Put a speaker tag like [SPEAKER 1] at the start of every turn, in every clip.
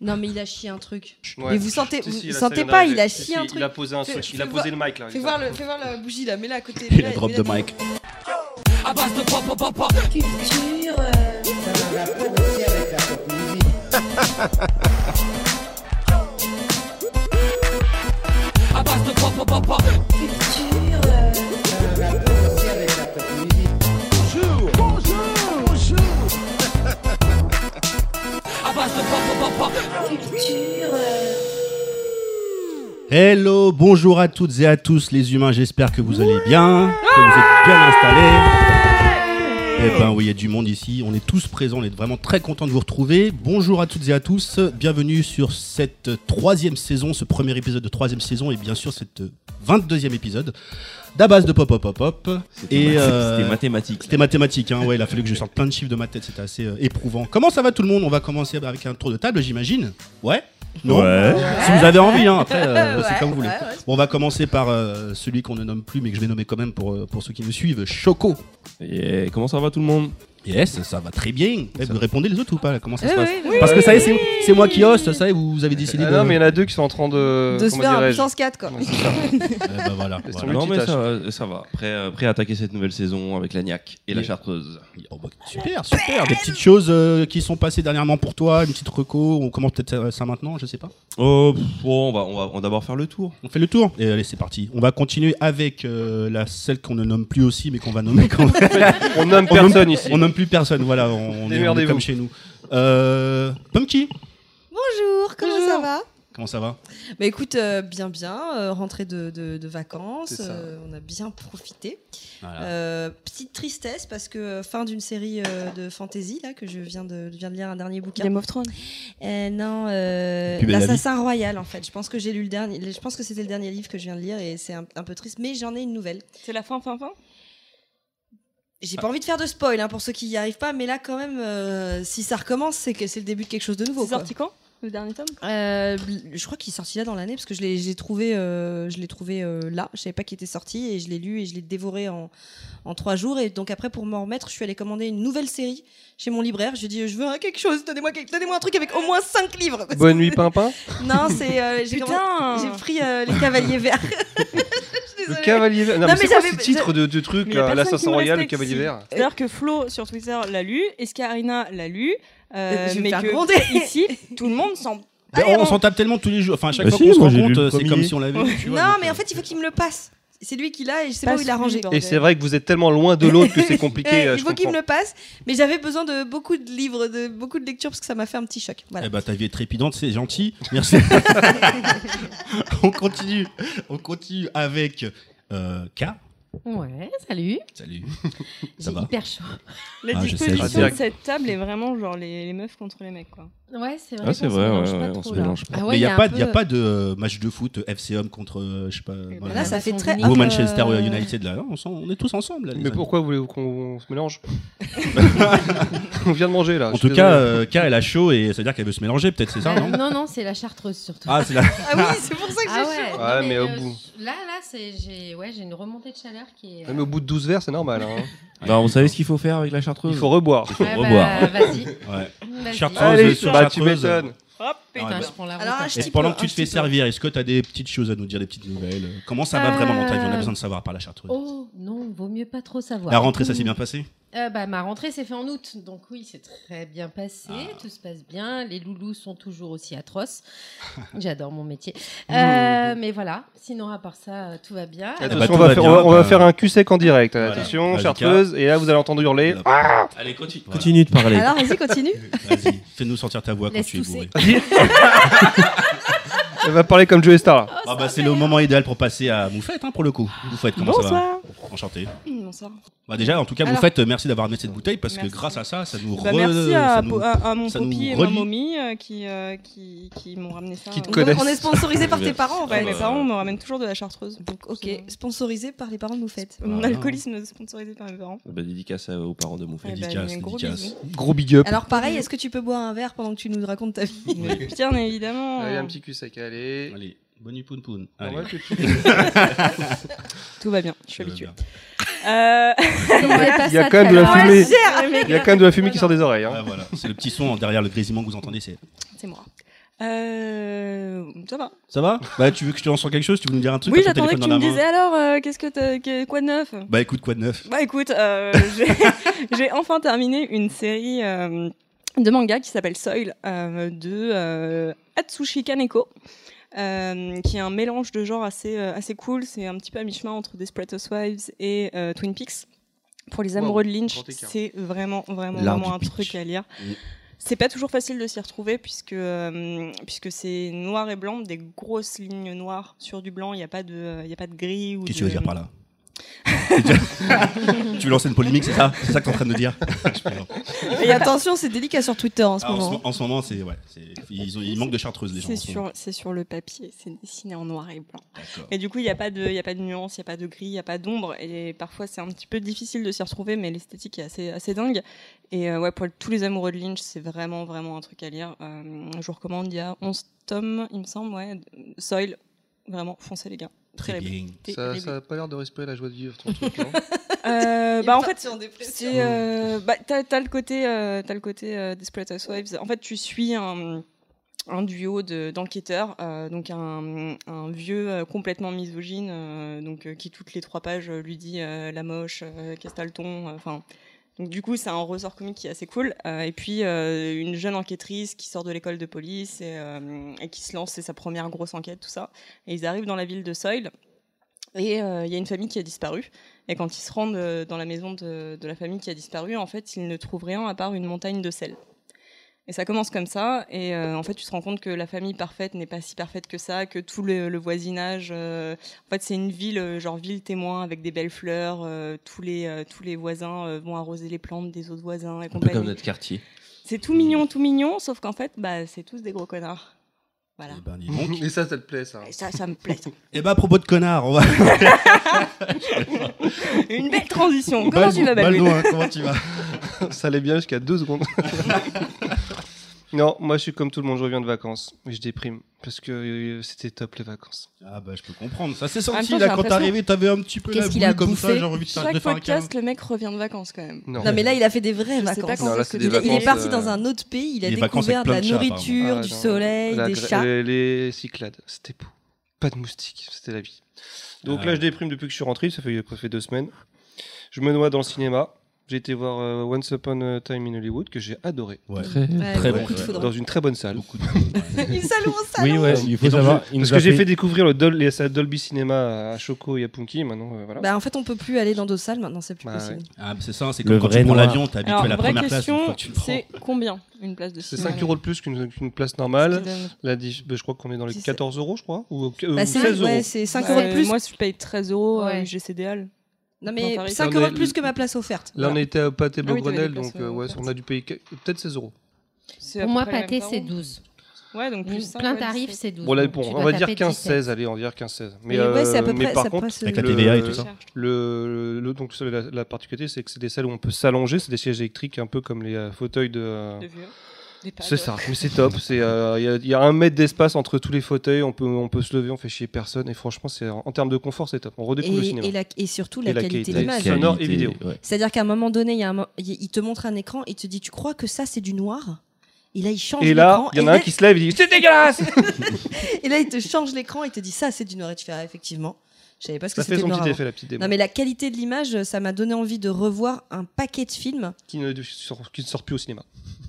[SPEAKER 1] Non, mais il a chié un truc.
[SPEAKER 2] Ouais.
[SPEAKER 1] Mais vous sentez,
[SPEAKER 2] Si,
[SPEAKER 1] vous
[SPEAKER 2] si, là, ça
[SPEAKER 1] sentez
[SPEAKER 2] vient
[SPEAKER 1] pas,
[SPEAKER 2] d'arriver.
[SPEAKER 1] il a
[SPEAKER 2] Si,
[SPEAKER 1] chié
[SPEAKER 2] si,
[SPEAKER 1] un truc.
[SPEAKER 2] Il a posé, un
[SPEAKER 1] Fais-
[SPEAKER 2] switch,
[SPEAKER 1] fais
[SPEAKER 2] il a
[SPEAKER 1] voir-
[SPEAKER 2] posé le mic là.
[SPEAKER 1] Fais
[SPEAKER 2] il
[SPEAKER 1] voir,
[SPEAKER 2] a-
[SPEAKER 1] le, fais voir la bougie là, mets-la à côté.
[SPEAKER 3] Il
[SPEAKER 1] mets-la-
[SPEAKER 3] a drop
[SPEAKER 1] mets-la
[SPEAKER 3] de
[SPEAKER 1] devant.
[SPEAKER 3] mic. Hello, bonjour à toutes et à tous les humains, j'espère que vous allez bien, que vous êtes bien installés. Eh ben oui, il y a du monde ici, on est tous présents, on est vraiment très content de vous retrouver. Bonjour à toutes et à tous, bienvenue sur cette troisième saison, ce premier épisode de troisième saison et bien sûr cette 22e épisode d'Abbas de Pop Pop Pop Pop. Et euh,
[SPEAKER 4] C'était mathématique.
[SPEAKER 3] c'était mathématique, hein, ouais, il a fallu que je sorte plein de chiffres de ma tête, c'était assez euh, éprouvant. Comment ça va tout le monde On va commencer avec un tour de table, j'imagine Ouais Non
[SPEAKER 4] Ouais.
[SPEAKER 3] si vous avez envie, hein, après, euh,
[SPEAKER 1] Ouais,
[SPEAKER 3] c'est comme vous voulez.
[SPEAKER 1] ouais, ouais.
[SPEAKER 3] Bon, on va commencer par euh, celui qu'on ne nomme plus, mais que je vais nommer quand même pour, euh, pour ceux qui nous suivent, Choco.
[SPEAKER 4] Yeah, Comment ça va tout le monde
[SPEAKER 3] Yes, ça va très bien. Eh, vous répondez les autres ou pas là Comment ça se passe
[SPEAKER 1] oui,
[SPEAKER 3] Parce que ça y est, c'est, c'est moi qui host, ça y est, vous avez décidé
[SPEAKER 2] Ah
[SPEAKER 3] de...
[SPEAKER 2] non, mais il y en a deux qui sont en train de.
[SPEAKER 1] De se
[SPEAKER 2] Euh, comment
[SPEAKER 1] faire un
[SPEAKER 2] dirais-je
[SPEAKER 1] puissance 4 quoi.
[SPEAKER 2] Ouais, c'est ça.
[SPEAKER 3] Eh ben voilà.
[SPEAKER 2] Laisse
[SPEAKER 3] voilà.
[SPEAKER 2] tomber.
[SPEAKER 4] Non mais ça va, ça va. Prêt, euh, prêt à attaquer cette nouvelle saison avec la gnaque et la
[SPEAKER 3] Yeah.
[SPEAKER 4] chartreuse.
[SPEAKER 3] Oh, bah, super, super. Des petites choses euh, qui sont passées dernièrement pour toi, une petite reco, on commence peut-être ça- ça maintenant, je sais pas.
[SPEAKER 4] Oh, pff, bon, on va, on va, on va d'abord faire le tour.
[SPEAKER 3] On fait le tour Et allez, c'est parti. On va continuer avec euh, la, celle qu'on ne nomme plus aussi, mais qu'on va nommer quand même.
[SPEAKER 2] On nomme
[SPEAKER 3] On nomme-
[SPEAKER 2] personne ici.
[SPEAKER 3] On nomme plus personne, voilà, on, on est, on est
[SPEAKER 2] Démerdez-vous.
[SPEAKER 3] comme chez nous. Euh, Pumpkin,
[SPEAKER 1] Bonjour, comment ça va
[SPEAKER 3] comment ça va
[SPEAKER 1] Bah écoute, euh, bien bien, euh, rentrée de, de- de vacances,
[SPEAKER 2] C'est ça.
[SPEAKER 1] euh, on a bien profité.
[SPEAKER 3] Voilà.
[SPEAKER 1] Euh, petite tristesse parce que euh, fin d'une série euh, de fantasy là que je viens de, je viens de lire un dernier bouquin.
[SPEAKER 5] Game of Thrones.
[SPEAKER 1] Euh, non, euh,
[SPEAKER 3] Plus belle la
[SPEAKER 1] l'assassin royal en fait. Je pense que j'ai lu le dernier, je pense que c'était le dernier livre que je viens de lire et c'est un, un peu triste, mais j'en ai une nouvelle.
[SPEAKER 5] C'est la fin, fin, fin
[SPEAKER 1] J'ai
[SPEAKER 2] Ah.
[SPEAKER 1] pas envie de faire de spoil hein, pour ceux qui y arrivent pas, mais là quand même, euh, si ça recommence, c'est que c'est le début de quelque chose de nouveau.
[SPEAKER 5] C'est
[SPEAKER 1] quoi.
[SPEAKER 5] sorti quand Le dernier tome
[SPEAKER 1] Euh, je crois qu'il est sorti là dans l'année parce que je l'ai je l'ai trouvé, euh, je l'ai trouvé euh, là. Je savais pas qu'il était sorti et je l'ai lu et je l'ai dévoré en, en trois jours. Et donc après, pour m'en remettre, je suis allée commander une nouvelle série chez mon libraire. Je lui ai dit, je veux un quelque chose, donnez-moi quelque- donnez-moi un truc avec au moins cinq livres.
[SPEAKER 2] Bonne nuit, Pimpin.
[SPEAKER 1] Non, c'est euh, j'ai commandé-
[SPEAKER 5] Putain
[SPEAKER 1] j'ai pris euh, les Cavaliers Verts. Je suis
[SPEAKER 2] Le
[SPEAKER 1] désolée.
[SPEAKER 2] cavalier vert. Non,
[SPEAKER 1] Non,
[SPEAKER 2] mais c'est
[SPEAKER 1] mais
[SPEAKER 2] quoi
[SPEAKER 1] j'avais-
[SPEAKER 2] ces titres de, de trucs
[SPEAKER 5] Mais y
[SPEAKER 2] là
[SPEAKER 5] a personne qui
[SPEAKER 2] L'assassin
[SPEAKER 5] me
[SPEAKER 2] royal, le
[SPEAKER 5] respecte
[SPEAKER 2] cavalier
[SPEAKER 5] ici.
[SPEAKER 2] vert.
[SPEAKER 5] C'est-à-dire que Flo sur Twitter l'a lu, Escarina l'a lu, euh,
[SPEAKER 1] Je vais me
[SPEAKER 5] mais
[SPEAKER 1] faire
[SPEAKER 5] que
[SPEAKER 1] gronder.
[SPEAKER 5] ici, tout le monde s'en.
[SPEAKER 3] Ben,
[SPEAKER 5] Allez,
[SPEAKER 3] On
[SPEAKER 5] on-
[SPEAKER 3] s'en tape tellement tous les jours, enfin à chaque
[SPEAKER 4] Bah
[SPEAKER 3] fois
[SPEAKER 4] si,
[SPEAKER 3] qu'on se
[SPEAKER 4] moi,
[SPEAKER 3] rend
[SPEAKER 4] j'ai lu
[SPEAKER 3] compte,
[SPEAKER 4] le
[SPEAKER 3] c'est
[SPEAKER 4] premier.
[SPEAKER 3] comme si on l'avait vu. tu vois,
[SPEAKER 1] Non,
[SPEAKER 3] donc,
[SPEAKER 1] mais en
[SPEAKER 3] euh,
[SPEAKER 1] fait, il faut qu'il me le passe. C'est lui qui l'a et je sais pas où il l'a rangé.
[SPEAKER 2] Et c'est vrai que vous êtes tellement loin de l'autre que c'est compliqué.
[SPEAKER 1] Eh,
[SPEAKER 2] euh,
[SPEAKER 1] il
[SPEAKER 2] je
[SPEAKER 1] faut qu'il me
[SPEAKER 2] comprends.
[SPEAKER 1] le passe, mais j'avais besoin de beaucoup de livres, de beaucoup de lectures parce que ça m'a fait un petit choc. Voilà.
[SPEAKER 3] Eh ben, ta vie est trépidante, c'est gentil. Merci. on continue. On continue avec euh, K.
[SPEAKER 6] Ouais, salut.
[SPEAKER 3] Salut. Ça
[SPEAKER 6] J'ai
[SPEAKER 3] va
[SPEAKER 6] hyper chaud.
[SPEAKER 5] La
[SPEAKER 3] Ah, je sais,
[SPEAKER 5] disposition
[SPEAKER 2] je sais.
[SPEAKER 5] de cette table est vraiment genre les, les meufs contre les mecs quoi.
[SPEAKER 6] Ouais, c'est vrai.
[SPEAKER 4] Ah, c'est
[SPEAKER 6] qu'on se
[SPEAKER 4] vrai,
[SPEAKER 6] mélange
[SPEAKER 4] ouais,
[SPEAKER 6] pas
[SPEAKER 4] ouais,
[SPEAKER 6] trop,
[SPEAKER 4] on se
[SPEAKER 6] là.
[SPEAKER 4] mélange pas.
[SPEAKER 6] Ah ouais,
[SPEAKER 3] mais il n'y
[SPEAKER 6] y
[SPEAKER 3] a, pas,
[SPEAKER 6] un
[SPEAKER 3] y a
[SPEAKER 6] peu-
[SPEAKER 3] pas de euh, match de foot euh, FC Homme contre, euh, je sais pas,
[SPEAKER 6] ben
[SPEAKER 1] Là,
[SPEAKER 3] voilà,
[SPEAKER 1] ça fait très.
[SPEAKER 6] Ou
[SPEAKER 1] hop,
[SPEAKER 3] ou
[SPEAKER 1] euh,
[SPEAKER 3] Manchester United là. On, s'en- on est tous ensemble. Là, les
[SPEAKER 2] Mais
[SPEAKER 3] amis.
[SPEAKER 2] pourquoi voulez-vous qu'on se mélange On vient de manger là.
[SPEAKER 3] En
[SPEAKER 2] je
[SPEAKER 3] tout
[SPEAKER 2] suis
[SPEAKER 3] cas,
[SPEAKER 2] désolé.
[SPEAKER 3] euh, K, elle a chaud et ça veut dire qu'elle veut se mélanger, peut-être, c'est ça,
[SPEAKER 6] Ah,
[SPEAKER 3] non
[SPEAKER 6] Non, non, c'est la chartreuse surtout.
[SPEAKER 3] Ah, c'est la-
[SPEAKER 1] Ah oui, c'est pour ça que j'ai
[SPEAKER 6] Ah ouais,
[SPEAKER 1] chaud.
[SPEAKER 6] non,
[SPEAKER 2] Ouais, mais au
[SPEAKER 6] euh,
[SPEAKER 2] bout.
[SPEAKER 6] Là, là, c'est j'ai ouais, j'ai une remontée de chaleur qui est.
[SPEAKER 3] euh,
[SPEAKER 2] Même au bout de 12 verres, c'est normal. hein.
[SPEAKER 4] Non, vous savez Bah, ce qu'il faut faire avec la chartreuse
[SPEAKER 2] Il faut reboire.
[SPEAKER 6] Ouais, bah,
[SPEAKER 4] revoir.
[SPEAKER 6] Vas-y.
[SPEAKER 3] Ouais.
[SPEAKER 6] vas-y. Ah,
[SPEAKER 3] Chartreuse bah.
[SPEAKER 2] Allez,
[SPEAKER 3] sur
[SPEAKER 2] bah, tu
[SPEAKER 3] chartreuse.
[SPEAKER 2] m'étonnes.
[SPEAKER 5] Hop
[SPEAKER 3] putain.
[SPEAKER 6] Putain, je prends la route.
[SPEAKER 1] Alors, un
[SPEAKER 6] après.
[SPEAKER 1] petit
[SPEAKER 3] Et pendant
[SPEAKER 1] peu,
[SPEAKER 3] que tu
[SPEAKER 1] un
[SPEAKER 3] te fais
[SPEAKER 1] petit peu.
[SPEAKER 3] servir, est-ce que tu as des petites choses à nous dire, des petites nouvelles euh, Comment ça va
[SPEAKER 6] Euh,
[SPEAKER 3] vraiment dans ta vie On a besoin de savoir par la chartreuse.
[SPEAKER 6] Oh non, vaut mieux pas trop savoir.
[SPEAKER 3] Eh. La rentrée, ça s'est bien passé
[SPEAKER 6] Euh, bah, ma rentrée s'est fait en août, donc oui, c'est très bien passé,
[SPEAKER 3] Ah.
[SPEAKER 6] tout se passe bien, les loulous sont toujours aussi atroces. J'adore mon métier. Euh, mais voilà, sinon à part ça, euh, tout va bien.
[SPEAKER 3] bah,
[SPEAKER 2] Eh ben, Attention,
[SPEAKER 3] tout
[SPEAKER 2] on va
[SPEAKER 3] va
[SPEAKER 2] faire-
[SPEAKER 3] bien,
[SPEAKER 2] on va- on va
[SPEAKER 3] bah.
[SPEAKER 2] faire un cul sec en direct.
[SPEAKER 3] Voilà.
[SPEAKER 2] Attention,
[SPEAKER 3] Vas-y,
[SPEAKER 2] chartreuse. Et là, vous allez entendre hurler.
[SPEAKER 4] Allez, continue,
[SPEAKER 3] Voilà.
[SPEAKER 4] continue de parler.
[SPEAKER 1] Alors, vas-y, continue.
[SPEAKER 3] Vas-y, fais-nous sortir ta voix quand
[SPEAKER 6] Laisse
[SPEAKER 3] tu es
[SPEAKER 6] tousser.
[SPEAKER 3] bourré.
[SPEAKER 2] Elle va parler comme Joey Star.
[SPEAKER 3] Ah bah, c'est le moment idéal pour passer à Moufette, hein, pour le coup. Moufette, comment ça
[SPEAKER 5] Bonsoir.
[SPEAKER 3] va Enchanté.
[SPEAKER 5] Mmh, Bonsoir.
[SPEAKER 3] Bah, déjà, en tout cas,
[SPEAKER 5] Alors-
[SPEAKER 3] Moufette, euh, merci d'avoir amené cette bouteille parce
[SPEAKER 5] Merci.
[SPEAKER 3] que grâce à ça, ça nous
[SPEAKER 5] Bah,
[SPEAKER 3] re-
[SPEAKER 5] merci
[SPEAKER 3] ça
[SPEAKER 5] à,
[SPEAKER 3] nous-
[SPEAKER 5] à- à mon
[SPEAKER 3] ça nous
[SPEAKER 5] popi et ma
[SPEAKER 3] relie.
[SPEAKER 5] momie euh, qui, euh, qui, qui m'ont ramené ça.
[SPEAKER 2] Qui te
[SPEAKER 5] euh.
[SPEAKER 1] On est-
[SPEAKER 2] connaissent.
[SPEAKER 1] On est sponsorisé par tes parents en
[SPEAKER 5] Ouais,
[SPEAKER 4] Ah,
[SPEAKER 1] fait.
[SPEAKER 5] mes
[SPEAKER 3] euh,
[SPEAKER 4] bah.
[SPEAKER 5] parents me ramènent toujours de la chartreuse.
[SPEAKER 1] Donc, ok, sponsorisé par les parents de Moufette.
[SPEAKER 5] Mon
[SPEAKER 3] Voilà.
[SPEAKER 5] alcoolisme sponsorisé par mes parents.
[SPEAKER 4] Bah, dédicace à- aux parents de mon
[SPEAKER 5] Eh
[SPEAKER 4] frère.
[SPEAKER 5] ben,
[SPEAKER 3] Ah. Dédicace,
[SPEAKER 5] un gros
[SPEAKER 3] dédicace.
[SPEAKER 5] bisou.
[SPEAKER 2] Gros big up.
[SPEAKER 1] Alors, pareil, est-ce que tu peux boire un verre pendant que tu nous racontes ta vie
[SPEAKER 5] Bien évidemment.
[SPEAKER 2] Allez,
[SPEAKER 5] euh,
[SPEAKER 2] un petit cul sec. Allez.
[SPEAKER 3] Allez, bonne poun poun.
[SPEAKER 2] On
[SPEAKER 3] Allez,
[SPEAKER 2] voit que tu-
[SPEAKER 5] Tout va bien, je suis
[SPEAKER 3] ça va
[SPEAKER 5] habituée.
[SPEAKER 3] bien.
[SPEAKER 5] Euh,
[SPEAKER 2] Il y a quand même de la fumée.
[SPEAKER 5] gère, mais-
[SPEAKER 2] Il y a quand même de la fumée qui sort des oreilles. hein.
[SPEAKER 3] Ah, voilà, c'est le petit son derrière le grésillement que vous entendez, c'est
[SPEAKER 5] C'est moi. Euh, ça va.
[SPEAKER 3] Ça va Bah, tu veux que je te lance sur quelque chose Tu veux nous dire un truc
[SPEAKER 5] oui,
[SPEAKER 3] T'as ton
[SPEAKER 5] j'attendais que
[SPEAKER 3] téléphone
[SPEAKER 5] tu
[SPEAKER 3] dans
[SPEAKER 5] me
[SPEAKER 3] la main.
[SPEAKER 5] disais alors, euh, qu'est-ce que t'as, que- quoi de neuf
[SPEAKER 3] Bah, écoute, quoi de neuf
[SPEAKER 5] Bah écoute, euh, j'ai- j'ai enfin terminé une série euh, de manga qui s'appelle Soil euh, de euh, Atsushi Kaneko. euh, qui est un mélange de genres assez, euh, assez cool. C'est un petit peu à mi-chemin entre Desperate Housewives et euh, Twin Peaks. Pour les amoureux de Lynch,
[SPEAKER 2] grand écart.
[SPEAKER 5] c'est vraiment, vraiment,
[SPEAKER 3] L'art
[SPEAKER 5] vraiment
[SPEAKER 3] du
[SPEAKER 5] un
[SPEAKER 3] pitch.
[SPEAKER 5] truc à lire.
[SPEAKER 3] Oui.
[SPEAKER 5] C'est pas toujours facile de s'y retrouver puisque, euh, puisque c'est noir et blanc, des grosses lignes noires sur du blanc. Il n'y a, pas de- euh, il y a pas de gris. ou
[SPEAKER 3] Qu'est-ce que tu
[SPEAKER 5] de-
[SPEAKER 3] veux dire par là Tu veux lancer une polémique, c'est ça C'est ça que t'es en train de dire Je plaisante.
[SPEAKER 1] Et attention, c'est délicat sur Twitter en ce
[SPEAKER 3] Ah, en,
[SPEAKER 1] moment.
[SPEAKER 3] ce, en ce moment, c'est ouais, c'est- ils, ont- ils manquent de chartreuse les gens. en
[SPEAKER 5] C'est
[SPEAKER 3] ce moment.
[SPEAKER 5] sur, c'est sur le papier, c'est dessiné en noir et blanc.
[SPEAKER 3] D'accord.
[SPEAKER 5] Et du coup, il n'y a, pas de- il y a pas de nuance, il n'y a pas de gris, il n'y a pas d'ombre. Et parfois, c'est un petit peu difficile de s'y retrouver, mais l'esthétique est assez, assez dingue. Et euh, ouais, pour tous les amoureux de Lynch, c'est vraiment, vraiment un truc à lire. Euh, je vous recommande, il y a 11 tomes, il me semble, ouais. de- Soil, vraiment, foncez les gars.
[SPEAKER 3] Très bien.
[SPEAKER 2] Ça,
[SPEAKER 5] Terrible.
[SPEAKER 2] ça a pas l'air de respirer la joie de vivre, ton truc. hein.
[SPEAKER 5] Euh, bah, en fait,
[SPEAKER 1] en
[SPEAKER 5] C'est, euh, bah, t'as, t'as le côté, euh, t'as le côté euh, Desperate Housewives. En fait, tu suis un, un duo de, d'enquêteurs, euh, donc un, un vieux euh, complètement misogyne, euh, donc euh, qui toutes les trois pages euh, lui dit euh, la moche, euh, Castalton, enfin. donc du coup, c'est un ressort comique qui est assez cool. Euh, et puis euh, une jeune enquêtrice qui sort de l'école de police et, euh, et qui se lance, c'est sa première grosse enquête, tout ça. Et ils arrivent dans la ville de Soil. Et euh, il y a une famille qui a disparu. Et quand ils se rendent euh, dans la maison de, de la famille qui a disparu, en fait, ils ne trouvent rien à part une montagne de sel. Et ça commence comme ça, et euh, en fait, tu te rends compte que la famille parfaite n'est pas si parfaite que ça, que tout le, le voisinage. euh, en fait, c'est une ville, euh, genre ville témoin, avec des belles fleurs. euh, tous, les, euh, tous les voisins euh, vont arroser les plantes des autres voisins et
[SPEAKER 4] Un peu comme
[SPEAKER 5] compagnie.
[SPEAKER 4] notre quartier.
[SPEAKER 5] C'est tout mignon, tout mignon, sauf qu'en fait, bah, c'est tous des gros connards. Voilà.
[SPEAKER 4] Mm.
[SPEAKER 3] Eh ben, dis donc.
[SPEAKER 2] Et ça, ça te plaît, ça. hein.
[SPEAKER 5] Et ça, ça me plaît. ça.
[SPEAKER 3] Eh ben, à propos de connard, on va.
[SPEAKER 5] Une belle transition. Comment tu vas, Balou
[SPEAKER 3] Baldo, hein, Comment tu vas
[SPEAKER 2] Ça allait bien jusqu'à deux secondes. non, moi, je suis comme tout le monde, je reviens de vacances. Mais je déprime. Parce que euh, c'était top les vacances.
[SPEAKER 3] Ah bah je peux comprendre. Ça s'est
[SPEAKER 5] même
[SPEAKER 3] senti
[SPEAKER 5] temps,
[SPEAKER 3] là
[SPEAKER 5] j'ai
[SPEAKER 3] quand t'es
[SPEAKER 5] l'impression-
[SPEAKER 3] arrivé, t'avais un petit peu la
[SPEAKER 6] Qu'est-ce qu'il
[SPEAKER 3] boule
[SPEAKER 6] a
[SPEAKER 3] comme ça,
[SPEAKER 6] bouffé
[SPEAKER 3] j'ai envie de faire de
[SPEAKER 5] Chaque
[SPEAKER 3] faire un câlin.
[SPEAKER 5] podcast, le mec revient de vacances quand même.
[SPEAKER 2] Non.
[SPEAKER 1] Non, mais là, il a fait des vraies
[SPEAKER 5] Je sais pas
[SPEAKER 1] vacances.
[SPEAKER 5] quand
[SPEAKER 2] Non, là,
[SPEAKER 5] est-ce
[SPEAKER 2] c'est
[SPEAKER 5] que
[SPEAKER 2] des
[SPEAKER 5] tu-
[SPEAKER 1] Il est
[SPEAKER 2] vacances,
[SPEAKER 1] parti
[SPEAKER 2] euh,
[SPEAKER 1] dans un autre pays, il a
[SPEAKER 3] des vacances
[SPEAKER 1] découvert
[SPEAKER 3] avec
[SPEAKER 1] de
[SPEAKER 3] plein
[SPEAKER 1] la
[SPEAKER 3] de chats,
[SPEAKER 1] nourriture,
[SPEAKER 2] apparemment.
[SPEAKER 1] du
[SPEAKER 2] Ah, non.
[SPEAKER 1] soleil,
[SPEAKER 2] La
[SPEAKER 1] des
[SPEAKER 2] gra-
[SPEAKER 1] chats.
[SPEAKER 2] Les, les Cyclades, c'était beau. Pas de moustiques, c'était la vie. Donc
[SPEAKER 3] Ah.
[SPEAKER 7] Euh.
[SPEAKER 2] là, je déprime depuis que je suis rentré, ça fait, ça fait deux semaines. Je me noie dans le cinéma. J'ai été voir euh, Once Upon a Time in Hollywood, que j'ai adoré.
[SPEAKER 3] Ouais.
[SPEAKER 1] Ouais,
[SPEAKER 3] bon,
[SPEAKER 1] beaucoup de
[SPEAKER 3] ouais.
[SPEAKER 1] foudre.
[SPEAKER 2] Dans une très bonne salle.
[SPEAKER 3] Beaucoup de-
[SPEAKER 1] Une salle où on s'allonge.
[SPEAKER 7] Oui, ouais, il faut
[SPEAKER 2] Et donc,
[SPEAKER 7] savoir.
[SPEAKER 2] je-
[SPEAKER 7] il
[SPEAKER 2] parce
[SPEAKER 7] nous a
[SPEAKER 2] que j'ai fait découvrir le Dol- les salles Dolby Cinéma à Choco et à Punky. Maintenant, euh, voilà.
[SPEAKER 1] Bah, en fait, on peut plus aller dans d'autres salles maintenant, c'est plus
[SPEAKER 2] Bah,
[SPEAKER 1] possible.
[SPEAKER 3] Ah, mais c'est ça, c'est
[SPEAKER 7] Le
[SPEAKER 3] comme quand tu
[SPEAKER 7] vrai
[SPEAKER 3] prends
[SPEAKER 7] noir.
[SPEAKER 3] l'avion, t'es habitué
[SPEAKER 5] Alors,
[SPEAKER 3] à la
[SPEAKER 5] vraie
[SPEAKER 3] première classe une
[SPEAKER 5] question,
[SPEAKER 3] fois que tu le prends.
[SPEAKER 5] c'est combien une place de
[SPEAKER 2] c'est
[SPEAKER 5] cinéma
[SPEAKER 2] 5 euros de plus qu'une qu'une place
[SPEAKER 5] Ce
[SPEAKER 2] normale.
[SPEAKER 5] qui donne-
[SPEAKER 2] La diff- bah, je crois qu'on est dans les
[SPEAKER 1] C'est-
[SPEAKER 2] 14 euros, je crois. Ou, ou
[SPEAKER 1] Bah, c'est
[SPEAKER 2] 16 euros.
[SPEAKER 1] ouais, c'est 5
[SPEAKER 5] Euh,
[SPEAKER 1] euros de plus.
[SPEAKER 5] Moi, je paye 13 euros
[SPEAKER 6] Ouais.
[SPEAKER 5] euh, GCDL.
[SPEAKER 1] non, mais
[SPEAKER 5] Non, pareil.
[SPEAKER 1] 5
[SPEAKER 2] Là, on
[SPEAKER 1] euros
[SPEAKER 2] est-
[SPEAKER 1] de plus que ma place offerte.
[SPEAKER 2] Là, on était au pâté
[SPEAKER 5] Ah oui, t'avais
[SPEAKER 2] Grenelle,
[SPEAKER 5] des places,
[SPEAKER 2] donc euh,
[SPEAKER 5] euh,
[SPEAKER 2] ouais,
[SPEAKER 5] offertes.
[SPEAKER 2] on a dû payer que- peut-être 16 euros.
[SPEAKER 5] C'est à
[SPEAKER 6] Pour
[SPEAKER 5] peu
[SPEAKER 6] moi,
[SPEAKER 5] près les mêmes
[SPEAKER 6] pâté,
[SPEAKER 5] parents.
[SPEAKER 6] c'est 12.
[SPEAKER 5] Ouais, donc plus
[SPEAKER 6] Plein tarif, c'est
[SPEAKER 1] Mm-hmm.
[SPEAKER 6] 12.
[SPEAKER 2] Bon, là,
[SPEAKER 6] Donc,
[SPEAKER 2] bon,
[SPEAKER 6] tu
[SPEAKER 2] on
[SPEAKER 6] dois
[SPEAKER 2] va
[SPEAKER 6] taper
[SPEAKER 2] dire
[SPEAKER 6] 17.
[SPEAKER 2] 15-16. Allez, on va dire 15-16. Mais,
[SPEAKER 1] Mais ouais, c'est à peu
[SPEAKER 2] euh, mais
[SPEAKER 1] près.
[SPEAKER 2] par
[SPEAKER 1] ça
[SPEAKER 2] contre,
[SPEAKER 1] passe,
[SPEAKER 3] Avec la
[SPEAKER 1] euh,
[SPEAKER 3] TVA et tout ça.
[SPEAKER 2] le, le- donc, la, la particularité, c'est que c'est des salles où on peut s'allonger. C'est des sièges électriques, un peu comme les euh, fauteuils de. euh, c'est ça, mais c'est top. C'est euh, il y a- il y, a un mètre d'espace entre tous les fauteuils. On peut on peut se lever, on fait chier personne. Et franchement, c'est en termes de confort, c'est top. On redécouvre le cinéma.
[SPEAKER 1] Et, et, la- et surtout la,
[SPEAKER 2] Et la
[SPEAKER 1] qualité
[SPEAKER 2] qualité.
[SPEAKER 1] d'image.
[SPEAKER 2] Sonore et vidéo.
[SPEAKER 4] ouais.
[SPEAKER 1] C'est-à-dire qu'à un moment donné, il, y a un mo- il il te montre un écran et il te dit Tu crois que ça, c'est du noir Et là, il change
[SPEAKER 2] Et là,
[SPEAKER 1] l'écran.
[SPEAKER 2] il y en a un
[SPEAKER 1] là-
[SPEAKER 2] qui se lève et dit C'est dégueulasse
[SPEAKER 1] Et là, il te change l'écran et il te dit Ça, c'est du noir. Et tu fais Ah, effectivement. Je savais pas ce que
[SPEAKER 2] Ça fait
[SPEAKER 1] c'était
[SPEAKER 2] son
[SPEAKER 1] le noir
[SPEAKER 2] petit
[SPEAKER 1] avant.
[SPEAKER 2] effet, la petite démo.
[SPEAKER 1] Non, mais la qualité de l'image, euh, ça m'a donné envie de revoir un paquet de films.
[SPEAKER 2] Qui, ne, sort- qui ne sort plus au cinéma.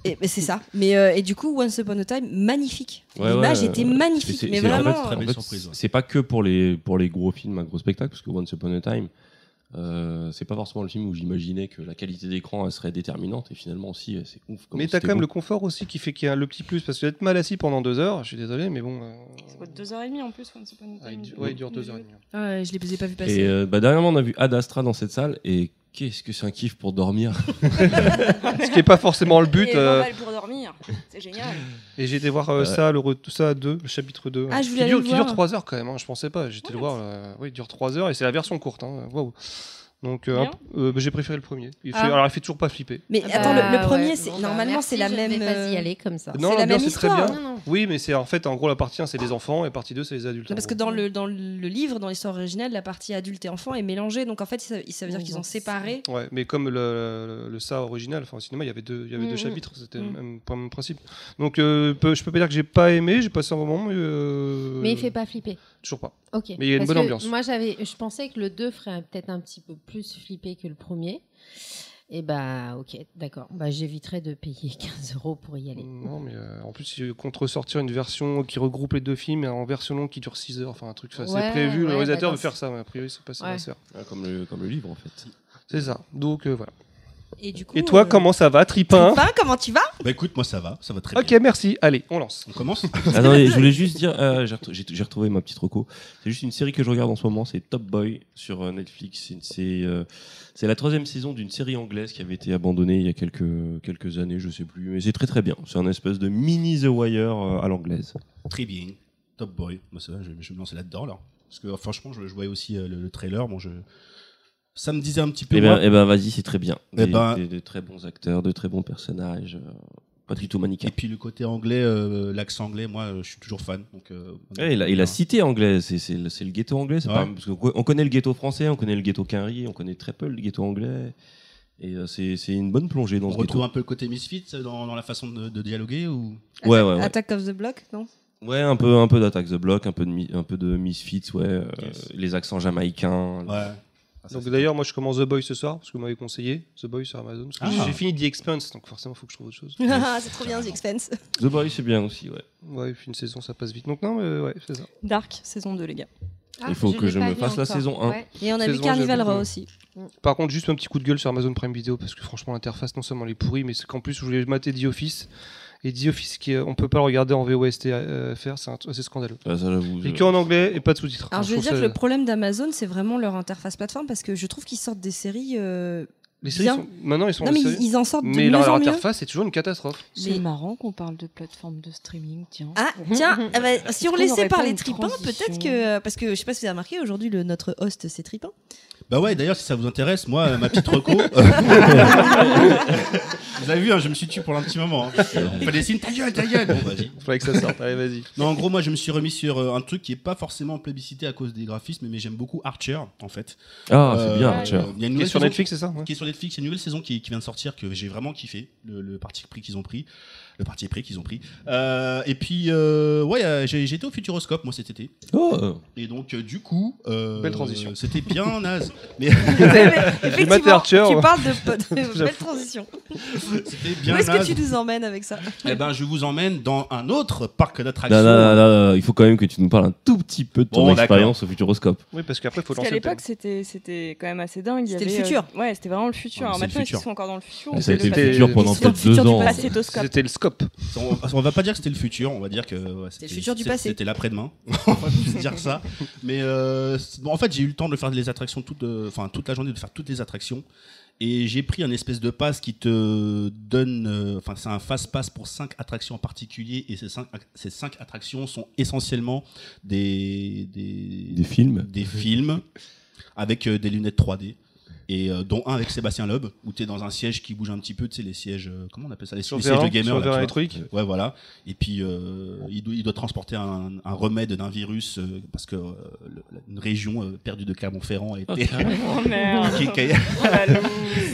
[SPEAKER 1] Et mais c'est ça. Mais euh, et du coup, Once Upon a Time, magnifique.
[SPEAKER 4] Ouais,
[SPEAKER 1] L'image
[SPEAKER 4] ouais,
[SPEAKER 1] était
[SPEAKER 4] ouais.
[SPEAKER 1] magnifique,
[SPEAKER 4] C'est-
[SPEAKER 1] mais
[SPEAKER 4] c'est- en fait,
[SPEAKER 1] vraiment.
[SPEAKER 3] c'est très
[SPEAKER 1] euh,
[SPEAKER 3] belle
[SPEAKER 4] En fait,
[SPEAKER 3] surprise, ouais.
[SPEAKER 4] C'est pas que pour les, pour les gros films à gros spectacle, parce que Once Upon a Time, euh, c'est pas forcément le film où j'imaginais que la qualité d'écran elle serait déterminante, et finalement aussi, euh, c'est ouf.
[SPEAKER 2] mais t'as quand même le confort aussi qui fait qu'il y a le petit plus. Parce que d'être mal assis pendant deux heures, je suis désolé, mais bon. euh,
[SPEAKER 5] Ça coûte 2h30 en plus, Once Upon a
[SPEAKER 2] ah, il,
[SPEAKER 5] Time.
[SPEAKER 2] du- ouais, il dure deux heures et demie.
[SPEAKER 1] ouais, je les ai pas vus passer.
[SPEAKER 4] Et euh, bah, dernièrement, on a vu Ad Astra dans cette salle, et qu'est-ce que c'est un kiff pour dormir
[SPEAKER 2] Ce qui n'est pas forcément le but.
[SPEAKER 5] Et
[SPEAKER 2] euh,
[SPEAKER 5] 20 balles pour dormir, c'est génial.
[SPEAKER 2] Et j'ai été voir euh,
[SPEAKER 4] Ouais.
[SPEAKER 2] ça, le re- tout ça, 2, le chapitre 2.
[SPEAKER 1] Ah, je voulais
[SPEAKER 2] qui dure,
[SPEAKER 1] aller le
[SPEAKER 2] qui dure
[SPEAKER 1] voir. Oh,
[SPEAKER 2] 3 heures quand même, hein, je pensais pas. J'étais le voir, euh, oui, il dure 3 heures et c'est la version courte. hein, Waouh. Donc euh,
[SPEAKER 5] Bien.
[SPEAKER 2] un- euh, bah, j'ai préféré le premier. Il fait-
[SPEAKER 6] Ah.
[SPEAKER 2] alors il fait toujours pas flipper.
[SPEAKER 1] Mais
[SPEAKER 6] Ah
[SPEAKER 1] attends, le,
[SPEAKER 6] bah
[SPEAKER 1] le premier,
[SPEAKER 6] ouais.
[SPEAKER 1] c'est
[SPEAKER 6] Bon, bah,
[SPEAKER 1] normalement c'est
[SPEAKER 6] merci,
[SPEAKER 1] la
[SPEAKER 6] je
[SPEAKER 1] même.
[SPEAKER 6] ne vais pas y
[SPEAKER 1] euh,
[SPEAKER 2] Non,
[SPEAKER 6] aller comme ça.
[SPEAKER 1] C'est la
[SPEAKER 2] l'ambiance,
[SPEAKER 1] même
[SPEAKER 2] c'est très
[SPEAKER 1] histoire, hein.
[SPEAKER 2] bien.
[SPEAKER 6] Non, non.
[SPEAKER 2] Oui, mais c'est en fait en gros la partie 1 c'est les enfants et partie 2 c'est les adultes.
[SPEAKER 1] Non,
[SPEAKER 2] en
[SPEAKER 1] parce que
[SPEAKER 2] gros.
[SPEAKER 1] dans le, dans le livre, dans l'histoire originale, la partie adulte et enfant est mélangée. Donc en fait, ça, ça veut dire
[SPEAKER 6] Ils
[SPEAKER 1] qu'ils
[SPEAKER 6] ont
[SPEAKER 1] ont séparé.
[SPEAKER 2] Ouais, mais comme le, le, le ça original, enfin au cinéma, il y avait deux, il y avait
[SPEAKER 1] Mmh.
[SPEAKER 2] deux
[SPEAKER 5] Mhm.
[SPEAKER 2] chapitres, c'était le
[SPEAKER 5] Mhm.
[SPEAKER 2] même, pas le même principe. Donc euh, peu- je peux pas dire que j'ai pas aimé, j'ai passé un moment, mais, euh,
[SPEAKER 6] Mais il fait pas flipper.
[SPEAKER 2] toujours pas.
[SPEAKER 6] Ok.
[SPEAKER 2] Mais il y a une
[SPEAKER 6] Parce
[SPEAKER 2] bonne
[SPEAKER 6] que
[SPEAKER 2] ambiance.
[SPEAKER 6] Moi, j'avais, je pensais que le 2 ferait peut-être un petit peu plus flipper que le premier. Et bah, ok, d'accord. Bah, j'éviterai de payer 15 euros pour y aller.
[SPEAKER 2] Non, mais euh, en plus, si contre sortir une version qui regroupe les deux films en version longue qui dure 6 heures, enfin un truc, ça, c'est
[SPEAKER 6] Ouais,
[SPEAKER 2] prévu,
[SPEAKER 6] ouais,
[SPEAKER 2] le
[SPEAKER 6] bah,
[SPEAKER 2] réalisateur
[SPEAKER 6] dans-
[SPEAKER 2] veut faire ça, mais a priori, c'est pas ça
[SPEAKER 5] Ouais.
[SPEAKER 2] va se faire.
[SPEAKER 4] Ah, comme, le, comme le livre en fait.
[SPEAKER 2] C'est ça. Donc euh, voilà.
[SPEAKER 1] Et du coup.
[SPEAKER 2] Et toi,
[SPEAKER 1] euh,
[SPEAKER 2] comment ça va, Tripin
[SPEAKER 1] Pépin, comment tu vas
[SPEAKER 3] Bah écoute, moi ça va, ça va très
[SPEAKER 2] Ok,
[SPEAKER 3] bien.
[SPEAKER 2] merci. Allez, on lance.
[SPEAKER 3] On commence
[SPEAKER 4] Attendez, Ah je voulais juste dire, euh, j'ai ret- j'ai j'ai retrouvé ma petite reco. C'est juste une série que je regarde en ce moment, c'est Top Boy sur euh, Netflix. C'est une- C'est euh, c'est la troisième saison d'une série anglaise qui avait été abandonnée il y a quelques, quelques années, je sais plus, mais c'est très très bien. C'est un espèce de mini The Wire euh, à l'anglaise.
[SPEAKER 3] Très bien. Top Boy. Moi, ça, va, je, je vais me lancer là-dedans, là. Parce que euh, franchement, je, je voyais aussi euh, le, le trailer. Bon, je... Ça me disait un petit peu.
[SPEAKER 4] Eh
[SPEAKER 3] moins.
[SPEAKER 4] ben, eh ben vas-y, c'est très bien.
[SPEAKER 3] Eh
[SPEAKER 4] Des,
[SPEAKER 3] ben-
[SPEAKER 4] des- des très bons acteurs, de très bons personnages, euh, pas du tout
[SPEAKER 3] Et
[SPEAKER 4] manichéens.
[SPEAKER 3] puis le côté anglais, euh, l'accent anglais, moi, euh, je suis toujours fan. Donc, euh,
[SPEAKER 4] Ouais, et, la, et la cité anglaise, c'est- c'est le, c'est le ghetto anglais. c'est
[SPEAKER 3] Ouais.
[SPEAKER 4] pas- parce qu'on co- on connaît le ghetto français, on connaît le ghetto quinri, on connaît très peu le ghetto anglais. Et euh, c'est c'est une bonne plongée dans
[SPEAKER 3] on
[SPEAKER 4] ce ghetto.
[SPEAKER 3] retrouve un peu le côté misfit euh, dans, dans la façon de, de dialoguer ou
[SPEAKER 4] Ouais, ouais, ouais.
[SPEAKER 1] Attack of the Block, non
[SPEAKER 4] Ouais, un peu, un peu d'Attack the Block, un peu de, mi- un peu de Misfits, ouais. euh,
[SPEAKER 3] Yes.
[SPEAKER 4] Les accents jamaïcains.
[SPEAKER 3] Ouais.
[SPEAKER 2] Donc d'ailleurs, moi, je commence The Boy ce soir, parce que vous m'avez conseillé The Boy sur Amazon. parce que
[SPEAKER 3] Ah.
[SPEAKER 2] J'ai fini The Expanse, donc forcément, il faut que je trouve autre chose.
[SPEAKER 1] Ah, C'est trop bien, The Expense.
[SPEAKER 4] The Boy, c'est bien aussi, ouais.
[SPEAKER 2] Ouais, et puis une saison, ça passe vite. Donc non, mais ouais, c'est ça.
[SPEAKER 5] Dark, saison 2, les gars.
[SPEAKER 2] Ah,
[SPEAKER 4] Il faut que je me fasse la saison 1.
[SPEAKER 1] Et on a
[SPEAKER 2] C'est
[SPEAKER 1] vu
[SPEAKER 2] bon, j'ai
[SPEAKER 1] Carnival
[SPEAKER 2] compris.
[SPEAKER 1] Row aussi.
[SPEAKER 2] Par contre, juste un petit coup de gueule sur Amazon Prime Video parce que franchement, l'interface non seulement elle est pourrie, mais c'est qu'en plus, je voulais mater The Office. Et The Office, qui, euh, on peut pas le regarder en VOST euh, faire, c'est un- c'est scandaleux.
[SPEAKER 4] Ah, ça, j'avoue.
[SPEAKER 2] Et
[SPEAKER 4] je-
[SPEAKER 2] que en anglais et pas de sous-titres.
[SPEAKER 1] Alors je veux
[SPEAKER 2] trouve
[SPEAKER 1] dire que
[SPEAKER 2] ça-
[SPEAKER 1] le problème d'Amazon, c'est vraiment leur interface plateforme parce que je trouve qu'ils sortent des séries. euh,
[SPEAKER 2] les séries
[SPEAKER 1] bien.
[SPEAKER 2] sont- maintenant, ils sont
[SPEAKER 1] Non,
[SPEAKER 2] les
[SPEAKER 1] mais
[SPEAKER 2] séries.
[SPEAKER 1] ils, ils en sortent de
[SPEAKER 2] mais
[SPEAKER 1] mieux
[SPEAKER 2] leur, leur
[SPEAKER 1] en mieux.
[SPEAKER 2] interface, c'est toujours une catastrophe.
[SPEAKER 5] C'est
[SPEAKER 1] Mais-
[SPEAKER 5] marrant qu'on parle de plateforme de streaming, tiens.
[SPEAKER 1] Ah tiens, ah bah, si on
[SPEAKER 5] qu'on
[SPEAKER 1] laissait
[SPEAKER 5] aurait pas
[SPEAKER 1] parler
[SPEAKER 5] une
[SPEAKER 1] Tripin, peut-être
[SPEAKER 5] transition
[SPEAKER 1] que euh, parce que je sais pas si vous avez remarqué aujourd'hui le notre host c'est Tripin.
[SPEAKER 3] Bah ouais, d'ailleurs, si ça vous intéresse, moi, euh, ma petite reco. euh, vous avez vu, hein, je me suis tué pour un petit moment. hein. On fait des signes, ta gueule, ta gueule. Bon, vas-y.
[SPEAKER 2] Il fallait que ça sorte. Allez, vas-y.
[SPEAKER 3] Non, en gros, moi, je me suis remis sur euh, un truc qui est pas forcément plébiscité à cause des graphismes, mais j'aime beaucoup Archer, en fait.
[SPEAKER 4] Ah, c'est
[SPEAKER 3] Euh,
[SPEAKER 4] bien,
[SPEAKER 3] Il y
[SPEAKER 4] Archer.
[SPEAKER 3] a une
[SPEAKER 2] Qui est
[SPEAKER 3] nouvelle
[SPEAKER 2] sur
[SPEAKER 3] saison-
[SPEAKER 2] Netflix, c'est ça hein ouais.
[SPEAKER 3] qui est sur Netflix, il y a une nouvelle saison qui, qui vient de sortir que j'ai vraiment kiffé, le, le parti pris qu'ils ont pris, le parti pris qu'ils ont pris. Euh, et puis euh, ouais, euh, j'ai j'ai été au Futuroscope moi cet été,
[SPEAKER 4] Oh, euh,
[SPEAKER 3] et donc euh, du coup, euh,
[SPEAKER 2] Belle transition.
[SPEAKER 3] euh, c'était bien naze, mais
[SPEAKER 2] J'ai maté
[SPEAKER 1] Effectivement, tu
[SPEAKER 2] Archer.
[SPEAKER 1] parles de, de,
[SPEAKER 2] J'avoue.
[SPEAKER 1] belle transition.
[SPEAKER 3] c'était
[SPEAKER 1] Où
[SPEAKER 3] bien
[SPEAKER 1] est-ce que
[SPEAKER 3] naze.
[SPEAKER 1] tu nous emmènes avec ça
[SPEAKER 3] Eh ben, je vous emmène dans un autre parc
[SPEAKER 4] là,
[SPEAKER 3] d'attractions.
[SPEAKER 4] là, là, là, là, il faut quand même que tu nous parles un tout petit peu de ton
[SPEAKER 3] Bon,
[SPEAKER 4] expérience au Futuroscope.
[SPEAKER 2] Oui, parce qu'après, il faut
[SPEAKER 5] Parce
[SPEAKER 2] lancer
[SPEAKER 5] qu'à
[SPEAKER 2] le thème.
[SPEAKER 5] l'époque, c'était c'était quand même assez dingue. Il y
[SPEAKER 1] C'était le
[SPEAKER 5] avait, euh,
[SPEAKER 1] futur.
[SPEAKER 5] ouais, c'était vraiment le futur.
[SPEAKER 3] Ouais,
[SPEAKER 5] Alors
[SPEAKER 3] Ah, c'est le
[SPEAKER 5] maintenant,
[SPEAKER 3] futur. Ah,
[SPEAKER 5] ils sont encore dans le futur.
[SPEAKER 4] ça a été le
[SPEAKER 2] passé.
[SPEAKER 4] futur pendant
[SPEAKER 1] Ils sont dans le
[SPEAKER 4] peut-être
[SPEAKER 1] futur
[SPEAKER 4] deux
[SPEAKER 1] du
[SPEAKER 4] ans.
[SPEAKER 1] passé.
[SPEAKER 5] Facétoscope.
[SPEAKER 2] C'était le scope.
[SPEAKER 3] On, on va pas dire que c'était le futur, on va dire que ouais,
[SPEAKER 1] le futur du
[SPEAKER 3] c'est-
[SPEAKER 1] passé.
[SPEAKER 3] C'était l'après-demain, on va plus dire ça. Mais euh, c'est- bon, en fait, j'ai eu le temps de faire les attractions toute, euh, enfin toute la journée, de faire toutes les attractions. Et j'ai pris un espèce de pass qui te donne, euh, enfin c'est un fast pass pour cinq attractions en particulier, et ces cinq, ces cinq attractions sont essentiellement des des,
[SPEAKER 4] Des films.
[SPEAKER 3] des films avec euh, des lunettes 3D. Et euh, dont un avec Sébastien Loeb, où tu es dans un siège qui bouge un petit peu, tu sais, les sièges, euh, comment on appelle ça Les, les sièges de
[SPEAKER 2] Surveillant,
[SPEAKER 3] gamer. là, tu
[SPEAKER 2] surveillant
[SPEAKER 3] vois.
[SPEAKER 2] électronique.
[SPEAKER 3] Ouais, voilà. Et puis, euh, il, doit, il doit transporter un, un remède d'un virus euh, parce que euh, le- une région euh, perdue de Clermont-Ferrand
[SPEAKER 4] Ah,
[SPEAKER 3] a, été-
[SPEAKER 5] Oh merde.
[SPEAKER 3] qui- qui a-
[SPEAKER 5] Oh, la loose.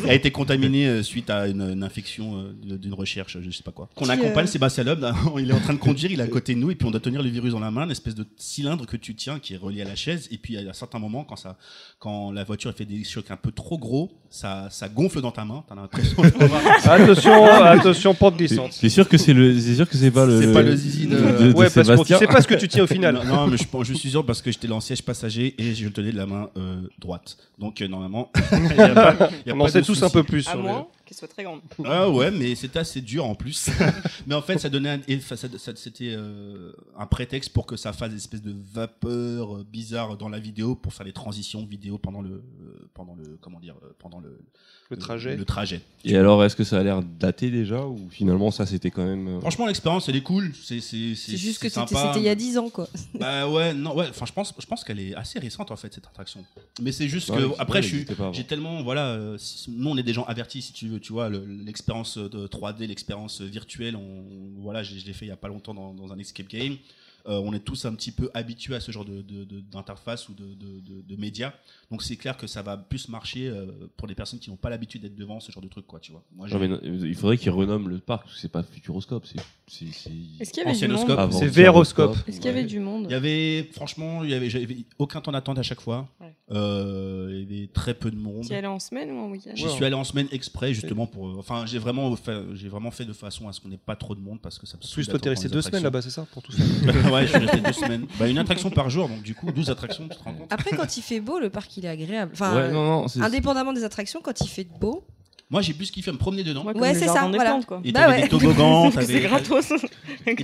[SPEAKER 3] a été contaminée euh, suite à une, une infection euh, de- d'une recherche, je sais pas quoi. Qu'on
[SPEAKER 1] Qui,
[SPEAKER 3] accompagne
[SPEAKER 1] euh,
[SPEAKER 3] Sébastien Loeb, là, il est en train de conduire, il est à côté de nous, et puis on doit tenir le virus dans la main, une espèce de cylindre que tu tiens qui est relié à la chaise, et puis à un certain moment, quand, ça, quand la voiture fait des chocs un peu trop gros, ça, ça gonfle dans ta main, t'as l'impression d'avoir-
[SPEAKER 2] Attention, attention, pente
[SPEAKER 4] C'est
[SPEAKER 2] glissante.
[SPEAKER 4] c'est sûr que c'est le, c'est sûr que c'est pas le.
[SPEAKER 3] C'est pas le zizi de-
[SPEAKER 4] de
[SPEAKER 2] Ouais, parce qu'on tu
[SPEAKER 4] Sébastien.
[SPEAKER 2] sais pas ce que tu tiens au final.
[SPEAKER 3] Non, non, mais je, pense- je suis sûr parce que j'étais dans le siège passager et je le tenais de la main euh, droite. Donc euh, normalement, il y a pas- il y a
[SPEAKER 2] On
[SPEAKER 3] pas
[SPEAKER 2] en
[SPEAKER 3] de
[SPEAKER 2] sait tous
[SPEAKER 3] souci.
[SPEAKER 2] un peu plus.
[SPEAKER 5] À
[SPEAKER 2] sur le-
[SPEAKER 5] moins qu'elle soit très grande.
[SPEAKER 3] Ah ouais, mais c'était assez dur en plus. mais en fait, ça donnait un, et fa- ça- ça- c'était euh, un prétexte pour que ça fasse des espèces de vapeur euh, bizarre dans la vidéo pour faire les transitions vidéo pendant le euh, pendant le comment dire euh, pendant le,
[SPEAKER 2] Le trajet.
[SPEAKER 3] Le trajet.
[SPEAKER 4] Et alors, est-ce que ça a l'air daté déjà ou finalement ça c'était quand même. euh,
[SPEAKER 3] Franchement, l'expérience elle est cool. C'est c'est c'est
[SPEAKER 1] C'est juste que
[SPEAKER 3] c'est
[SPEAKER 1] c'était
[SPEAKER 3] sympa.
[SPEAKER 1] c'était il y a 10 ans, quoi.
[SPEAKER 3] Bah ouais, non, ouais. Enfin, je pense, je pense qu'elle est assez récente en fait cette attraction. Mais c'est juste
[SPEAKER 4] Ouais,
[SPEAKER 3] que
[SPEAKER 4] c'est-
[SPEAKER 3] après,
[SPEAKER 4] elle
[SPEAKER 3] je suis,
[SPEAKER 4] existait pas avant.
[SPEAKER 3] j'ai tellement, voilà, euh, si- nous on est des gens avertis si tu veux, tu vois, le- l'expérience euh, de 3D, l'expérience euh, virtuelle, on, voilà, je, je l'ai fait il y a pas longtemps dans, dans un escape game. Euh, on est tous un petit peu habitués à ce genre de- de- de- d'interface de, ou de, de, de- de médias. Donc c'est clair que ça va plus marcher euh, pour les personnes qui n'ont pas l'habitude d'être devant ce genre de truc, quoi, tu vois. Moi,
[SPEAKER 4] non, Ah, mais non, il faudrait qu'ils renomment le parc, parce que c'est pas Futuroscope, c'est. c'est- c'est-
[SPEAKER 5] Est-ce qu'il y avait du
[SPEAKER 3] Anciennoscope.
[SPEAKER 5] monde
[SPEAKER 4] Avant
[SPEAKER 2] C'est
[SPEAKER 4] Futuroscope.
[SPEAKER 2] Véroscope.
[SPEAKER 5] Est-ce qu'il y avait
[SPEAKER 4] Ouais.
[SPEAKER 5] du monde
[SPEAKER 3] Il y avait, franchement, il y avait, j'avais aucun temps d'attente à chaque fois.
[SPEAKER 5] Ouais.
[SPEAKER 3] Euh, il y avait très peu de monde.
[SPEAKER 5] Tu y allais en semaine ou en week-end
[SPEAKER 3] J'y suis allé en semaine exprès justement pour. euh, Enfin, j'ai vraiment, fait- j'ai vraiment fait de façon à ce qu'on n'ait pas trop de monde parce que ça me.
[SPEAKER 2] En
[SPEAKER 3] saoule
[SPEAKER 2] plus, toi, t'es resté deux
[SPEAKER 3] d'attendre
[SPEAKER 2] semaines
[SPEAKER 3] dans les
[SPEAKER 2] là-bas, c'est ça Pour tout ça
[SPEAKER 3] attractions. ouais, je suis resté deux semaines. Bah, une attraction par jour, donc du coup, 12 attractions, tu te rends compte
[SPEAKER 1] Après, quand il fait beau, le parc, il est agréable. Enfin,
[SPEAKER 4] Ouais, non, non, c'est-
[SPEAKER 1] indépendamment des attractions, quand il fait beau,
[SPEAKER 3] Moi, j'ai plus kiffé à me promener dedans.
[SPEAKER 5] Moi, comme
[SPEAKER 1] Ouais,
[SPEAKER 5] le
[SPEAKER 1] c'est
[SPEAKER 5] jardin
[SPEAKER 1] ça,
[SPEAKER 5] des
[SPEAKER 1] voilà.
[SPEAKER 5] plantes, quoi.
[SPEAKER 3] Et
[SPEAKER 1] Bah
[SPEAKER 3] t'avais
[SPEAKER 1] ouais.
[SPEAKER 3] des toboggans, t'avais.
[SPEAKER 5] C'est gratos. que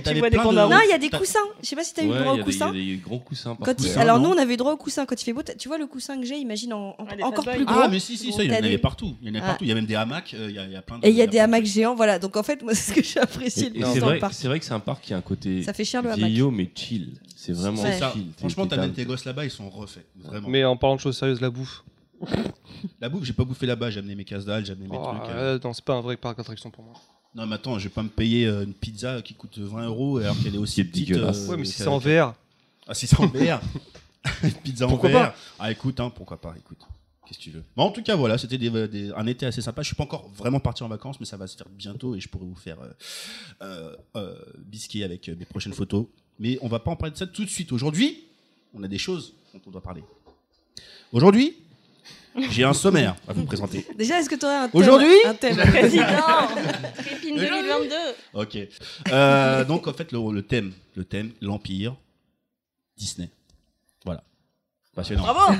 [SPEAKER 3] t'avais
[SPEAKER 5] tu vois des
[SPEAKER 3] plein de-
[SPEAKER 5] pandas.
[SPEAKER 1] non, il y a des
[SPEAKER 3] T'as-
[SPEAKER 1] coussins. Je sais pas si t'as eu
[SPEAKER 4] Ouais,
[SPEAKER 1] le
[SPEAKER 4] il y
[SPEAKER 1] droit
[SPEAKER 4] a
[SPEAKER 1] au
[SPEAKER 4] des-
[SPEAKER 1] coussin.
[SPEAKER 4] Il y a des grands coussins par
[SPEAKER 1] Quand il-
[SPEAKER 4] coussin.
[SPEAKER 1] Alors
[SPEAKER 3] non
[SPEAKER 1] nous, on avait droit au coussin quand il fait beau. T'as- Tu vois le coussin que j'ai, imagine en- en-
[SPEAKER 5] Ah, les
[SPEAKER 1] encore
[SPEAKER 5] fat
[SPEAKER 1] plus
[SPEAKER 5] boys.
[SPEAKER 1] gros.
[SPEAKER 3] Ah, mais si, si, ça, il y en
[SPEAKER 1] T'as
[SPEAKER 3] avait
[SPEAKER 1] des-
[SPEAKER 3] partout. Il y en avait
[SPEAKER 1] Ah.
[SPEAKER 3] partout. Il y a même des hamacs. euh, Il y a, il y a plein de.
[SPEAKER 1] Et il y a des
[SPEAKER 3] plein de-
[SPEAKER 1] hamacs géants, voilà. Donc en fait, moi, c'est ce que j'ai apprécié le
[SPEAKER 4] Et- et
[SPEAKER 1] plus
[SPEAKER 4] C'est
[SPEAKER 1] dans le
[SPEAKER 4] vrai,
[SPEAKER 1] parc.
[SPEAKER 4] c'est vrai que c'est un parc qui a un côté
[SPEAKER 1] Ça fait cher le hamac.
[SPEAKER 4] vieillot mais chill. C'est vraiment
[SPEAKER 1] C'est
[SPEAKER 3] Ça,
[SPEAKER 4] chill. T'es-
[SPEAKER 3] franchement,
[SPEAKER 4] t'es-
[SPEAKER 3] t'amènes
[SPEAKER 4] t'as-
[SPEAKER 3] tes gosses là-bas, ils sont refaits. Vraiment.
[SPEAKER 2] Mais en parlant de choses sérieuses, la bouffe.
[SPEAKER 3] La bouffe, j'ai pas bouffé là-bas. J'ai amené mes casse dalles, j'ai amené mes
[SPEAKER 2] Oh,
[SPEAKER 3] trucs. euh,
[SPEAKER 2] euh, Non, c'est pas un vrai parc d'attraction pour moi.
[SPEAKER 3] Non, mais attends, je vais pas me payer euh, une pizza qui coûte 20 euros alors qu'elle est aussi
[SPEAKER 4] C'est
[SPEAKER 3] petite. euh,
[SPEAKER 4] dégueulasse.
[SPEAKER 2] Ouais, mais si
[SPEAKER 3] ça-
[SPEAKER 2] Euh, c'est en VR,
[SPEAKER 3] Ah, si c'est en VR. Une pizza en
[SPEAKER 2] Pourquoi
[SPEAKER 3] VR.
[SPEAKER 2] pas
[SPEAKER 3] Ah, écoute, hein, pourquoi pas, écoute. Qu'est-ce que tu veux Bah, En tout cas, voilà, c'était des- des- un été assez sympa. Je suis pas encore vraiment parti en vacances, mais ça va se faire bientôt et je pourrai vous faire euh, euh, euh, bisquer avec euh, mes prochaines photos. Mais on va pas en parler de ça tout de suite. Aujourd'hui, on a des choses dont on doit parler. Aujourd'hui, j'ai un sommaire à vous présenter.
[SPEAKER 1] Déjà, est-ce que t'aurais un thème
[SPEAKER 3] Aujourd'hui
[SPEAKER 1] Un thème.
[SPEAKER 5] Président Tripine 2022
[SPEAKER 3] Ok. Euh, donc, en fait, le, le thème, le thème, l'Empire, Disney. Voilà. Passionnant.
[SPEAKER 5] Bravo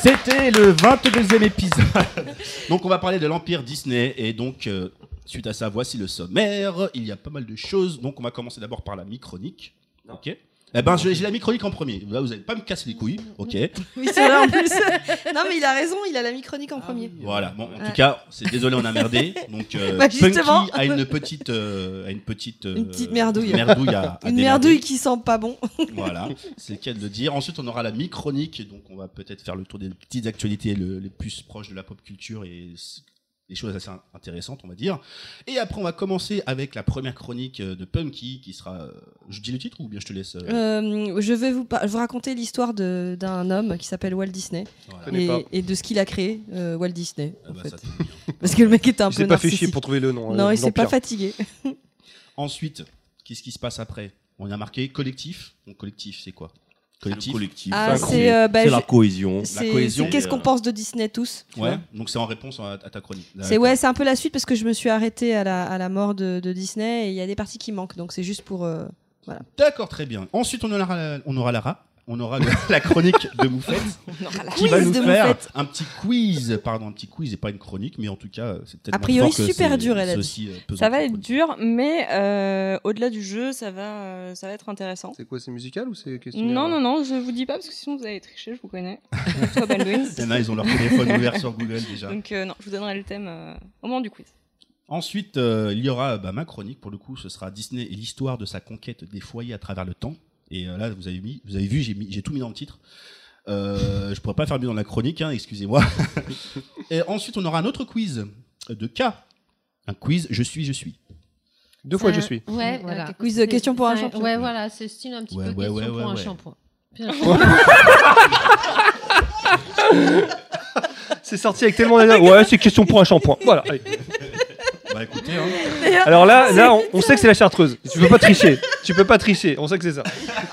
[SPEAKER 3] C'était le 22e épisode. donc on va parler de l'Empire Disney et donc euh, suite à ça, voici le sommaire. Il y a pas mal de choses. Donc on va commencer d'abord par la micronique. Ok. Eh ben je- j'ai la micronique en premier. Là vous allez pas me casser les couilles. Ok.
[SPEAKER 1] Oui, c'est vrai en plus. Ah. Non, mais il a raison, il a la micronique en premier.
[SPEAKER 3] Voilà. Bon en
[SPEAKER 1] Ouais.
[SPEAKER 3] tout cas c'est désolé on a merdé. Donc euh,
[SPEAKER 1] Bah,
[SPEAKER 3] Punky
[SPEAKER 1] justement.
[SPEAKER 3] a une petite euh, a une petite euh,
[SPEAKER 1] Une petite merdouille.
[SPEAKER 3] merdouille à- à
[SPEAKER 1] Une
[SPEAKER 3] démerder.
[SPEAKER 1] merdouille qui sent pas bon.
[SPEAKER 3] Voilà, c'est le cas de le dire. Ensuite, on aura la micronique, donc on va peut-être faire le tour des petites actualités le- les plus proches de la pop culture et s- des choses assez in- intéressantes, on va dire. Et après, on va commencer avec la première chronique euh, de Punky, qui sera. euh, Je dis le titre ou bien je te laisse. euh,
[SPEAKER 1] Euh, je vais vous, par- vous raconter l'histoire de- d'un homme qui s'appelle Walt Disney
[SPEAKER 3] voilà.
[SPEAKER 2] connais
[SPEAKER 1] et,
[SPEAKER 2] pas.
[SPEAKER 1] et de ce qu'il a créé euh, Walt Disney.
[SPEAKER 3] Ah
[SPEAKER 1] Euh, en
[SPEAKER 3] bah,
[SPEAKER 1] fait.
[SPEAKER 3] ça tombe bien.
[SPEAKER 1] Parce que le mec était un
[SPEAKER 2] il
[SPEAKER 1] peu
[SPEAKER 2] s'est pas fait chier
[SPEAKER 1] narcissique.
[SPEAKER 2] pour trouver le nom.
[SPEAKER 1] Non,
[SPEAKER 2] euh,
[SPEAKER 1] il s'est pas
[SPEAKER 2] l'Empire.
[SPEAKER 1] fatigué.
[SPEAKER 3] Ensuite, qu'est-ce qui se passe après On a marqué collectif. Donc, collectif, c'est quoi
[SPEAKER 4] Le
[SPEAKER 3] Collectif.
[SPEAKER 4] collectif.
[SPEAKER 1] Ah,
[SPEAKER 4] c'est
[SPEAKER 1] c'est, euh, bah,
[SPEAKER 4] c'est la
[SPEAKER 1] je-
[SPEAKER 4] cohésion.
[SPEAKER 1] C'est
[SPEAKER 3] cohésion,
[SPEAKER 1] c'est qu'est-ce
[SPEAKER 4] euh,
[SPEAKER 1] qu'on pense de Disney tous tu vois.
[SPEAKER 3] Ouais, donc c'est en réponse à, à ta chronique.
[SPEAKER 1] C'est ouais, c'est un peu la suite parce que je me suis arrêtée à la, à la mort de, de Disney et il y a des parties qui manquent, donc c'est juste pour. euh,
[SPEAKER 3] D'accord, très bien. Ensuite, on aura, la- on aura Lara. On aura le- la chronique de Moufette.
[SPEAKER 5] On aura la-
[SPEAKER 3] qui va
[SPEAKER 1] Quiz
[SPEAKER 3] nous
[SPEAKER 1] de
[SPEAKER 3] faire
[SPEAKER 1] Moufette.
[SPEAKER 3] un petit quiz, pardon, un petit quiz et pas une chronique, mais en tout cas, c'est peut-être
[SPEAKER 1] A priori,
[SPEAKER 3] fort que
[SPEAKER 1] super
[SPEAKER 3] c'est-
[SPEAKER 1] dur, elle a
[SPEAKER 3] c'est
[SPEAKER 1] dit.
[SPEAKER 3] aussi, euh, pesant
[SPEAKER 5] Ça va
[SPEAKER 3] que
[SPEAKER 5] être
[SPEAKER 3] chronique.
[SPEAKER 5] dur, mais euh, au-delà du jeu, ça va, euh, ça va être intéressant.
[SPEAKER 2] C'est quoi, c'est musical ou c'est questionnaire
[SPEAKER 5] Non, non, non, je vous dis pas parce que sinon vous allez tricher, je vous connais. Toi, Baldwin.
[SPEAKER 3] Il y en a, ils ont leur téléphone ouvert sur Google déjà.
[SPEAKER 5] Donc euh, non, je vous donnerai le thème euh, au moment du quiz.
[SPEAKER 3] Ensuite, euh, il y aura bah, ma chronique. Pour le coup, ce sera Disney et l'histoire de sa conquête des foyers à travers le temps. Et euh, là, vous avez mis, vous avez vu, j'ai mis- j'ai tout mis dans le titre. Euh, je pourrais pas faire mieux dans la chronique, hein, excusez-moi. et ensuite, on aura un autre quiz de K. Un quiz, je suis, je suis.
[SPEAKER 2] Deux fois
[SPEAKER 6] C'est
[SPEAKER 2] je
[SPEAKER 6] un-
[SPEAKER 2] suis.
[SPEAKER 6] Ouais,
[SPEAKER 1] Un
[SPEAKER 6] voilà.
[SPEAKER 1] quiz,
[SPEAKER 6] Euh, C'est-
[SPEAKER 1] question pour un
[SPEAKER 6] c'est
[SPEAKER 1] champion.
[SPEAKER 6] Ouais, voilà, c'est style un petit
[SPEAKER 3] Ouais,
[SPEAKER 6] peu
[SPEAKER 3] ouais,
[SPEAKER 6] question
[SPEAKER 3] ouais,
[SPEAKER 6] pour
[SPEAKER 3] ouais,
[SPEAKER 6] un
[SPEAKER 3] ouais.
[SPEAKER 6] shampoing.
[SPEAKER 2] C'est sorti avec tellement d'énergie. Ouais, c'est question pour un shampoing. Voilà. allez.
[SPEAKER 3] Bah écoutez, hein.
[SPEAKER 2] Alors là, là, on, on sait que c'est la chartreuse. Tu peux pas tricher. Tu peux pas tricher. On sait que c'est ça.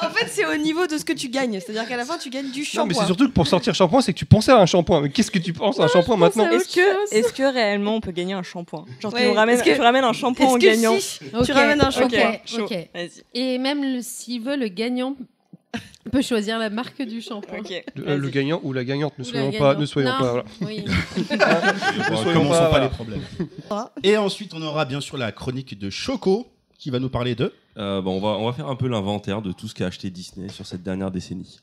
[SPEAKER 1] En fait, c'est au niveau de ce que tu gagnes, c'est-à-dire qu'à la fin, tu gagnes du
[SPEAKER 2] Non, mais c'est
[SPEAKER 1] shampoing.
[SPEAKER 2] surtout que pour sortir shampoing, c'est que tu pensais à un shampoing. Mais qu'est-ce que tu penses à un shampoing maintenant
[SPEAKER 5] Est-ce que, est-ce que réellement on peut gagner un shampoing Genre tu
[SPEAKER 1] Ouais,
[SPEAKER 5] nous ramènes,
[SPEAKER 1] est-ce que-
[SPEAKER 5] tu ramènes un shampoing en
[SPEAKER 1] Est-ce que
[SPEAKER 5] gagnant
[SPEAKER 1] si- Tu ramènes un
[SPEAKER 5] Ok,
[SPEAKER 1] shampoing.
[SPEAKER 5] chaud.
[SPEAKER 6] ok.
[SPEAKER 5] Vas-y.
[SPEAKER 6] Et même le- s'il veut, le gagnant On peut choisir la marque du shampoing.
[SPEAKER 5] Ok.
[SPEAKER 2] Euh, Le, le
[SPEAKER 6] Vas-y.
[SPEAKER 2] gagnant ou la gagnante, ne
[SPEAKER 6] Ou la
[SPEAKER 2] soyons pas,
[SPEAKER 6] gagnante.
[SPEAKER 2] ne soyons
[SPEAKER 6] Non,
[SPEAKER 2] pas. voilà.
[SPEAKER 6] oui.
[SPEAKER 2] Ne
[SPEAKER 3] Bon,
[SPEAKER 2] soyons
[SPEAKER 3] commençons pas,
[SPEAKER 2] pas, voilà.
[SPEAKER 3] les problèmes. Et ensuite, on aura bien sûr la chronique de Choco qui va nous parler de.
[SPEAKER 4] Euh, bah, on, va, on va faire un peu l'inventaire de tout ce qu'a acheté Disney sur cette dernière décennie.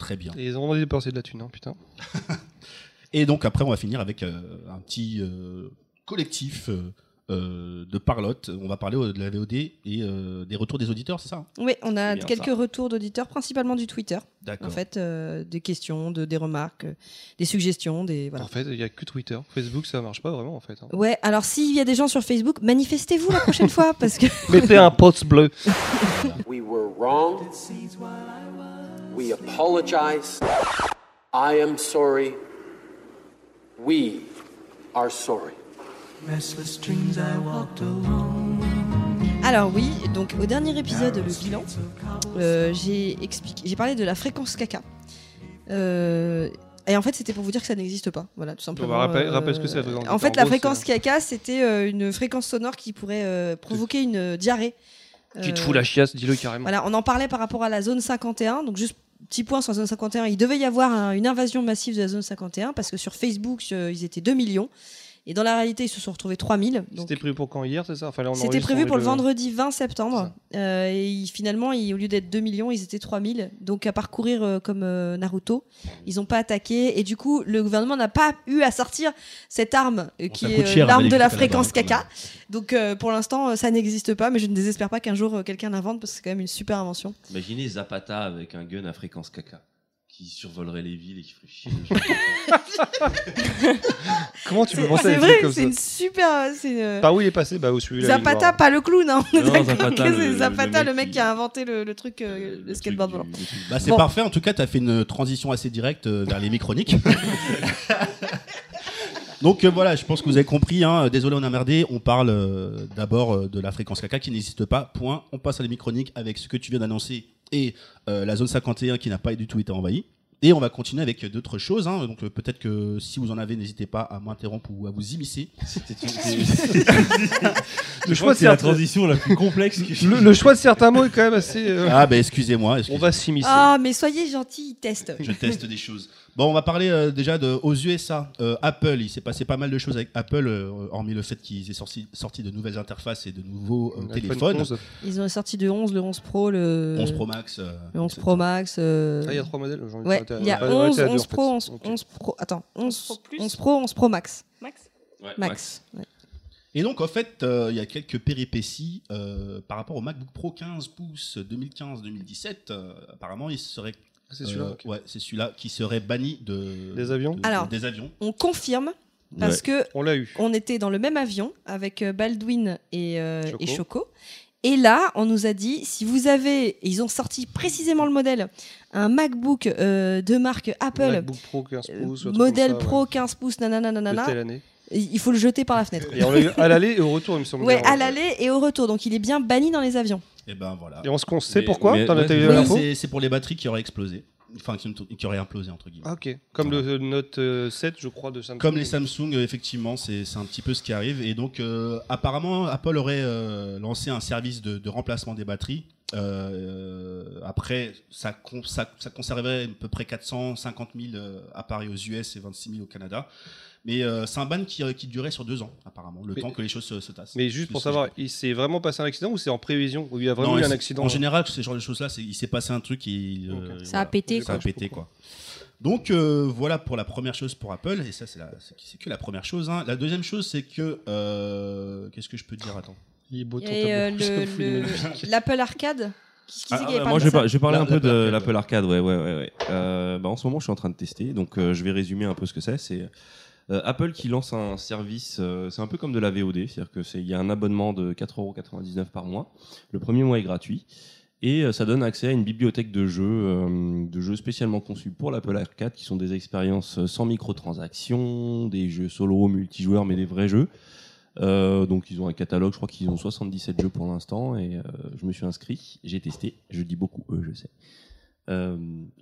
[SPEAKER 3] Très bien.
[SPEAKER 2] Et Ils ont envie de dépenser de la thune, hein, putain.
[SPEAKER 3] Et donc après, on va finir avec euh, un petit euh, collectif euh, euh, de parlotte. On va parler euh, de la VOD et euh, des retours des auditeurs, c'est ça hein
[SPEAKER 1] Oui, on a
[SPEAKER 4] C'est bien,
[SPEAKER 1] quelques
[SPEAKER 4] ça.
[SPEAKER 1] retours d'auditeurs, principalement du Twitter, en
[SPEAKER 3] D'accord.
[SPEAKER 1] fait, euh, des questions, de, des remarques, euh, des suggestions, des voilà.
[SPEAKER 2] En fait, il n'y a que Twitter. Facebook, ça marche pas vraiment, en fait. hein.
[SPEAKER 1] Ouais, alors s'il y a des gens sur Facebook, manifestez-vous la prochaine fois parce que
[SPEAKER 2] Mettez un post bleu.
[SPEAKER 7] We were wrong. We apologize. I am sorry. We are sorry.
[SPEAKER 1] Alors oui, donc au dernier épisode,
[SPEAKER 2] Ah,
[SPEAKER 1] le bilan, euh, j'ai expliqué, j'ai parlé de la fréquence caca. Euh, et en fait, c'était pour vous dire que ça n'existe pas. Voilà, tout simplement. euh,
[SPEAKER 2] bah, rappelle- rappelle ce que c'est, la fréquence
[SPEAKER 1] En
[SPEAKER 2] caca.
[SPEAKER 1] fait,
[SPEAKER 2] En
[SPEAKER 1] la
[SPEAKER 2] gros,
[SPEAKER 1] fréquence caca, c'était euh, une fréquence sonore qui pourrait euh, provoquer une euh, diarrhée.
[SPEAKER 2] Qui te
[SPEAKER 1] Euh,
[SPEAKER 2] fout la chiasse, dis-le carrément.
[SPEAKER 1] Voilà, on en parlait par rapport à la zone 51. Donc juste petit point sur la zone 51, il devait y avoir un- une invasion massive de la zone 51 parce que sur Facebook, euh, ils étaient 2 millions. Et dans la réalité, ils se sont retrouvés 3000. Donc,
[SPEAKER 2] C'était prévu pour quand hier, c'est ça Fallait en
[SPEAKER 1] c'était
[SPEAKER 2] enregistrer
[SPEAKER 1] prévu pour le
[SPEAKER 2] le-
[SPEAKER 1] vendredi 20 septembre. Euh, et ils- finalement, ils- au lieu d'être 2 millions, ils étaient 3000. Donc à parcourir euh, comme euh, Naruto, ils n'ont pas attaqué. Et du coup, le gouvernement n'a pas eu à sortir cette arme euh,
[SPEAKER 3] Bon,
[SPEAKER 1] qui
[SPEAKER 3] ça
[SPEAKER 1] est
[SPEAKER 3] coûte
[SPEAKER 1] euh,
[SPEAKER 3] cher,
[SPEAKER 1] l'arme
[SPEAKER 3] hein,
[SPEAKER 1] de la
[SPEAKER 3] d'aller jusqu'à là-bas,
[SPEAKER 1] fréquence
[SPEAKER 3] quand même.
[SPEAKER 1] caca. Donc euh, pour l'instant, euh, ça n'existe pas. Mais je ne désespère pas qu'un jour, euh, quelqu'un l'invente parce que c'est quand même une super invention.
[SPEAKER 4] Imaginez Zapata avec un gun à fréquence caca qui survolerait les villes et qui ferait chier les gens.
[SPEAKER 2] Comment tu peux
[SPEAKER 1] C'est
[SPEAKER 2] penser à
[SPEAKER 1] c'est
[SPEAKER 2] des
[SPEAKER 1] vrai,
[SPEAKER 2] trucs comme
[SPEAKER 1] c'est
[SPEAKER 2] ça
[SPEAKER 1] une super. c'est, euh,
[SPEAKER 2] Par où il est passé Bah, où celui-là. il est
[SPEAKER 1] Zapata,
[SPEAKER 2] mort.
[SPEAKER 1] pas le clown, hein, on est
[SPEAKER 4] Non,
[SPEAKER 1] d'accord,
[SPEAKER 4] Zapata,
[SPEAKER 1] que
[SPEAKER 4] le-
[SPEAKER 1] c'est
[SPEAKER 4] le
[SPEAKER 1] Zapata,
[SPEAKER 4] mec
[SPEAKER 1] le mec
[SPEAKER 4] qui-
[SPEAKER 1] qui a inventé le, le truc, euh, le skateboard volant.
[SPEAKER 3] Bah, c'est
[SPEAKER 1] Bon.
[SPEAKER 3] parfait, en tout cas, tu as fait une transition assez directe euh, vers les microniques. Donc euh, voilà, je pense que vous avez compris. hein. Désolé, on a merdé. On parle euh, d'abord euh, de la fréquence caca qui n'existe pas. Point. On passe à les microniques avec ce que tu viens d'annoncer et euh, la zone 51 qui n'a pas du tout été envahie. Et on va continuer avec euh, d'autres choses. hein. Donc euh, peut-être que si vous en avez, n'hésitez pas à m'interrompre ou à vous immiscer.
[SPEAKER 4] C'était Je crois que c'est la
[SPEAKER 2] certain-
[SPEAKER 4] transition la plus complexe que j'ai
[SPEAKER 2] Le, le choix de certains mots est quand même assez. euh,
[SPEAKER 3] Ah ben excusez-moi.
[SPEAKER 2] On
[SPEAKER 3] excusez-moi.
[SPEAKER 2] va s'immiscer.
[SPEAKER 1] Ah, mais soyez gentils, ils testent.
[SPEAKER 3] Je teste des choses. Bon, on va parler euh, déjà de, aux USA. Euh, Apple, il s'est passé pas mal de choses avec Apple, euh, hormis le fait qu'ils aient sorti, sorti de nouvelles interfaces et de nouveaux euh,
[SPEAKER 2] iPhone
[SPEAKER 3] téléphones.
[SPEAKER 2] 11.
[SPEAKER 1] Ils ont sorti de 11, le 11 Pro, le
[SPEAKER 3] 11 Pro Max. euh,
[SPEAKER 1] le 11
[SPEAKER 3] etc.
[SPEAKER 1] Pro Max. euh,
[SPEAKER 2] Ah, il y a trois modèles j'en ai
[SPEAKER 1] Ouais,
[SPEAKER 2] pas-
[SPEAKER 1] il y a
[SPEAKER 2] j'en ai
[SPEAKER 1] 11,
[SPEAKER 2] arrêté à deux, en
[SPEAKER 1] 11
[SPEAKER 2] fait.
[SPEAKER 1] Pro, 11,
[SPEAKER 2] Ok.
[SPEAKER 1] 11 Pro, attends, 11,
[SPEAKER 5] Pro plus.
[SPEAKER 1] 11 Pro, 11 Pro Max.
[SPEAKER 5] Max
[SPEAKER 4] Ouais,
[SPEAKER 1] Max. Ouais.
[SPEAKER 3] Et donc, en fait, euh, il y a quelques péripéties euh, par rapport au MacBook Pro 15 pouces 2015-2017. euh, apparemment, il serait.
[SPEAKER 2] Ah, C'est celui-là.
[SPEAKER 3] euh,
[SPEAKER 2] ok.
[SPEAKER 3] Ouais, c'est celui-là qui serait banni de.
[SPEAKER 2] Des avions
[SPEAKER 3] de-
[SPEAKER 1] Alors.
[SPEAKER 3] Des avions.
[SPEAKER 1] On confirme parce que
[SPEAKER 2] On l'a eu.
[SPEAKER 1] on était dans le même avion avec euh, Baldwin et, euh,
[SPEAKER 2] Choco.
[SPEAKER 1] et Choco. Et là, on nous a dit, si vous avez, et ils ont sorti précisément le modèle, un MacBook euh, de marque Apple,
[SPEAKER 2] MacBook Pro 15
[SPEAKER 1] euh,
[SPEAKER 2] pouces. ou un truc
[SPEAKER 1] modèle
[SPEAKER 2] comme ça,
[SPEAKER 1] Pro
[SPEAKER 2] ouais.
[SPEAKER 1] 15 pouces, nanana,
[SPEAKER 2] De
[SPEAKER 1] nanana,
[SPEAKER 2] telle année.
[SPEAKER 1] il faut le jeter par la fenêtre.
[SPEAKER 2] Et on l'a eu à l'aller et au retour, il me semble.
[SPEAKER 1] Ouais,
[SPEAKER 2] bien,
[SPEAKER 1] à l'aller et au retour. Donc il est bien banni dans les avions.
[SPEAKER 3] Et ben voilà.
[SPEAKER 2] Et on, se- on sait
[SPEAKER 4] Mais-
[SPEAKER 2] pourquoi
[SPEAKER 4] mais-
[SPEAKER 2] T'en as
[SPEAKER 4] ouais,
[SPEAKER 2] t'as eu
[SPEAKER 1] oui.
[SPEAKER 2] l'info
[SPEAKER 3] C'est c'est pour les batteries qui auraient explosé. Enfin, qui, qui auraient implosé, entre guillemets.
[SPEAKER 2] Ah, ok. Comme le le Note euh, 7, je crois, de Samsung.
[SPEAKER 3] Comme les Samsung, euh, effectivement, c'est c'est un petit peu ce qui arrive. Et donc, euh, apparemment, Apple aurait euh, lancé un service de, de remplacement des batteries. Euh, après, ça, con- ça, ça conserverait à peu près 450 000 euh, appareils aux US et 26 000 au Canada. Mais euh, c'est un ban qui, euh, qui durait sur deux ans, apparemment, le
[SPEAKER 2] Mais-
[SPEAKER 3] temps que les choses se, se tassent.
[SPEAKER 2] Mais juste pour
[SPEAKER 3] C'est-
[SPEAKER 2] savoir, il s'est vraiment passé un accident ou c'est en prévision Ou il y a vraiment
[SPEAKER 3] Non,
[SPEAKER 2] eu
[SPEAKER 3] c'est-
[SPEAKER 2] un accident
[SPEAKER 3] En général, ce genre de choses-là, c'est- il s'est passé un truc et.
[SPEAKER 2] Ok.
[SPEAKER 3] euh,
[SPEAKER 1] Ça a
[SPEAKER 3] voilà.
[SPEAKER 1] pété,
[SPEAKER 3] Ça a
[SPEAKER 1] quoi.
[SPEAKER 3] pété, quoi. Donc euh, voilà pour la première chose pour Apple, et ça c'est la- c'est- c'est que la première chose. hein. La deuxième chose c'est que... euh, Qu'est-ce que je peux dire Attends.
[SPEAKER 2] Il est beau ton
[SPEAKER 1] Et euh,
[SPEAKER 2] tableau. Je m'en fous, il est
[SPEAKER 1] le-
[SPEAKER 2] magnifique.
[SPEAKER 1] le- l'Apple Arcade. Qui,
[SPEAKER 3] Ah,
[SPEAKER 1] qui c'est qui avait
[SPEAKER 4] Ah, moi,
[SPEAKER 1] parlé
[SPEAKER 4] je
[SPEAKER 1] de
[SPEAKER 4] vais,
[SPEAKER 1] ça
[SPEAKER 4] par- je vais parler
[SPEAKER 3] La-
[SPEAKER 4] un peu
[SPEAKER 3] l'Apple
[SPEAKER 4] de
[SPEAKER 3] Arcade.
[SPEAKER 4] l'Apple Arcade. Ouais, ouais, ouais. ouais. Euh, bah, en ce moment, je suis en train de tester, donc euh, je vais résumer un peu ce que c'est. C'est euh, Apple qui lance un service. euh, c'est un peu comme de la VOD, c'est-à-dire que c'est il y a un abonnement de 4,99€ par mois. Le premier mois est gratuit. Et euh, ça donne accès à une bibliothèque de jeux, euh, de jeux spécialement conçus pour l'Apple Arcade, qui sont des expériences euh, sans microtransactions, des jeux solo, multijoueurs, mais des vrais jeux. Euh, donc ils ont un catalogue, je crois qu'ils ont 77 jeux pour l'instant, et euh, je me suis inscrit, j'ai testé, je dis beaucoup eux, je sais. Euh,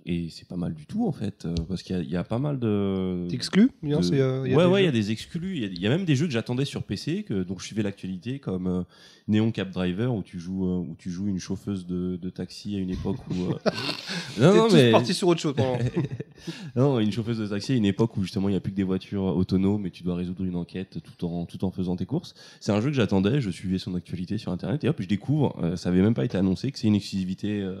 [SPEAKER 4] et c'est pas mal du tout en fait, euh, parce qu'il y, a- il y a pas mal de.
[SPEAKER 2] T'exclus bien,
[SPEAKER 4] de-
[SPEAKER 2] c'est, euh, y a
[SPEAKER 4] ouais,
[SPEAKER 2] des
[SPEAKER 4] ouais, il y
[SPEAKER 2] jeux.
[SPEAKER 4] a des exclus. Il y a- il y, a même des jeux que j'attendais sur PC, que, dont je suivais l'actualité, comme euh, Neon Cap Driver, où tu joues, euh, où tu joues une chauffeuse de, de taxi à une époque où. euh,
[SPEAKER 2] T'es tous partis sur autre chose. pendant-
[SPEAKER 4] non, une chauffeuse de taxi à une époque où justement il n'y a plus que des voitures autonomes et tu dois résoudre une enquête tout en, tout en faisant tes courses. C'est un jeu que j'attendais, je suivais son actualité sur internet et hop, je découvre, euh, ça avait même pas été annoncé, que c'est une exclusivité euh,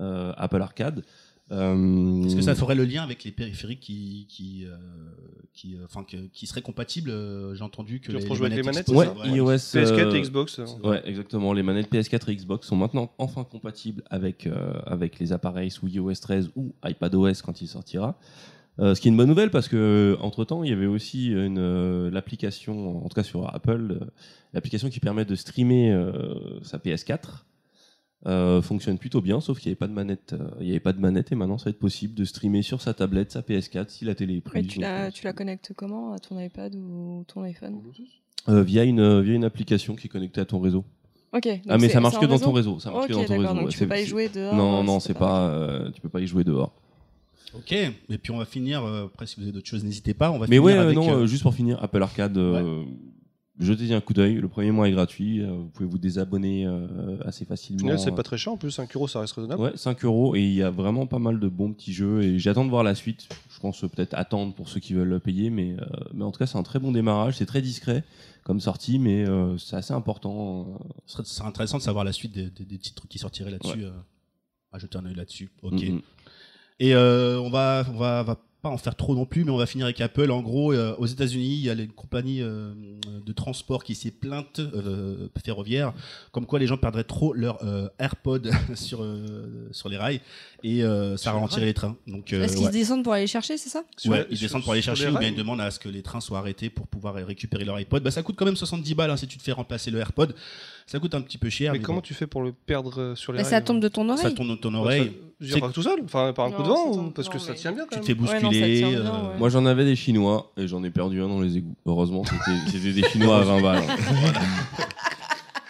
[SPEAKER 4] euh, Apple Arcade. Euh,
[SPEAKER 3] Est-ce que ça ferait le lien avec les périphériques qui, qui, euh, qui, euh, enfin, que- qui seraient compatibles euh, J'ai entendu que
[SPEAKER 2] Tu retrouves avec les manettes,
[SPEAKER 4] Ouais,
[SPEAKER 3] exposées-
[SPEAKER 2] c'est
[SPEAKER 3] ouais.
[SPEAKER 4] iOS.
[SPEAKER 2] PS4
[SPEAKER 4] euh,
[SPEAKER 2] et Xbox. euh,
[SPEAKER 4] Ouais, exactement. Les manettes PS4 et Xbox sont maintenant enfin compatibles avec, euh, avec les appareils sous iOS 13 ou iPadOS quand il sortira. Euh, ce qui est une bonne nouvelle parce que entre temps il y avait aussi une euh, l'application en tout cas sur Apple euh, l'application qui permet de streamer euh, sa PS4 euh, fonctionne plutôt bien sauf qu'il n'y avait pas de manette euh, il y avait pas de manette et maintenant ça va être possible de streamer sur sa tablette sa PS4 si la télé est
[SPEAKER 5] Mais
[SPEAKER 4] prise
[SPEAKER 5] tu
[SPEAKER 4] Donc,
[SPEAKER 5] la,
[SPEAKER 4] euh,
[SPEAKER 5] tu la connectes comment À ton iPad ou ton iPhone
[SPEAKER 4] euh, via une euh, via une application qui est connectée à ton réseau
[SPEAKER 5] Ok. donc
[SPEAKER 4] ah mais
[SPEAKER 5] c'est-
[SPEAKER 4] ça marche
[SPEAKER 5] c'est
[SPEAKER 4] que
[SPEAKER 5] en
[SPEAKER 4] dans ton
[SPEAKER 5] réseau
[SPEAKER 4] réseau ça marche que dans
[SPEAKER 5] Ok,
[SPEAKER 4] ton réseau
[SPEAKER 5] d'accord. Donc
[SPEAKER 4] ouais.
[SPEAKER 5] tu peux pas
[SPEAKER 4] C'est-
[SPEAKER 5] y jouer dehors
[SPEAKER 4] Non,
[SPEAKER 5] euh,
[SPEAKER 4] non, c'est pas. euh, tu peux pas y jouer dehors.
[SPEAKER 3] Ok, et puis on va finir, euh, après si vous avez d'autres choses, n'hésitez pas, on va
[SPEAKER 4] Mais
[SPEAKER 3] finir
[SPEAKER 4] ouais, euh,
[SPEAKER 3] avec...
[SPEAKER 4] non,
[SPEAKER 3] euh,
[SPEAKER 4] euh, juste pour finir, Apple Arcade, euh, jetez-y un coup d'œil. Le premier mois est gratuit. euh, vous pouvez vous désabonner euh, assez
[SPEAKER 2] au
[SPEAKER 4] facilement. euh,
[SPEAKER 2] final, c'est pas très cher en plus, 5 euros ça reste raisonnable.
[SPEAKER 4] Ouais, 5 euros. Et il y a vraiment pas mal de bons petits jeux. Et j'attends de voir la suite. Je pense euh, peut-être attendre pour ceux qui veulent le payer. Mais, euh, mais en tout cas, c'est un très bon démarrage. C'est très discret comme sortie, mais euh, c'est assez important.
[SPEAKER 3] Ce serait, ce serait intéressant de savoir la suite des, des- des titres qui sortiraient là-dessus. euh, à jeter un œil là-dessus.
[SPEAKER 4] euh,
[SPEAKER 3] Ok.
[SPEAKER 4] mm, mm.
[SPEAKER 3] Et euh, on va, on va, va pas en faire trop non plus, mais on va finir avec Apple. En gros, euh, aux États-Unis, il y a les compagnies euh, de transport qui s'est plainte euh, ferroviaire, comme quoi les gens perdraient trop leur euh, AirPod sur euh, sur les rails et euh, ça ralentirait les trains. Donc euh,
[SPEAKER 1] Est-ce qu'ils
[SPEAKER 3] ouais.
[SPEAKER 1] se descendent pour aller les chercher, c'est ça
[SPEAKER 2] Sur
[SPEAKER 3] Ouais,
[SPEAKER 2] les-
[SPEAKER 3] ils
[SPEAKER 2] sur-
[SPEAKER 3] descendent pour aller
[SPEAKER 2] sur
[SPEAKER 3] chercher
[SPEAKER 2] les
[SPEAKER 3] ou bien
[SPEAKER 2] rails.
[SPEAKER 3] ils demandent à ce que les trains soient arrêtés pour pouvoir euh, récupérer leur iPod. Bah, ça coûte quand même 70 balles hein, si tu te fais remplacer le AirPod. Ça coûte un petit peu cher.
[SPEAKER 2] Mais
[SPEAKER 3] mais
[SPEAKER 2] comment
[SPEAKER 3] bon,
[SPEAKER 2] tu fais pour le perdre euh, sur les
[SPEAKER 1] Bah,
[SPEAKER 2] rails
[SPEAKER 1] Ça tombe de ton
[SPEAKER 3] ça
[SPEAKER 1] oreille.
[SPEAKER 3] tourne dans ton
[SPEAKER 2] Ouais, Bah,
[SPEAKER 3] oreille.
[SPEAKER 2] ça- c'est pas tout seul, enfin par un coup de
[SPEAKER 5] Non,
[SPEAKER 2] vent,
[SPEAKER 5] ça
[SPEAKER 2] ou-
[SPEAKER 5] tombe-
[SPEAKER 2] parce que
[SPEAKER 5] non,
[SPEAKER 2] ça
[SPEAKER 5] mais-
[SPEAKER 2] tient bien quand
[SPEAKER 3] Tu
[SPEAKER 2] même.
[SPEAKER 3] t'es
[SPEAKER 5] Ouais,
[SPEAKER 3] bousculé.
[SPEAKER 5] non, ça tient bien,
[SPEAKER 3] euh,
[SPEAKER 5] ouais.
[SPEAKER 4] Moi, j'en avais des Chinois et j'en ai perdu un dans les égouts. Heureusement, c'était- c'était des Chinois à 20 balles.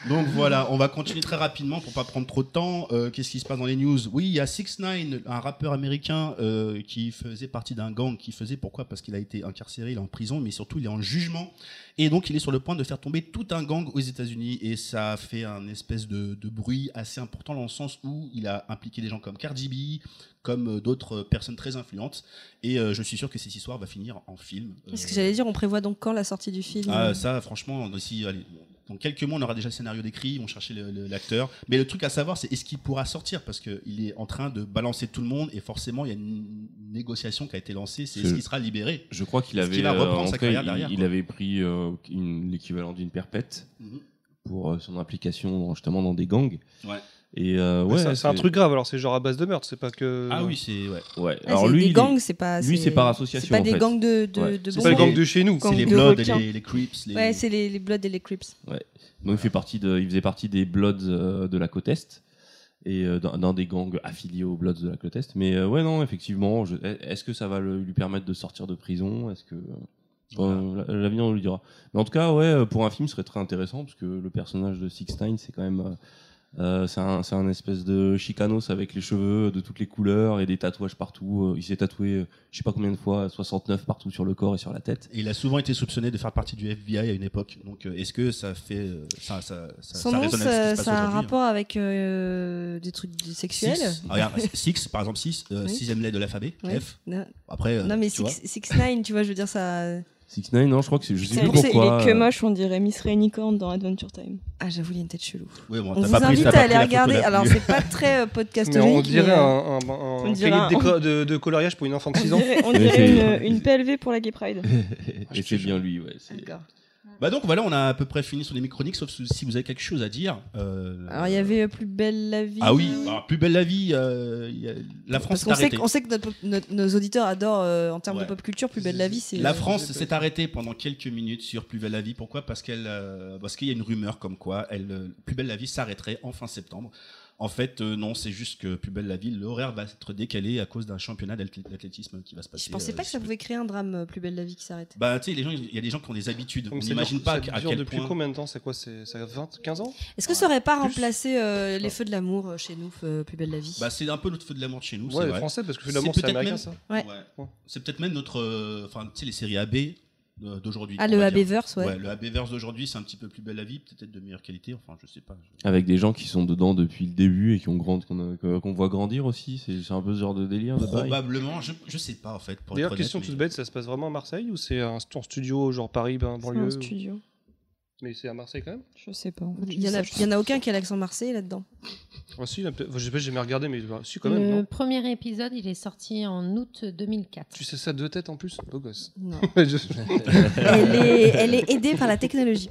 [SPEAKER 3] Donc voilà, on va continuer très rapidement pour pas prendre trop de temps. Euh, Qu'est-ce qui se passe dans les news Oui, il y a 6 9 un rappeur américain euh, qui faisait partie d'un gang. Qui faisait pourquoi Parce qu'il a été incarcéré, il est en prison, mais surtout il est en jugement. Et donc il est sur le point de faire tomber tout un gang aux États-Unis. Et ça a fait un espèce de, de bruit assez important dans le sens où il a impliqué des gens comme Cardi B, comme euh, d'autres euh, personnes très influentes. Et euh, je suis sûr que cette histoire va finir en film.
[SPEAKER 1] C'est ce que
[SPEAKER 3] Euh,
[SPEAKER 1] j'allais dire, on prévoit donc quand la sortie du film
[SPEAKER 3] ah,
[SPEAKER 1] euh,
[SPEAKER 3] ça, franchement, d'ici, allez, dans quelques mois, on aura déjà le scénario décrit, on cherchait le- le- l'acteur. Mais le truc à savoir, c'est est-ce qu'il pourra sortir Parce qu'il est en train de balancer tout le monde et forcément, il y a une négociation qui a été lancée c'est est-ce
[SPEAKER 4] Je-
[SPEAKER 3] qu'il sera libéré
[SPEAKER 4] Je crois qu'il
[SPEAKER 3] Parce
[SPEAKER 4] avait,
[SPEAKER 3] qu'il va
[SPEAKER 4] euh,
[SPEAKER 3] reprendre
[SPEAKER 4] en
[SPEAKER 3] sa
[SPEAKER 4] tout cas,
[SPEAKER 3] carrière
[SPEAKER 4] il,
[SPEAKER 3] derrière,
[SPEAKER 4] il
[SPEAKER 3] quoi.
[SPEAKER 4] avait pris euh, une- l'équivalent d'une perpète
[SPEAKER 3] Mhm.
[SPEAKER 4] pour euh, son implication dans- justement dans des gangs.
[SPEAKER 3] Ouais.
[SPEAKER 4] Et euh,
[SPEAKER 2] Ouais,
[SPEAKER 4] ouais,
[SPEAKER 2] ça, c'est un truc grave, alors c'est genre à base de meurtre, c'est pas que.
[SPEAKER 3] Ah oui, c'est ouais.
[SPEAKER 4] Ouais.
[SPEAKER 1] ah,
[SPEAKER 4] Alors
[SPEAKER 1] c'est
[SPEAKER 4] lui,
[SPEAKER 1] des
[SPEAKER 4] il est-
[SPEAKER 1] gangs, c'est pas.
[SPEAKER 4] lui, c'est par association,
[SPEAKER 1] C'est pas
[SPEAKER 4] en
[SPEAKER 1] des
[SPEAKER 4] fait.
[SPEAKER 1] gangs de, de,
[SPEAKER 4] Ouais.
[SPEAKER 1] de
[SPEAKER 2] C'est pas les
[SPEAKER 1] bons-
[SPEAKER 2] gangs de chez nous.
[SPEAKER 3] C'est
[SPEAKER 1] Gang
[SPEAKER 3] les
[SPEAKER 1] de
[SPEAKER 3] Bloods, et
[SPEAKER 5] requins.
[SPEAKER 3] les, les Creeps. Les...
[SPEAKER 1] Ouais, c'est les, les Bloods et les Crips.
[SPEAKER 4] donc il fait partie de, il faisait partie des Bloods euh, de la côte est et euh, dans, dans des gangs affiliés aux Bloods de la côte est. Mais euh, ouais, non, effectivement, je- est-ce que ça va le- lui permettre de sortir de prison Est-ce que euh, l'avenir on le dira. Mais en tout cas, ouais, euh, pour un film, ce serait très intéressant parce que le personnage de Six Nine, c'est quand même. euh, euh, c'est un, c'est un espèce de chicanos avec les cheveux de toutes les couleurs et des tatouages partout. Euh, Il s'est tatoué, euh, je sais pas combien de fois, 69 partout sur le corps et sur la tête.
[SPEAKER 3] Et il a souvent été soupçonné de faire partie du FBI à une époque. Donc, euh, est-ce que ça fait euh, ça, ça, ça,
[SPEAKER 1] Son
[SPEAKER 3] ça
[SPEAKER 1] nom,
[SPEAKER 3] résonne avec ce qui
[SPEAKER 1] ça,
[SPEAKER 3] se passe
[SPEAKER 1] ça a un
[SPEAKER 3] aujourd'hui, hein.
[SPEAKER 1] rapport avec euh, des trucs sexuels
[SPEAKER 3] Six. Ah, regarde, six, par exemple, six, euh,
[SPEAKER 1] Oui.
[SPEAKER 3] sixième lettre de l'alphabet,
[SPEAKER 1] Ouais.
[SPEAKER 3] F.
[SPEAKER 1] Non,
[SPEAKER 3] Après, euh,
[SPEAKER 1] non, mais
[SPEAKER 3] tu vois.
[SPEAKER 1] 6 ix 9 tu vois, je veux dire, ça. ah,
[SPEAKER 4] Six Nine, non, je crois que c'est, je sais
[SPEAKER 5] C'est
[SPEAKER 4] plus
[SPEAKER 5] pour ça qu'il
[SPEAKER 4] pourquoi.
[SPEAKER 5] est que
[SPEAKER 4] euh,
[SPEAKER 5] moche, on dirait Miss Réunicorn dans Adventure Time.
[SPEAKER 1] Ah, j'avoue, il y a une tête chelou.
[SPEAKER 3] Ouais, bon,
[SPEAKER 1] On
[SPEAKER 3] t'as
[SPEAKER 1] vous
[SPEAKER 3] pas pris-
[SPEAKER 1] invite
[SPEAKER 3] t'as pas
[SPEAKER 1] à aller
[SPEAKER 3] pris la photo
[SPEAKER 1] regarder.
[SPEAKER 3] la
[SPEAKER 1] Alors,
[SPEAKER 3] plus-
[SPEAKER 1] c'est pas très euh, podcast
[SPEAKER 2] Mais on dirait un,
[SPEAKER 1] mais, euh,
[SPEAKER 2] un- un- un
[SPEAKER 5] dirait
[SPEAKER 2] cahier
[SPEAKER 5] un-
[SPEAKER 2] de, déco- de- de coloriage pour une enfant de 6
[SPEAKER 5] On
[SPEAKER 2] ans.
[SPEAKER 5] dirait, on
[SPEAKER 4] Mais
[SPEAKER 5] dirait
[SPEAKER 4] c'est-
[SPEAKER 5] une, une PLV pour la Gay Pride.
[SPEAKER 4] et c'est bien lui, ouais. c'est-
[SPEAKER 3] Bah donc voilà, on a à peu près fini sur les microniques, sauf si vous avez quelque chose à dire. euh,
[SPEAKER 1] Alors, il y avait euh, Plus Belle la Vie.
[SPEAKER 3] Ah oui, bah, plus belle la vie. euh, il y a- La
[SPEAKER 1] Parce
[SPEAKER 3] France s'est
[SPEAKER 1] qu'on sait,
[SPEAKER 3] arrêtée.
[SPEAKER 1] qu'on sait que notre- notre- nos auditeurs adorent, euh, en termes
[SPEAKER 3] Ouais.
[SPEAKER 1] de pop culture, Plus Belle la Vie. c'est-
[SPEAKER 3] La
[SPEAKER 1] euh,
[SPEAKER 3] France s'est arrêtée pendant quelques minutes sur Plus belle la vie. Pourquoi Parce qu'elle, euh, parce qu'il y a une rumeur comme quoi elle, euh, Plus belle la vie s'arrêterait en fin septembre. En fait, euh, non, c'est juste que Plus belle la ville, l'horaire va être décalé à cause d'un championnat d'athlé- d'athlétisme qui va se passer.
[SPEAKER 1] Je pensais
[SPEAKER 3] euh,
[SPEAKER 1] pas que ça
[SPEAKER 3] sur-
[SPEAKER 1] pouvait créer un drame euh, plus belle la vie qui s'arrête.
[SPEAKER 3] Bah, tu sais, les gens, il y a des gens qui ont des habitudes. On n'imagine pas à quel
[SPEAKER 2] depuis
[SPEAKER 3] point.
[SPEAKER 2] combien de temps C'est quoi C'est ça a 20, 15 ans
[SPEAKER 1] Est-ce que ça aurait pas
[SPEAKER 2] Plus
[SPEAKER 1] remplacé euh, les feux de l'amour euh, chez nous, euh, plus belle la vie
[SPEAKER 3] Bah, c'est un peu notre feu de l'amour de chez nous.
[SPEAKER 2] Ouais,
[SPEAKER 3] c'est
[SPEAKER 2] les
[SPEAKER 3] vrai.
[SPEAKER 2] français, parce que
[SPEAKER 3] C'est
[SPEAKER 2] finalement, c'est
[SPEAKER 3] peut-être
[SPEAKER 2] américain
[SPEAKER 3] même-
[SPEAKER 2] ça.
[SPEAKER 1] Ouais.
[SPEAKER 3] Ouais. C'est peut-être même notre. euh, Enfin, tu sais, les séries AB euh, d'aujourd'hui.
[SPEAKER 1] Ah,
[SPEAKER 3] on
[SPEAKER 1] le
[SPEAKER 3] va dire.
[SPEAKER 1] ABverse, ouais.
[SPEAKER 3] Ouais, le AB-verse d'aujourd'hui, c'est un petit peu plus belle la vie, peut-être de meilleure qualité. Enfin, je sais pas.
[SPEAKER 4] Avec des gens qui sont dedans depuis le début et qui ont grand- qu'on a- qu'on voit grandir aussi. C'est c'est un peu ce genre de délire. là, pareil.
[SPEAKER 3] Probablement, je, je sais pas en fait.
[SPEAKER 2] Ah
[SPEAKER 3] Pour
[SPEAKER 2] bah D'ailleurs,
[SPEAKER 3] être
[SPEAKER 2] question
[SPEAKER 3] honnête,
[SPEAKER 2] toute
[SPEAKER 3] mais-
[SPEAKER 2] bête, ça se passe vraiment à Marseille ou c'est un ton studio genre Paris, ben,
[SPEAKER 5] C'est
[SPEAKER 2] banlieue
[SPEAKER 5] un
[SPEAKER 2] ou-
[SPEAKER 5] studio.
[SPEAKER 2] Mais c'est à Marseille quand même
[SPEAKER 5] Je sais pas.
[SPEAKER 1] Il y, en a, il y en a aucun qui a l'accent marseillais là-dedans.
[SPEAKER 2] Ah si, il y en a peut-être- enfin, je sais pas, j'ai jamais regardé, mais bah, si quand
[SPEAKER 6] Le
[SPEAKER 2] même,
[SPEAKER 1] Euh,
[SPEAKER 2] non
[SPEAKER 6] premier épisode, il est sorti en août 2004.
[SPEAKER 2] Tu sais ça de tête en plus Beau gosse.
[SPEAKER 1] Non.
[SPEAKER 2] Je-
[SPEAKER 1] elle, est, elle est aidée par la technologie.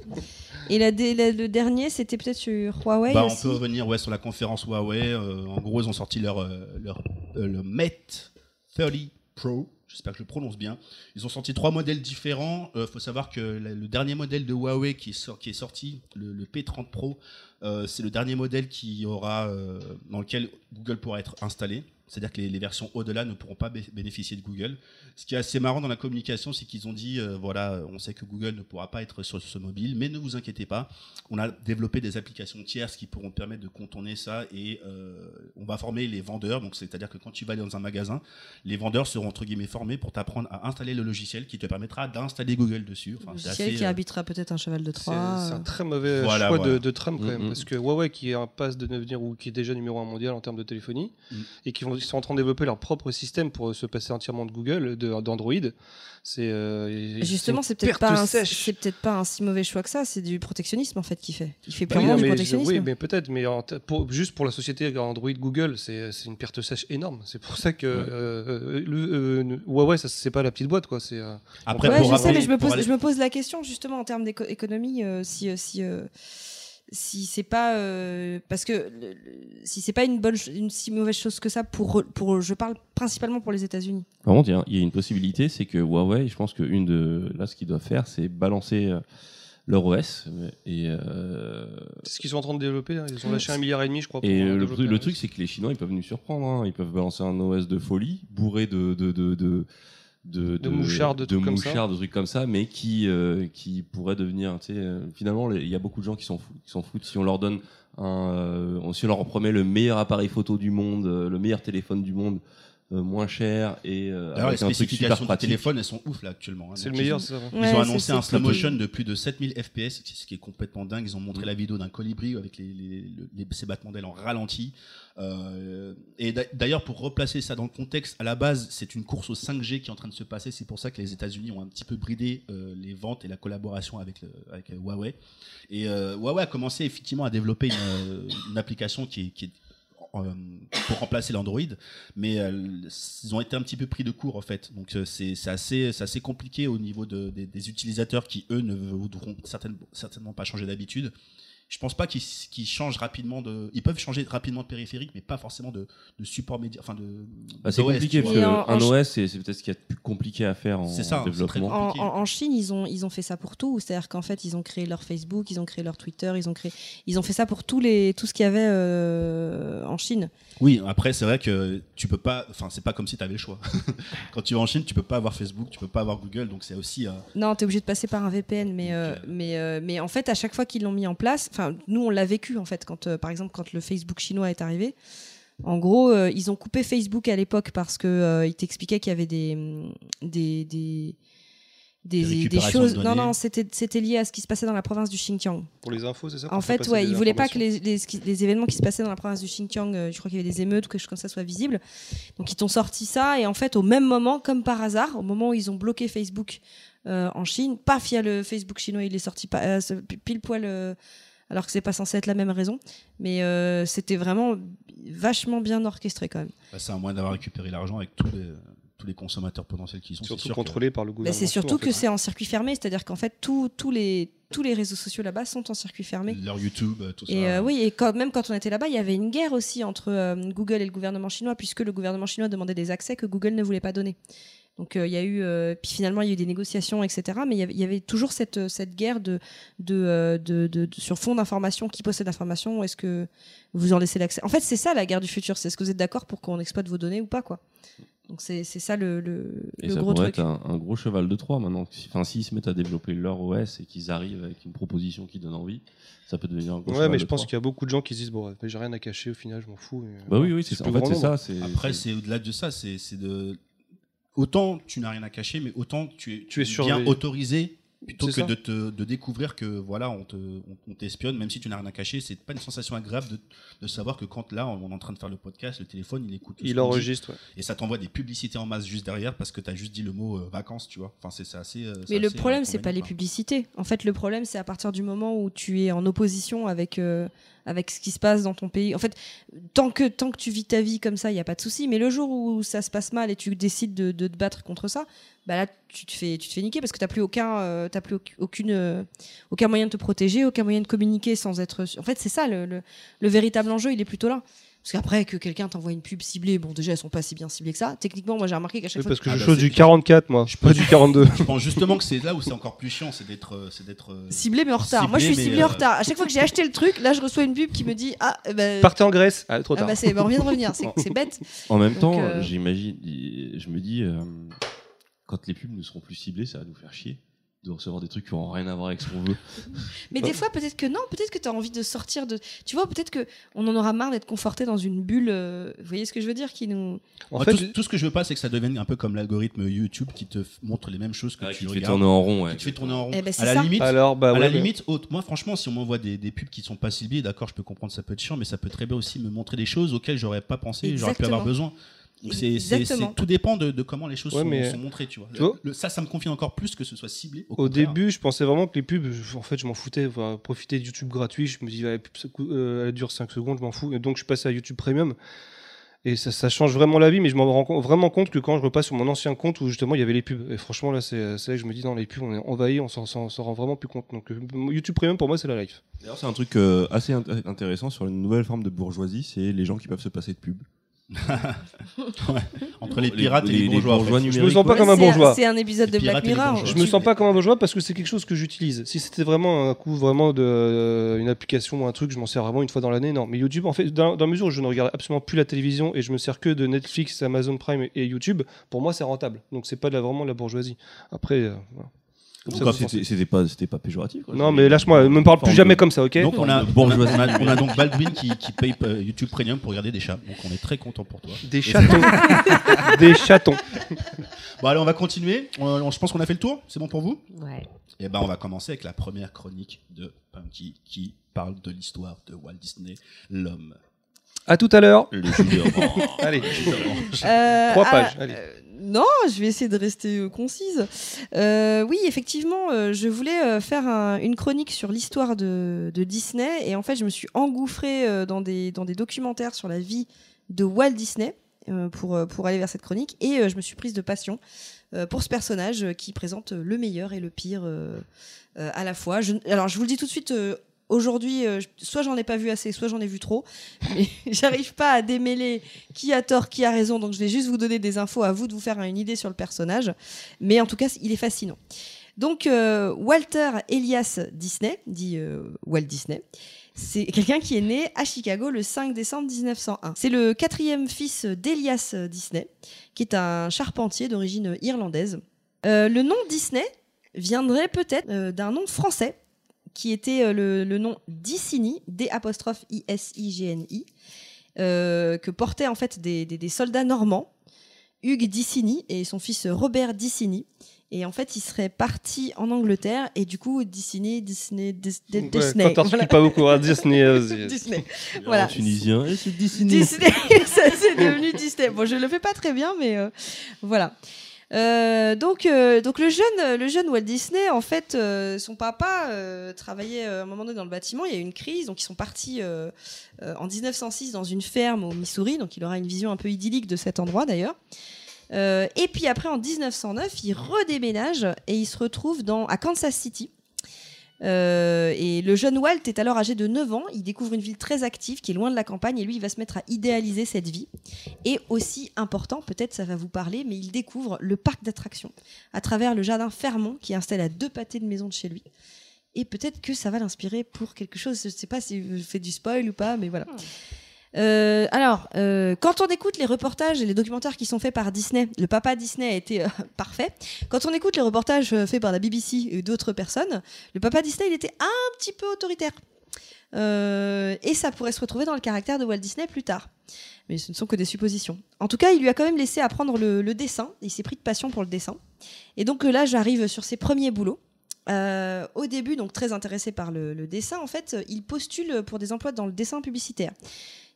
[SPEAKER 1] Et la, dé- la- le dernier, c'était peut-être sur Huawei
[SPEAKER 3] Bah, on
[SPEAKER 1] aussi.
[SPEAKER 3] peut revenir ouais, sur la conférence Huawei. euh, en gros, ils ont sorti leur, euh, leur euh, le Mate 30 Pro. J'espère que je le prononce bien. Ils ont sorti trois modèles différents. Il faut savoir que la- le dernier modèle de Huawei qui est, sor- qui est sorti, le, le P30 Pro, euh, c'est le dernier modèle qui aura, euh, dans lequel Google pourra être installé. C'est-à-dire que les, les versions au-delà ne pourront pas bé- bénéficier de Google. Ce qui est assez marrant dans la communication, c'est qu'ils ont dit, euh, voilà, on sait que Google ne pourra pas être sur ce mobile, mais ne vous inquiétez pas, on a développé des applications tierces qui pourront permettre de contourner ça et euh, on va former les vendeurs. Donc, c'est-à-dire que quand tu vas aller dans un magasin, les vendeurs seront entre guillemets formés pour t'apprendre à installer le logiciel qui te permettra d'installer Google dessus. Enfin,
[SPEAKER 1] Le
[SPEAKER 3] c'est
[SPEAKER 1] logiciel
[SPEAKER 3] assez,
[SPEAKER 1] qui
[SPEAKER 3] euh,
[SPEAKER 1] arbitrera peut-être un cheval de
[SPEAKER 2] C'est
[SPEAKER 1] Troie.
[SPEAKER 2] c'est un
[SPEAKER 1] euh.
[SPEAKER 2] très mauvais
[SPEAKER 3] Voilà,
[SPEAKER 2] choix
[SPEAKER 3] voilà.
[SPEAKER 2] De, de Trump quand même,
[SPEAKER 4] Mm, mm.
[SPEAKER 2] parce que Huawei qui est en passe de devenir ou qui est déjà numéro un mondial en termes de téléphonie
[SPEAKER 3] Mm.
[SPEAKER 2] et qui vont- ils sont en train de développer leur propre système pour euh, se passer entièrement de Google, de- d'Android. C'est euh, et-
[SPEAKER 1] Justement, c'est
[SPEAKER 2] une
[SPEAKER 1] peut-être
[SPEAKER 2] perte
[SPEAKER 1] pas, un-
[SPEAKER 2] sèche.
[SPEAKER 1] c'est peut-être pas un si mauvais choix que ça. C'est du protectionnisme en fait qu'il fait. Il fait
[SPEAKER 2] Bah oui,
[SPEAKER 1] purement
[SPEAKER 2] non,
[SPEAKER 1] du
[SPEAKER 2] mais-
[SPEAKER 1] protectionnisme.
[SPEAKER 2] oui, mais peut-être, mais en t- pour- juste pour la société Android, Google, c'est c'est une perte sèche énorme. C'est pour ça que
[SPEAKER 4] Ouais.
[SPEAKER 2] euh, euh, le, euh, Huawei, ça c'est pas la petite boîte, quoi. C'est euh,
[SPEAKER 3] Après,
[SPEAKER 1] Ouais,
[SPEAKER 3] pour
[SPEAKER 1] je sais,
[SPEAKER 3] rappeler-
[SPEAKER 1] mais je me
[SPEAKER 3] pour
[SPEAKER 1] pose,
[SPEAKER 3] aller-
[SPEAKER 1] je me pose la question justement en termes d'économie, si euh, si euh, si c'est pas euh, parce que le- le- si c'est pas une bonne, ch- une si mauvaise chose que ça pour pour je parle principalement pour les États-Unis.
[SPEAKER 4] Par contre, il y a- il y a une possibilité, c'est que Huawei, je pense que une de là, ce qu'ils doivent faire, c'est balancer euh, leur OS euh, et euh,
[SPEAKER 2] c'est ce qu'ils sont en train de développer. là. Ils ont lâché un milliard et demi, je crois. pour,
[SPEAKER 4] Et
[SPEAKER 2] euh,
[SPEAKER 4] le,
[SPEAKER 2] développer
[SPEAKER 4] truc-
[SPEAKER 2] un-
[SPEAKER 4] le truc, c'est que les Chinois, ils peuvent nous surprendre. hein. Ils peuvent balancer un OS de folie, bourré de de de de de,
[SPEAKER 2] De mouchards, de trucs comme ça.
[SPEAKER 4] mouchards, de trucs comme ça, mais qui euh, qui pourrait devenir. Tu sais, euh, finalement, les- il y a beaucoup de gens qui s'en foutent. Qui s'en foutent si on leur donne un, euh, si on leur promet le meilleur appareil photo du monde, euh, le meilleur téléphone du monde, euh, moins cher et euh,
[SPEAKER 3] D'ailleurs, les
[SPEAKER 4] avec un truc super
[SPEAKER 3] spécifications du
[SPEAKER 4] pratique.
[SPEAKER 3] téléphone, elles sont ouf là actuellement. hein.
[SPEAKER 2] C'est le
[SPEAKER 3] Donc, ils
[SPEAKER 2] meilleur,
[SPEAKER 3] ont-
[SPEAKER 2] c'est ça.
[SPEAKER 3] Ils ont annoncé un slow motion de plus de 7000 FPS, ce qui est complètement dingue. Ils ont montré la vidéo d'un colibri avec les, les- les- les- ses battements d'ailes en ralenti. Euh, et d'a- d'ailleurs, pour replacer ça dans le contexte, à la base, c'est une course au 5G qui est en train de se passer. C'est pour ça que les États-Unis ont un petit peu bridé euh, les ventes et la collaboration avec, le- avec, euh, Huawei. Et euh, Huawei a commencé effectivement à développer une, euh, une application qui est- qui est euh, pour remplacer l'Android, mais euh, ils ont été un petit peu pris de court en fait. Donc euh, c'est c'est assez, c'est assez compliqué au niveau de- des, des utilisateurs qui eux ne voudront certainement, certainement pas changer d'habitude. Je pense pas qu'ils qu'ils changent rapidement de, ils peuvent changer rapidement de périphérique, mais pas forcément de, de support média, enfin de.
[SPEAKER 4] Bah, c'est
[SPEAKER 3] d'OS, tu
[SPEAKER 4] compliqué
[SPEAKER 3] vois.
[SPEAKER 4] parce
[SPEAKER 1] Et
[SPEAKER 4] que
[SPEAKER 1] en- en Ch-
[SPEAKER 4] un OS, c'est c'est peut-être ce qu'il y a de plus compliqué à faire en
[SPEAKER 3] C'est ça, c'est très
[SPEAKER 4] développement.
[SPEAKER 1] En,
[SPEAKER 3] compliqué.
[SPEAKER 1] en- en Chine, ils ont, ils ont fait ça pour tout. C'est-à-dire qu'en fait, ils ont créé leur Facebook, ils ont créé leur Twitter, ils ont, créé, ils ont fait ça pour tous les, tout ce qu'il y avait euh, en Chine.
[SPEAKER 3] Oui, après c'est vrai que tu peux pas, enfin c'est pas comme si tu avais le choix. Quand tu vas en Chine, tu peux pas avoir Facebook, tu peux pas avoir Google, donc c'est aussi. euh,
[SPEAKER 1] Non, t'es obligé de passer par un VPN, mais, euh,
[SPEAKER 3] Ok.
[SPEAKER 1] mais, euh, mais en fait, à chaque fois qu'ils l'ont mis en place, enfin, nous, on l'a vécu, en fait, quand, euh, par exemple, quand le Facebook chinois est arrivé. En gros, euh, ils ont coupé Facebook à l'époque parce que euh, ils t'expliquaient qu'il y avait des hum, des des des,
[SPEAKER 3] Des
[SPEAKER 1] des
[SPEAKER 3] récupérations de
[SPEAKER 1] choses. Non,
[SPEAKER 3] données.
[SPEAKER 1] non, c'était c'était lié à ce qui se passait dans la province du Xinjiang.
[SPEAKER 2] hein. Pour les infos, c'est ça
[SPEAKER 1] En
[SPEAKER 2] pour faire
[SPEAKER 1] fait,
[SPEAKER 2] passer
[SPEAKER 1] ouais,
[SPEAKER 2] des
[SPEAKER 1] ils voulaient pas que
[SPEAKER 2] informations.
[SPEAKER 1] les, les- ce qui- les événements qui se passaient dans la province du Xinjiang, euh, je crois qu'il y avait des émeutes ou quelque chose comme ça, soit visible. Donc ils t'ont sorti ça et en fait, au même moment, comme par hasard, au moment où ils ont bloqué Facebook euh, en Chine, paf, il y a le Facebook chinois, il est sorti pa- euh, ce- pile poil. euh, alors que c'est pas censé être la même raison, mais euh, c'était vraiment vachement bien orchestré quand même.
[SPEAKER 3] Bah, c'est un moyen d'avoir récupéré l'argent avec tous les, tous les consommateurs potentiels qui y sont. c'est
[SPEAKER 2] Surtout
[SPEAKER 3] sûr que-
[SPEAKER 2] contrôlé par le
[SPEAKER 1] Bah,
[SPEAKER 2] gouvernement.
[SPEAKER 1] c'est surtout
[SPEAKER 2] en fait.
[SPEAKER 1] que c'est en circuit fermé, c'est-à-dire qu'en fait tous tous les tous les réseaux sociaux là-bas sont en circuit
[SPEAKER 2] Mm.
[SPEAKER 1] fermé.
[SPEAKER 3] Leur YouTube, euh, tout ça.
[SPEAKER 1] Et euh, oui, et quand, même quand on était là-bas, il y avait une guerre aussi entre euh, Google et le gouvernement chinois, puisque le gouvernement chinois demandait des accès que Google ne voulait pas donner. Donc euh, il y a eu, euh, puis finalement il y a eu des négociations, etc. Mais il y avait, il y avait toujours cette, euh, cette guerre de, de, euh, de, de- de- sur fond d'information, qui possède l'information, est-ce que vous en laissez l'accès En fait c'est ça la guerre du futur, c'est est-ce que vous êtes d'accord pour qu'on exploite vos données ou pas quoi Donc c'est c'est ça le, le,
[SPEAKER 4] Et
[SPEAKER 1] le
[SPEAKER 4] ça
[SPEAKER 1] gros
[SPEAKER 4] pourrait
[SPEAKER 1] truc.
[SPEAKER 4] être un, un gros cheval de Troie maintenant. Si- Enfin, s'ils se mettent à développer leur OS et qu'ils arrivent avec une proposition qui donne envie, ça peut devenir un gros
[SPEAKER 2] Ouais,
[SPEAKER 4] cheval
[SPEAKER 2] mais
[SPEAKER 4] de
[SPEAKER 2] je pense
[SPEAKER 4] Troie.
[SPEAKER 2] qu'il y a beaucoup de gens qui se disent bon, ouais, j'ai rien à cacher, au final, je m'en fous. et-
[SPEAKER 4] Bah oui, oui, c'est ça.
[SPEAKER 2] le
[SPEAKER 4] En fait,
[SPEAKER 2] grand
[SPEAKER 4] c'est
[SPEAKER 2] nombre.
[SPEAKER 4] ça. c'est-
[SPEAKER 3] Après,
[SPEAKER 4] c'est-
[SPEAKER 3] c'est au-delà de ça, c'est c'est de. Autant tu n'as rien à cacher, mais autant tu es,
[SPEAKER 2] Tu es
[SPEAKER 3] bien
[SPEAKER 2] surveillé.
[SPEAKER 3] autorisé plutôt
[SPEAKER 2] C'est ça.
[SPEAKER 3] que de, te, de découvrir que voilà on te on, on t'espionne même si tu n'as rien à cacher c'est pas une sensation agréable de, de savoir que quand là on est en train de faire le podcast le téléphone il écoute tout ce
[SPEAKER 2] Il
[SPEAKER 3] qu'on dit.
[SPEAKER 2] enregistre. ouais.
[SPEAKER 3] et ça t'envoie des publicités en masse juste derrière parce que t'as juste dit le mot euh, vacances tu vois enfin c'est c'est assez euh,
[SPEAKER 1] Mais le
[SPEAKER 3] assez
[SPEAKER 1] problème, c'est pas les
[SPEAKER 3] inconvénient,
[SPEAKER 1] publicités. En fait, le problème, c'est à partir du moment où tu es en opposition avec, euh, avec ce qui se passe dans ton pays. En fait, tant que, tant que tu vis ta vie comme ça, il n'y a pas de souci. Mais le jour où ça se passe mal et tu décides de, de te battre contre ça, bah là, tu te fais, tu te fais niquer parce que tu n'as plus, aucun, euh, t'as plus auc- aucune, euh, aucun moyen de te protéger, aucun moyen de communiquer sans être. En fait, c'est ça, le, le, le véritable enjeu, il est plutôt là. Parce qu'après, que quelqu'un t'envoie une pub ciblée, bon, déjà, elles sont pas si bien ciblées que ça. Techniquement, moi, j'ai remarqué qu'à chaque
[SPEAKER 2] Oui,
[SPEAKER 1] fois.
[SPEAKER 2] parce que
[SPEAKER 3] Ah
[SPEAKER 2] je
[SPEAKER 3] bah,
[SPEAKER 2] chose
[SPEAKER 3] c'est
[SPEAKER 2] du
[SPEAKER 3] pire.
[SPEAKER 2] 44, moi, pas du 42.
[SPEAKER 3] quoi. je pense justement que c'est là où c'est encore plus chiant c'est d'être euh, c'est d'être euh,
[SPEAKER 1] Ciblé mais en retard.
[SPEAKER 3] Ciblé,
[SPEAKER 1] Moi je suis
[SPEAKER 3] mais,
[SPEAKER 1] ciblé
[SPEAKER 3] euh,
[SPEAKER 1] en retard. À chaque fois que j'ai acheté le truc, là je reçois une pub qui me dit Ah, eh ben,
[SPEAKER 2] Partez en Grèce. Ah, trop
[SPEAKER 1] ah,
[SPEAKER 2] tard.
[SPEAKER 1] bah, c'est- bah, on vient de revenir, c'est c'est bête.
[SPEAKER 4] En même
[SPEAKER 1] Donc,
[SPEAKER 4] temps,
[SPEAKER 1] euh,
[SPEAKER 4] j'imagine, je me dis, euh, quand les pubs ne seront plus ciblées, ça va nous faire chier de recevoir des trucs qui n'ont rien à voir avec ce qu'on veut.
[SPEAKER 1] Mais des fois peut-être que non, peut-être que tu as envie de sortir de. Tu vois, peut-être que on en aura marre d'être conforté dans une bulle. euh, Vous voyez ce que je veux dire qui nous...
[SPEAKER 2] En
[SPEAKER 3] Moi,
[SPEAKER 2] fait,
[SPEAKER 3] Bah, tout, tout ce que je veux pas, c'est que ça devienne un peu comme l'algorithme YouTube qui te f- montre les mêmes choses que
[SPEAKER 4] Ah,
[SPEAKER 3] tu
[SPEAKER 4] qui te fait
[SPEAKER 3] regardes.
[SPEAKER 4] tourner en rond. ouais.
[SPEAKER 3] Qui te fait tourner en rond.
[SPEAKER 1] Eh ben, c'est
[SPEAKER 3] à la
[SPEAKER 1] ça.
[SPEAKER 3] limite,
[SPEAKER 2] alors, bah,
[SPEAKER 3] à la
[SPEAKER 2] ouais, mais-
[SPEAKER 3] limite haute. moi franchement, si on m'envoie des, des pubs qui sont pas ciblées, d'accord, je peux comprendre, ça peut être chiant, mais ça peut très bien aussi me montrer des choses auxquelles j'aurais pas pensé, j'aurais pu
[SPEAKER 1] Exactement.
[SPEAKER 3] avoir besoin. Donc, c'est- c'est-
[SPEAKER 1] Exactement.
[SPEAKER 3] c'est- tout dépend de, de comment les choses
[SPEAKER 2] Ouais,
[SPEAKER 3] sont,
[SPEAKER 2] mais-
[SPEAKER 3] sont montrées, tu vois.
[SPEAKER 2] Tu vois
[SPEAKER 3] Le- ça, ça me confie encore plus que ce soit ciblé. Au,
[SPEAKER 2] Au
[SPEAKER 3] contraire.
[SPEAKER 2] début, je pensais vraiment que les pubs, je- en fait, je m'en foutais. Enfin, profiter de YouTube gratuit, je me dis, la pub, ça cou- euh, elle dure 5 secondes, je m'en fous. Et donc, je passe à YouTube Premium. Et ça, ça change vraiment la vie, mais je m'en rends co- vraiment compte que quand je repasse sur mon ancien compte où justement il y avait les pubs. Et franchement, là, c'est euh, c'est là que je me dis, dans les pubs, on est envahi, on s'en- s'en s'en rend vraiment plus compte. Donc, euh, YouTube Premium, pour moi, c'est la life.
[SPEAKER 4] D'ailleurs, c'est un truc euh, assez int- intéressant sur une nouvelle forme de bourgeoisie, c'est les gens qui peuvent se passer de pub.
[SPEAKER 3] Entre les pirates et les, bourgeois. en fait.
[SPEAKER 2] Je me
[SPEAKER 4] numériques.
[SPEAKER 2] sens pas
[SPEAKER 4] ouais.
[SPEAKER 2] comme un
[SPEAKER 1] C'est
[SPEAKER 2] bourgeois.
[SPEAKER 1] C'est un épisode
[SPEAKER 3] Les
[SPEAKER 1] de
[SPEAKER 3] pirates
[SPEAKER 1] Black
[SPEAKER 3] et les
[SPEAKER 1] Mirror.
[SPEAKER 3] bourgeois.
[SPEAKER 2] Je me sens pas comme un bourgeois parce que c'est quelque chose que j'utilise. Si c'était vraiment un coup vraiment de euh, une application ou un truc, je m'en sers vraiment une fois dans l'année. Non, mais YouTube, en fait, dans, dans la mesure où je ne regarde absolument plus la télévision et je me sers que de Netflix, Amazon Prime et, et YouTube, pour moi c'est rentable. Donc c'est pas de la, vraiment de la bourgeoisie. Après, euh, voilà. Comme ça,
[SPEAKER 4] Comme
[SPEAKER 2] vous
[SPEAKER 4] c'était- C'était pas, c'était pas péjoratif. quoi.
[SPEAKER 2] pensez. non mais lâche-moi, me parle plus
[SPEAKER 4] Forme
[SPEAKER 2] jamais
[SPEAKER 4] de-
[SPEAKER 2] comme ça, ok
[SPEAKER 3] Donc on a, on
[SPEAKER 4] Forme de
[SPEAKER 3] a,
[SPEAKER 4] bourgeoisie.
[SPEAKER 3] on a- on a donc Baldwin qui, qui paye euh, YouTube Premium pour regarder des chats. Donc on est très content pour toi.
[SPEAKER 2] Des chatons, des chatons.
[SPEAKER 3] Bon allez, on va continuer. On- on- je pense qu'on a fait le tour. C'est bon pour vous
[SPEAKER 6] Ouais.
[SPEAKER 3] Eh ben, on va commencer avec la première chronique de Punky qui parle de l'histoire de Walt Disney, l'homme.
[SPEAKER 2] À tout à l'heure.
[SPEAKER 3] Le judoran.
[SPEAKER 2] Allez.
[SPEAKER 1] Euh,
[SPEAKER 2] Trois
[SPEAKER 1] ah,
[SPEAKER 2] pages, allez.
[SPEAKER 1] euh, non, je vais essayer de rester euh, concise. Euh, oui, effectivement, euh, je voulais euh, faire un- une chronique sur l'histoire de, de Disney et en fait, je me suis engouffrée euh, dans, des, dans des documentaires sur la vie de Walt Disney euh, pour, euh, pour aller vers cette chronique et euh, je me suis prise de passion euh, pour ce personnage euh, qui présente euh, le meilleur et le pire euh, euh, à la fois. Je- alors, je vous le dis tout de suite. euh, Aujourd'hui, euh, je- soit j'en ai pas vu assez, soit j'en ai vu trop, mais j'arrive pas à démêler qui a tort, qui a raison. Donc je vais juste vous donner des infos à vous de vous faire une idée sur le personnage. Mais en tout cas, il est fascinant. Donc euh, Walter Elias Disney, dit euh, Walt Disney, c'est quelqu'un qui est né à Chicago le 5 décembre 1901. C'est le quatrième fils d'Elias Disney, qui est un charpentier d'origine irlandaise. Euh, le nom Disney viendrait peut-être euh, d'un nom français qui était euh, le, le nom d'Icini, D-I-S-I-G-N-I, euh, que portaient en fait des, des- des soldats normands, Hugues d'Icini et son fils Robert d'Icini. Et en fait, ils seraient partis en Angleterre et du coup, Dicini, Disney, Dis- Dis-
[SPEAKER 2] Ouais,
[SPEAKER 1] Disney.
[SPEAKER 2] Quand t'en
[SPEAKER 1] Voilà.
[SPEAKER 2] suis pas beaucoup à Disney. euh, vas-y.
[SPEAKER 1] Disney.
[SPEAKER 4] Et
[SPEAKER 1] Voilà.
[SPEAKER 4] en Tunisien. Et c'est Disney.
[SPEAKER 1] Disney, ça c'est devenu Disney. Bon, je le fais pas très bien, mais euh, voilà. Euh, donc, euh, donc le jeune, le jeune Walt Disney, en fait, euh, son papa euh, travaillait euh, à un moment donné dans le bâtiment. Il y a eu une crise, donc ils sont partis euh, euh, en 1906 dans une ferme au Missouri. Donc, il aura une vision un peu idyllique de cet endroit d'ailleurs. Euh, et puis après, en 1909, il redéménage et il se retrouve dans, à Kansas City. Euh, et le jeune Walt est alors âgé de 9 ans, il découvre une ville très active qui est loin de la campagne et lui il va se mettre à idéaliser cette vie. Et aussi important, peut-être ça va vous parler, mais il découvre le parc d'attractions à travers le jardin Fermont qui installe à deux pâtés de maison de chez lui. Et peut-être que ça va l'inspirer pour quelque chose, je ne sais pas si je fais du spoil ou pas, mais voilà. Euh, alors, euh, quand on écoute les reportages et les documentaires qui sont faits par Disney, le papa Disney a été euh, parfait. Quand on écoute les reportages euh, faits par la BBC et d'autres personnes, le papa Disney, il était un petit peu autoritaire. Euh, et ça pourrait se retrouver dans le caractère de Walt Disney plus tard. Mais ce ne sont que des suppositions. En tout cas, il lui a quand même laissé apprendre le, le dessin. Il s'est pris de passion pour le dessin. Et donc euh, là, j'arrive sur ses premiers boulots. Euh, au début, donc très intéressé par le, le dessin, en fait, il postule pour des emplois dans le dessin publicitaire.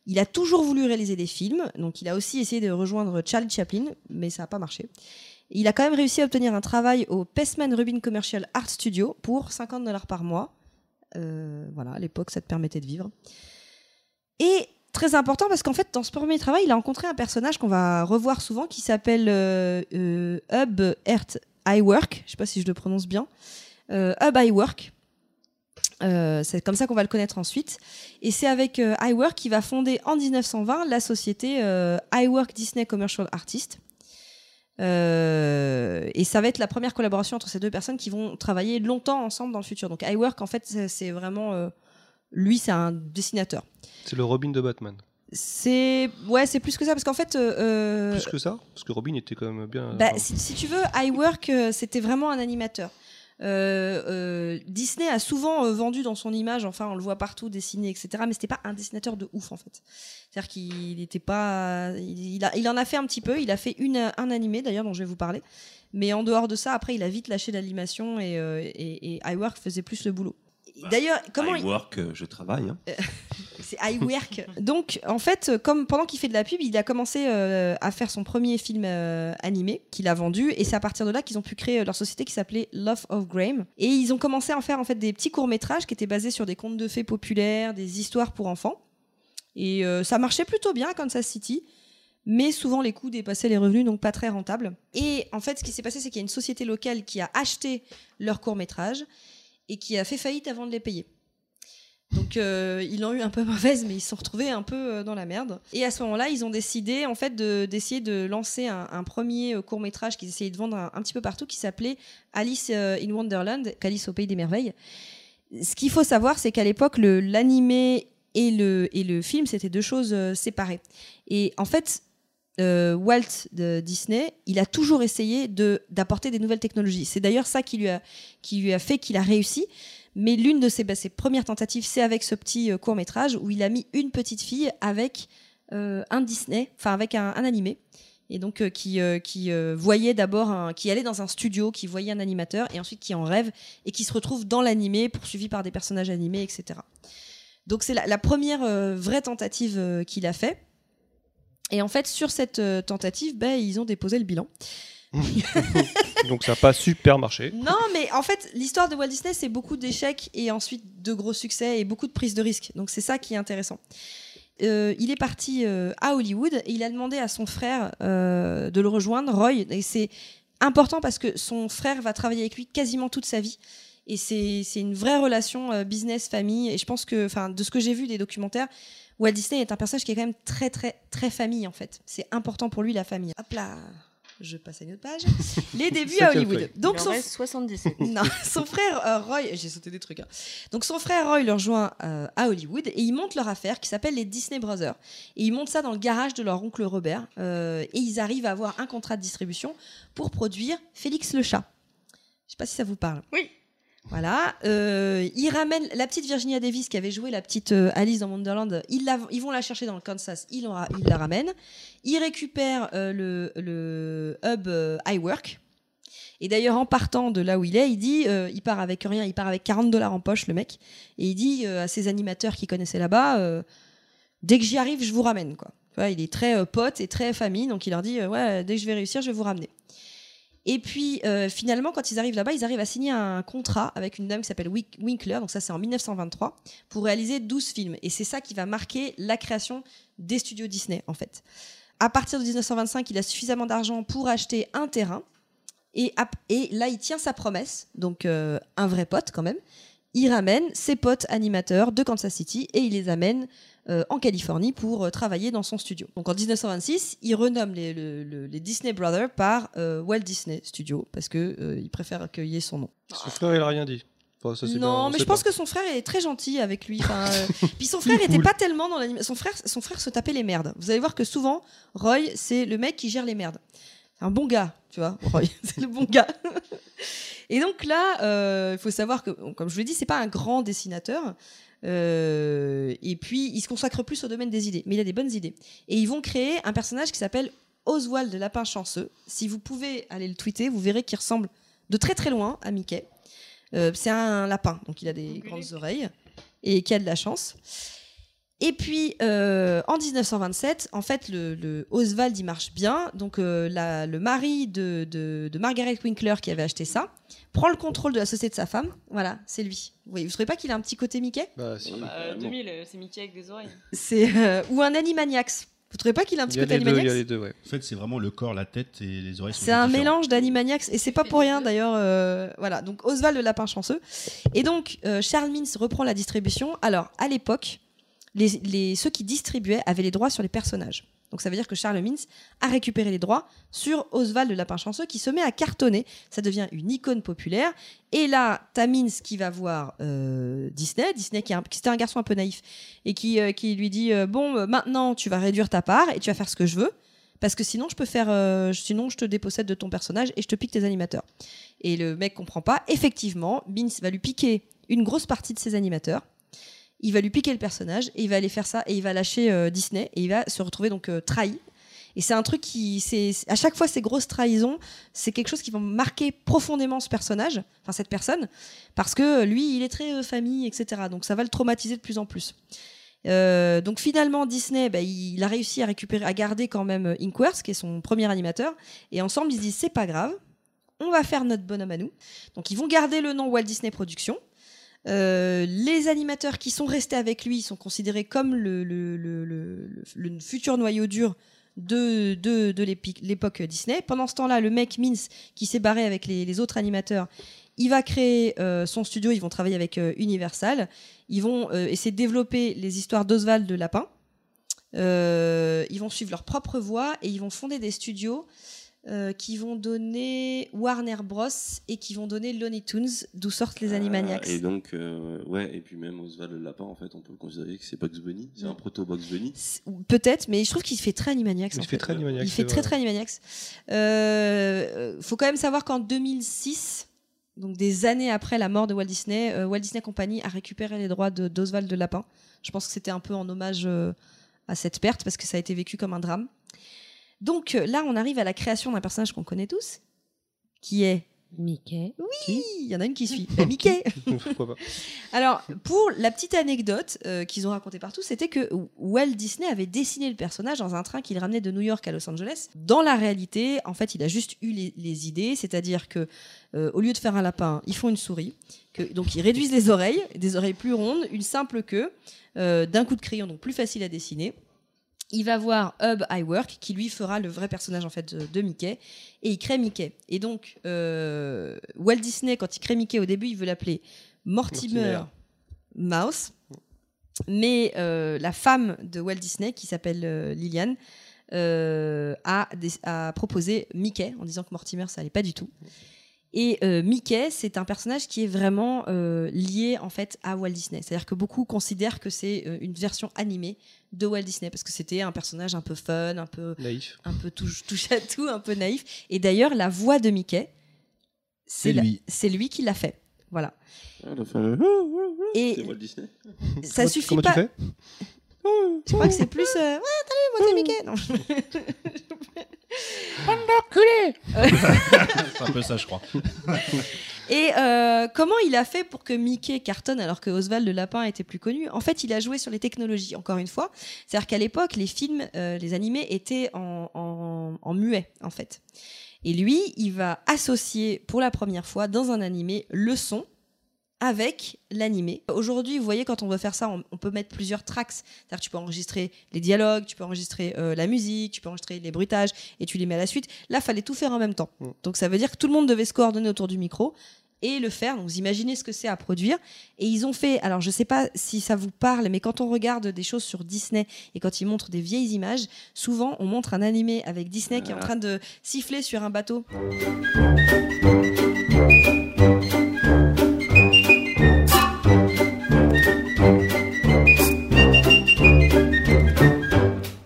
[SPEAKER 1] Il a toujours voulu réaliser des films, donc il a aussi essayé de rejoindre Charlie Chaplin, mais ça n'a pas marché. Il a quand même réussi à obtenir un travail au Pesman Rubin Commercial Art Studio pour 50 dollars par mois. Euh, voilà, à l'époque, ça te permettait de vivre. Et très important parce qu'en fait, dans ce premier travail, il a rencontré un personnage qu'on va revoir souvent qui s'appelle euh, euh, Hub Earth Iwork. Je sais pas si je le prononce bien. Hub Iwork. Euh, c'est comme ça qu'on va le connaître ensuite. Et c'est avec euh, iWork qu'il va fonder en 1920 la société euh, iWork Disney Commercial Artist. Euh, et ça va être la première collaboration entre ces deux personnes qui vont travailler longtemps ensemble dans le futur. Donc iWork, en fait, c'est vraiment... euh, lui, c'est un dessinateur.
[SPEAKER 2] C'est le Robin de Batman.
[SPEAKER 1] C'est ouais, c'est plus que ça parce qu'en fait. Euh...
[SPEAKER 2] Plus que ça, parce que Robin était quand même bien.
[SPEAKER 1] Bah, si, si, tu veux, iWork, c'était vraiment un animateur. Euh, euh, Disney a souvent euh, vendu dans son image, enfin on le voit partout dessiné, etc. Mais c'était pas un dessinateur de ouf en fait. C'est-à-dire qu'il n'était pas, il, il, a, il, en a fait un petit peu. Il a fait une, un animé d'ailleurs dont je vais vous parler. Mais en dehors de ça, après il a vite lâché l'animation et, euh, et, et, iWork faisait plus le boulot. Bah, d'ailleurs, comment
[SPEAKER 4] iWork, il... je travaille. Hein.
[SPEAKER 1] c'est iWork. Donc, en fait, comme pendant qu'il fait de la pub, il a commencé euh, à faire son premier film euh, animé qu'il a vendu, et c'est à partir de là qu'ils ont pu créer euh, leur société qui s'appelait Love of Graham. Et ils ont commencé à en faire en fait des petits courts métrages qui étaient basés sur des contes de fées populaires, des histoires pour enfants. Et euh, ça marchait plutôt bien à Kansas City. Mais souvent, les coûts dépassaient les revenus, donc pas très rentables. Et en fait, ce qui s'est passé, c'est qu'il y a une société locale qui a acheté leurs courts-métrages et qui a fait faillite avant de les payer. Donc euh, ils l'ont eu un peu mauvaise, mais ils se sont retrouvés un peu euh, dans la merde. Et à ce moment-là, ils ont décidé en fait d'essayer de, de, lancer un, un premier euh, court métrage qu'ils essayaient de vendre un, un, petit peu partout, qui s'appelait Alice euh, in Wonderland, Alice au pays des merveilles. Ce qu'il faut savoir, c'est qu'à l'époque, l'animé et le, et le film, c'était deux choses euh, séparées. Et en fait, euh, Walt de Disney, il a toujours essayé d'apporter de, des nouvelles technologies. C'est d'ailleurs ça qui lui a, qui lui a fait qu'il a réussi. Mais l'une de ses, bah, ses, premières tentatives, c'est avec ce petit euh, court métrage où il a mis une petite fille avec euh, un Disney, enfin avec un, un, animé, et donc euh, qui, qui voyait d'abord, qui allait dans un studio, qui voyait un animateur, et ensuite qui en rêve et qui se retrouve dans l'animé, poursuivi par des personnages animés, etc. Donc c'est la, la, première euh, vraie tentative euh, qu'il a fait. Et en fait, sur cette tentative, bah, ils ont déposé le bilan.
[SPEAKER 2] Donc ça n'a pas super marché.
[SPEAKER 1] Non, mais en fait, l'histoire de Walt Disney, c'est beaucoup d'échecs et ensuite de gros succès et beaucoup de prises de risques. Donc c'est ça qui est intéressant. Euh, il est parti euh, à Hollywood et il a demandé à son frère euh, de le rejoindre, Roy. Et c'est important parce que son frère va travailler avec lui quasiment toute sa vie. Et c'est une vraie relation business-famille. Et je pense que, enfin, de ce que j'ai vu des documentaires, Walt Disney est un personnage qui est quand même très, très, très famille en fait. C'est important pour lui la famille. Hop là je passe à une autre page. Les débuts à Hollywood.
[SPEAKER 5] Donc son... 77.
[SPEAKER 1] Non, son frère euh, Roy, j'ai sauté des trucs. Hein. Donc son frère Roy le rejoint euh, à Hollywood et ils montent leur affaire qui s'appelle les Disney Brothers. Et ils montent ça dans le garage de leur oncle Robert euh, et ils arrivent à avoir un contrat de distribution pour produire Félix le chat. Je sais pas si ça vous parle.
[SPEAKER 5] Oui.
[SPEAKER 1] Voilà, euh, ils ramènent la petite Virginia Davis qui avait joué la petite euh, Alice dans Wonderland. Ils, la, ils, vont la chercher dans le Kansas, ils, la, ils la ramènent. Ils récupèrent euh, le, le, hub euh, iWork. Et d'ailleurs, en partant de là où il est, il dit, euh, il part avec rien, il part avec 40 dollars en poche, le mec. Et il dit euh, à ses animateurs qui connaissaient là-bas, euh, dès que j'y arrive, je vous ramène, quoi. Ouais, il est très euh, pote et très famille, donc il leur dit, euh, ouais, dès que je vais réussir, je vais vous ramener. Et puis euh, finalement, quand ils arrivent là-bas, ils arrivent à signer un contrat avec une dame qui s'appelle Winkler, donc ça c'est en 1923, pour réaliser 12 films. Et c'est ça qui va marquer la création des studios Disney en fait. À partir de 1925, il a suffisamment d'argent pour acheter un terrain. Et, et, là, il tient sa promesse, donc euh, un vrai pote quand même. il ramène ses potes animateurs de Kansas City et il les amène euh, en Californie pour euh, travailler dans son studio. Donc en 1926, il renomme les, le- le- les Disney Brothers par euh, Walt Disney Studio parce que euh, il préfère qu'il y ait son nom.
[SPEAKER 2] Son frère, il a rien dit. Enfin, ça, c'est pas-
[SPEAKER 1] non,
[SPEAKER 2] on
[SPEAKER 1] mais
[SPEAKER 2] sait
[SPEAKER 1] je pense
[SPEAKER 2] pas.
[SPEAKER 1] que son frère est très gentil avec lui. Enfin, euh, Puis son frère
[SPEAKER 2] Il est
[SPEAKER 1] était
[SPEAKER 2] cool.
[SPEAKER 1] pas tellement dans l'animation. Son frère, son frère se tapait les merdes. Vous allez voir que souvent, Roy, c'est le mec qui gère les merdes. C'est un bon gars, tu vois, Roy. c'est le bon gars. Et donc là, euh, il faut savoir que, comme je vous l'ai dit, c'est pas un grand dessinateur. Euh, et puis, il se consacre plus au domaine des idées. Mais il a des bonnes idées. Et ils vont créer un personnage qui s'appelle Oswald le Lapin Chanceux. Si vous pouvez aller le tweeter, vous verrez qu'il ressemble de très très loin à Mickey. Euh, c'est un lapin, donc il a des grandes oreilles et qui a de la chance. Et puis, euh, en 1927, en fait, le, le Oswald, il marche bien. Donc, euh, la- le mari de, de- de Margaret Winkler, qui avait acheté ça, prend le contrôle de la société de sa femme. Voilà, c'est lui. Vous ne trouvez pas qu'il a un petit côté Mickey
[SPEAKER 2] Bah, si.
[SPEAKER 5] Bah, 2000, euh, c'est Mickey avec des oreilles.
[SPEAKER 1] C'est euh, Ou un Animaniacs. Vous ne trouvez pas qu'il a un
[SPEAKER 2] Il
[SPEAKER 1] petit
[SPEAKER 2] y a
[SPEAKER 1] côté
[SPEAKER 2] les deux, il y a
[SPEAKER 1] Animaniacs
[SPEAKER 2] les deux, ouais.
[SPEAKER 3] En fait, c'est vraiment le corps, la tête et les oreilles. sont
[SPEAKER 1] C'est un
[SPEAKER 3] différentes.
[SPEAKER 1] mélange d'Animaniacs et c'est pas pour rien d'ailleurs. euh, voilà, donc Oswald le lapin chanceux. Et donc euh, Charles Mintz reprend la distribution. Alors à l'époque, les, les- ceux qui distribuaient avaient les droits sur les personnages. Donc ça veut dire que Charles Mintz a récupéré les droits sur Oswald le lapin chanceux qui se met à cartonner. Ça devient une icône populaire. Et là, t'as Mintz qui va voir euh, Disney. Disney qui, est un- qui c'était un garçon un peu naïf et qui, euh, qui lui dit euh, bon euh, maintenant tu vas réduire ta part et tu vas faire ce que je veux parce que sinon je peux faire euh, sinon je te dépossède de ton personnage et je te pique tes animateurs. Et le mec comprend pas. Effectivement, Beans va lui piquer une grosse partie de ses animateurs. Il va lui piquer le personnage et il va aller faire ça et il va lâcher euh, Disney et il va se retrouver donc euh, trahi. Et c'est un truc qui, c'est c'est- à chaque fois ces grosses trahisons, c'est quelque chose qui va marquer profondément ce personnage, enfin cette personne, parce que euh, lui, il est très euh, famille, etc. Donc ça va le traumatiser de plus en plus. Euh, donc finalement, Disney, bah, il a réussi à récupérer, à garder quand même euh, Inkworth, qui est son premier animateur, et ensemble ils se disent c'est pas grave, on va faire notre bonhomme à nous. Donc ils vont garder le nom Walt Disney Productions. Euh, les animateurs qui sont restés avec lui sont considérés comme le, le- le- le- le- le futur noyau dur de, de, de l'épi- l'époque Disney. Pendant ce temps-là, le mec Mintz, qui s'est barré avec les, les autres animateurs, il va créer euh, son studio, ils vont travailler avec euh, Universal, ils vont euh, essayer de développer les histoires d'Oswald de Lapin, Euh, ils vont suivre leur propre voie et ils vont fonder des studios euh, qui vont donner Warner Bros et qui vont donner Looney Tunes, d'où sortent les Animaniacs.
[SPEAKER 4] Ah, Et donc, euh, ouais, et puis même Oswald le lapin, en fait, on peut le considérer que c'est Bugs Bunny, c'est
[SPEAKER 1] Mm.
[SPEAKER 4] un proto Bugs Bunny.
[SPEAKER 1] C'est- Peut-être, mais je trouve qu'il fait très Animaniacs. en
[SPEAKER 2] Il fait très Animaniacs,
[SPEAKER 1] Il fait
[SPEAKER 2] c'est
[SPEAKER 1] très
[SPEAKER 2] vrai.
[SPEAKER 1] très Animaniacs. Euh, faut quand même savoir qu'en 2006, donc des années après la mort de Walt Disney, euh, Walt Disney Company a récupéré les droits de d'Oswald de Lapin. Je pense que c'était un peu en hommage euh, à cette perte parce que ça a été vécu comme un drame. Donc euh, là, on arrive à la création d'un personnage qu'on connaît tous, qui est.
[SPEAKER 6] Mickey.
[SPEAKER 1] Il y en a une qui suit. Bah, Mickey.
[SPEAKER 2] Pourquoi pas.
[SPEAKER 1] Alors, pour la petite anecdote euh, qu'ils ont racontée partout, c'était que Walt Disney avait dessiné le personnage dans un train qu'il ramenait de New York à Los Angeles. Dans la réalité, en fait, il a juste eu les, les idées, c'est-à-dire que euh, au lieu de faire un lapin, ils font une souris. Que, donc, ils réduisent les oreilles, des oreilles plus rondes, une simple queue, euh, d'un coup de crayon, donc plus facile à dessiner. Il va voir Hub Iwerk, qui lui fera le vrai personnage en fait de de Mickey, et il crée Mickey. Et donc, euh, Walt Disney, quand il crée Mickey au début, il veut l'appeler Mortimer,
[SPEAKER 2] Mortimer.
[SPEAKER 1] Mouse. Mais euh, la femme de Walt Disney, qui s'appelle euh, Lillian, euh, a, dé- a proposé Mickey en disant que Mortimer, ça allait pas du tout. Et euh, Mickey, c'est un personnage qui est vraiment euh, lié en fait à Walt Disney. C'est-à-dire que beaucoup considèrent que c'est euh, une version animée de Walt Disney parce que c'était un personnage un peu fun, un peu
[SPEAKER 2] Naïf.
[SPEAKER 1] un peu touche, touche à tout, un peu naïf. Et d'ailleurs, la voix de Mickey,
[SPEAKER 3] C'est
[SPEAKER 1] la-
[SPEAKER 3] lui.
[SPEAKER 1] c'est lui qui l'a fait. Voilà.
[SPEAKER 4] Ah, le fameux-
[SPEAKER 1] Et
[SPEAKER 4] C'est Walt Disney.
[SPEAKER 1] ça
[SPEAKER 2] Comment-
[SPEAKER 1] suffit
[SPEAKER 2] comment
[SPEAKER 1] pas.
[SPEAKER 2] tu fais
[SPEAKER 1] Je crois que c'est plus. euh, ouais, salut, moi
[SPEAKER 2] Mmh.
[SPEAKER 1] c'est Mickey. Non.
[SPEAKER 3] C'est un peu ça, je crois.
[SPEAKER 1] Et euh, comment il a fait pour que Mickey cartonne alors que Oswald le Lapin était plus connu En fait, il a joué sur les technologies, encore une fois. C'est-à-dire qu'à l'époque, les films, euh, les animés étaient en, en- en muet, en fait. Et lui, il va associer pour la première fois dans un animé le son avec l'animé. Aujourd'hui, vous voyez, quand on veut faire ça, on, on peut mettre plusieurs tracks. C'est-à-dire que tu peux enregistrer les dialogues, tu peux enregistrer euh, la musique, tu peux enregistrer les bruitages et tu les mets à la suite. Là, fallait tout faire en même temps.
[SPEAKER 2] Mm.
[SPEAKER 1] Donc ça veut dire que tout le monde devait se coordonner autour du micro et le faire. Donc, vous imaginez ce que c'est à produire. Et ils ont fait, alors je sais pas si ça vous parle, mais quand on regarde des choses sur Disney et quand ils montrent des vieilles images, souvent on montre un animé avec Disney qui est en train de siffler sur un bateau.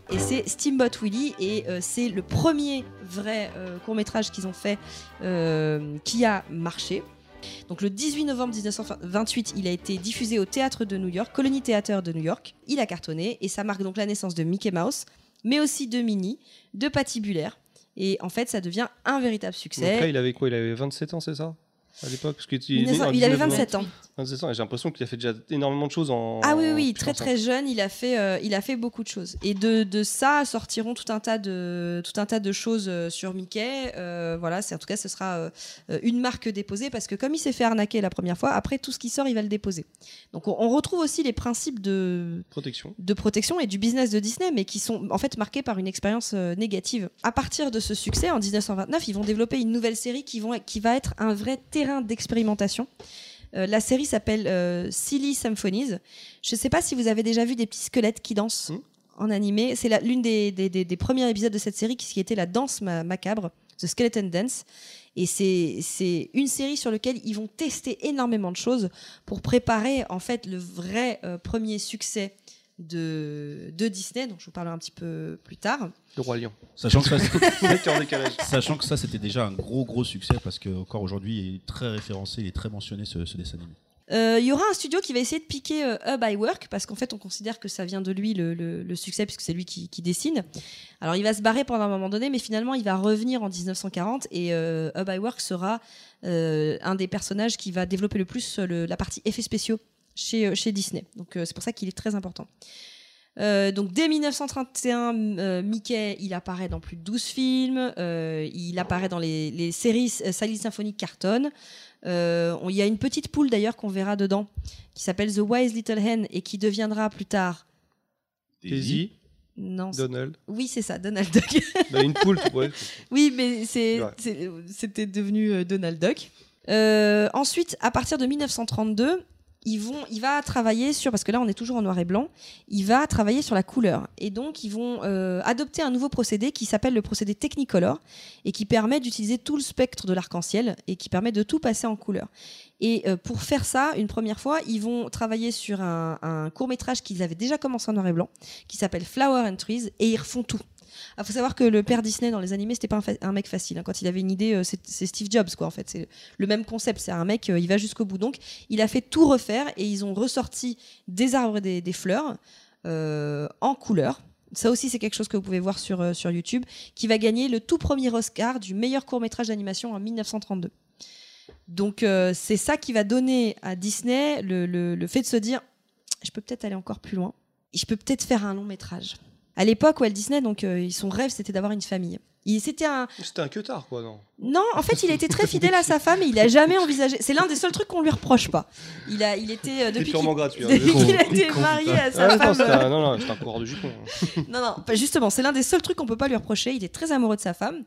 [SPEAKER 1] Et c'est Steamboat Willie et euh, c'est le premier vrai court métrage qu'ils ont fait euh, qui a marché. Donc le 18 novembre 1928, il a été diffusé au théâtre de New York, Colony Theater de New York. Il a cartonné et ça marque donc la naissance de Mickey Mouse, mais aussi de Minnie, de Patibulaire. Et en fait, ça devient un véritable
[SPEAKER 2] Donc là,
[SPEAKER 1] succès.
[SPEAKER 2] il avait quoi Il avait 27 ans, c'est ça À l'époque Parce qu'il était- il est né
[SPEAKER 1] 1900
[SPEAKER 2] en
[SPEAKER 1] il avait
[SPEAKER 2] 1920.
[SPEAKER 1] 27 ans.
[SPEAKER 2] 27 ans, et j'ai l'impression qu'il a fait déjà énormément de choses en.
[SPEAKER 1] Ah oui, oui, très
[SPEAKER 2] putain, ça-
[SPEAKER 1] très jeune, il a fait, euh, il a fait beaucoup de choses. Et de, de ça sortiront tout un tas de, tout un tas de choses euh, sur Mickey. Euh, voilà, c'est en tout cas, ce sera euh, euh, une marque déposée parce que comme il s'est fait arnaquer la première fois, après tout ce qui sort, il va le déposer. Donc on, on retrouve aussi les principes de,
[SPEAKER 2] Protection.
[SPEAKER 1] de protection et du business de Disney, mais qui sont en fait marqués par une expérience euh, négative. À partir de ce succès, en 1929, ils vont développer une nouvelle série qui, vont, qui va être un vrai terrain d'expérimentation. Euh, la série s'appelle euh, Silly Symphonies. Je ne sais pas si vous avez déjà vu des petits squelettes qui dansent
[SPEAKER 2] Hmm.
[SPEAKER 1] en animé. C'est la- l'une des, des- des- des premiers épisodes de cette série qui, qui était la danse ma- macabre, The Skeleton Dance. Et c'est- c'est une série sur laquelle ils vont tester énormément de choses pour préparer en fait le vrai euh, premier succès de, de Disney, dont je vous parlerai un petit peu plus tard.
[SPEAKER 2] Le Roi Lion.
[SPEAKER 3] Sachant que ça,
[SPEAKER 2] Acteur en décalage.
[SPEAKER 3] Sachant que ça, c'était déjà un gros, gros succès parce que encore aujourd'hui, il est très référencé, il est très mentionné ce, ce dessin animé.
[SPEAKER 1] Euh, Il y aura un studio qui va essayer de piquer euh, Hub I Work parce qu'en fait on considère que ça vient de lui le, le- le succès puisque c'est lui qui, qui dessine. Alors il va se barrer pendant un moment donné mais finalement il va revenir en 1940 et euh, Hub I Work sera euh, un des personnages qui va développer le plus le- la partie effets spéciaux chez, euh, chez Disney. Donc euh, c'est pour ça qu'il est très important. Euh, donc dès 1931, euh, Mickey, il apparaît dans plus de 12 films, euh, il apparaît dans les, les séries euh, Silent Symphony Carton. Euh, on- Il y a une petite poule d'ailleurs qu'on verra dedans, qui s'appelle The Wise Little Hen et qui deviendra plus tard...
[SPEAKER 2] Daisy,
[SPEAKER 1] Non. c'est-
[SPEAKER 2] Donald.
[SPEAKER 1] Oui, c'est ça, Donald Duck.
[SPEAKER 2] Bah, une poule, ouais.
[SPEAKER 1] Oui, mais c'est-
[SPEAKER 2] Ouais.
[SPEAKER 1] c'est- c'était devenu euh, Donald Duck. Euh, ensuite, à partir de 1932, ils vont, il va travailler sur, parce que là on est toujours en noir et blanc, il va travailler sur la couleur. Et donc ils vont euh, adopter un nouveau procédé qui s'appelle le procédé Technicolor et qui permet d'utiliser tout le spectre de l'arc-en-ciel et qui permet de tout passer en couleur. Et euh, pour faire ça, une première fois, ils vont travailler sur un, un court métrage qu'ils avaient déjà commencé en noir et blanc, qui s'appelle Flower and Trees, et ils refont tout. Il Ah, faut savoir que le père Disney dans les animés, c'était pas un, fa- un mec facile. hein. Quand il avait une idée, euh, c'est c'est Steve Jobs, quoi. En fait, c'est le même concept. C'est un mec, euh, il va jusqu'au bout. Donc, il a fait tout refaire et ils ont ressorti des arbres, et des, des fleurs euh, en couleur. Ça aussi, c'est quelque chose que vous pouvez voir sur, euh, sur YouTube, qui va gagner le tout premier Oscar du meilleur court métrage d'animation en 1932. Donc, euh, c'est ça qui va donner à Disney le- le- le fait de se dire je peux peut-être aller encore plus loin. Je peux peut-être faire un long métrage. À l'époque, Walt Disney, donc, euh, son rêve, c'était d'avoir une famille. Il, c'était un...
[SPEAKER 2] C'était un queutard, quoi, non
[SPEAKER 1] Non, en fait, il était très fidèle à sa femme et il a jamais envisagé. C'est l'un des seuls trucs qu'on lui reproche pas. Il, a, il était, euh,
[SPEAKER 2] C'était
[SPEAKER 1] depuis
[SPEAKER 2] purement
[SPEAKER 1] qu'il
[SPEAKER 2] gratuit. hein.
[SPEAKER 1] depuis
[SPEAKER 2] Con.
[SPEAKER 1] qu'il a été marié à sa
[SPEAKER 2] Ah, non,
[SPEAKER 1] femme.
[SPEAKER 2] c'était un- non, non, c'était un coureur de jupons. hein.
[SPEAKER 1] Non, non, pas- justement, c'est l'un des seuls trucs qu'on peut pas lui reprocher. Il est très amoureux de sa femme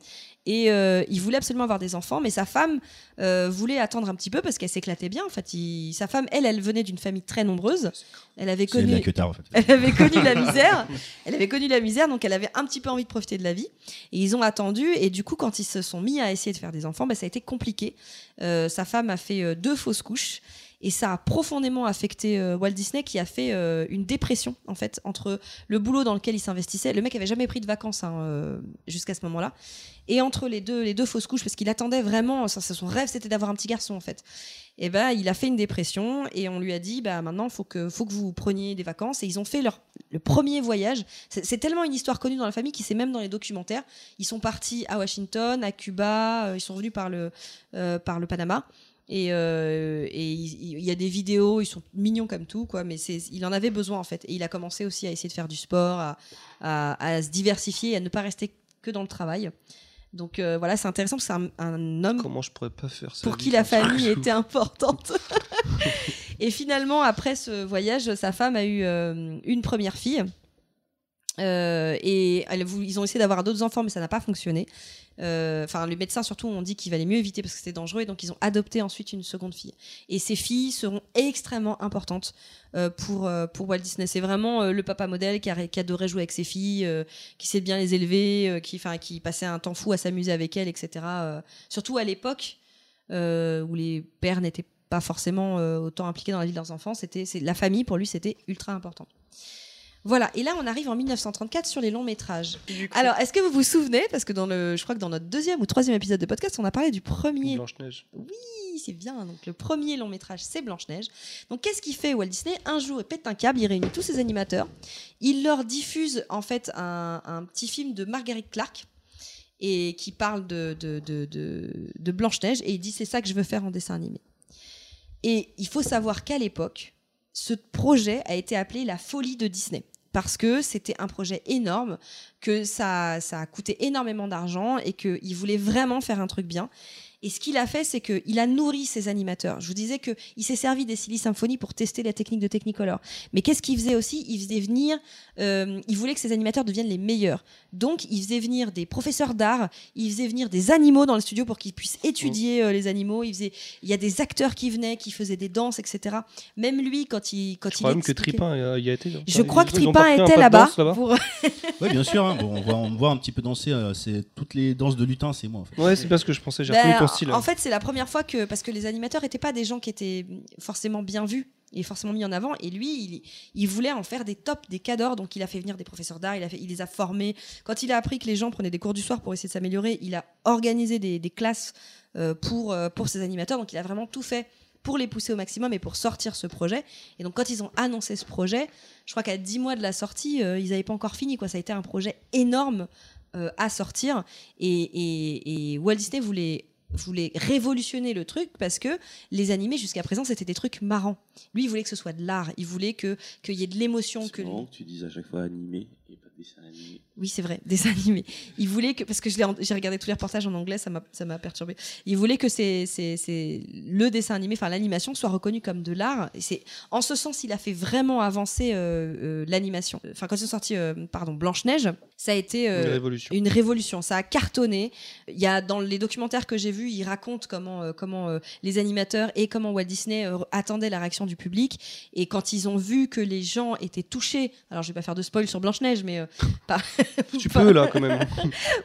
[SPEAKER 1] et euh, il voulait absolument avoir des enfants, mais sa femme euh, voulait attendre un petit peu parce qu'elle s'éclatait bien. En fait, Il- sa femme, elle, elle venait d'une famille très nombreuse. Elle avait
[SPEAKER 3] C'est
[SPEAKER 1] connu
[SPEAKER 3] la que tard en fait.
[SPEAKER 1] elle avait connu la misère. Elle avait connu la misère, donc elle avait un petit peu envie de profiter de la vie. Et ils ont attendu. Et du coup, quand ils se sont mis à essayer de faire des enfants, bah, ça a été compliqué. Euh, sa femme a fait euh, deux fausses couches. Et ça a profondément affecté euh, Walt Disney, qui a fait euh, une dépression, en fait, entre le boulot dans lequel il s'investissait. Le mec avait jamais pris de vacances hein, euh, jusqu'à ce moment-là. Et entre les deux, les deux fausses couches, parce qu'il attendait vraiment, ça, c'est son rêve, c'était d'avoir un petit garçon, en fait et ben il a fait une dépression et on lui a dit bah maintenant faut que faut que vous preniez des vacances et ils ont fait leur le premier voyage c'est c'est tellement une histoire connue dans la famille qui c'est même dans les documentaires ils sont partis à Washington à Cuba euh, ils sont venus par le euh, par le Panama et, euh, et il il y a des vidéos, ils sont mignons comme tout, quoi, mais c'est- il en avait besoin en fait. Et il a commencé aussi à essayer de faire du sport, à, à- à se diversifier, à ne pas rester que dans le travail. Donc euh, voilà, c'est intéressant parce que c'est un, un homme
[SPEAKER 2] Comment je pourrais pas faire ça Ah,
[SPEAKER 1] pour
[SPEAKER 2] lui,
[SPEAKER 1] qui la
[SPEAKER 2] quand je-
[SPEAKER 1] famille était importante. et finalement, après ce voyage, sa femme a eu euh, une première fille Euh, et elle vou- ils ont essayé d'avoir d'autres enfants, mais ça n'a pas fonctionné. Euh, Enfin, les médecins surtout ont dit qu'il valait mieux éviter parce que c'était dangereux, et donc ils ont adopté ensuite une seconde fille. Et ces filles seront extrêmement importantes euh, pour euh, pour Walt Disney. C'est vraiment euh, le papa modèle qui, a- qui adorait jouer avec ses filles, euh, qui sait bien les élever, euh, qui enfin qui passait un temps fou à s'amuser avec elles, etc. Euh, surtout à l'époque euh, où les pères n'étaient pas forcément euh, autant impliqués dans la vie de leurs enfants, c'était c'est- la famille pour lui c'était ultra important. Voilà, et là on arrive en 1934 sur les longs métrages.
[SPEAKER 5] Du coup,
[SPEAKER 1] Alors, est-ce que vous vous souvenez, parce que dans le, je crois que dans notre deuxième ou troisième épisode de podcast, on a parlé du premier.
[SPEAKER 2] Blanche-Neige.
[SPEAKER 1] Oui, c'est bien. Donc le premier long métrage, c'est Blanche Neige. Donc qu'est-ce qu'il fait Walt Disney Un jour, il pète un câble, il réunit tous ses animateurs, il leur diffuse en fait un, un petit film de Marguerite Clark et qui parle de de, de, de, de Blanche Neige et il dit c'est ça que je veux faire en dessin animé. Et il faut savoir qu'à l'époque, ce projet a été appelé la folie de Disney. Parce que c'était un projet énorme, que ça, ça a coûté énormément d'argent et qu'il voulait vraiment faire un truc bien. Et ce qu'il a fait, c'est qu'il a nourri ses animateurs. Je vous disais qu'il s'est servi des Silly Symphony pour tester la technique de Technicolor. Mais qu'est-ce qu'il faisait aussi Il faisait venir, euh, il voulait que ses animateurs deviennent les meilleurs. Donc, il faisait venir des professeurs d'art, il faisait venir des animaux dans le studio pour qu'ils puissent étudier euh, les animaux. Il, faisait, il y a des acteurs qui venaient, qui faisaient des danses, etc. Même lui, quand il, quand
[SPEAKER 2] Je
[SPEAKER 1] il
[SPEAKER 2] crois même que
[SPEAKER 1] expliquait-
[SPEAKER 2] Tripin y a, y a été. hein.
[SPEAKER 1] Je
[SPEAKER 2] Ils-
[SPEAKER 1] crois que
[SPEAKER 2] ils
[SPEAKER 1] Tripin
[SPEAKER 2] ont porté
[SPEAKER 1] était
[SPEAKER 2] un pas de
[SPEAKER 1] là-bas
[SPEAKER 2] danse, là-bas.
[SPEAKER 1] pour
[SPEAKER 3] Oui, bien sûr. hein. Bon, on, voit, on me voit un petit peu danser. euh, c'est toutes les danses de lutin, c'est moi. En fait.
[SPEAKER 2] Ouais, c'est bien ce que hein. je pensais. J'ai
[SPEAKER 1] Ben,
[SPEAKER 2] reconnu ton style.
[SPEAKER 1] En fait, c'est la première fois que parce que les animateurs n'étaient pas des gens qui étaient forcément bien vus et forcément mis en avant. Et lui, il, il voulait en faire des tops, des cadors. Donc, il a fait venir des professeurs d'art. Il, a fait- il les a formés. Quand il a appris que les gens prenaient des cours du soir pour essayer de s'améliorer, il a organisé des, des classes euh, pour euh, pour ses animateurs. Donc, il a vraiment tout fait pour les pousser au maximum et pour sortir ce projet. Et donc, quand ils ont annoncé ce projet, je crois qu'à 10 mois de la sortie, euh, ils n'avaient pas encore fini. Quoi. Ça a été un projet énorme euh, à sortir. Et, et- et Walt Disney voulait voulait révolutionner le truc parce que les animés jusqu'à présent c'était des trucs marrants. Lui il voulait que ce soit de l'art, il voulait que qu'il y ait de l'émotion, que
[SPEAKER 4] C'est marrant que tu dises à chaque fois animé et pas dessin animé.
[SPEAKER 1] oui, c'est vrai, des animés. Il voulait que, parce que je l'ai en- j'ai regardé tous les reportages en anglais, ça m'a ça m'a perturbé. Il voulait que c'est c'est- c'est le dessin animé, enfin l'animation, soit reconnu comme de l'art. Et c'est en ce sens, il a fait vraiment avancer euh, euh, l'animation. Enfin, quand ils sont sortis, euh, pardon, Blanche Neige, ça a été
[SPEAKER 2] Une
[SPEAKER 1] euh,
[SPEAKER 2] révolution.
[SPEAKER 1] une révolution. Ça a cartonné. Il y a dans les documentaires que j'ai vus, ils racontent comment euh, comment euh, les animateurs et comment Walt Disney euh, attendaient la réaction du public. Et quand ils ont vu que les gens étaient touchés, alors je vais pas faire de spoil sur Blanche Neige, mais euh, par-
[SPEAKER 2] Tu
[SPEAKER 1] par-
[SPEAKER 2] peux là quand même.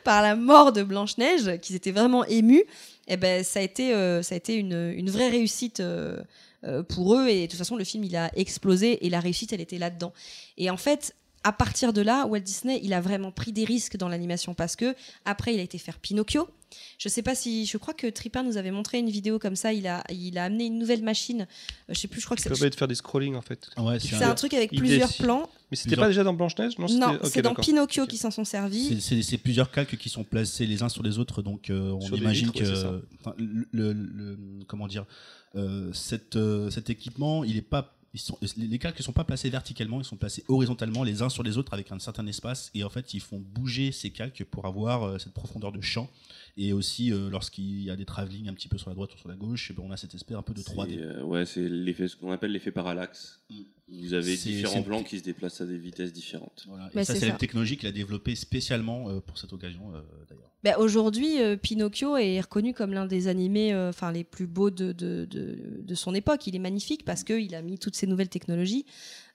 [SPEAKER 1] par la mort de Blanche Neige, qu'ils étaient vraiment émus. Et ben ça a été euh, ça a été une, une vraie réussite. euh, euh, pour eux et de toute façon le film il a explosé et la réussite elle était là-dedans. Et en fait, à partir de là, Walt Disney, il a vraiment pris des risques dans l'animation parce que après il a été faire Pinocchio. Je sais pas si je crois que Tripin nous avait montré une vidéo comme ça, il a il a amené une nouvelle machine, Euh, je sais plus, je crois que
[SPEAKER 2] Ça
[SPEAKER 1] c'est
[SPEAKER 2] permet de faire des scrolling en fait.
[SPEAKER 3] Ouais,
[SPEAKER 1] c'est un truc avec
[SPEAKER 2] il
[SPEAKER 1] plusieurs
[SPEAKER 2] décide.
[SPEAKER 1] plans.
[SPEAKER 2] Mais c'était
[SPEAKER 3] Plusieurs-
[SPEAKER 2] pas déjà dans Blanche-Neige Non,
[SPEAKER 1] Non,
[SPEAKER 2] c'était- ok,
[SPEAKER 1] c'est dans
[SPEAKER 2] d'accord.
[SPEAKER 1] Pinocchio
[SPEAKER 2] Ok.
[SPEAKER 1] qui s'en sont servis.
[SPEAKER 3] C'est- C'est c'est plusieurs calques qui sont placés les uns sur les autres, donc euh, on
[SPEAKER 2] Sur des
[SPEAKER 3] imagine
[SPEAKER 2] vitres, ouais, c'est ça.
[SPEAKER 3] que enfin, le, le- le- comment dire, euh, cette, euh, cet équipement, il est pas, ils sont, les les calques ne sont pas placés verticalement, ils sont placés horizontalement les uns sur les autres avec un certain espace, et en fait ils font bouger ces calques pour avoir euh, cette profondeur de champ, et aussi euh, lorsqu'il y a des travelling un petit peu sur la droite ou sur la gauche, eh ben, on a cet espèce un peu de 3D.
[SPEAKER 4] C'est, euh, ouais, c'est l'effet, ce qu'on appelle l'effet parallaxe. Vous avez
[SPEAKER 3] C'est-
[SPEAKER 4] différents
[SPEAKER 3] c'est-
[SPEAKER 4] plans qui se déplacent à des vitesses différentes.
[SPEAKER 3] Voilà. Et
[SPEAKER 1] Bah,
[SPEAKER 3] ça
[SPEAKER 1] c'est
[SPEAKER 3] c'est la
[SPEAKER 1] ça.
[SPEAKER 3] technologie qu'il a développée spécialement euh, pour cette occasion euh, d'ailleurs.
[SPEAKER 1] Bah, Aujourd'hui, euh, Pinocchio est reconnu comme l'un des animés euh, enfin les plus beaux de, de, de, de son époque. Il est magnifique parce qu'il a mis toutes ces nouvelles technologies.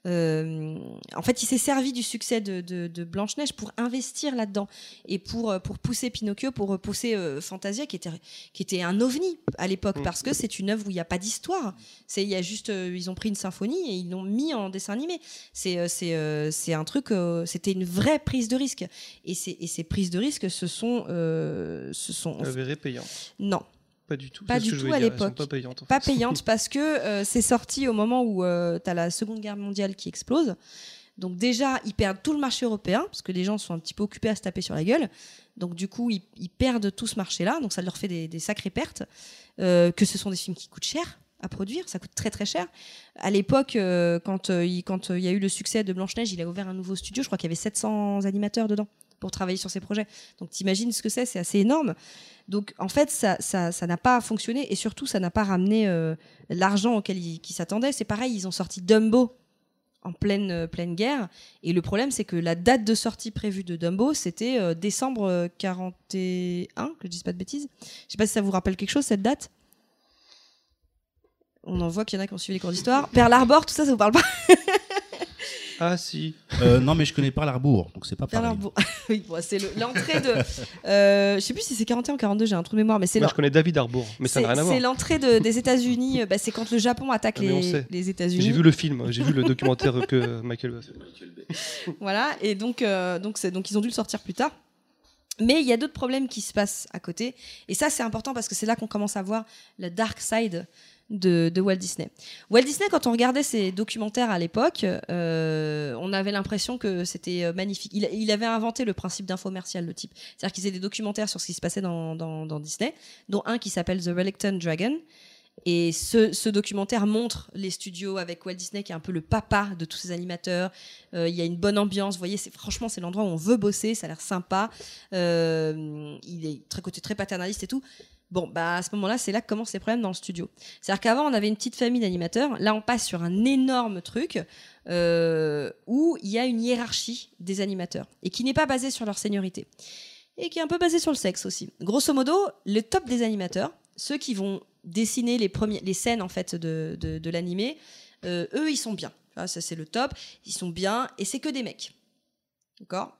[SPEAKER 1] Euh, en fait, il s'est servi du succès de, de, de Blanche-Neige pour investir là-dedans et pour, euh, pour pousser Pinocchio, pour euh, pousser euh, Fantasia, qui était, qui était un ovni à l'époque,
[SPEAKER 2] Mm.
[SPEAKER 1] parce que c'est une œuvre où il n'y a pas d'histoire. C'est- Il y a juste, euh, ils ont pris une symphonie et ils l'ont mis en dessin animé. C'est euh, c'est, euh, c'est un truc, euh, c'était une vraie prise de risque. Et, ces- et ces prises de risque, ce sont, euh, ce sont
[SPEAKER 2] Le verré payant.
[SPEAKER 1] non,
[SPEAKER 2] Pas du tout.
[SPEAKER 1] Pas
[SPEAKER 2] c'est ce
[SPEAKER 1] du
[SPEAKER 2] que je
[SPEAKER 1] tout
[SPEAKER 2] voulais
[SPEAKER 1] à
[SPEAKER 2] dire, elles sont
[SPEAKER 1] l'époque.
[SPEAKER 2] Pas payantes. en
[SPEAKER 1] pas
[SPEAKER 2] fait.
[SPEAKER 1] payante parce que euh, c'est sorti au moment où tu as la Seconde Guerre mondiale qui explose. Donc déjà, ils perdent tout le marché européen parce que les gens sont un petit peu occupés à se taper sur la gueule. Donc du coup, ils, ils perdent tout ce marché-là. Donc ça leur fait des, des sacrées pertes. Euh, que ce sont des films qui coûtent cher à produire, ça coûte très très cher. À l'époque, euh, quand euh, il quand, euh, il y a eu le succès de Blanche-Neige, il a ouvert un nouveau studio. Je crois qu'il y avait 700 animateurs dedans pour travailler sur ses projets. Donc t'imagines ce que c'est, c'est assez énorme. Donc en fait, ça ça- ça n'a pas fonctionné et surtout, ça n'a pas ramené euh, l'argent auquel ils qui s'attendaient. C'est pareil, ils ont sorti Dumbo en pleine, euh, pleine guerre. Et le problème, c'est que la date de sortie prévue de Dumbo, c'était euh, décembre euh, 41, que je dise pas de bêtises. Je sais pas si ça vous rappelle quelque chose, cette date. On en voit qu'il y en a qui ont suivi les cours d'histoire. Pearl Harbor, tout ça, ça vous parle pas
[SPEAKER 2] Ah si.
[SPEAKER 3] Euh, non, mais je connais pas l'arbour, donc c'est pas
[SPEAKER 1] Pearl
[SPEAKER 3] pareil.
[SPEAKER 1] Harbor. oui, bon, c'est le- l'entrée de. euh, je sais plus si c'est 41 ou 42, j'ai un trou de mémoire, mais c'est
[SPEAKER 2] Moi,
[SPEAKER 1] l'en-
[SPEAKER 2] je connais David Harbour, mais
[SPEAKER 1] c'est-
[SPEAKER 2] ça n'a rien à voir.
[SPEAKER 1] c'est l'entrée de- des États-Unis. euh, bah, c'est quand le Japon attaque
[SPEAKER 2] Ah, mais on
[SPEAKER 1] les,
[SPEAKER 2] sait.
[SPEAKER 1] les États-Unis.
[SPEAKER 2] J'ai vu le film, j'ai vu le documentaire que Michael a fait.
[SPEAKER 1] voilà, et donc, euh, donc, c'est- donc ils ont dû le sortir plus tard. Mais il y a d'autres problèmes qui se passent à côté. Et ça, c'est important parce que c'est là qu'on commence à voir la dark side de, de Walt Disney. Walt Disney, quand on regardait ses documentaires à l'époque, euh, on avait l'impression que c'était euh, magnifique. Il, il avait inventé le principe d'infomercial, le type. C'est-à-dire qu'il faisait des documentaires sur ce qui se passait dans, dans- dans Disney, dont un qui s'appelle The Reluctant Dragon. Et ce, ce documentaire montre les studios avec Walt Disney, qui est un peu le papa de tous ces animateurs, euh, il y a une bonne ambiance. Vous voyez, c'est franchement, c'est l'endroit où on veut bosser. Ça a l'air sympa. Euh, il est très côté très paternaliste et tout. Bon, bah à ce moment-là, c'est là que commencent les problèmes dans le studio. C'est-à-dire qu'avant, on avait une petite famille d'animateurs. Là, on passe sur un énorme truc euh, où il y a une hiérarchie des animateurs et qui n'est pas basée sur leur seniorité et qui est un peu basée sur le sexe aussi. Grosso modo, le top des animateurs, ceux qui vont dessiner les, premiers, les scènes en fait de, de, de l'animé, euh, eux, ils sont bien. Ah, ça, c'est le top ils sont bien, et c'est que des mecs. D'accord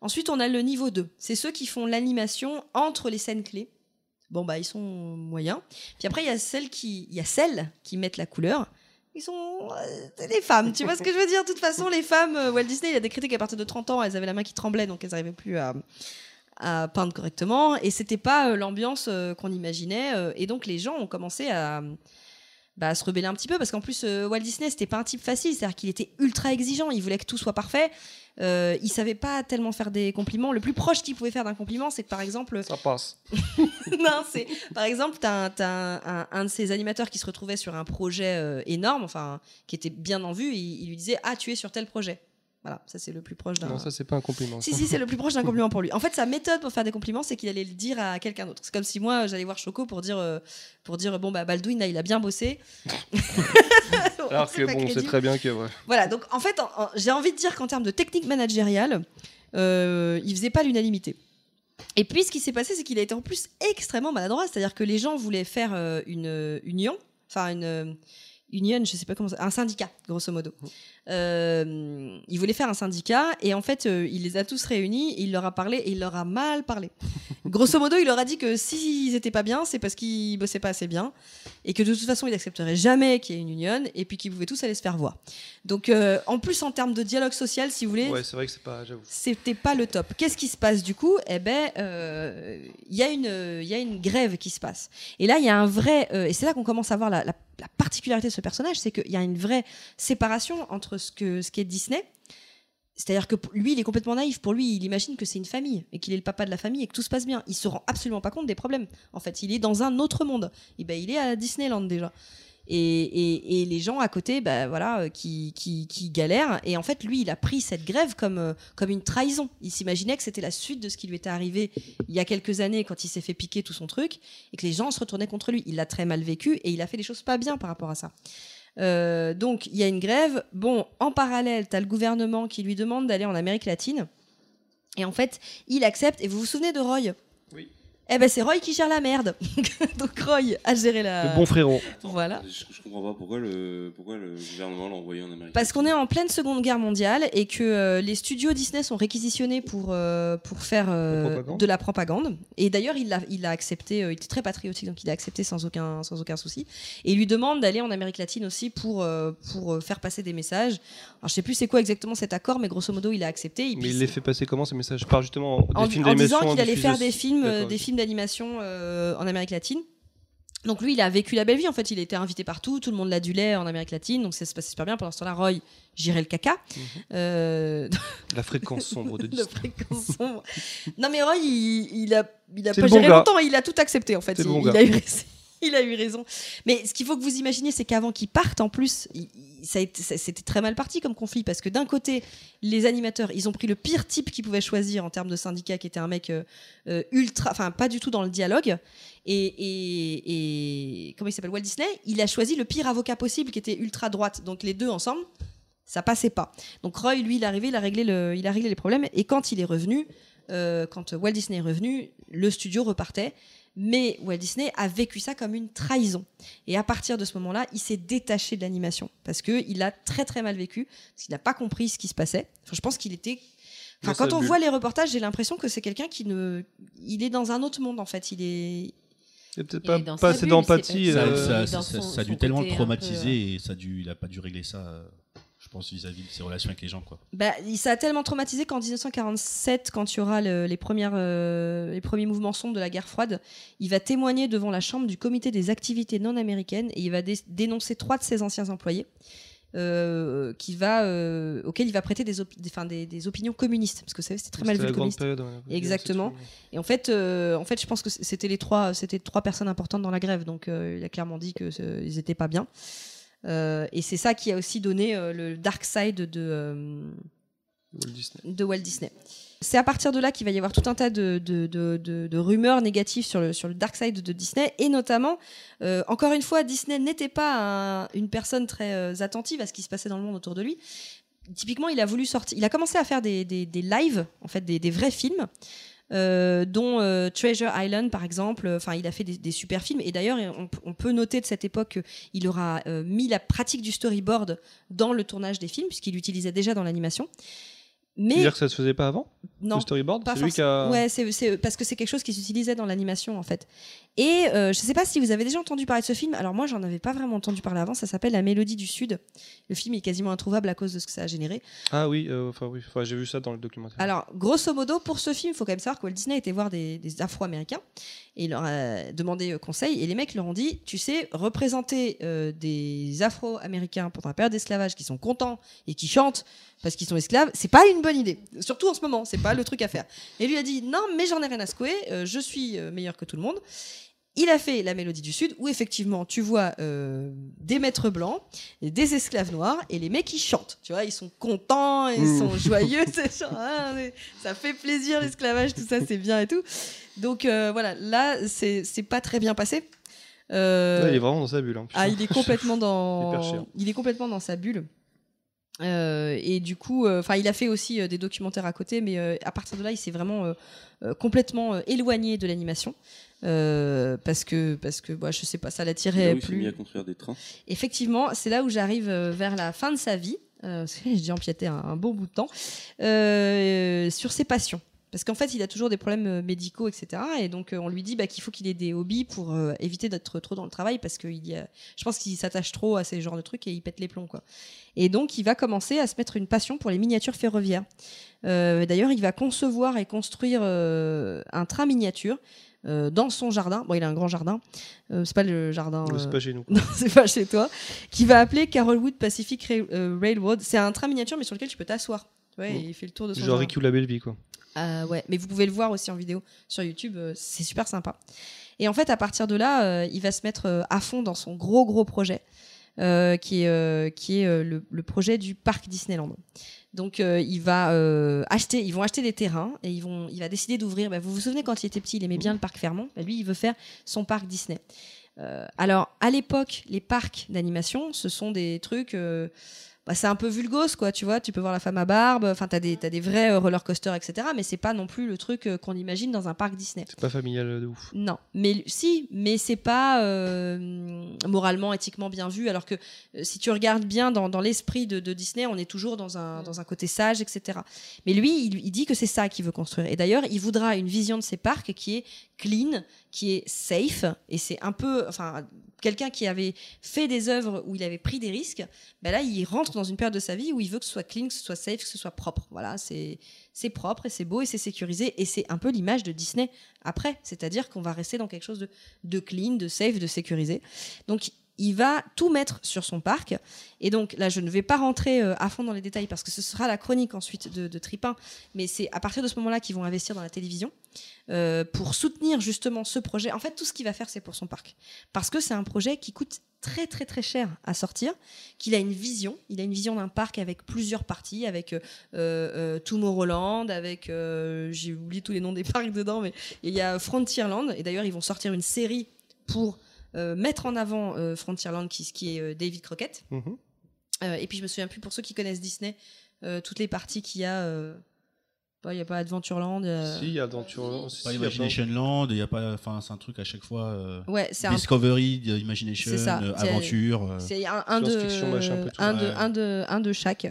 [SPEAKER 1] Ensuite, on a le niveau 2. C'est ceux qui font l'animation entre les scènes clés. Bon, bah, ils sont moyens. Puis après, il y a celles qui, il y a celles qui mettent la couleur. Ils sont euh, c'est des femmes, tu vois ce que je veux dire De toute façon, les femmes, euh, Walt Disney, il a décrété qu'à partir de 30 ans, elles avaient la main qui tremblait, donc elles n'arrivaient plus à, à peindre correctement. Et c'était pas euh, l'ambiance euh, qu'on imaginait. euh, et donc, les gens ont commencé à, bah, se rebeller un petit peu parce qu'en plus euh, Walt Disney c'était pas un type facile c'est à dire qu'il était ultra exigeant il voulait que tout soit parfait euh, il savait pas tellement faire des compliments le plus proche qu'il pouvait faire d'un compliment c'est que par exemple
[SPEAKER 2] Ça passe.
[SPEAKER 1] non, c'est par exemple, t'as un, t'as un, un- un de ces animateurs qui se retrouvait sur un projet euh, énorme, enfin qui était bien en vue, et il, il lui disait ah tu es sur tel projet. Voilà, ça c'est le plus proche d'un.
[SPEAKER 2] Non, ça c'est pas un compliment.
[SPEAKER 1] Si, si, c'est le plus proche d'un compliment pour lui. En fait, sa méthode pour faire des compliments, c'est qu'il allait le dire à quelqu'un d'autre. C'est comme si moi, j'allais voir Choco pour dire, euh, pour dire bon, bah, Baldwin, là, il a bien bossé. On
[SPEAKER 2] Alors
[SPEAKER 1] sait
[SPEAKER 2] que
[SPEAKER 1] pas
[SPEAKER 2] bon, c'est
[SPEAKER 1] crédible.
[SPEAKER 2] très bien que. ouais.
[SPEAKER 1] Voilà, donc en fait, en- en- j'ai envie de dire qu'en termes de technique managériale, euh, il faisait pas l'unanimité. Et puis, ce qui s'est passé, c'est qu'il a été en plus extrêmement maladroit. C'est-à-dire que les gens voulaient faire euh, une euh, union, enfin une euh, union, je sais pas comment, ça- un syndicat, grosso modo. Euh, ils voulaient faire un syndicat et en fait, euh, il les a tous réunis, il leur a parlé et il leur a mal parlé. grosso modo, il leur a dit que s'ils étaient pas bien, c'est parce qu'ils bossaient pas assez bien et que de toute façon, il accepterait jamais qu'il y ait une union et puis qu'ils pouvaient tous aller se faire voir. Donc, euh, en plus, en termes de dialogue social, si vous voulez,
[SPEAKER 2] Ouais, c'est vrai que c'est pas. J'avoue.
[SPEAKER 1] c'était pas le top. Qu'est-ce qui se passe du coup Eh ben, euh, il y a une, euh, il y a une grève qui se passe. Et là, il y a un vrai, euh, et c'est là qu'on commence à voir la, la- la particularité de ce personnage, c'est qu'il y a une vraie séparation entre ce que ce qu'est Disney. C'est-à-dire que pour- lui, il est complètement naïf. Pour lui, il imagine que c'est une famille et qu'il est le papa de la famille et que tout se passe bien. Il se rend absolument pas compte des problèmes. En fait, il est dans un autre monde. Et ben, il est à Disneyland déjà. Et, et- et les gens à côté, ben voilà, euh, qui, qui, qui galèrent. Et en fait, lui, il a pris cette grève comme euh, comme une trahison. Il s'imaginait que c'était la suite de ce qui lui était arrivé il y a quelques années quand il s'est fait piquer tout son truc et que les gens se retournaient contre lui. Il l'a très mal vécu et il a fait des choses pas bien par rapport à ça. Euh, donc il y a une grève. Bon, en parallèle, tu as le gouvernement qui lui demande d'aller en Amérique latine. Et en fait, il accepte. Et vous vous souvenez de Roy
[SPEAKER 2] Oui.
[SPEAKER 1] Eh ben c'est Roy qui gère la merde. donc Roy a géré la...
[SPEAKER 2] Le bon frérot.
[SPEAKER 1] Voilà.
[SPEAKER 8] Je, je comprends pas pourquoi le, pourquoi le gouvernement l'a envoyé en Amérique.
[SPEAKER 1] Parce qu'on est en pleine Seconde Guerre mondiale et que euh, les studios Disney sont réquisitionnés pour, euh, pour faire euh,
[SPEAKER 2] La propagande.
[SPEAKER 1] de la propagande. Et d'ailleurs, il l'a il a accepté, euh, il était très patriotique, donc il a accepté sans aucun, sans aucun souci. Et il lui demande d'aller en Amérique latine aussi pour, euh, pour euh, faire passer des messages. Alors, je sais plus c'est quoi exactement cet accord, mais grosso modo, il a accepté. Et
[SPEAKER 2] Mais
[SPEAKER 1] puis,
[SPEAKER 2] il les fait passer comment ces messages Je parle justement des
[SPEAKER 1] en,
[SPEAKER 2] films
[SPEAKER 1] en
[SPEAKER 2] d'animation.
[SPEAKER 1] disant qu'il allait faire des
[SPEAKER 2] diffusés-
[SPEAKER 1] films, euh,
[SPEAKER 2] D'accord,
[SPEAKER 1] des
[SPEAKER 2] ok.
[SPEAKER 1] films d'animation euh, en Amérique latine. Donc lui, il a vécu la belle vie. En fait, il était invité partout, tout le monde l'adulait en Amérique latine, donc ça se passait super bien. Pendant ce temps-là, Roy girait le caca.
[SPEAKER 2] Mhm.
[SPEAKER 1] Euh,
[SPEAKER 2] La fréquence sombre de
[SPEAKER 1] de
[SPEAKER 2] Disney.
[SPEAKER 1] fréquence sombre. Non mais Roy, il, il a, il a
[SPEAKER 2] C'est
[SPEAKER 1] pas
[SPEAKER 2] le bon
[SPEAKER 1] géré
[SPEAKER 2] gars.
[SPEAKER 1] longtemps, il a tout accepté en fait.
[SPEAKER 2] C'est
[SPEAKER 1] Il,
[SPEAKER 2] le bon
[SPEAKER 1] il
[SPEAKER 2] gars.
[SPEAKER 1] a eu raison. Il a eu raison. Mais ce qu'il faut que vous imaginiez, c'est qu'avant qu'il parte, en plus, il- il- ça a été- ça- c'était très mal parti comme conflit parce que d'un côté, les animateurs, ils ont pris le pire type qu'ils pouvaient choisir en termes de syndicat, qui était un mec euh, euh, ultra, enfin pas du tout dans le dialogue. Et, et, et- comment il s'appelle Walt Disney Il a choisi le pire avocat possible, qui était ultra droite. Donc les deux ensemble, Ça passait pas. Donc Roy, lui, il est arrivé, il a réglé, le, il a réglé les problèmes. Et quand il est revenu, euh, quand Walt Disney est revenu, le studio repartait. Mais Walt Disney a vécu ça comme une trahison. Et à partir de ce moment-là, il s'est détaché de l'animation parce que il a très très mal vécu, parce qu'il n'a pas compris ce qui se passait. Enfin, je pense qu'il était. Enfin,
[SPEAKER 2] Dans
[SPEAKER 1] quand
[SPEAKER 2] sa
[SPEAKER 1] on
[SPEAKER 2] bulle.
[SPEAKER 1] voit les reportages, j'ai l'impression que c'est quelqu'un qui ne. Il est dans un autre monde en fait. Il est.
[SPEAKER 2] Il y a peut-être
[SPEAKER 6] Il est
[SPEAKER 2] pas,
[SPEAKER 6] dans
[SPEAKER 2] pas
[SPEAKER 6] sa
[SPEAKER 2] assez
[SPEAKER 6] bulle,
[SPEAKER 2] d'empathie.
[SPEAKER 6] c'est pas-
[SPEAKER 3] Ça,
[SPEAKER 2] euh,
[SPEAKER 3] ça-
[SPEAKER 6] dans
[SPEAKER 3] ça-
[SPEAKER 6] son-
[SPEAKER 3] ça a dû
[SPEAKER 6] son
[SPEAKER 3] tellement le
[SPEAKER 6] côté un peu,
[SPEAKER 3] traumatiser et ça a dû, il a pas dû régler ça, euh, je pense, vis-à-vis de ses relations avec les gens. Quoi.
[SPEAKER 1] Bah, il- ça a tellement traumatisé qu'en 1947, quand il y aura le- les, premières, euh, les premiers mouvements sombres de la guerre froide, il va témoigner devant la Chambre du Comité des activités non américaines et il va dé- dénoncer trois de ses anciens employés euh, qui va, euh, auxquels il va prêter des, op- des, enfin, des- des opinions communistes. Parce que vous savez, c'était très mal vu
[SPEAKER 2] c'était la
[SPEAKER 1] le
[SPEAKER 2] grande
[SPEAKER 1] communiste.
[SPEAKER 2] période. ouais, c'est
[SPEAKER 1] Exactement.
[SPEAKER 2] tout.
[SPEAKER 1] Et en fait, euh, en fait, je pense que c'était les trois, c'était trois personnes importantes dans la grève. Donc, euh, il a clairement dit que euh, ils étaient pas bien. Euh, et c'est ça qui a aussi donné euh, le dark side de euh,
[SPEAKER 2] Walt Disney.
[SPEAKER 1] de Walt Disney. C'est à partir de là qu'il va y avoir tout un tas de, de- de- de- de rumeurs négatives sur le, sur le dark side de Disney, et notamment, euh, encore une fois, Disney n'était pas un- une personne très euh, attentive à ce qui se passait dans le monde autour de lui. Typiquement, il a voulu sortir, il a commencé à faire des, des- des lives, en fait, des, des vrais films. euh, dont euh, Treasure Island par exemple enfin il a fait des, des super films et d'ailleurs on, on peut noter de cette époque qu'il aura euh, mis la pratique du storyboard dans le tournage des films puisqu'il l'utilisait déjà dans l'animation mais
[SPEAKER 2] C'est-à-dire que ça se faisait pas avant
[SPEAKER 1] non
[SPEAKER 2] Le storyboard
[SPEAKER 1] pas
[SPEAKER 2] C'est lui qui
[SPEAKER 1] forcément.
[SPEAKER 2] a.
[SPEAKER 1] Ouais, c'est- c'est- parce que c'est quelque chose qui s'utilisait dans l'animation en fait. Et euh, je sais pas si vous avez déjà entendu parler de ce film. Alors moi, j'en avais pas vraiment entendu parler avant. Ça s'appelle La Mélodie du Sud. Le film est quasiment introuvable à cause de ce que ça a généré.
[SPEAKER 2] Ah oui, euh, enfin oui, enfin, j'ai vu ça dans le documentaire.
[SPEAKER 1] Alors grosso modo, pour ce film, il faut quand même savoir que Walt Disney était voir des, des Afro-Américains et il leur a demandé euh, conseil. Et les mecs leur ont dit, tu sais, représenter euh, des Afro-Américains pendant la période d'esclavage qui sont contents et qui chantent parce qu'ils sont esclaves, c'est pas une bonne idée. Surtout en ce moment, c'est pas le truc à faire. Et lui a dit non, mais j'en ai rien à secouer, euh, je suis euh, meilleur que tout le monde. Il a fait la Mélodie du Sud où effectivement tu vois euh, des maîtres blancs, et des esclaves noirs et les mecs ils chantent. Tu vois, ils sont contents, ils
[SPEAKER 2] Ouh.
[SPEAKER 1] sont joyeux, c'est genre, ah, mais ça fait plaisir l'esclavage, tout ça c'est bien et tout. Donc euh, voilà, là c'est c'est pas très bien passé. Euh,
[SPEAKER 2] Ouais, Ah, il est vraiment dans sa bulle. hein, putain.
[SPEAKER 1] ah, il est complètement
[SPEAKER 2] Hyper cher.
[SPEAKER 1] dans, il est complètement dans sa bulle. Euh, et du coup, enfin, il a fait aussi euh, des documentaires à côté, mais euh, à partir de là, il s'est vraiment euh, euh, complètement euh, éloigné de l'animation Euh, parce que parce que, bah, je sais pas, ça
[SPEAKER 8] Là
[SPEAKER 1] l'attirait
[SPEAKER 8] où il s'est mis
[SPEAKER 1] plus.
[SPEAKER 8] à construire des trains.
[SPEAKER 1] Effectivement, c'est là où j'arrive euh, vers la fin de sa vie. Euh, parce que j'ai dû empiéter un, un bon bout de temps euh, sur ses passions. Parce qu'en fait, il a toujours des problèmes euh, médicaux, etc. Et donc, euh, on lui dit bah, qu'il faut qu'il ait des hobbies pour euh, éviter d'être trop dans le travail, parce que il y a- je pense qu'il s'attache trop à ces genres de trucs et il pète les plombs. Quoi. Et donc, il va commencer à se mettre une passion pour les miniatures ferroviaires. Euh, D'ailleurs, il va concevoir et construire euh, un train miniature euh, dans son jardin. Bon, il a un grand jardin. Euh, c'est pas le jardin.
[SPEAKER 2] Ouais,
[SPEAKER 1] euh,
[SPEAKER 2] C'est pas chez nous.
[SPEAKER 1] non, c'est pas chez toi, qui va appeler Carolwood Pacific Rail- euh, Railroad. C'est un train miniature, mais sur lequel tu peux t'asseoir. Tu vois,
[SPEAKER 2] Mm.
[SPEAKER 1] et il fait le tour de son
[SPEAKER 2] Genre
[SPEAKER 1] jardin.
[SPEAKER 2] Ricky ou la Belle Vie, quoi.
[SPEAKER 1] Euh, ouais, mais vous pouvez le voir aussi en vidéo sur YouTube, euh, c'est super sympa. Et en fait, à partir de là, euh, il va se mettre euh, à fond dans son gros gros projet, euh, qui est, euh, qui est euh, le, le projet du parc Disneyland. Donc, euh, il va euh, acheter, ils vont acheter des terrains et ils vont, il va décider d'ouvrir. bah, vous vous souvenez quand il était petit, il aimait bien le parc Fermont. Bah, lui, il veut faire son parc Disney. Euh, alors, à l'époque, les parcs d'animation, ce sont des trucs. euh, bah, c'est un peu vulgose, quoi, tu vois. Tu peux voir la femme à barbe, enfin, t'as des, t'as des vrais euh, roller coasters, etc. Mais c'est pas non plus le truc euh, qu'on imagine dans un parc Disney.
[SPEAKER 2] C'est pas familial euh, de ouf.
[SPEAKER 1] Non, mais si, mais c'est pas euh, moralement, éthiquement bien vu. Alors que euh, si tu regardes bien dans, dans l'esprit de, de Disney, on est toujours dans un, dans un côté sage, etc. Mais lui, il, il dit que c'est ça qu'il veut construire. Et d'ailleurs, il voudra une vision de ses parcs qui est clean, qui est safe. Et c'est un peu, enfin, quelqu'un qui avait fait des œuvres où il avait pris des risques, ben là, il rentre dans une période de sa vie où il veut que ce soit clean, que ce soit safe, que ce soit propre. Voilà, c'est c'est propre et c'est beau et c'est sécurisé. Et c'est un peu l'image de Disney après. C'est-à-dire qu'on va rester dans quelque chose de, de clean, de safe, de sécurisé. Donc, il va tout mettre sur son parc. Et donc, là, je ne vais pas rentrer euh, à fond dans les détails parce que ce sera la chronique ensuite de, de Tripin. Mais c'est à partir de ce moment-là qu'ils vont investir dans la télévision euh, pour soutenir justement ce projet. En fait, tout ce qu'il va faire, c'est pour son parc. Parce que c'est un projet qui coûte très très très cher à sortir, qu'il a une vision, il a une vision d'un parc avec plusieurs parties, avec euh, euh, Tomorrowland, avec euh, j'ai oublié tous les noms des parcs dedans, mais il y a Frontierland, et d'ailleurs, ils vont sortir une série pour euh, mettre en avant euh, Frontierland, qui, qui est euh, David Crockett.
[SPEAKER 2] Mhm.
[SPEAKER 1] Euh, et puis je me souviens plus, pour ceux qui connaissent Disney, euh, toutes les parties qu'il y a. euh, bah, Il n'y a pas Adventureland. euh,
[SPEAKER 2] Si, il y a dans Turland. si,
[SPEAKER 3] Pas
[SPEAKER 2] si, il y a
[SPEAKER 3] Imagination Land, il y a pas, enfin, c'est un truc à chaque fois. euh,
[SPEAKER 1] Ouais, c'est un
[SPEAKER 3] Discovery, euh, Imagination,
[SPEAKER 1] C'est ça.
[SPEAKER 3] euh,
[SPEAKER 1] C'est-
[SPEAKER 3] aventure. euh,
[SPEAKER 1] C'est un, un
[SPEAKER 2] Science-fiction, machin, un peu
[SPEAKER 1] de,
[SPEAKER 2] tout.
[SPEAKER 1] un, de,
[SPEAKER 3] Ouais.
[SPEAKER 1] un, de, un de chaque.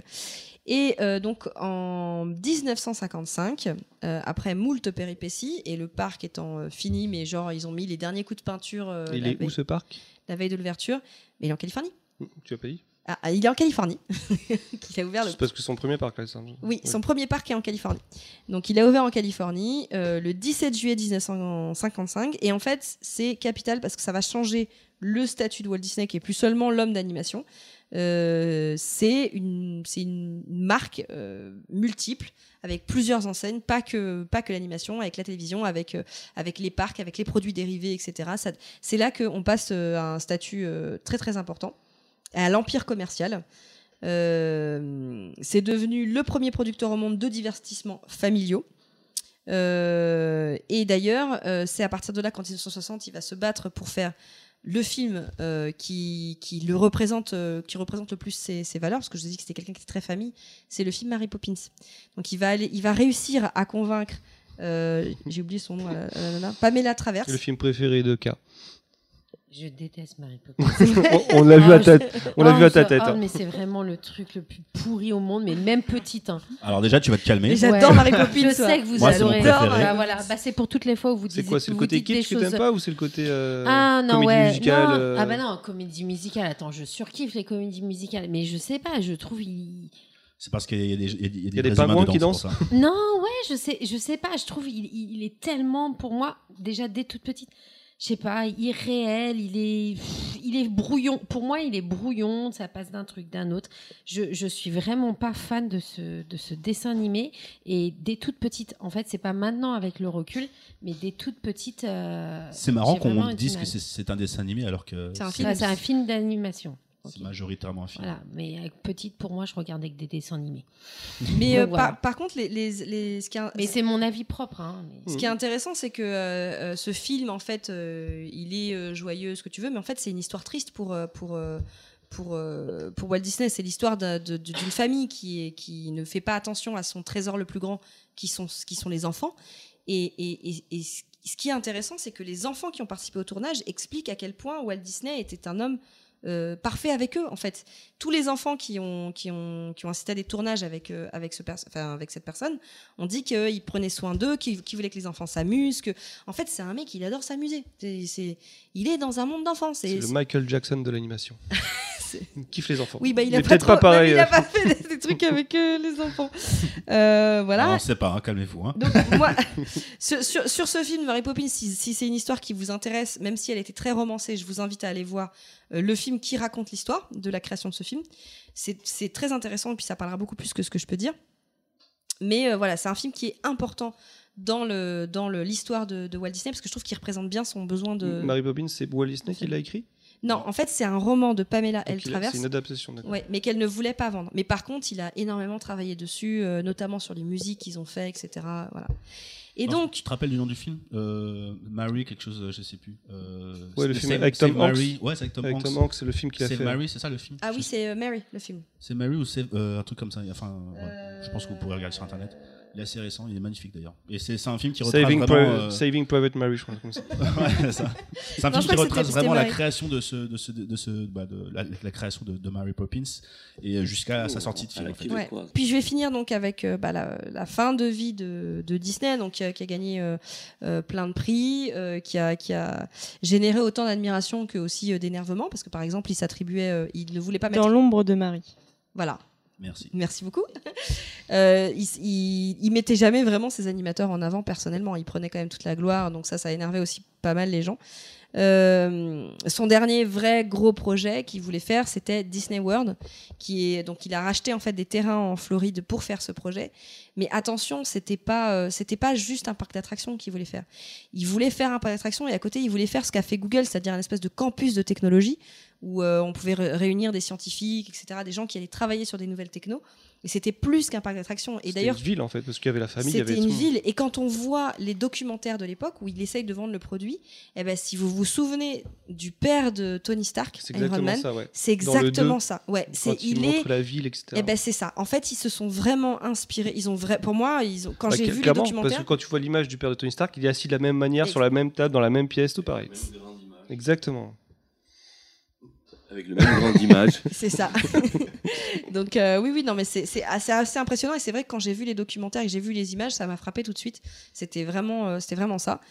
[SPEAKER 1] Et euh, donc en 1955, euh, après moult péripéties, et le parc étant euh, fini, mais genre ils ont mis les derniers coups de peinture euh,
[SPEAKER 2] Il
[SPEAKER 1] la,
[SPEAKER 2] est
[SPEAKER 1] veille,
[SPEAKER 2] où ce parc Mmh,
[SPEAKER 1] la veille de l'ouverture, mais il est en Californie.
[SPEAKER 2] Tu as pas dit
[SPEAKER 1] Ah, ah, il est en Californie qu'il a ouvert le
[SPEAKER 2] C'est parce que son premier parc, là, ça.
[SPEAKER 1] oui, son premier parc est en Californie. Donc il a ouvert en Californie euh, le 17 juillet 1955. Et en fait, c'est capital parce que ça va changer le statut de Walt Disney, qui est plus seulement l'homme d'animation. Euh, c'est une, c'est une marque euh, multiple avec plusieurs enseignes, pas que, pas que l'animation, avec la télévision, avec, euh, avec les parcs, avec les produits dérivés, etc. Ça- c'est là qu'on passe euh, à un statut euh, très très important, à l'empire commercial. Euh, c'est devenu le premier producteur au monde de divertissements familiaux. Euh, et d'ailleurs, euh, c'est à partir de là qu'en 1960, il va se battre pour faire le film euh, qui, qui le représente, euh, qui représente le plus ses, ses valeurs, parce que je vous ai dit que c'était quelqu'un qui était très famille, c'est le film Mary Poppins. Donc il va, aller, il va réussir à convaincre, euh, j'ai oublié son nom, à la- à la nana, Pamela Traverse.
[SPEAKER 2] Le film préféré de K.
[SPEAKER 6] Je déteste Marie Poppins.
[SPEAKER 2] on on l'a vu à
[SPEAKER 6] Ah, je-
[SPEAKER 2] ta tête. On l'a
[SPEAKER 6] Oh,
[SPEAKER 2] vu à ta
[SPEAKER 6] je-
[SPEAKER 2] tête.
[SPEAKER 6] oh,
[SPEAKER 2] hein.
[SPEAKER 6] mais c'est vraiment le truc le plus pourri au monde, mais même petit. Hein.
[SPEAKER 3] Alors déjà, tu vas te calmer.
[SPEAKER 1] Et J'adore
[SPEAKER 6] Ouais.
[SPEAKER 1] Mary Poppins. euh,
[SPEAKER 6] Je
[SPEAKER 1] toi.
[SPEAKER 6] sais que vous
[SPEAKER 3] Moi, c'est mon
[SPEAKER 6] adorez.
[SPEAKER 3] préféré.
[SPEAKER 6] Bah, voilà. Bah, c'est pour toutes les fois où vous
[SPEAKER 2] C'est
[SPEAKER 6] disiez
[SPEAKER 2] quoi C'est
[SPEAKER 6] vous
[SPEAKER 2] le côté
[SPEAKER 6] dites des
[SPEAKER 2] kitsch que t'aimes
[SPEAKER 6] choses-
[SPEAKER 2] pas ou c'est le côté euh,
[SPEAKER 6] Ah non
[SPEAKER 2] comédie
[SPEAKER 6] ouais.
[SPEAKER 2] musicale
[SPEAKER 6] non.
[SPEAKER 2] euh,
[SPEAKER 6] Ah bah non, comédie musicale. Attends, je surkiffe les comédies musicales, mais je sais pas, je trouve il...
[SPEAKER 3] C'est parce qu'il y a des, il y a des- il y a
[SPEAKER 2] Il y a des
[SPEAKER 3] vrais humains
[SPEAKER 2] pingouins qui
[SPEAKER 3] dedans, c'est pour ça.
[SPEAKER 6] Non, ouais, je sais, je sais pas. Je trouve il, il- il est tellement pour moi déjà dès toute petite. Je sais pas, irréel, il est, pff, il est brouillon. Pour moi, il est brouillon. Ça passe d'un truc d'un autre. Je, je suis vraiment pas fan de ce, de ce dessin animé. Et dès toute petite, en fait, c'est pas maintenant avec le recul, mais dès toute petite. euh,
[SPEAKER 3] C'est marrant
[SPEAKER 6] j'ai vraiment
[SPEAKER 3] qu'on
[SPEAKER 6] eu du
[SPEAKER 3] dise que
[SPEAKER 6] mal.
[SPEAKER 3] c'est- c'est un dessin animé alors que
[SPEAKER 1] C'est un
[SPEAKER 3] c'est
[SPEAKER 1] film.
[SPEAKER 6] Ouais, c'est un film d'animation.
[SPEAKER 3] c'est
[SPEAKER 6] Ok.
[SPEAKER 3] majoritairement un film.
[SPEAKER 6] Voilà, mais avec petite, pour moi, je regardais que des dessins animés.
[SPEAKER 1] Mais
[SPEAKER 6] Donc,
[SPEAKER 1] euh,
[SPEAKER 6] voilà.
[SPEAKER 1] par, par contre, les, les, les- ce qui est un-
[SPEAKER 6] Mais c'est mon avis propre. hein, mais-
[SPEAKER 1] Ce qui est intéressant, c'est que euh, euh, ce film, en fait, euh, il est euh, joyeux, ce que tu veux, mais en fait, c'est une histoire triste pour, euh, pour, euh, pour, euh, pour Walt Disney. C'est l'histoire d'un- de- de- d'une famille qui, est- qui ne fait pas attention à son trésor le plus grand, qui sont, qui sont les enfants. Et, et- et- et ce ce qui est intéressant, c'est que les enfants qui ont participé au tournage expliquent à quel point Walt Disney était un homme euh, parfait avec eux, en fait. Tous les enfants qui ont, qui ont, qui ont assisté à des tournages avec, euh, avec, ce perso- enfin, avec cette personne on dit qu'il prenait soin d'eux, qu'il qu'il voulait que les enfants s'amusent. Que... En fait, c'est un mec, il adore s'amuser. C'est- c'est- Il est dans un monde d'enfants.
[SPEAKER 2] C'est
[SPEAKER 1] c'est-
[SPEAKER 2] le Michael Jackson de l'animation.
[SPEAKER 1] C'est-
[SPEAKER 2] Il kiffe les enfants.
[SPEAKER 1] Oui, bah, il
[SPEAKER 2] Mais
[SPEAKER 1] a pas,
[SPEAKER 2] peut-être
[SPEAKER 1] trop...
[SPEAKER 2] pas pareil.
[SPEAKER 1] non, mais il a pas
[SPEAKER 2] euh.
[SPEAKER 1] fait des, des trucs avec euh, les enfants. Euh, voilà.
[SPEAKER 3] Non, c'est pas, hein, calmez-vous. hein.
[SPEAKER 1] Donc, moi, sur, sur- sur ce film, Mary Poppins, si, si c'est une histoire qui vous intéresse, même si elle était très romancée, je vous invite à aller voir euh, le film qui raconte l'histoire de la création de ce film. C'est c'est très intéressant et puis ça parlera beaucoup plus que ce que je peux dire. Mais euh, voilà, c'est un film qui est important dans le dans le- l'histoire de, de Walt Disney parce que je trouve qu'il représente bien son besoin de.
[SPEAKER 2] Mary Poppins, c'est Walt Disney qui l'a écrit
[SPEAKER 1] Non, en fait, c'est un roman de Pamela L.
[SPEAKER 2] Donc, il-
[SPEAKER 1] Travers.
[SPEAKER 2] C'est une adaptation, d'accord.
[SPEAKER 1] Ouais, mais qu'elle ne voulait pas vendre. Mais par contre, il a énormément travaillé dessus, euh, notamment sur les musiques qu'ils ont fait, etc. Voilà. Et
[SPEAKER 3] Alors,
[SPEAKER 1] donc,
[SPEAKER 3] tu te rappelles du nom du film Euh, Mary, quelque chose, euh, je sais plus. Euh,
[SPEAKER 2] Ouais, le
[SPEAKER 3] c'est-
[SPEAKER 2] film
[SPEAKER 3] c'est-
[SPEAKER 2] avec
[SPEAKER 3] c'est
[SPEAKER 2] Tom
[SPEAKER 3] Mary. Ouais, c'est avec Tom
[SPEAKER 2] Avec
[SPEAKER 3] Hanks.
[SPEAKER 2] Tom Hanks, c'est le film qu'il a
[SPEAKER 3] C'est
[SPEAKER 2] fait.
[SPEAKER 3] Mary, c'est ça le film
[SPEAKER 1] Ah oui,
[SPEAKER 3] Je-
[SPEAKER 1] c'est euh, Mary, le film.
[SPEAKER 3] C'est Mary ou c'est euh, un truc comme ça Enfin, ouais, je pense que vous pouvez regarder sur internet. Il est assez récent, il est magnifique d'ailleurs. Et c'est c'est un film qui retrace
[SPEAKER 2] Saving,
[SPEAKER 3] vraiment.
[SPEAKER 2] Private-
[SPEAKER 3] euh,
[SPEAKER 2] Saving Private Mary, je crois. comme ça.
[SPEAKER 3] Ouais, ça. c'est un
[SPEAKER 1] Non, je
[SPEAKER 3] film
[SPEAKER 1] crois
[SPEAKER 3] qui
[SPEAKER 1] que
[SPEAKER 3] retrace
[SPEAKER 1] c'était- c'était
[SPEAKER 3] vraiment la
[SPEAKER 1] Mary.
[SPEAKER 3] création de ce, de ce, de ce- bah, de la, la création de, de Mary Poppins et euh, jusqu'à
[SPEAKER 2] Oh,
[SPEAKER 3] sa sortie de
[SPEAKER 8] À
[SPEAKER 3] film.
[SPEAKER 8] la
[SPEAKER 3] en fait.
[SPEAKER 1] Ouais.
[SPEAKER 8] québécoise.
[SPEAKER 1] Puis je vais finir donc avec euh, bah, la, la fin de vie de, de Disney, donc euh, qui a gagné euh, euh, plein de prix, euh, qui, a, qui a généré autant d'admiration que aussi euh, d'énervement, parce que par exemple, il s'attribuait, euh, il ne voulait pas mettre.
[SPEAKER 5] Dans l'ombre de Marie.
[SPEAKER 1] Voilà.
[SPEAKER 3] Merci.
[SPEAKER 1] Merci beaucoup. Euh, il, il- il mettait jamais vraiment ses animateurs en avant personnellement. Il prenait quand même toute la gloire, donc ça, ça énervait aussi pas mal les gens. Euh, son dernier vrai gros projet qu'il voulait faire, c'était Disney World, qui est donc il a racheté en fait des terrains en Floride pour faire ce projet. Mais attention, c'était pas euh, c'était pas juste un parc d'attractions qu'il voulait faire. Il voulait faire un parc d'attractions et à côté il voulait faire ce qu'a fait Google, c'est-à-dire un espèce de campus de technologie où euh, on pouvait ré- réunir des scientifiques, etc., des gens qui allaient travailler sur des nouvelles technos Mais c'était plus qu'un parc d'attractions. Et
[SPEAKER 2] C'était une
[SPEAKER 1] d'ailleurs,
[SPEAKER 2] ville en fait, parce qu'il y avait la famille, il y avait
[SPEAKER 1] c'était une
[SPEAKER 2] tout.
[SPEAKER 1] ville. Et quand on voit les documentaires de l'époque où il essaye de vendre le produit, eh ben, si vous vous souvenez du père de Tony Stark,
[SPEAKER 2] C'est
[SPEAKER 1] Iron
[SPEAKER 2] exactement
[SPEAKER 1] Man,
[SPEAKER 2] ça, ouais.
[SPEAKER 1] c'est
[SPEAKER 2] Dans le
[SPEAKER 1] exactement
[SPEAKER 2] deux,
[SPEAKER 1] ça. Ouais, c'est
[SPEAKER 2] Quand il,
[SPEAKER 1] il est.
[SPEAKER 2] montre la ville, etc.
[SPEAKER 1] Eh ben c'est ça. En fait, ils se sont vraiment inspirés. Ils ont vrai. Pour moi, ils ont. Quand
[SPEAKER 2] Bah,
[SPEAKER 1] j'ai vu les
[SPEAKER 2] clairement, parce
[SPEAKER 1] documentaires,
[SPEAKER 2] que quand tu vois l'image du père de Tony Stark, il est assis de la même manière,
[SPEAKER 1] Et-
[SPEAKER 2] sur la même table, dans la même pièce, tout pareil.
[SPEAKER 8] Avec le même grain d'image.
[SPEAKER 2] Exactement.
[SPEAKER 8] Avec le même grain d'image.
[SPEAKER 1] c'est ça. Donc euh, oui, oui, non, mais c'est c'est assez, assez impressionnant. Et c'est vrai que quand j'ai vu les documentaires et que j'ai vu les images, ça m'a frappé tout de suite. C'était vraiment, euh, c'était vraiment ça.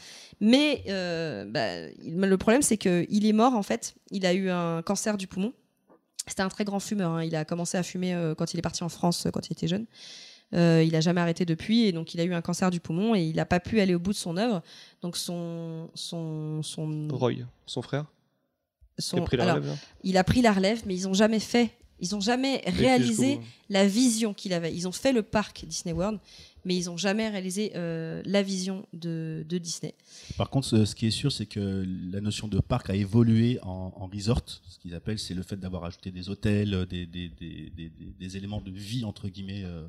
[SPEAKER 1] Mais euh, bah, il- le problème, c'est que il est mort en fait. Il a eu un cancer du poumon. C'était un très grand fumeur. hein. Il a commencé à fumer euh, quand il est parti en France, euh, quand il était jeune. Euh, il a jamais arrêté depuis et donc il a eu un cancer du poumon et il n'a pas pu aller au bout de son œuvre. Donc son son son,
[SPEAKER 2] Roy, son frère, qui
[SPEAKER 1] son-
[SPEAKER 2] a pris la
[SPEAKER 1] alors,
[SPEAKER 2] relève. là.
[SPEAKER 1] il a pris la relève, mais ils ont jamais fait, ils ont jamais réalisé la vision qu'il avait. Ils ont fait le parc Disney World, mais ils ont jamais réalisé euh, la vision de, de Disney.
[SPEAKER 3] Par contre, ce ce qui est sûr, c'est que la notion de parc a évolué en, en resort. Ce qu'ils appellent, c'est le fait d'avoir ajouté des hôtels, euh, des, des, des, des- des- des éléments de vie, entre guillemets, euh,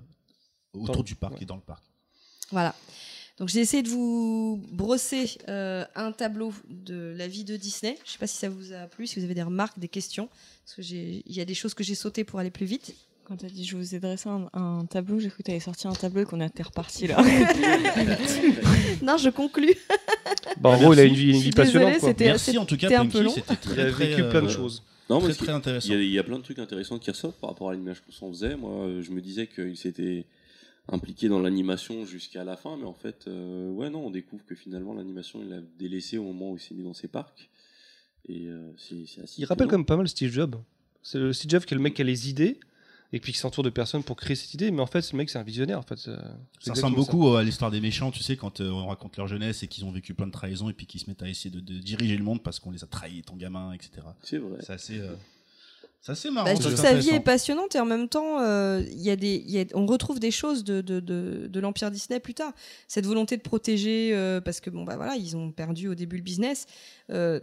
[SPEAKER 3] autour
[SPEAKER 2] Dans-
[SPEAKER 3] du parc
[SPEAKER 2] ouais.
[SPEAKER 3] et dans le parc.
[SPEAKER 1] Voilà. Donc j'ai essayé de vous brosser euh, un tableau de la vie de Disney. Je sais pas si ça vous a plu, si vous avez des remarques, des questions, parce que j'ai- il y a des choses que j'ai sautées pour aller plus vite.
[SPEAKER 5] Quand t'as dit je vous ai dressé un, un tableau, j'ai cru que t'avais sorti un tableau et qu'on était reparti là.
[SPEAKER 1] Non, je conclus.
[SPEAKER 2] Bah, en
[SPEAKER 3] Ah,
[SPEAKER 2] gros, il a
[SPEAKER 3] merci.
[SPEAKER 2] une vie, une
[SPEAKER 1] Je
[SPEAKER 2] vie
[SPEAKER 1] suis
[SPEAKER 2] passionnante.
[SPEAKER 1] désolée,
[SPEAKER 2] quoi.
[SPEAKER 1] c'était-
[SPEAKER 3] Merci en tout cas,
[SPEAKER 1] c'était un peu
[SPEAKER 3] Pinky,
[SPEAKER 1] long.
[SPEAKER 3] c'était
[SPEAKER 2] Il a
[SPEAKER 3] très, très,
[SPEAKER 2] vécu plein de
[SPEAKER 3] euh,
[SPEAKER 2] choses.
[SPEAKER 8] Non,
[SPEAKER 3] Très,
[SPEAKER 8] parce que
[SPEAKER 3] très
[SPEAKER 8] il y,
[SPEAKER 3] intéressant.
[SPEAKER 8] a, il y a plein de trucs intéressants qui ressortent par rapport à l'image qu'on s'en faisait. Moi, euh, je me disais qu'il s'était impliqué dans l'animation jusqu'à la fin, mais en fait, euh, ouais, non, on découvre que finalement l'animation, il l'a délaissée au moment où il s'est mis dans ses parcs. Et euh, c'est c'est assez.
[SPEAKER 2] Il rappelle quand
[SPEAKER 8] étonnant.
[SPEAKER 2] même pas mal Steve Jobs. C'est le Steve Jobs qui est le mec qui a les idées et puis qui s'entoure de personnes pour créer cette idée. Mais en fait, ce mec, c'est un visionnaire. En fait. C'est
[SPEAKER 3] Ça
[SPEAKER 2] exactement
[SPEAKER 3] ressemble beaucoup à l'histoire des méchants, tu sais, quand euh, on raconte leur jeunesse et qu'ils ont vécu plein de trahisons et puis qu'ils se mettent à essayer de, de diriger le monde parce qu'on les a trahis, ton gamin, etc.
[SPEAKER 8] C'est vrai.
[SPEAKER 3] C'est assez, euh, c'est assez marrant.
[SPEAKER 1] Bah, je
[SPEAKER 3] c'est
[SPEAKER 1] trouve que
[SPEAKER 3] assez
[SPEAKER 1] sa vie est
[SPEAKER 3] intéressant.
[SPEAKER 1] passionnante et en même temps, euh, il y a des, il y a- on retrouve des choses de, de, de, de l'empire Disney plus tard. Cette volonté de protéger, euh, parce que bon bah voilà, ils ont perdu au début le business. Euh,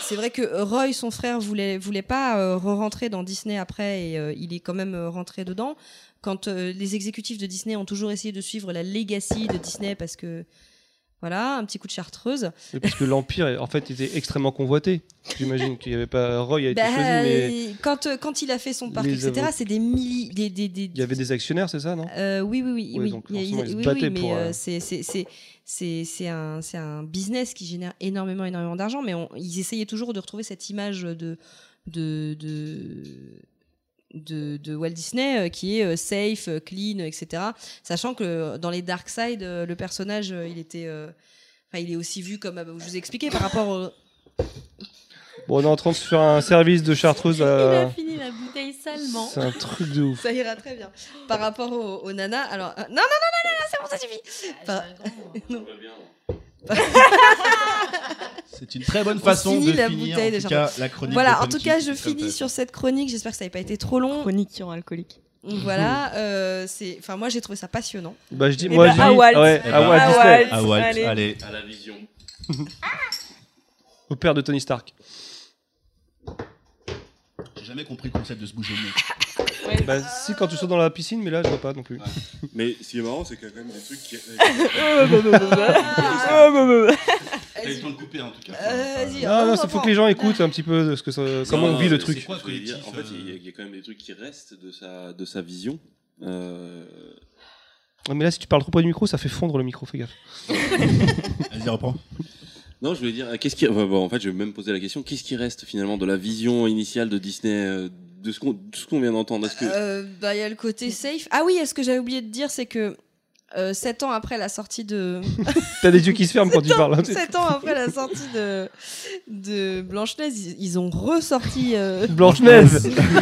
[SPEAKER 1] c'est vrai que Roy, son frère, voulait voulait pas euh, re-rentrer dans Disney après et euh, il est quand même euh, rentré dedans. Quand euh, les exécutifs de Disney ont toujours essayé de suivre la legacy de Disney parce que voilà, un petit coup de chartreuse.
[SPEAKER 2] Et parce que l'Empire, en fait, était extrêmement convoité. J'imagine qu'il n'y avait pas. Roy a été
[SPEAKER 1] Bah,
[SPEAKER 2] choisi, mais
[SPEAKER 1] quand euh, quand il a fait son parc,
[SPEAKER 2] les
[SPEAKER 1] etc.
[SPEAKER 2] avocats-
[SPEAKER 1] C'est des milliers, des, des, des,
[SPEAKER 2] il y avait des actionnaires, c'est ça, non
[SPEAKER 1] Euh, oui, oui, oui,
[SPEAKER 2] Ouais,
[SPEAKER 1] oui.
[SPEAKER 2] donc,
[SPEAKER 1] Il y a-
[SPEAKER 2] forcément, ils se
[SPEAKER 1] oui, oui,
[SPEAKER 2] battaient
[SPEAKER 1] mais
[SPEAKER 2] pour,
[SPEAKER 1] euh,
[SPEAKER 2] euh,
[SPEAKER 1] c'est c'est- c'est- c'est- c'est un, c'est un business qui génère énormément, énormément d'argent, mais on- ils essayaient toujours de retrouver cette image de, de, de, de, de Walt Disney euh, qui est euh, safe, euh, clean, euh, etc. Sachant que euh, dans les Dark Side, euh, le personnage, euh, il était. euh, Enfin, il est aussi vu comme euh, je vous ai expliqué par rapport au...
[SPEAKER 2] Bon, on est en train de se faire un service de chartreuse
[SPEAKER 6] Il
[SPEAKER 2] à.
[SPEAKER 6] a fini la bouteille salement.
[SPEAKER 2] C'est un truc de ouf.
[SPEAKER 1] ça ira très bien par rapport au, au nana alors euh, non non non non non, non c'est bon ça suffit
[SPEAKER 6] Ah, j'ai un grand-
[SPEAKER 8] hein,
[SPEAKER 3] C'est une très bonne façon
[SPEAKER 1] finit
[SPEAKER 3] de
[SPEAKER 1] la
[SPEAKER 3] finir
[SPEAKER 1] bouteille
[SPEAKER 3] en
[SPEAKER 1] de
[SPEAKER 3] tout cas, la chronique.
[SPEAKER 1] voilà
[SPEAKER 3] de
[SPEAKER 1] en tout
[SPEAKER 3] Punky,
[SPEAKER 1] cas
[SPEAKER 3] c'était
[SPEAKER 1] je
[SPEAKER 3] très
[SPEAKER 1] finis
[SPEAKER 3] intéressant.
[SPEAKER 1] sur cette chronique j'espère que ça n'avait pas été trop long
[SPEAKER 5] Chronique qui rend alcoolique.
[SPEAKER 2] Mhm.
[SPEAKER 1] Donc voilà, euh, c'est. Enfin, moi j'ai trouvé ça passionnant.
[SPEAKER 2] Bah, je dis,
[SPEAKER 5] Eh
[SPEAKER 2] moi,
[SPEAKER 5] ben,
[SPEAKER 2] je dis.
[SPEAKER 5] à Walt.
[SPEAKER 2] ouais,
[SPEAKER 3] Eh
[SPEAKER 2] à
[SPEAKER 3] ben,
[SPEAKER 2] Walt
[SPEAKER 5] à
[SPEAKER 2] Disney.
[SPEAKER 5] Walt.
[SPEAKER 3] Ah ouais,
[SPEAKER 5] Allez.
[SPEAKER 3] allez.
[SPEAKER 8] À la vision.
[SPEAKER 2] Au père de Tony Stark.
[SPEAKER 3] J'ai jamais compris le concept de se bouger le nez.
[SPEAKER 2] Bah, si, quand tu sautes dans la piscine, mais là, je vois pas non plus.
[SPEAKER 8] Mais ce qui est marrant, c'est qu'il y a quand même des trucs qui.
[SPEAKER 5] Ah, bah,
[SPEAKER 3] T'as eu le temps de couper en tout cas.
[SPEAKER 1] Euh, vas-y.
[SPEAKER 2] Non, non,
[SPEAKER 1] reprends,
[SPEAKER 2] ça faut
[SPEAKER 1] reprends.
[SPEAKER 2] que les gens écoutent un petit peu de ce que ça, comment
[SPEAKER 8] Non,
[SPEAKER 2] on vit
[SPEAKER 8] non,
[SPEAKER 2] le truc.
[SPEAKER 8] c'est
[SPEAKER 3] quoi,
[SPEAKER 8] ce que je voulais dire.
[SPEAKER 3] collectif,
[SPEAKER 8] En fait,
[SPEAKER 3] euh,
[SPEAKER 8] il y, a- il y a quand même des trucs qui restent de sa, de sa vision. Euh,
[SPEAKER 2] Ouais, Mais là, si tu parles trop près du micro, ça fait fondre le micro, fais gaffe.
[SPEAKER 3] Vas-y, reprends.
[SPEAKER 8] Non, je voulais dire, euh, qu'est-ce qui. enfin, bon, en fait, je vais même poser la question. Qu'est-ce qui reste finalement de la vision initiale de Disney, euh, de ce qu'on de ce qu'on vient d'entendre Est-ce que
[SPEAKER 1] Euh, bah, il y a le côté safe. Ah oui, ce que j'avais oublié de dire, c'est que. 7 ans après la sortie de
[SPEAKER 2] T'as des yeux qui se ferment quand tu parles. hein, tu sais.
[SPEAKER 1] 7 ans après la sortie de de Blanche Neige ils, ils ont ressorti euh,
[SPEAKER 2] Blanche-Neige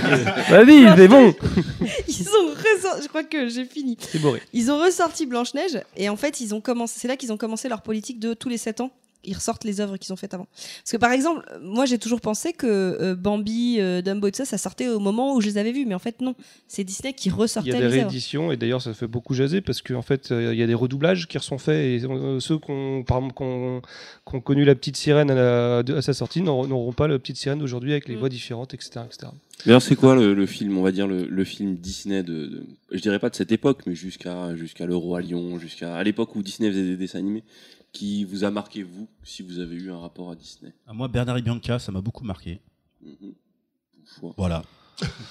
[SPEAKER 2] Vas-y, c'est bon
[SPEAKER 1] ils ont ressorti je crois que j'ai fini
[SPEAKER 2] C'est boré.
[SPEAKER 1] ils ont ressorti Blanche Neige et en fait ils ont commencé c'est là qu'ils ont commencé leur politique de tous les 7 ans ils ressortent les œuvres qu'ils ont faites avant parce que par exemple euh, moi j'ai toujours pensé que euh, Bambi euh, Dumbo et tout ça ça sortait au moment où je les avais vus mais en fait non c'est Disney qui
[SPEAKER 2] Il y
[SPEAKER 1] ressortait
[SPEAKER 2] a des
[SPEAKER 1] les œuvres
[SPEAKER 2] rééditions, et d'ailleurs, ça fait beaucoup jaser, parce qu'en fait, euh, il y a des redoublages qui sont faits, et euh, ceux qui ont, par exemple, qui ont- qui ont connu la petite sirène à, la- de- à sa sortie n'auront n'auront pas la petite sirène aujourd'hui avec les
[SPEAKER 1] Mm.
[SPEAKER 2] voix différentes, etc. etc.
[SPEAKER 8] D'ailleurs, c'est quoi le, le film, on va dire, le, le film Disney de, de- Je dirais pas de cette époque, mais jusqu'à jusqu'à le Roi Lion, jusqu'à à l'époque où Disney faisait des dessins animés, qui vous a marqué, vous, si vous avez eu un rapport à Disney
[SPEAKER 3] Ah, Moi, Bernard et Bianca, ça m'a beaucoup marqué.
[SPEAKER 8] Mhm. Faut-
[SPEAKER 3] Voilà.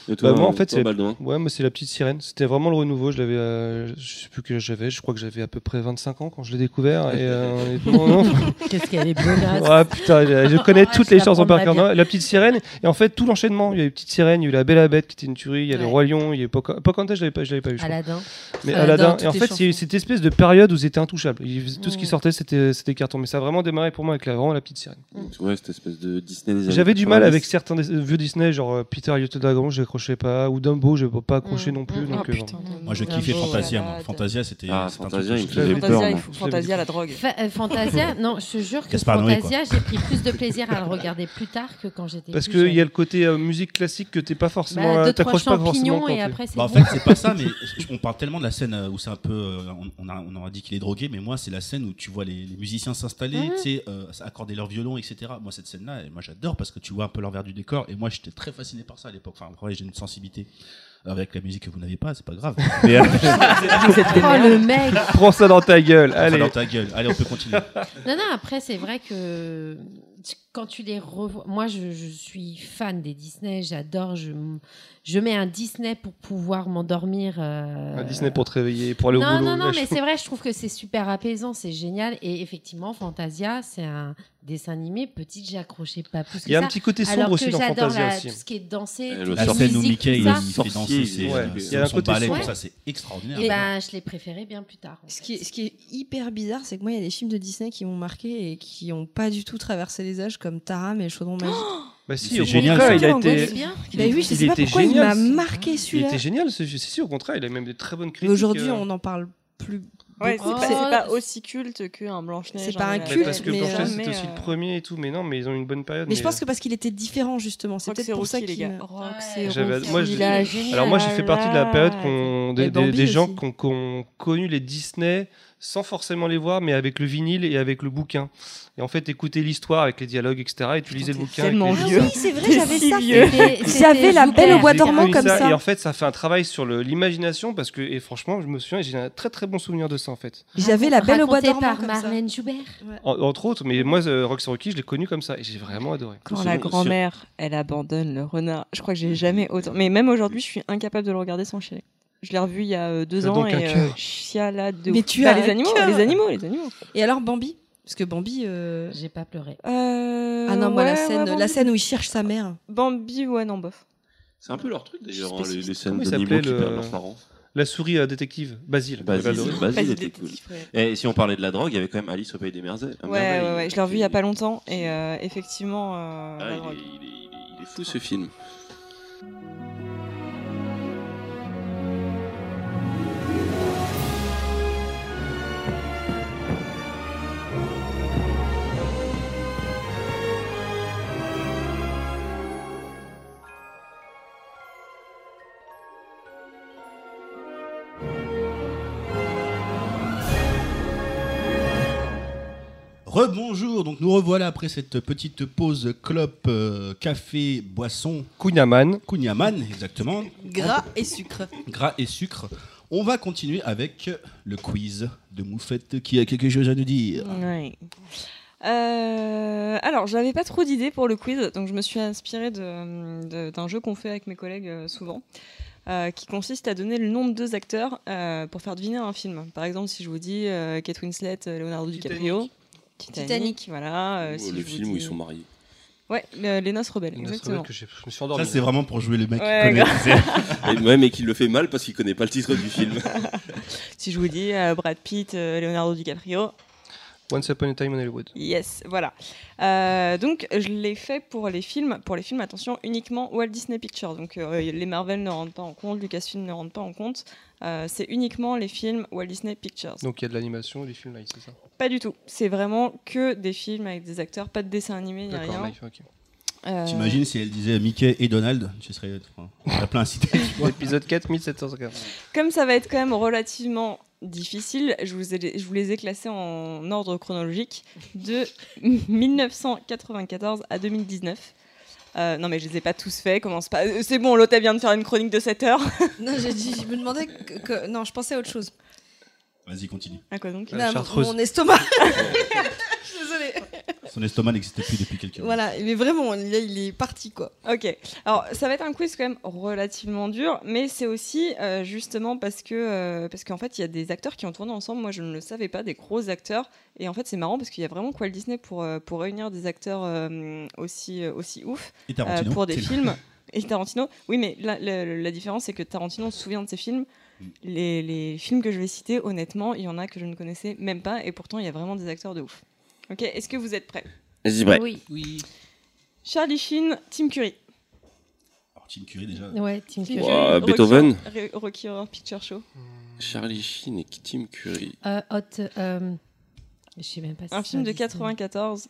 [SPEAKER 8] Et toi,
[SPEAKER 2] Bah, moi, en fait,
[SPEAKER 8] toi,
[SPEAKER 2] c'est-
[SPEAKER 8] Baldwin
[SPEAKER 2] Ouais, moi c'est la petite sirène. C'était vraiment le renouveau. Je l'avais, euh, je sais plus que j'avais. Je crois que j'avais à peu près 25 ans quand je l'ai découvert. Et euh, honnêtement, non.
[SPEAKER 6] Qu'est-ce qu'elle est bonasse.
[SPEAKER 2] Ouais, Ah, putain, je, je connais
[SPEAKER 6] Ouais,
[SPEAKER 2] toutes
[SPEAKER 6] je
[SPEAKER 2] les
[SPEAKER 6] la
[SPEAKER 2] chansons par
[SPEAKER 6] prends
[SPEAKER 2] cœur.
[SPEAKER 6] de la
[SPEAKER 2] Non, La petite sirène. Et en fait, tout l'enchaînement. Il y a eu Petite sirène, il y a eu La Belle et la Bête qui était une tuerie. Il y a le
[SPEAKER 6] Ouais. Ah,
[SPEAKER 2] Roi Lion, il y a eu Poca- Pocahontas. Je l'avais pas, je l'avais pas eu. je crois.
[SPEAKER 6] Aladdin.
[SPEAKER 2] Mais
[SPEAKER 1] Aladdin,
[SPEAKER 2] Aladdin.
[SPEAKER 1] toutes
[SPEAKER 2] Et en
[SPEAKER 1] les
[SPEAKER 2] fait, il y a eu
[SPEAKER 1] chansons.
[SPEAKER 2] cette espèce de période où ils étaient intouchables. Ils faisaient- tout ce qui
[SPEAKER 6] Ouais.
[SPEAKER 2] sortait, c'était c'était carton. Mais ça a vraiment démarré pour moi avec la, vraiment la petite sirène.
[SPEAKER 8] Mm. Ouais, cette espèce de Disney des années
[SPEAKER 2] J'avais du mal
[SPEAKER 8] 90.
[SPEAKER 2] avec certains des- vieux Disney, genre euh, Peter et le Dragon, j'accrochais pas, ou Dumbo, je pas accroché
[SPEAKER 5] Mm.
[SPEAKER 2] non plus.
[SPEAKER 6] oh,
[SPEAKER 5] Mm.
[SPEAKER 2] donc,
[SPEAKER 5] Ah,
[SPEAKER 2] euh,
[SPEAKER 5] putain.
[SPEAKER 3] Moi, je
[SPEAKER 6] Bravo,
[SPEAKER 3] kiffais Fantasia.
[SPEAKER 5] ouais.
[SPEAKER 3] moi. Fantasia, c'était.
[SPEAKER 8] Ah,
[SPEAKER 3] c'était un
[SPEAKER 8] Fantasia,
[SPEAKER 3] truc
[SPEAKER 8] il me
[SPEAKER 2] que
[SPEAKER 8] faisait
[SPEAKER 2] j'avais
[SPEAKER 8] peur.
[SPEAKER 5] Fantasia, il
[SPEAKER 8] moi.
[SPEAKER 5] faut- Fantasia, la drogue.
[SPEAKER 6] Fa- euh, Fantasia, non, je te jure que
[SPEAKER 3] Gaspard Noé,
[SPEAKER 6] Fantasia, j'ai pris plus de plaisir à le regarder plus tard que quand j'étais
[SPEAKER 2] Parce
[SPEAKER 6] plus
[SPEAKER 2] qu'il y a
[SPEAKER 6] jeune.
[SPEAKER 2] le côté euh, musique classique que t'es pas forcément.
[SPEAKER 6] Bah,
[SPEAKER 2] euh,
[SPEAKER 6] deux, trois
[SPEAKER 2] T'accroches pas forcément.
[SPEAKER 6] champignons
[SPEAKER 2] quand
[SPEAKER 6] et
[SPEAKER 2] t'es-
[SPEAKER 6] après c'est
[SPEAKER 3] Bah, en
[SPEAKER 6] bon.
[SPEAKER 3] fait, c'est pas ça, mais je- on parle tellement de la scène euh, où c'est un peu. euh, on- on, a, on aura dit qu'il est drogué, mais moi, c'est la scène où tu vois les, les musiciens s'installer,
[SPEAKER 6] Mhm.
[SPEAKER 3] tu sais, euh, accorder leur violon, etc. Moi, cette scène-là, et moi, j'adore parce que tu vois un peu l'envers du décor, et moi, j'étais très fasciné par ça à l'époque. Enfin, après, j'ai une sensibilité avec la musique que vous n'avez pas, c'est pas grave. Mais, euh,
[SPEAKER 5] Ah,
[SPEAKER 6] Oh le mec
[SPEAKER 2] Prends ça dans ta gueule,
[SPEAKER 3] Allez.
[SPEAKER 2] allez.
[SPEAKER 3] dans ta gueule. Allez, on peut continuer.
[SPEAKER 6] Non, non, après, c'est vrai que tu- quand tu les revois. Moi, je, je suis fan des Disney, j'adore. Je, m- je mets un Disney pour pouvoir m'endormir. euh,
[SPEAKER 2] Un Disney pour te réveiller, pour aller au
[SPEAKER 6] non,
[SPEAKER 2] boulot.
[SPEAKER 6] non, non,
[SPEAKER 2] je-
[SPEAKER 6] mais c'est vrai, je trouve que c'est super apaisant, c'est génial. Et effectivement, Fantasia, c'est un dessin animé. Petite, j'accrochais pas plus que
[SPEAKER 2] Il y a
[SPEAKER 6] ça.
[SPEAKER 2] un petit côté sombre
[SPEAKER 6] Alors que
[SPEAKER 2] aussi dans
[SPEAKER 6] j'adore
[SPEAKER 2] Fantasia
[SPEAKER 6] la-
[SPEAKER 2] aussi.
[SPEAKER 6] tout ce qui est dansé.
[SPEAKER 8] Et le
[SPEAKER 6] toute
[SPEAKER 3] La
[SPEAKER 6] la
[SPEAKER 3] scène où
[SPEAKER 6] musique,
[SPEAKER 3] Mickey,
[SPEAKER 6] tout
[SPEAKER 3] il
[SPEAKER 6] ça.
[SPEAKER 3] fait
[SPEAKER 8] Sorcier,
[SPEAKER 3] danser ses,
[SPEAKER 2] ouais.
[SPEAKER 3] euh,
[SPEAKER 8] Il y a
[SPEAKER 3] son-
[SPEAKER 2] un
[SPEAKER 3] son
[SPEAKER 2] côté
[SPEAKER 3] ballet,
[SPEAKER 2] sombre.
[SPEAKER 3] tout ça, c'est extraordinaire.
[SPEAKER 6] Et ben, je l'ai préféré bien plus tard. en
[SPEAKER 1] Ce
[SPEAKER 6] fait.
[SPEAKER 1] qui, est, ce qui est hyper bizarre, c'est que moi, il y a des films de Disney qui m'ont marqué et qui n'ont pas du tout traversé les âges, comme Taram et le chaudron magique.
[SPEAKER 2] Bah
[SPEAKER 3] C'est
[SPEAKER 2] si, au
[SPEAKER 3] génial,
[SPEAKER 2] contraire,
[SPEAKER 1] ça.
[SPEAKER 2] il a
[SPEAKER 1] Franchement,
[SPEAKER 2] été.
[SPEAKER 1] c'est
[SPEAKER 6] bien.
[SPEAKER 1] bah oui, je
[SPEAKER 2] il
[SPEAKER 1] sais pas
[SPEAKER 2] était
[SPEAKER 1] pourquoi
[SPEAKER 2] génial,
[SPEAKER 1] il
[SPEAKER 2] ce-
[SPEAKER 1] m'a marqué
[SPEAKER 2] Il
[SPEAKER 1] celui-là.
[SPEAKER 2] était génial, c'est si, au contraire, il a même des très bonnes
[SPEAKER 1] Mais
[SPEAKER 2] critiques.
[SPEAKER 1] Aujourd'hui,
[SPEAKER 2] euh,
[SPEAKER 1] on n'en parle plus.
[SPEAKER 5] Ouais, c'est
[SPEAKER 1] beaucoup.
[SPEAKER 6] Oh.
[SPEAKER 5] pas, c'est pas aussi culte qu'un Blanche-Neige.
[SPEAKER 1] C'est pas
[SPEAKER 5] hein,
[SPEAKER 1] un
[SPEAKER 5] mais-
[SPEAKER 2] mais
[SPEAKER 1] culte,
[SPEAKER 2] Parce que
[SPEAKER 1] mais,
[SPEAKER 2] Blanche-Neige,
[SPEAKER 1] euh,
[SPEAKER 2] c'était aussi
[SPEAKER 5] euh,
[SPEAKER 2] le premier et tout, mais non, mais euh, ils ont une bonne période.
[SPEAKER 1] Mais je pense que parce qu'il était différent, justement.
[SPEAKER 5] Je crois
[SPEAKER 1] C'est
[SPEAKER 5] que
[SPEAKER 1] peut-être pour ça
[SPEAKER 5] Rocky, les
[SPEAKER 1] qu'il. euh, Ah
[SPEAKER 5] gars.
[SPEAKER 1] m'a-
[SPEAKER 5] Rocky,
[SPEAKER 2] J'avais-
[SPEAKER 5] Rocky,
[SPEAKER 2] moi, je-
[SPEAKER 5] il a
[SPEAKER 6] génial.
[SPEAKER 2] Alors moi, j'ai fait partie de la période
[SPEAKER 5] là.
[SPEAKER 2] qu'on- des,
[SPEAKER 1] Et
[SPEAKER 2] des-
[SPEAKER 1] Bambi
[SPEAKER 2] des gens
[SPEAKER 1] aussi.
[SPEAKER 2] qui ont connu les Disney sans forcément les voir, mais avec le vinyle et avec le bouquin. Et en fait, écouter l'histoire avec les dialogues, etc. Et tu lisais le
[SPEAKER 5] t'es
[SPEAKER 2] bouquin.
[SPEAKER 5] tellement
[SPEAKER 2] avec les
[SPEAKER 1] Ah
[SPEAKER 5] vieux.
[SPEAKER 2] dessins.
[SPEAKER 1] oui, c'est vrai,
[SPEAKER 5] T'es
[SPEAKER 1] j'avais
[SPEAKER 5] si
[SPEAKER 1] ça.
[SPEAKER 5] vieux.
[SPEAKER 6] C'était-
[SPEAKER 1] J'avais
[SPEAKER 6] c'était
[SPEAKER 1] la Belle au
[SPEAKER 6] Joubert.
[SPEAKER 1] bois dormant
[SPEAKER 2] Oui,
[SPEAKER 1] comme ça.
[SPEAKER 2] Et en fait, ça fait un travail sur le- l'imagination parce que, et franchement, je me souviens, j'ai un très très bon souvenir de ça en fait.
[SPEAKER 1] J'avais la belle au bois
[SPEAKER 6] Raconté
[SPEAKER 1] dormant.
[SPEAKER 6] par
[SPEAKER 1] comme ça.
[SPEAKER 6] Marlène Joubert.
[SPEAKER 2] En- entre autres, mais moi, euh, Rock sur Rocky, je l'ai connu comme ça et j'ai vraiment adoré.
[SPEAKER 5] Quand
[SPEAKER 8] C'est
[SPEAKER 5] la
[SPEAKER 8] bon,
[SPEAKER 5] grand-mère, elle abandonne le renard, je crois que j'ai jamais autant. Mais même aujourd'hui, je suis incapable de le regarder sans chialer. Je l'ai revu il y a euh, deux
[SPEAKER 2] T'as
[SPEAKER 5] ans
[SPEAKER 2] donc
[SPEAKER 5] et
[SPEAKER 2] un
[SPEAKER 5] euh,
[SPEAKER 2] cœur.
[SPEAKER 5] chialade de
[SPEAKER 1] Mais
[SPEAKER 5] ouf.
[SPEAKER 1] tu
[SPEAKER 5] Bah,
[SPEAKER 1] as
[SPEAKER 5] les
[SPEAKER 1] un
[SPEAKER 5] animaux,
[SPEAKER 1] cœur.
[SPEAKER 5] les animaux, les animaux.
[SPEAKER 1] Et alors Bambi Parce que Bambi. euh,
[SPEAKER 6] J'ai pas pleuré.
[SPEAKER 5] Euh,
[SPEAKER 1] Ah non, moi, la,
[SPEAKER 5] ouais,
[SPEAKER 1] scène,
[SPEAKER 5] ouais, Bambi.
[SPEAKER 1] la scène où il cherche sa mère.
[SPEAKER 5] Bambi, ouais, non, bof.
[SPEAKER 8] C'est un peu leur truc d'ailleurs, hein,
[SPEAKER 2] Je sais
[SPEAKER 8] les,
[SPEAKER 2] pas
[SPEAKER 8] les scènes
[SPEAKER 2] comment il
[SPEAKER 8] d'animaux qui
[SPEAKER 2] s'appelait,
[SPEAKER 8] perdent
[SPEAKER 2] le-
[SPEAKER 8] leurs parents.
[SPEAKER 2] La souris euh, détective, Basile.
[SPEAKER 8] Basile,
[SPEAKER 2] J'avais adoré.
[SPEAKER 8] Basile
[SPEAKER 5] Vas-y,
[SPEAKER 8] était
[SPEAKER 5] détective,
[SPEAKER 8] cool. Ah,
[SPEAKER 5] ouais.
[SPEAKER 8] Et si on parlait de la drogue, il y avait quand même Alice au pays des merveilles.
[SPEAKER 5] Ouais, ouais, ouais, je l'ai revu il y a pas longtemps et euh, effectivement. euh,
[SPEAKER 8] Ah,
[SPEAKER 5] la
[SPEAKER 8] il, est,
[SPEAKER 5] drogue.
[SPEAKER 8] il est- il est- il est fou ce film.
[SPEAKER 3] Rebonjour, donc nous revoilà après cette petite pause clope, euh, café, boisson,
[SPEAKER 2] Kunyaman.
[SPEAKER 3] Kunyaman, exactement,
[SPEAKER 1] Gras et sucre.
[SPEAKER 3] gras et sucre. On va continuer avec le quiz de Moufette qui a quelque chose à nous dire.
[SPEAKER 1] Mm.
[SPEAKER 5] Ouais. Euh, alors, j'avais pas trop d'idées pour le quiz, donc je me suis inspirée de- de- d'un jeu qu'on fait avec mes collègues euh, souvent, euh, qui consiste à donner le nom de deux acteurs euh, pour faire deviner un film. Par exemple, si je vous dis euh, Kate Winslet, euh, Leonardo DiCaprio, Titanic,
[SPEAKER 1] Titanic.
[SPEAKER 5] voilà. euh,
[SPEAKER 8] Ou,
[SPEAKER 5] si
[SPEAKER 8] Oh, le
[SPEAKER 5] je vous
[SPEAKER 8] film où
[SPEAKER 5] dis-
[SPEAKER 8] ils sont mariés.
[SPEAKER 5] Ouais, le- Les Noces Rebelles,
[SPEAKER 2] Une autre
[SPEAKER 5] exactement.
[SPEAKER 2] rebelle que j'ai- je me suis
[SPEAKER 3] Ça,
[SPEAKER 2] endormi.
[SPEAKER 3] c'est vraiment pour jouer le mec
[SPEAKER 5] Ouais,
[SPEAKER 3] qui connaît. C'est-
[SPEAKER 8] Et, ouais, mais qu'il le fait mal parce qu'il connaît pas le titre du film.
[SPEAKER 5] Si je vous dis euh, Brad Pitt, euh, Leonardo DiCaprio,
[SPEAKER 2] Once Upon a Time in Hollywood.
[SPEAKER 5] Yes, voilà. Euh, donc je l'ai fait pour les films, pour les films, attention, uniquement Walt Disney Pictures. Donc euh, les Marvel ne rentrent pas en compte, Lucasfilm ne rentre pas en compte. Euh, c'est uniquement les films Walt Disney Pictures.
[SPEAKER 2] Donc il y a de l'animation et des films live, c'est ça
[SPEAKER 5] Pas du tout. C'est vraiment que des films avec des acteurs, pas de dessin animé, ni
[SPEAKER 2] D'accord,
[SPEAKER 5] rien.
[SPEAKER 2] live, ok.
[SPEAKER 5] Euh,
[SPEAKER 3] T'imagines si elle disait Mickey et Donald, tu serais enfin, on aurait plein incité.
[SPEAKER 2] Épisode 4750.
[SPEAKER 5] Comme ça va être quand même relativement difficile, je vous, ai- je vous les ai classés en ordre chronologique de 1994 à 2019. Euh, non, mais je les ai pas tous faits. Commence pas. Euh, C'est bon, Lotta vient de faire une chronique de 7 heures.
[SPEAKER 1] Non, j'ai dit- je me demandais. que- que- non, je pensais à autre chose.
[SPEAKER 3] Vas-y, continue.
[SPEAKER 5] À quoi donc
[SPEAKER 2] La
[SPEAKER 1] Non, mon-
[SPEAKER 2] chartreuse.
[SPEAKER 1] mon estomac. Je suis Désolée.
[SPEAKER 3] Son estomac n'existait plus depuis quelques mois.
[SPEAKER 1] Voilà, mais vraiment, là, il est parti quoi.
[SPEAKER 5] Ok. Alors, ça va être un quiz quand même relativement dur, mais c'est aussi euh, justement parce que euh, parce qu'en fait, il y a des acteurs qui ont tourné ensemble. Moi, je ne le savais pas, des gros acteurs. Et en fait, c'est marrant parce qu'il y a vraiment quoi le Disney pour euh, pour réunir des acteurs euh, aussi euh, aussi ouf
[SPEAKER 3] Et
[SPEAKER 5] euh,
[SPEAKER 3] Tarantino
[SPEAKER 5] pour des
[SPEAKER 3] c'est-
[SPEAKER 5] films. Et Tarantino. Oui, mais la, la- la différence, c'est que Tarantino on se souvient de ses films. Les, les films que je vais citer, honnêtement, il y en a que je ne connaissais même pas, et pourtant, il y a vraiment des acteurs de ouf. Ok. Est-ce que vous êtes prêts
[SPEAKER 8] Vas-y, bref.
[SPEAKER 6] Oui.
[SPEAKER 5] Charlie Sheen, Tim Curry.
[SPEAKER 3] Alors, Tim Curry, déjà.
[SPEAKER 6] Ouais, Tim Curry.
[SPEAKER 8] Wow. Ouah, Beethoven.
[SPEAKER 5] Rocky, Horror- Rocky Horror Picture Show.
[SPEAKER 8] Charlie Sheen et Tim Curry.
[SPEAKER 6] Euh, hot, euh, je sais même pas si
[SPEAKER 5] Un
[SPEAKER 6] c'est
[SPEAKER 5] film de
[SPEAKER 6] Disney.
[SPEAKER 5] 94.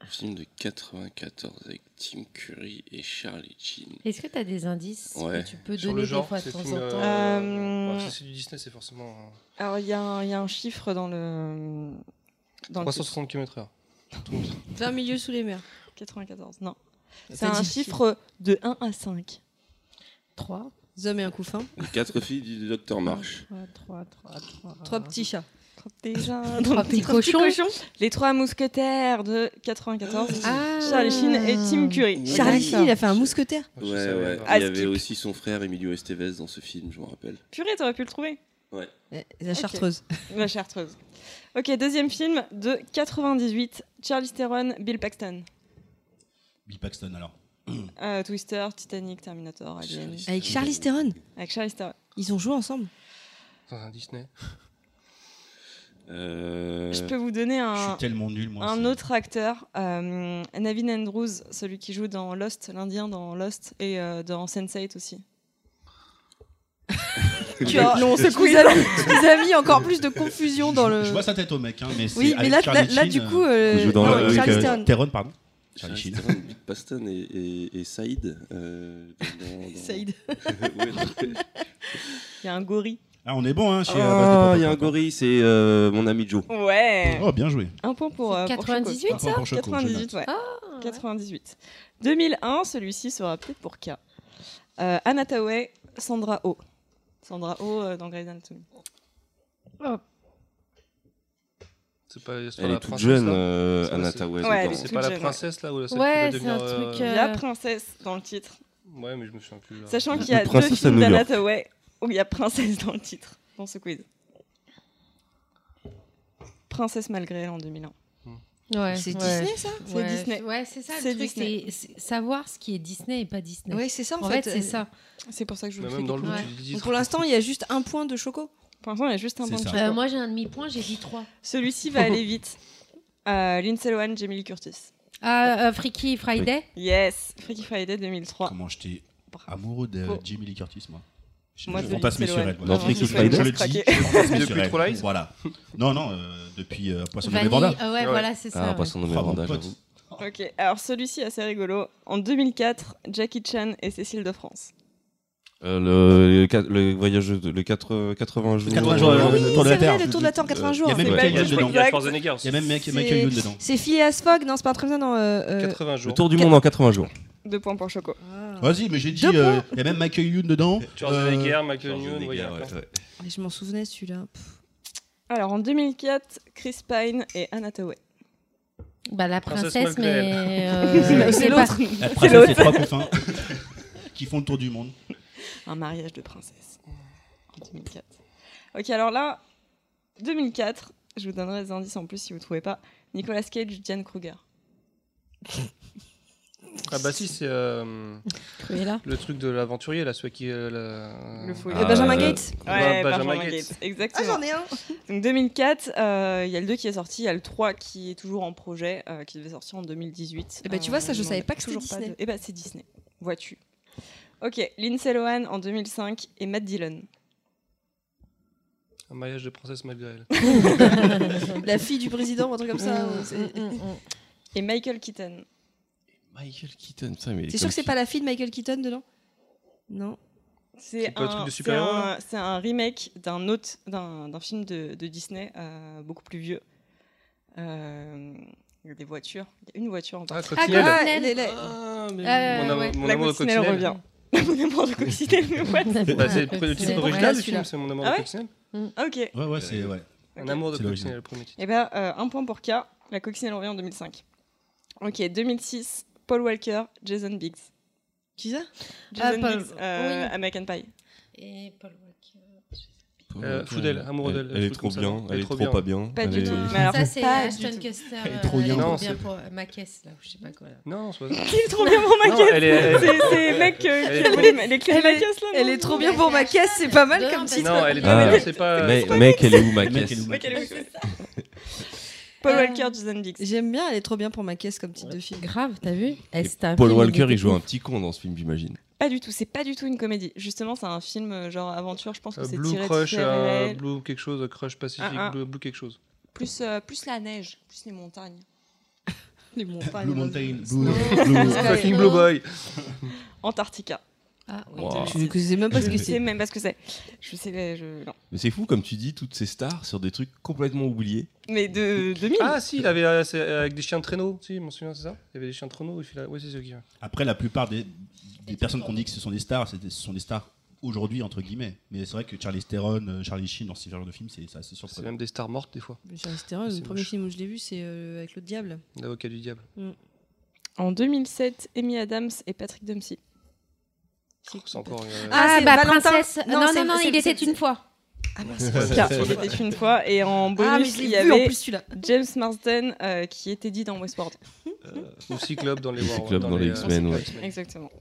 [SPEAKER 8] Un film de 94 avec Tim Curry et Charlie Sheen.
[SPEAKER 6] Est-ce que tu as des indices
[SPEAKER 8] Ouais.
[SPEAKER 6] que tu peux
[SPEAKER 2] Sur
[SPEAKER 6] donner
[SPEAKER 2] le genre,
[SPEAKER 6] des fois de
[SPEAKER 2] c'est
[SPEAKER 6] temps
[SPEAKER 2] une,
[SPEAKER 6] en temps
[SPEAKER 2] euh,
[SPEAKER 5] Euh,
[SPEAKER 2] bah, si c'est du Disney, c'est forcément
[SPEAKER 5] Alors, il y, a un il y a un chiffre dans le.
[SPEAKER 2] euh,
[SPEAKER 5] Dans le titre.
[SPEAKER 2] 360 km/h.
[SPEAKER 1] 20 milieux sous les mers.
[SPEAKER 5] 94, non. C'est
[SPEAKER 1] Ça
[SPEAKER 5] un
[SPEAKER 1] dit-
[SPEAKER 5] chiffre de 1 à 5.
[SPEAKER 6] 3
[SPEAKER 1] Hommes et un couffin.
[SPEAKER 8] Les quatre filles du docteur Marsh.
[SPEAKER 6] 3, 3, 3, 3.
[SPEAKER 1] Trois petits chats.
[SPEAKER 5] Déjà,
[SPEAKER 6] Trois petits cochons.
[SPEAKER 5] Les trois mousquetaires de 94.
[SPEAKER 6] Ah.
[SPEAKER 5] Charlie Sheen et
[SPEAKER 6] Hmm.
[SPEAKER 5] Tim Curry.
[SPEAKER 8] Oui.
[SPEAKER 1] Charlie
[SPEAKER 8] D'accord.
[SPEAKER 1] Sheen, il a fait un mousquetaire.
[SPEAKER 2] Je euh,
[SPEAKER 8] Ouais,
[SPEAKER 2] savais
[SPEAKER 8] ouais.
[SPEAKER 2] pas.
[SPEAKER 5] Ah,
[SPEAKER 8] Il y avait
[SPEAKER 5] skip.
[SPEAKER 8] aussi son frère Emilio Estevez dans ce film, je me rappelle.
[SPEAKER 5] Purée, t'aurais pu le trouver.
[SPEAKER 1] Eh, La chartreuse.
[SPEAKER 5] La chartreuse. Ok, deuxième film de 98. Charlie Theron, Bill Paxton.
[SPEAKER 3] Bill Paxton, alors.
[SPEAKER 5] Euh, Twister, Titanic, Terminator, Alien.
[SPEAKER 8] Charlie
[SPEAKER 1] Avec Charlie Theron.
[SPEAKER 5] Avec Charlie Theron.
[SPEAKER 1] Ils ont joué ensemble.
[SPEAKER 2] Dans un Disney.
[SPEAKER 8] Euh,
[SPEAKER 5] Je peux vous donner
[SPEAKER 3] Je
[SPEAKER 5] un,
[SPEAKER 3] suis tellement nul, moi.
[SPEAKER 5] un
[SPEAKER 3] c'est-
[SPEAKER 5] autre acteur, euh, Navin Andrews, celui qui joue dans Lost, l'Indien dans Lost et euh, dans Sense8 aussi.
[SPEAKER 1] Tu as, non, ce quiz a, vous a mis encore plus de confusion dans le.
[SPEAKER 3] Je vois sa tête au mec, hein, mais c'est
[SPEAKER 1] Oui, mais
[SPEAKER 3] avec
[SPEAKER 1] là, là,
[SPEAKER 3] Charlie
[SPEAKER 1] là,
[SPEAKER 3] Sheen,
[SPEAKER 1] du
[SPEAKER 3] euh,
[SPEAKER 1] coup, euh,
[SPEAKER 4] Il joue dans
[SPEAKER 1] non,
[SPEAKER 4] la- oui,
[SPEAKER 1] Charlie
[SPEAKER 4] que-
[SPEAKER 1] euh, Theron.
[SPEAKER 3] Theron, pardon. Charlie
[SPEAKER 8] Charlie
[SPEAKER 3] Sheen.
[SPEAKER 8] Theron, Bill Paxton et, et, et Saïd. euh, dans- dans-
[SPEAKER 1] Saïd.
[SPEAKER 8] Ouais, dans-
[SPEAKER 5] Il y a un gorille.
[SPEAKER 3] Ah, on est bon,
[SPEAKER 1] Oh,
[SPEAKER 3] hein, chez. euh,
[SPEAKER 8] Ah,
[SPEAKER 3] Bastard
[SPEAKER 8] il y a un
[SPEAKER 3] Papa.
[SPEAKER 8] gorille, c'est euh, mon ami Joe.
[SPEAKER 5] Ouais.
[SPEAKER 3] Oh, bien joué.
[SPEAKER 5] Un point pour. euh, pour
[SPEAKER 6] 98,
[SPEAKER 3] ça Un
[SPEAKER 5] Choco.
[SPEAKER 3] point pour Choco, je
[SPEAKER 5] 98, ouais.
[SPEAKER 6] Ah,
[SPEAKER 5] 98. 2001, celui-ci sera peut-être pour K. Euh, Anna Tawai, Sandra O. Sandra O euh, dans Grey's Anatomy.
[SPEAKER 2] C'est pas l'histoire
[SPEAKER 8] Elle
[SPEAKER 2] de
[SPEAKER 8] est
[SPEAKER 2] la
[SPEAKER 8] toute
[SPEAKER 2] princesse.
[SPEAKER 8] jeune,
[SPEAKER 2] là
[SPEAKER 8] euh,
[SPEAKER 2] Ça,
[SPEAKER 8] Anna
[SPEAKER 2] c'est-
[SPEAKER 8] Tawai.
[SPEAKER 5] Ouais, elle est
[SPEAKER 8] dedans.
[SPEAKER 4] Ah,
[SPEAKER 5] toute
[SPEAKER 2] C'est pas la
[SPEAKER 5] jeune,
[SPEAKER 2] princesse là où la
[SPEAKER 6] Ouais,
[SPEAKER 2] qui
[SPEAKER 6] c'est
[SPEAKER 2] doit
[SPEAKER 6] un
[SPEAKER 2] devenir,
[SPEAKER 6] truc.
[SPEAKER 2] euh,
[SPEAKER 6] euh,
[SPEAKER 5] La princesse dans le titre.
[SPEAKER 2] Ouais, mais je me souviens plus. là.
[SPEAKER 5] Sachant qu'il y
[SPEAKER 8] Une
[SPEAKER 5] a deux
[SPEAKER 8] princesse à
[SPEAKER 5] films
[SPEAKER 8] New
[SPEAKER 5] d'Anna
[SPEAKER 8] York.
[SPEAKER 5] Tawai où il y a princesse dans le titre, dans ce quiz. Princesse malgré elle en 2001.
[SPEAKER 6] ouais,
[SPEAKER 1] C'est
[SPEAKER 6] ouais.
[SPEAKER 1] Disney, ça
[SPEAKER 5] C'est
[SPEAKER 6] Ouais,
[SPEAKER 5] Disney.
[SPEAKER 6] Ouais, c'est ça. le
[SPEAKER 5] C'est
[SPEAKER 6] truc,
[SPEAKER 5] Disney.
[SPEAKER 6] c'est- c'est savoir ce qui est Disney et pas Disney.
[SPEAKER 1] Oui, c'est ça en,
[SPEAKER 6] en, fait, euh, c'est ça.
[SPEAKER 5] C'est pour ça que je vous
[SPEAKER 2] Mais
[SPEAKER 5] le fais
[SPEAKER 2] Même dans le
[SPEAKER 5] découvrir.
[SPEAKER 2] look,
[SPEAKER 6] Ouais.
[SPEAKER 2] tu dis-
[SPEAKER 1] Donc, pour l'instant, il y a juste un point de choco.
[SPEAKER 5] Pour l'instant, il y a juste un
[SPEAKER 3] C'est
[SPEAKER 5] point de
[SPEAKER 3] ça.
[SPEAKER 5] choix.
[SPEAKER 6] Euh, moi, j'ai un demi-point, j'ai dit 3.
[SPEAKER 5] Celui-ci va aller vite. Euh, Lindsay Lohan, Jamie Lee Curtis.
[SPEAKER 6] Ah, euh, Freaky Friday
[SPEAKER 5] Yes, Freaky Friday 2003.
[SPEAKER 3] Comment Ah j'étais
[SPEAKER 5] Bravo.
[SPEAKER 3] amoureux de
[SPEAKER 5] Oh.
[SPEAKER 3] Jamie Lee Curtis, moi. Je
[SPEAKER 5] Moi,
[SPEAKER 3] je
[SPEAKER 5] de
[SPEAKER 3] fantasmais
[SPEAKER 5] Lindsay
[SPEAKER 3] sur
[SPEAKER 5] Lohan.
[SPEAKER 3] elle.
[SPEAKER 5] Dans
[SPEAKER 3] voilà.
[SPEAKER 5] Freaky
[SPEAKER 3] Je le
[SPEAKER 5] Friday
[SPEAKER 3] dis,
[SPEAKER 5] Craquer.
[SPEAKER 3] je fantasmais
[SPEAKER 2] Depuis
[SPEAKER 3] sur elle.
[SPEAKER 2] Twilight
[SPEAKER 3] Voilà. Non, non, euh, depuis euh, Poisson
[SPEAKER 6] Vanille,
[SPEAKER 3] nommé Vanda.
[SPEAKER 6] euh, ouais,
[SPEAKER 2] Ouais.
[SPEAKER 6] voilà, c'est ça.
[SPEAKER 8] Ah,
[SPEAKER 6] ouais.
[SPEAKER 8] pas son nom,
[SPEAKER 3] Ah, mon
[SPEAKER 8] Vanda,
[SPEAKER 3] pote.
[SPEAKER 8] j'avoue.
[SPEAKER 5] Ok, alors celui-ci assez rigolo. En 2004, Jackie Chan et Cécile de France.
[SPEAKER 4] Euh, le, le, quat- le voyage, de- le quatre- 80 jours.
[SPEAKER 3] 80 jours,
[SPEAKER 1] Ah
[SPEAKER 3] euh,
[SPEAKER 1] oui,
[SPEAKER 3] le tour de la
[SPEAKER 1] c'est
[SPEAKER 3] Terre.
[SPEAKER 1] vrai, le tour de la Terre en 80 jours.
[SPEAKER 3] Il y a même
[SPEAKER 5] c'est
[SPEAKER 3] Michael
[SPEAKER 5] pas
[SPEAKER 3] Youn
[SPEAKER 5] exact.
[SPEAKER 3] dedans.
[SPEAKER 2] Il y a Schwarzenegger
[SPEAKER 3] Il y
[SPEAKER 2] aussi.
[SPEAKER 3] a même
[SPEAKER 1] C'est-
[SPEAKER 3] Michael Michael Youn dedans.
[SPEAKER 1] C'est Phileas Fogg, non, c'est pas comme ça, non. euh, euh, ah.
[SPEAKER 2] 80
[SPEAKER 4] Le
[SPEAKER 2] jours.
[SPEAKER 4] tour du monde en 80 jours.
[SPEAKER 5] Deux points pour Choco.
[SPEAKER 3] Vas-y, mais j'ai dit,
[SPEAKER 1] Deux
[SPEAKER 3] euh, il y a même Michael Youn dedans. Euh,
[SPEAKER 2] Schwarzenegger, McLean,
[SPEAKER 8] Schwarzenegger,
[SPEAKER 2] ouais.
[SPEAKER 8] ouais, ouais.
[SPEAKER 1] mais je m'en souvenais celui-là. Pff,
[SPEAKER 5] Alors en 2004, Chris Pine et Anna Tawai.
[SPEAKER 6] Bah, la
[SPEAKER 2] Princesse
[SPEAKER 6] princesse,
[SPEAKER 2] Magdalene.
[SPEAKER 6] mais. euh,
[SPEAKER 5] C'est
[SPEAKER 6] pas-
[SPEAKER 5] l'autre.
[SPEAKER 3] La princesse et trois copains qui font le tour du monde.
[SPEAKER 5] Un mariage de princesse. En 2004. Ok, alors là, 2004, je vous donnerai des indices en plus si vous ne trouvez pas. Nicolas Cage, Diane Kruger.
[SPEAKER 2] Ah bah si, c'est euh,
[SPEAKER 6] Cruella.
[SPEAKER 2] le truc de l'aventurier là, celui qui est euh, la-
[SPEAKER 5] Le fou.
[SPEAKER 1] euh,
[SPEAKER 5] Ah,
[SPEAKER 1] Benjamin
[SPEAKER 8] euh,
[SPEAKER 1] Gates.
[SPEAKER 5] Ouais,
[SPEAKER 2] Bah,
[SPEAKER 5] Benjamin,
[SPEAKER 2] Benjamin
[SPEAKER 5] Gates.
[SPEAKER 2] Gates.
[SPEAKER 1] Ah,
[SPEAKER 5] Exactement.
[SPEAKER 1] j'en ai un.
[SPEAKER 5] Donc 2004, euh, il y a le 2 qui est sorti, il y a le 3 qui est toujours en projet, euh, qui devait sortir en 2018.
[SPEAKER 1] Eh ben, tu vois, ça, je
[SPEAKER 5] mais on
[SPEAKER 1] savais
[SPEAKER 5] a
[SPEAKER 1] pas que c'était
[SPEAKER 5] toujours
[SPEAKER 1] Disney.
[SPEAKER 5] Eh ben, c'est Disney. Vois-tu. Ok, Lindsay Lohan en 2005 et Matt Dillon.
[SPEAKER 2] Un mariage de princesse malgré elle.
[SPEAKER 5] Ah,
[SPEAKER 1] La fille du président ou un truc comme ça.
[SPEAKER 6] Mm,
[SPEAKER 1] ou c'est-
[SPEAKER 6] mm, mm, mm.
[SPEAKER 5] Et Michael Keaton.
[SPEAKER 8] Michael Keaton, ça, mais.
[SPEAKER 1] T'es sûr que c'est pas la fille de Michael Keaton dedans Non.
[SPEAKER 2] C'est pas un truc de
[SPEAKER 5] c'est
[SPEAKER 2] super-héros, hein
[SPEAKER 5] un-
[SPEAKER 2] là
[SPEAKER 5] C'est un remake d'un autre, d'un d'un film de, de Disney euh, beaucoup plus vieux. Euh, Il y a des voitures. Il y a une voiture en
[SPEAKER 2] Ah,
[SPEAKER 5] particulier.
[SPEAKER 2] Coccinelle.
[SPEAKER 6] Ah,
[SPEAKER 5] elle est là.
[SPEAKER 2] Ah, mais
[SPEAKER 6] Euh,
[SPEAKER 2] mon am-
[SPEAKER 6] ouais.
[SPEAKER 2] mon
[SPEAKER 5] La
[SPEAKER 2] amour de
[SPEAKER 5] coccinelle
[SPEAKER 2] Coccinelle.
[SPEAKER 5] revient. Mon amour de coccinelle, mais what
[SPEAKER 2] Bah, c'est le pre- le titre
[SPEAKER 6] C'est-
[SPEAKER 2] original du
[SPEAKER 1] celui-là.
[SPEAKER 2] film, c'est Mon amour
[SPEAKER 5] Ah
[SPEAKER 2] de
[SPEAKER 5] ouais
[SPEAKER 2] Coccinelle.
[SPEAKER 5] Ok.
[SPEAKER 3] Ouais, ouais, c'est. Ouais.
[SPEAKER 2] Un amour de
[SPEAKER 3] C'est l'original.
[SPEAKER 2] Coccinelle, le premier titre.
[SPEAKER 5] Eh bien, un point pour K. La coccinelle revient en 2005. Ok, 2006, Paul Walker, Jason Biggs.
[SPEAKER 1] Qui ça
[SPEAKER 5] Jason
[SPEAKER 6] Ah, Paul-
[SPEAKER 5] Biggs, euh,
[SPEAKER 6] oui.
[SPEAKER 5] American Pie.
[SPEAKER 6] Et Paul Walker.
[SPEAKER 2] Euh, fou d'elle, amoureux
[SPEAKER 4] Elle-
[SPEAKER 2] d'elle,
[SPEAKER 4] Elle
[SPEAKER 2] je
[SPEAKER 4] est
[SPEAKER 2] trouve
[SPEAKER 4] trop
[SPEAKER 2] ça.
[SPEAKER 4] bien, elle est trop pas bien.
[SPEAKER 5] Pas
[SPEAKER 4] elle
[SPEAKER 5] du
[SPEAKER 4] est-
[SPEAKER 5] tout. Mais alors,
[SPEAKER 6] Ça, c'est
[SPEAKER 5] pas
[SPEAKER 6] Ashton
[SPEAKER 5] du tout.
[SPEAKER 6] Kutcher.
[SPEAKER 3] Elle est
[SPEAKER 6] euh,
[SPEAKER 3] trop
[SPEAKER 6] elle est
[SPEAKER 2] young. Non,
[SPEAKER 6] trop bien
[SPEAKER 2] c'est-
[SPEAKER 6] pour euh, ma caisse, là, ou je sais pas quoi. là.
[SPEAKER 2] Non, c'est pas ça.
[SPEAKER 5] Qui est trop bien pour ma
[SPEAKER 2] Non,
[SPEAKER 5] caisse
[SPEAKER 2] elle est- elle-
[SPEAKER 5] C'est c'est le mec euh,
[SPEAKER 2] elle est
[SPEAKER 5] qui a
[SPEAKER 2] trop-
[SPEAKER 5] volé ma- les clés de ma
[SPEAKER 1] elle est-
[SPEAKER 5] caisse, là
[SPEAKER 1] Elle
[SPEAKER 5] non
[SPEAKER 1] est trop
[SPEAKER 6] non,
[SPEAKER 1] bien
[SPEAKER 6] mais
[SPEAKER 1] pour
[SPEAKER 6] c'est
[SPEAKER 1] ma
[SPEAKER 6] Ashton,
[SPEAKER 1] caisse, c'est pas mal
[SPEAKER 6] non,
[SPEAKER 1] comme
[SPEAKER 6] parce
[SPEAKER 1] titre.
[SPEAKER 2] Non, elle est
[SPEAKER 4] Ah.
[SPEAKER 2] pas bien, c'est pas.
[SPEAKER 4] Mais- Mec, elle est où ma
[SPEAKER 3] Le mec, elle est
[SPEAKER 4] caisse
[SPEAKER 3] où, ma
[SPEAKER 5] Mec, elle est-
[SPEAKER 6] C'est ça.
[SPEAKER 5] Paul
[SPEAKER 6] Euh,
[SPEAKER 5] Walker, Jason Biggs.
[SPEAKER 1] J'aime bien, elle est trop bien pour ma caisse comme titre de film.
[SPEAKER 6] Grave, t'as vu
[SPEAKER 4] Et
[SPEAKER 6] Eh, c'est un
[SPEAKER 4] Paul
[SPEAKER 6] film,
[SPEAKER 4] Walker,
[SPEAKER 6] était
[SPEAKER 4] il joue
[SPEAKER 6] ouf.
[SPEAKER 4] un petit con dans ce film, j'imagine.
[SPEAKER 5] Pas du tout, c'est pas du tout une comédie. Justement, c'est un film euh, genre aventure, je pense que
[SPEAKER 2] Euh,
[SPEAKER 5] c'est
[SPEAKER 2] Blue
[SPEAKER 5] tiré
[SPEAKER 2] Crush,
[SPEAKER 5] de faits
[SPEAKER 2] euh,
[SPEAKER 5] réels.
[SPEAKER 2] Blue quelque chose, Crush Pacific,
[SPEAKER 5] Ah, ah.
[SPEAKER 2] Blue, Blue quelque chose.
[SPEAKER 5] Plus, euh, plus la neige, plus les montagnes.
[SPEAKER 1] Les montagnes.
[SPEAKER 3] Blue Mountain. Blue.
[SPEAKER 2] Fucking Blue Boy.
[SPEAKER 5] Antarctica.
[SPEAKER 6] Ah, oui.
[SPEAKER 4] Wow.
[SPEAKER 1] Je ne sais même pas ce
[SPEAKER 5] Je
[SPEAKER 1] que
[SPEAKER 5] sais
[SPEAKER 1] c'est.
[SPEAKER 5] même pas ce que c'est. Je sais, je... non.
[SPEAKER 4] Mais c'est fou, comme tu dis, toutes ces stars sur des trucs complètement oubliés.
[SPEAKER 5] Mais de 2000.
[SPEAKER 2] Ah si, il avait euh, c'est, euh, avec des chiens de traîneau, si, je m'en souviens, c'est ça Il y avait des chiens de traîneau, il fait là. Oui, c'est ce qui.
[SPEAKER 3] Après, la plupart des, des personnes qu'on dit que ce sont des stars, c'est des- ce sont des stars aujourd'hui, entre guillemets. Mais c'est vrai que Charlie Theron, euh, Charlie Sheen, dans ces genres de films, c'est c'est assez
[SPEAKER 2] C'est
[SPEAKER 3] surprenant.
[SPEAKER 2] même des stars mortes des fois.
[SPEAKER 1] Charlize Theron,
[SPEAKER 2] C'est
[SPEAKER 1] le premier
[SPEAKER 2] moche.
[SPEAKER 1] film où je l'ai vu, c'est euh, avec le diable.
[SPEAKER 2] L'avocat du diable.
[SPEAKER 5] En 2007, Amy Adams et Patrick Dempsey.
[SPEAKER 2] C'est encore. euh,
[SPEAKER 6] Ah,
[SPEAKER 1] c'est
[SPEAKER 6] bah,
[SPEAKER 1] Valentin.
[SPEAKER 6] princesse.
[SPEAKER 1] Non,
[SPEAKER 6] Non, non,
[SPEAKER 1] c'est-
[SPEAKER 6] non,
[SPEAKER 1] c'est-
[SPEAKER 6] il
[SPEAKER 1] c'est-
[SPEAKER 6] était une fois.
[SPEAKER 5] Ah mince, il était fait une fois. Et en
[SPEAKER 1] ah, mais
[SPEAKER 5] bonus,
[SPEAKER 1] je
[SPEAKER 5] il
[SPEAKER 1] l'ai
[SPEAKER 5] y
[SPEAKER 1] vu en
[SPEAKER 5] avait
[SPEAKER 1] plus celui-là.
[SPEAKER 5] James Marsden euh, qui était dit dans Westworld.
[SPEAKER 2] Ou Cyclope dans les War-
[SPEAKER 4] Cyclope dans
[SPEAKER 2] euh,
[SPEAKER 4] les X-Men, ouais.
[SPEAKER 2] X-Men.
[SPEAKER 5] Exactement.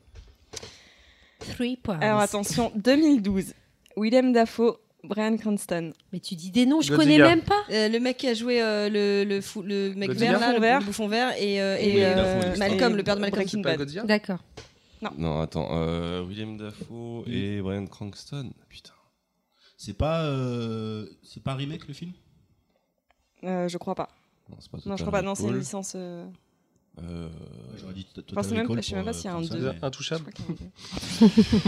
[SPEAKER 6] Three points.
[SPEAKER 1] Ah,
[SPEAKER 5] Alors attention, 2012, Willem Dafoe, Brian Cranston.
[SPEAKER 6] Mais tu dis des noms, je
[SPEAKER 2] Godzilla.
[SPEAKER 6] connais même pas.
[SPEAKER 1] Euh, le mec qui a joué euh, le, le, fou- le mec vert,
[SPEAKER 2] Godzilla.
[SPEAKER 1] là, le,
[SPEAKER 5] Bouffon vert.
[SPEAKER 1] bouffon vert, et, euh, et,
[SPEAKER 5] Et,
[SPEAKER 1] euh,
[SPEAKER 4] Dafoe, justement.
[SPEAKER 1] Malcolm,
[SPEAKER 5] Et
[SPEAKER 1] le père de Malcolm.
[SPEAKER 5] Breaking
[SPEAKER 2] C'est pas
[SPEAKER 5] Bad.
[SPEAKER 2] Godzilla
[SPEAKER 6] D'accord.
[SPEAKER 4] Non, attends, euh, William Dafoe et Brian Cranston. Putain.
[SPEAKER 3] C'est pas, euh, c'est pas un remake le film
[SPEAKER 5] Euh, je crois pas.
[SPEAKER 4] Non, c'est pas
[SPEAKER 5] Non, je
[SPEAKER 4] Total
[SPEAKER 5] crois pas. Non, c'est une
[SPEAKER 4] Recall.
[SPEAKER 5] licence. euh,
[SPEAKER 4] Euh,
[SPEAKER 3] J'aurais dit Total
[SPEAKER 5] Enfin, c'est même-
[SPEAKER 3] Recall
[SPEAKER 5] je sais même
[SPEAKER 3] pour,
[SPEAKER 5] pas s'il y a
[SPEAKER 3] euh,
[SPEAKER 5] un
[SPEAKER 3] pour ça,
[SPEAKER 2] Des
[SPEAKER 5] deux.
[SPEAKER 3] mais-
[SPEAKER 5] je
[SPEAKER 2] Intouchables.
[SPEAKER 5] crois qu'il y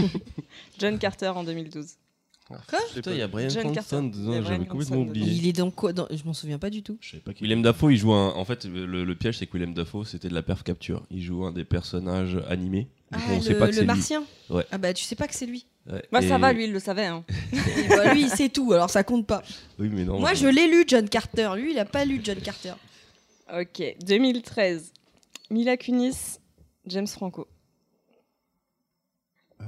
[SPEAKER 5] en a. John Carter en 2012.
[SPEAKER 2] J'ai
[SPEAKER 4] Putain,
[SPEAKER 2] pas-
[SPEAKER 4] il y a Brian Cranston
[SPEAKER 5] John Carter. Il y a
[SPEAKER 4] dedans,
[SPEAKER 5] Brian
[SPEAKER 4] j'avais complètement
[SPEAKER 5] Cranston
[SPEAKER 4] oublié.
[SPEAKER 1] Il est dans quoi dans- Je m'en souviens pas du tout.
[SPEAKER 3] Je sais pas qui.
[SPEAKER 4] Willem Dafoe, il joue un. En fait, le, le piège, c'est que Willem Dafoe, c'était de la perf capture. Il joue un des personnages animés. Donc on
[SPEAKER 5] Ah,
[SPEAKER 1] le,
[SPEAKER 4] sait pas que
[SPEAKER 1] le
[SPEAKER 4] c'est lui.
[SPEAKER 1] martien.
[SPEAKER 4] Ouais.
[SPEAKER 1] Ah bah tu sais pas que c'est lui.
[SPEAKER 4] Ouais,
[SPEAKER 5] Bah, ça
[SPEAKER 4] et-
[SPEAKER 5] va, lui, il le savait. hein.
[SPEAKER 1] Bah, lui il sait tout, alors ça compte pas.
[SPEAKER 4] Oui, mais non.
[SPEAKER 1] Moi je l'ai lu John Carter, lui il a pas lu John Carter.
[SPEAKER 5] Ok, 2013, Mila Kunis, James Franco.
[SPEAKER 3] Euh,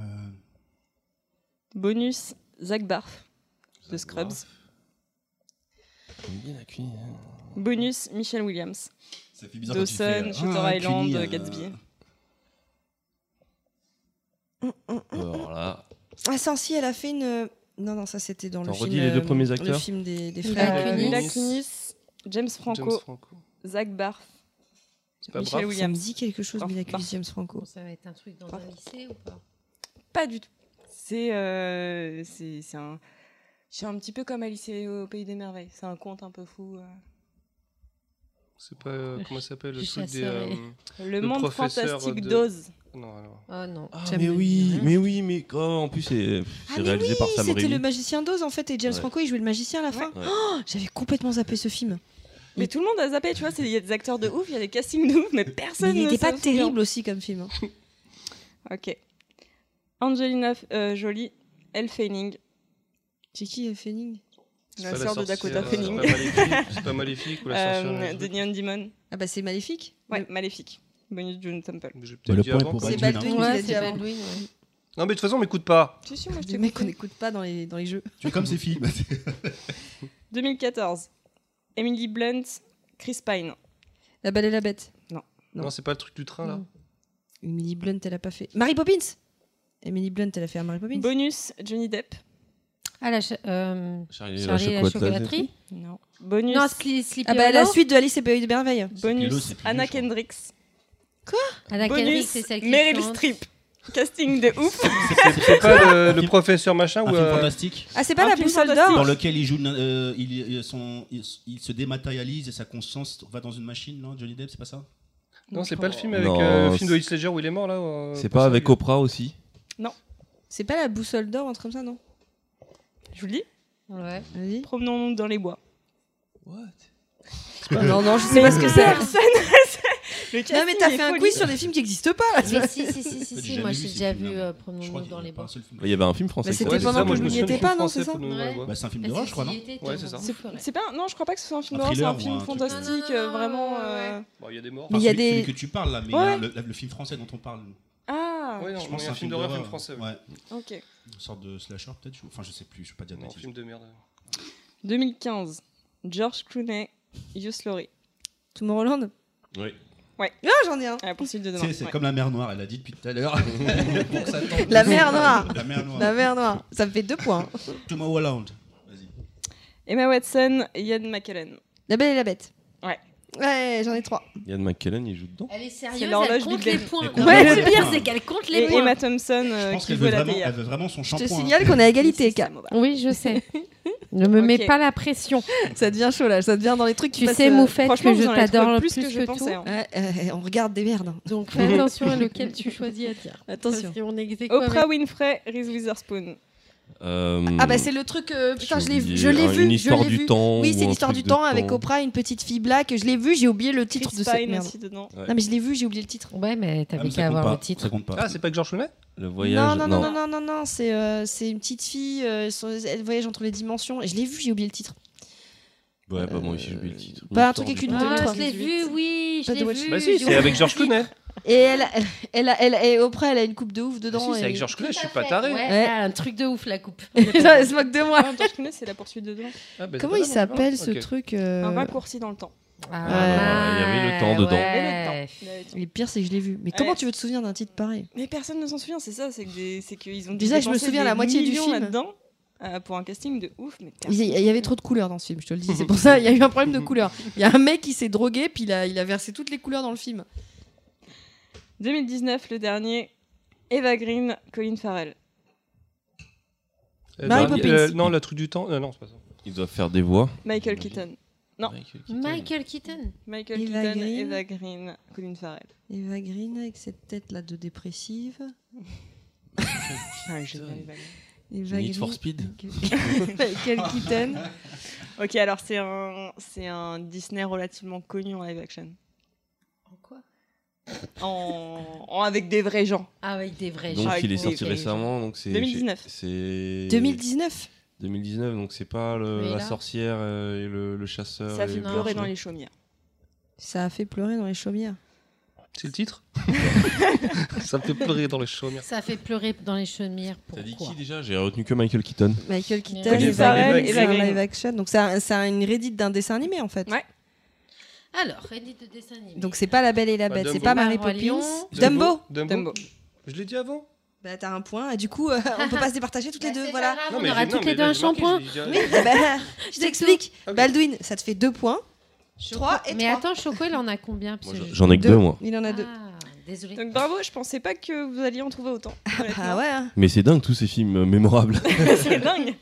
[SPEAKER 5] Bonus, Zach Barf de Scrubs. Bonus, Michelle Williams.
[SPEAKER 3] ça fait bizarre
[SPEAKER 5] Dawson,
[SPEAKER 3] quand tu fais, euh,
[SPEAKER 5] Shutter
[SPEAKER 3] ah,
[SPEAKER 5] Island,
[SPEAKER 3] Cluny, euh,
[SPEAKER 5] Gatsby.
[SPEAKER 4] Alors Oh, là.
[SPEAKER 1] Ah ça aussi elle a fait une... euh, Non non ça c'était dans le
[SPEAKER 4] Attends,
[SPEAKER 1] film...
[SPEAKER 4] redis les deux
[SPEAKER 1] euh,
[SPEAKER 4] premiers
[SPEAKER 1] Le
[SPEAKER 4] acteurs.
[SPEAKER 1] film des, des
[SPEAKER 6] Mila
[SPEAKER 1] frères. euh,
[SPEAKER 2] Kunis.
[SPEAKER 5] Mila
[SPEAKER 2] Kunis.
[SPEAKER 5] Kunis, James Franco,
[SPEAKER 2] James Franco.
[SPEAKER 5] Zach Barf,
[SPEAKER 2] C'est pas
[SPEAKER 5] Michelle
[SPEAKER 2] brave.
[SPEAKER 1] Ça me
[SPEAKER 5] Williams.
[SPEAKER 1] dit quelque chose,
[SPEAKER 5] Barf,
[SPEAKER 1] Mila Kunis,
[SPEAKER 5] Barf.
[SPEAKER 1] James Franco.
[SPEAKER 6] Bon, ça va être un truc dans un lycée ou pas
[SPEAKER 5] Pas du tout. C'est euh, c'est c'est un. C'est un petit peu comme Alice au Pays des Merveilles. C'est un conte un peu fou. euh.
[SPEAKER 2] C'est pas. euh, Comment ça s'appelle
[SPEAKER 6] Je
[SPEAKER 2] le
[SPEAKER 6] suis
[SPEAKER 2] truc des.
[SPEAKER 6] assurée.
[SPEAKER 2] euh,
[SPEAKER 5] Le,
[SPEAKER 2] Le
[SPEAKER 5] monde
[SPEAKER 2] professeur
[SPEAKER 5] fantastique
[SPEAKER 2] de-
[SPEAKER 5] d'Oz.
[SPEAKER 2] Non, alors.
[SPEAKER 6] Oh non.
[SPEAKER 4] Ah,
[SPEAKER 1] J'aime
[SPEAKER 4] mais
[SPEAKER 1] le-
[SPEAKER 6] hein.
[SPEAKER 4] oui, mais oui, mais. oh, en plus, c'est c'est
[SPEAKER 5] Ah,
[SPEAKER 1] mais
[SPEAKER 4] réalisé par Sam
[SPEAKER 1] C'était
[SPEAKER 4] Raimi.
[SPEAKER 1] le magicien d'Oz en fait et James
[SPEAKER 4] Ouais.
[SPEAKER 1] Franco il jouait le magicien à la fin.
[SPEAKER 4] Ouais.
[SPEAKER 1] Oh, J'avais complètement zappé ce film.
[SPEAKER 5] Mais tout le monde a zappé, tu vois. c'est- Il y a des acteurs de ouf, il y a des castings de ouf, mais
[SPEAKER 1] Mais
[SPEAKER 5] personne
[SPEAKER 1] il
[SPEAKER 5] ne
[SPEAKER 1] n'était
[SPEAKER 5] s'en
[SPEAKER 1] pas
[SPEAKER 5] souvient.
[SPEAKER 1] terrible aussi comme film. hein.
[SPEAKER 5] Ok. Angelina euh, Jolie, Elle Fanning,
[SPEAKER 1] C'est qui euh, Fanning
[SPEAKER 2] C'est
[SPEAKER 5] la
[SPEAKER 2] pas
[SPEAKER 5] sœur de Dakota
[SPEAKER 2] sorcière, euh,
[SPEAKER 5] Fanning.
[SPEAKER 2] C'est pas Maléfique- c'est pas maléfique ou la
[SPEAKER 5] euh,
[SPEAKER 2] sorcière.
[SPEAKER 5] de Neon Demon.
[SPEAKER 1] Ah bah c'est maléfique.
[SPEAKER 5] Ouais, Maléfique. Bonus John Temple.
[SPEAKER 2] Mais j'ai peut-être
[SPEAKER 3] Bah, le
[SPEAKER 2] dit
[SPEAKER 3] point est
[SPEAKER 2] avant
[SPEAKER 3] pour
[SPEAKER 2] que-
[SPEAKER 1] C'est
[SPEAKER 3] Baldwin. hein.
[SPEAKER 1] Baldwin. il a dit avant.
[SPEAKER 6] Baldwin,
[SPEAKER 2] Non, mais de toute façon, on m'écoute pas.
[SPEAKER 5] Si, si, moi je
[SPEAKER 1] Les
[SPEAKER 5] t'ai
[SPEAKER 1] mecs qu'on
[SPEAKER 5] compris.
[SPEAKER 1] n'écoute pas dans les, dans les jeux.
[SPEAKER 3] Tu es comme ces filles.
[SPEAKER 5] 2014, Emily Blunt, Chris Pine.
[SPEAKER 1] La Belle et la Bête. Non.
[SPEAKER 2] Non, c'est pas le truc du train là.
[SPEAKER 1] Emily Blunt, elle a pas fait. Mary Poppins Emily Blunt, elle a fait un Mary Poppins.
[SPEAKER 5] Bonus, Johnny Depp.
[SPEAKER 6] Ah, la, cha- euh,
[SPEAKER 4] Charlie,
[SPEAKER 6] Charlie et la chocolaterie
[SPEAKER 5] Non. Bonus,
[SPEAKER 6] Non, Sli- Sleepy
[SPEAKER 1] ah bah la
[SPEAKER 6] Hollow.
[SPEAKER 1] suite de Alice et Pays de Merveille.
[SPEAKER 3] C'est plus l'eau,
[SPEAKER 5] bonus,
[SPEAKER 3] c'est plus
[SPEAKER 5] Anna
[SPEAKER 3] l'eau, je crois.
[SPEAKER 5] Kendricks.
[SPEAKER 6] Anna Kendrick,
[SPEAKER 5] Bonus,
[SPEAKER 6] c'est celle qui
[SPEAKER 5] Meryl
[SPEAKER 6] chante.
[SPEAKER 5] Streep. Casting de ouf.
[SPEAKER 2] C'est pas le, le
[SPEAKER 3] film-
[SPEAKER 2] professeur machin
[SPEAKER 3] Un
[SPEAKER 2] ou.
[SPEAKER 3] film
[SPEAKER 2] euh,
[SPEAKER 3] fantastique
[SPEAKER 1] Ah c'est pas
[SPEAKER 5] Un
[SPEAKER 1] la
[SPEAKER 5] film
[SPEAKER 1] boussole
[SPEAKER 5] fantastique.
[SPEAKER 1] d'or
[SPEAKER 3] dans lequel il joue, une- euh, il, il- son- il- il se dématérialise et sa conscience va dans une machine, non Johnny Depp, c'est pas ça
[SPEAKER 2] Non, c'est pas le film
[SPEAKER 4] Non,
[SPEAKER 2] avec euh, le film de
[SPEAKER 4] c'est-
[SPEAKER 2] Heath Ledger où il est mort là. euh,
[SPEAKER 4] C'est
[SPEAKER 2] pour
[SPEAKER 4] pas
[SPEAKER 2] ça,
[SPEAKER 4] avec
[SPEAKER 2] lui.
[SPEAKER 4] Oprah aussi
[SPEAKER 1] C'est pas la boussole d'or, un truc comme ça, non
[SPEAKER 5] Je vous le dis,
[SPEAKER 6] Ouais.
[SPEAKER 1] Vas-y.
[SPEAKER 5] promenons-nous dans les bois.
[SPEAKER 4] What
[SPEAKER 1] Non, non, je sais
[SPEAKER 5] Mais
[SPEAKER 1] pas ce que c'est.
[SPEAKER 5] Personne
[SPEAKER 1] Non, mais t'as fait un quiz sur des films qui n'existent pas. là, tu vois.
[SPEAKER 6] Mais si, si, si, si,
[SPEAKER 3] J'ai
[SPEAKER 6] si,
[SPEAKER 3] jamais
[SPEAKER 6] moi
[SPEAKER 3] vu
[SPEAKER 6] j'ai
[SPEAKER 3] ces
[SPEAKER 6] déjà
[SPEAKER 3] films-là,
[SPEAKER 6] vu
[SPEAKER 3] moi.
[SPEAKER 6] euh,
[SPEAKER 3] Je
[SPEAKER 6] Prenons-nous
[SPEAKER 3] crois qu'il
[SPEAKER 6] dans
[SPEAKER 3] y a
[SPEAKER 6] les
[SPEAKER 3] pas un
[SPEAKER 6] bras.
[SPEAKER 3] seul film.
[SPEAKER 4] Il y avait un film français.
[SPEAKER 1] Mais
[SPEAKER 4] qui
[SPEAKER 1] c'était
[SPEAKER 4] s'appelait
[SPEAKER 1] pendant
[SPEAKER 4] ça,
[SPEAKER 1] que
[SPEAKER 4] moi,
[SPEAKER 1] je
[SPEAKER 4] me
[SPEAKER 1] n'y
[SPEAKER 4] souviens.
[SPEAKER 1] étais pas, non, c'est ça
[SPEAKER 3] Bah, c'est un
[SPEAKER 6] Ah,
[SPEAKER 3] film d'horreur, je crois, non
[SPEAKER 2] Ouais, c'est ça.
[SPEAKER 5] C'est pas, non, je crois pas que ce soit un film
[SPEAKER 3] Un
[SPEAKER 5] d'horreur, c'est
[SPEAKER 3] thriller
[SPEAKER 5] un
[SPEAKER 3] ou
[SPEAKER 5] film
[SPEAKER 3] un truc.
[SPEAKER 5] fantastique,
[SPEAKER 6] Non, non, non,
[SPEAKER 5] euh, vraiment.
[SPEAKER 6] ouais, ouais.
[SPEAKER 5] euh,
[SPEAKER 2] Bon, Il y a des morts.
[SPEAKER 1] Mais il y a
[SPEAKER 3] celui,
[SPEAKER 1] des-
[SPEAKER 3] celui que tu parles là, mais
[SPEAKER 5] Ouais.
[SPEAKER 3] il y a le, le film français dont on parle.
[SPEAKER 5] Ah,
[SPEAKER 2] Ouais, non,
[SPEAKER 3] je pense
[SPEAKER 2] il
[SPEAKER 3] que
[SPEAKER 2] y a un film d'horreur, film français. ouais.
[SPEAKER 3] Ouais,
[SPEAKER 5] ok.
[SPEAKER 3] une sorte de slasher peut-être. je- Enfin, je sais plus, je peux pas dire de
[SPEAKER 2] Non,
[SPEAKER 3] bêtises.
[SPEAKER 2] film de merde.
[SPEAKER 5] 2015, George Clooney, Yus Laurie.
[SPEAKER 1] Tomorrowland
[SPEAKER 3] Oui.
[SPEAKER 1] Ah, j'en ai un.
[SPEAKER 5] À la poursuite de
[SPEAKER 3] Tu
[SPEAKER 5] demain.
[SPEAKER 3] sais, c'est
[SPEAKER 5] ouais.
[SPEAKER 3] comme la mer noire, elle a dit depuis tout à l'heure. Pour que ça tente.
[SPEAKER 1] La mer noire.
[SPEAKER 3] La mer noire.
[SPEAKER 1] La mer noire. Ça me fait deux points. hein.
[SPEAKER 3] Tomorrowland. Vas-y.
[SPEAKER 5] Emma Watson, Ian McKellen.
[SPEAKER 1] La Belle et la Bête.
[SPEAKER 5] Ouais.
[SPEAKER 1] Ouais, j'en ai trois.
[SPEAKER 4] Yann McKellen, il joue dedans.
[SPEAKER 6] Elle est
[SPEAKER 5] C'est
[SPEAKER 6] sérieuse,
[SPEAKER 5] l'horloge
[SPEAKER 6] elle
[SPEAKER 5] Big
[SPEAKER 6] compte les
[SPEAKER 5] Ben.
[SPEAKER 6] points.
[SPEAKER 3] Elle
[SPEAKER 6] Non,
[SPEAKER 1] compte
[SPEAKER 6] mais
[SPEAKER 1] les
[SPEAKER 6] le
[SPEAKER 1] points.
[SPEAKER 6] pire, c'est qu'elle compte les
[SPEAKER 5] Et
[SPEAKER 6] points.
[SPEAKER 5] Emma Thompson,
[SPEAKER 3] Je
[SPEAKER 5] euh,
[SPEAKER 3] pense
[SPEAKER 5] qui
[SPEAKER 3] qu'elle
[SPEAKER 5] veut
[SPEAKER 3] veut,
[SPEAKER 5] la
[SPEAKER 3] vraiment-
[SPEAKER 5] payer.
[SPEAKER 3] elle veut vraiment son
[SPEAKER 1] Je
[SPEAKER 3] shampoing.
[SPEAKER 1] te
[SPEAKER 3] hein.
[SPEAKER 1] signale qu'on est à égalité, K.
[SPEAKER 6] Oui, je sais. Ne me mets
[SPEAKER 5] Ok.
[SPEAKER 6] pas la pression.
[SPEAKER 1] Ça devient chaud là, ça devient dans les trucs qui
[SPEAKER 6] Tu
[SPEAKER 1] passent,
[SPEAKER 6] sais,
[SPEAKER 1] euh,
[SPEAKER 6] Moufette,
[SPEAKER 5] Franchement,
[SPEAKER 6] que je
[SPEAKER 5] vous en avez trouvé
[SPEAKER 6] t'adore
[SPEAKER 5] plus que, je
[SPEAKER 6] tout.
[SPEAKER 5] pensais. hein.
[SPEAKER 1] ouais, euh, on regarde des merdes. hein.
[SPEAKER 6] Donc fais attention à lequel tu choisis à dire.
[SPEAKER 1] Attention.
[SPEAKER 6] Parce qu'on exécute
[SPEAKER 5] Oprah
[SPEAKER 6] avec-
[SPEAKER 5] Winfrey, Reese Witherspoon.
[SPEAKER 1] Ah bah c'est le truc, euh, putain, je l'ai vu, je l'ai vu,
[SPEAKER 4] Une
[SPEAKER 1] je
[SPEAKER 4] histoire
[SPEAKER 1] l'ai
[SPEAKER 4] du
[SPEAKER 1] vu.
[SPEAKER 4] temps.
[SPEAKER 1] Oui,
[SPEAKER 4] ou
[SPEAKER 1] c'est
[SPEAKER 4] un
[SPEAKER 1] l'histoire
[SPEAKER 4] truc
[SPEAKER 1] du
[SPEAKER 4] de
[SPEAKER 1] temps avec Oprah, une petite fille black. Je l'ai vu, j'ai oublié le titre
[SPEAKER 5] Chris
[SPEAKER 1] de cette
[SPEAKER 5] Pine
[SPEAKER 1] merde.
[SPEAKER 5] aussi dedans.
[SPEAKER 1] Non mais je l'ai vu, j'ai oublié le titre.
[SPEAKER 6] Ouais, mais
[SPEAKER 3] Ah,
[SPEAKER 6] t'avais
[SPEAKER 3] mais ça
[SPEAKER 6] qu'à
[SPEAKER 3] compte
[SPEAKER 6] avoir
[SPEAKER 3] pas,
[SPEAKER 6] le titre.
[SPEAKER 3] Ça compte pas.
[SPEAKER 2] Ah, c'est pas que Georges Clooney
[SPEAKER 4] Le
[SPEAKER 1] Non,
[SPEAKER 4] voyage.
[SPEAKER 1] non, non, non, non, non, non, c'est euh, c'est une petite fille, euh, sur- elle voyage entre les dimensions. Et je l'ai vu, j'ai oublié le titre.
[SPEAKER 4] Ouais, bah moi aussi, j'ai oublié le titre.
[SPEAKER 1] Pas Euh, bah, un truc avec une
[SPEAKER 6] Ah,
[SPEAKER 1] Deux, trois,
[SPEAKER 6] je l'ai vu, oui, je
[SPEAKER 1] Pas de
[SPEAKER 6] l'ai
[SPEAKER 1] Watch-
[SPEAKER 6] vu.
[SPEAKER 2] Bah si,
[SPEAKER 6] j'ai
[SPEAKER 2] c'est avec
[SPEAKER 6] oublié.
[SPEAKER 2] Georges Clooney.
[SPEAKER 1] Et elle, elle, elle, a- elle, et Oprah, elle a une coupe de ouf dedans.
[SPEAKER 2] Si, c'est
[SPEAKER 1] et-
[SPEAKER 2] avec Georges Clooney, je suis
[SPEAKER 6] Tout à
[SPEAKER 2] pas
[SPEAKER 6] fait,
[SPEAKER 2] taré.
[SPEAKER 6] Ouais,
[SPEAKER 1] Ouais.
[SPEAKER 6] ah, un truc de ouf la coupe.
[SPEAKER 1] Putain, elle se moque de moi.
[SPEAKER 5] Ah, George Clooney, c'est la poursuite de demain.
[SPEAKER 2] Ah, bah,
[SPEAKER 1] Comment il s'appelle ce truc euh,
[SPEAKER 5] Un raccourci dans le temps.
[SPEAKER 6] Ah,
[SPEAKER 4] il y avait le temps dedans.
[SPEAKER 5] Il y avait le temps. Il y avait tout.
[SPEAKER 1] Le pire, c'est que je l'ai vu. Mais comment
[SPEAKER 5] Ouais.
[SPEAKER 1] tu veux te souvenir d'un titre pareil
[SPEAKER 5] Mais personne ne s'en souvient, c'est ça, c'est que des- c'est qu'ils ont dû
[SPEAKER 1] Déjà, je me
[SPEAKER 5] dépenser
[SPEAKER 1] souviens
[SPEAKER 5] des
[SPEAKER 1] la moitié du
[SPEAKER 5] millions
[SPEAKER 1] film.
[SPEAKER 5] là-dedans euh, pour un casting de ouf. Mais
[SPEAKER 1] Il
[SPEAKER 5] personne-
[SPEAKER 1] y- il y avait trop de couleurs dans ce film, je te le dis. C'est pour ça, il y a eu un problème de couleurs. Il y a un mec qui s'est drogué, puis il a, il a versé toutes les couleurs dans le film.
[SPEAKER 5] 2019, le dernier, Eva Green, Colin Farrell.
[SPEAKER 1] Mary Poppins.
[SPEAKER 2] Euh, Non, le truc du temps. euh, Non, c'est pas ça.
[SPEAKER 4] Ils doivent faire des voix.
[SPEAKER 5] Michael Keaton. Non.
[SPEAKER 6] Michael Keaton.
[SPEAKER 5] Michael
[SPEAKER 1] Eva
[SPEAKER 5] Keaton,
[SPEAKER 1] Green.
[SPEAKER 5] Eva Green, Colin Farrell.
[SPEAKER 1] Eva Green avec cette tête là de dépressive. Eva
[SPEAKER 4] Need for Speed.
[SPEAKER 1] Michael Keaton.
[SPEAKER 5] Ok, alors c'est un, c'est un Disney relativement connu en live action. En, en- avec des vrais gens.
[SPEAKER 6] Ah, avec des vrais gens.
[SPEAKER 4] Donc
[SPEAKER 5] Shark
[SPEAKER 4] il est sorti
[SPEAKER 5] Week.
[SPEAKER 4] récemment, donc c'est
[SPEAKER 5] 2019.
[SPEAKER 4] C'est
[SPEAKER 1] 2019.
[SPEAKER 4] 2019, donc c'est pas le-
[SPEAKER 6] Mais
[SPEAKER 4] la
[SPEAKER 6] là.
[SPEAKER 4] sorcière euh, et le, le chasseur.
[SPEAKER 5] Ça
[SPEAKER 4] et
[SPEAKER 5] fait
[SPEAKER 4] le
[SPEAKER 5] pleurer
[SPEAKER 4] marchand.
[SPEAKER 5] dans les chaumières.
[SPEAKER 1] Ça a fait pleurer dans les chaumières.
[SPEAKER 2] C'est le titre Ça me fait pleurer dans les chaumières.
[SPEAKER 6] Ça fait pleurer dans les chaumières.
[SPEAKER 4] T'as dit
[SPEAKER 6] Pourquoi
[SPEAKER 4] qui déjà J'ai retenu que Michael Keaton.
[SPEAKER 1] Michael Keaton,
[SPEAKER 5] Colin
[SPEAKER 1] Eva
[SPEAKER 5] Farrell,
[SPEAKER 1] Green,
[SPEAKER 5] Eva
[SPEAKER 1] c'est un
[SPEAKER 5] Green.
[SPEAKER 1] live action. Donc c'est un- c'est un- une rédite d'un dessin animé en fait.
[SPEAKER 5] Ouais.
[SPEAKER 6] Alors, Reddit de dessin animé.
[SPEAKER 1] Donc c'est pas La Belle et la Bête,
[SPEAKER 2] Bah,
[SPEAKER 1] c'est pas
[SPEAKER 6] Dumbo.
[SPEAKER 1] Mary
[SPEAKER 6] Roi
[SPEAKER 1] Poppins.
[SPEAKER 6] Lion.
[SPEAKER 1] Dumbo.
[SPEAKER 2] Dumbo.
[SPEAKER 5] Dumbo.
[SPEAKER 2] Je l'ai dit avant.
[SPEAKER 1] Bah t'as un point et du coup euh, on peut pas se départager toutes les
[SPEAKER 6] Bah,
[SPEAKER 1] deux,
[SPEAKER 6] c'est
[SPEAKER 1] voilà.
[SPEAKER 6] pas grave,
[SPEAKER 2] Non, mais
[SPEAKER 6] on aura
[SPEAKER 2] j'ai- non,
[SPEAKER 6] toutes
[SPEAKER 2] mais
[SPEAKER 6] les deux un
[SPEAKER 2] là, j'ai marqué,
[SPEAKER 6] shampoing.
[SPEAKER 2] je l'ai dit ah,
[SPEAKER 1] Oui,
[SPEAKER 2] avant.
[SPEAKER 1] bah, je t'explique.
[SPEAKER 2] Ok.
[SPEAKER 1] Baldwin, ça te fait deux points. Trois et
[SPEAKER 6] Mais
[SPEAKER 1] trois.
[SPEAKER 6] attends, Choco, il en a combien parce
[SPEAKER 4] Moi,
[SPEAKER 6] que
[SPEAKER 4] j'en-
[SPEAKER 6] je-
[SPEAKER 4] J'en ai que deux, moi.
[SPEAKER 1] Il en a deux.
[SPEAKER 6] Ah, désolé.
[SPEAKER 5] Donc bravo, je pensais pas que vous alliez en trouver autant.
[SPEAKER 1] Ah ouais. hein.
[SPEAKER 4] Mais c'est dingue tous ces films euh, mémorables.
[SPEAKER 5] c'est dingue.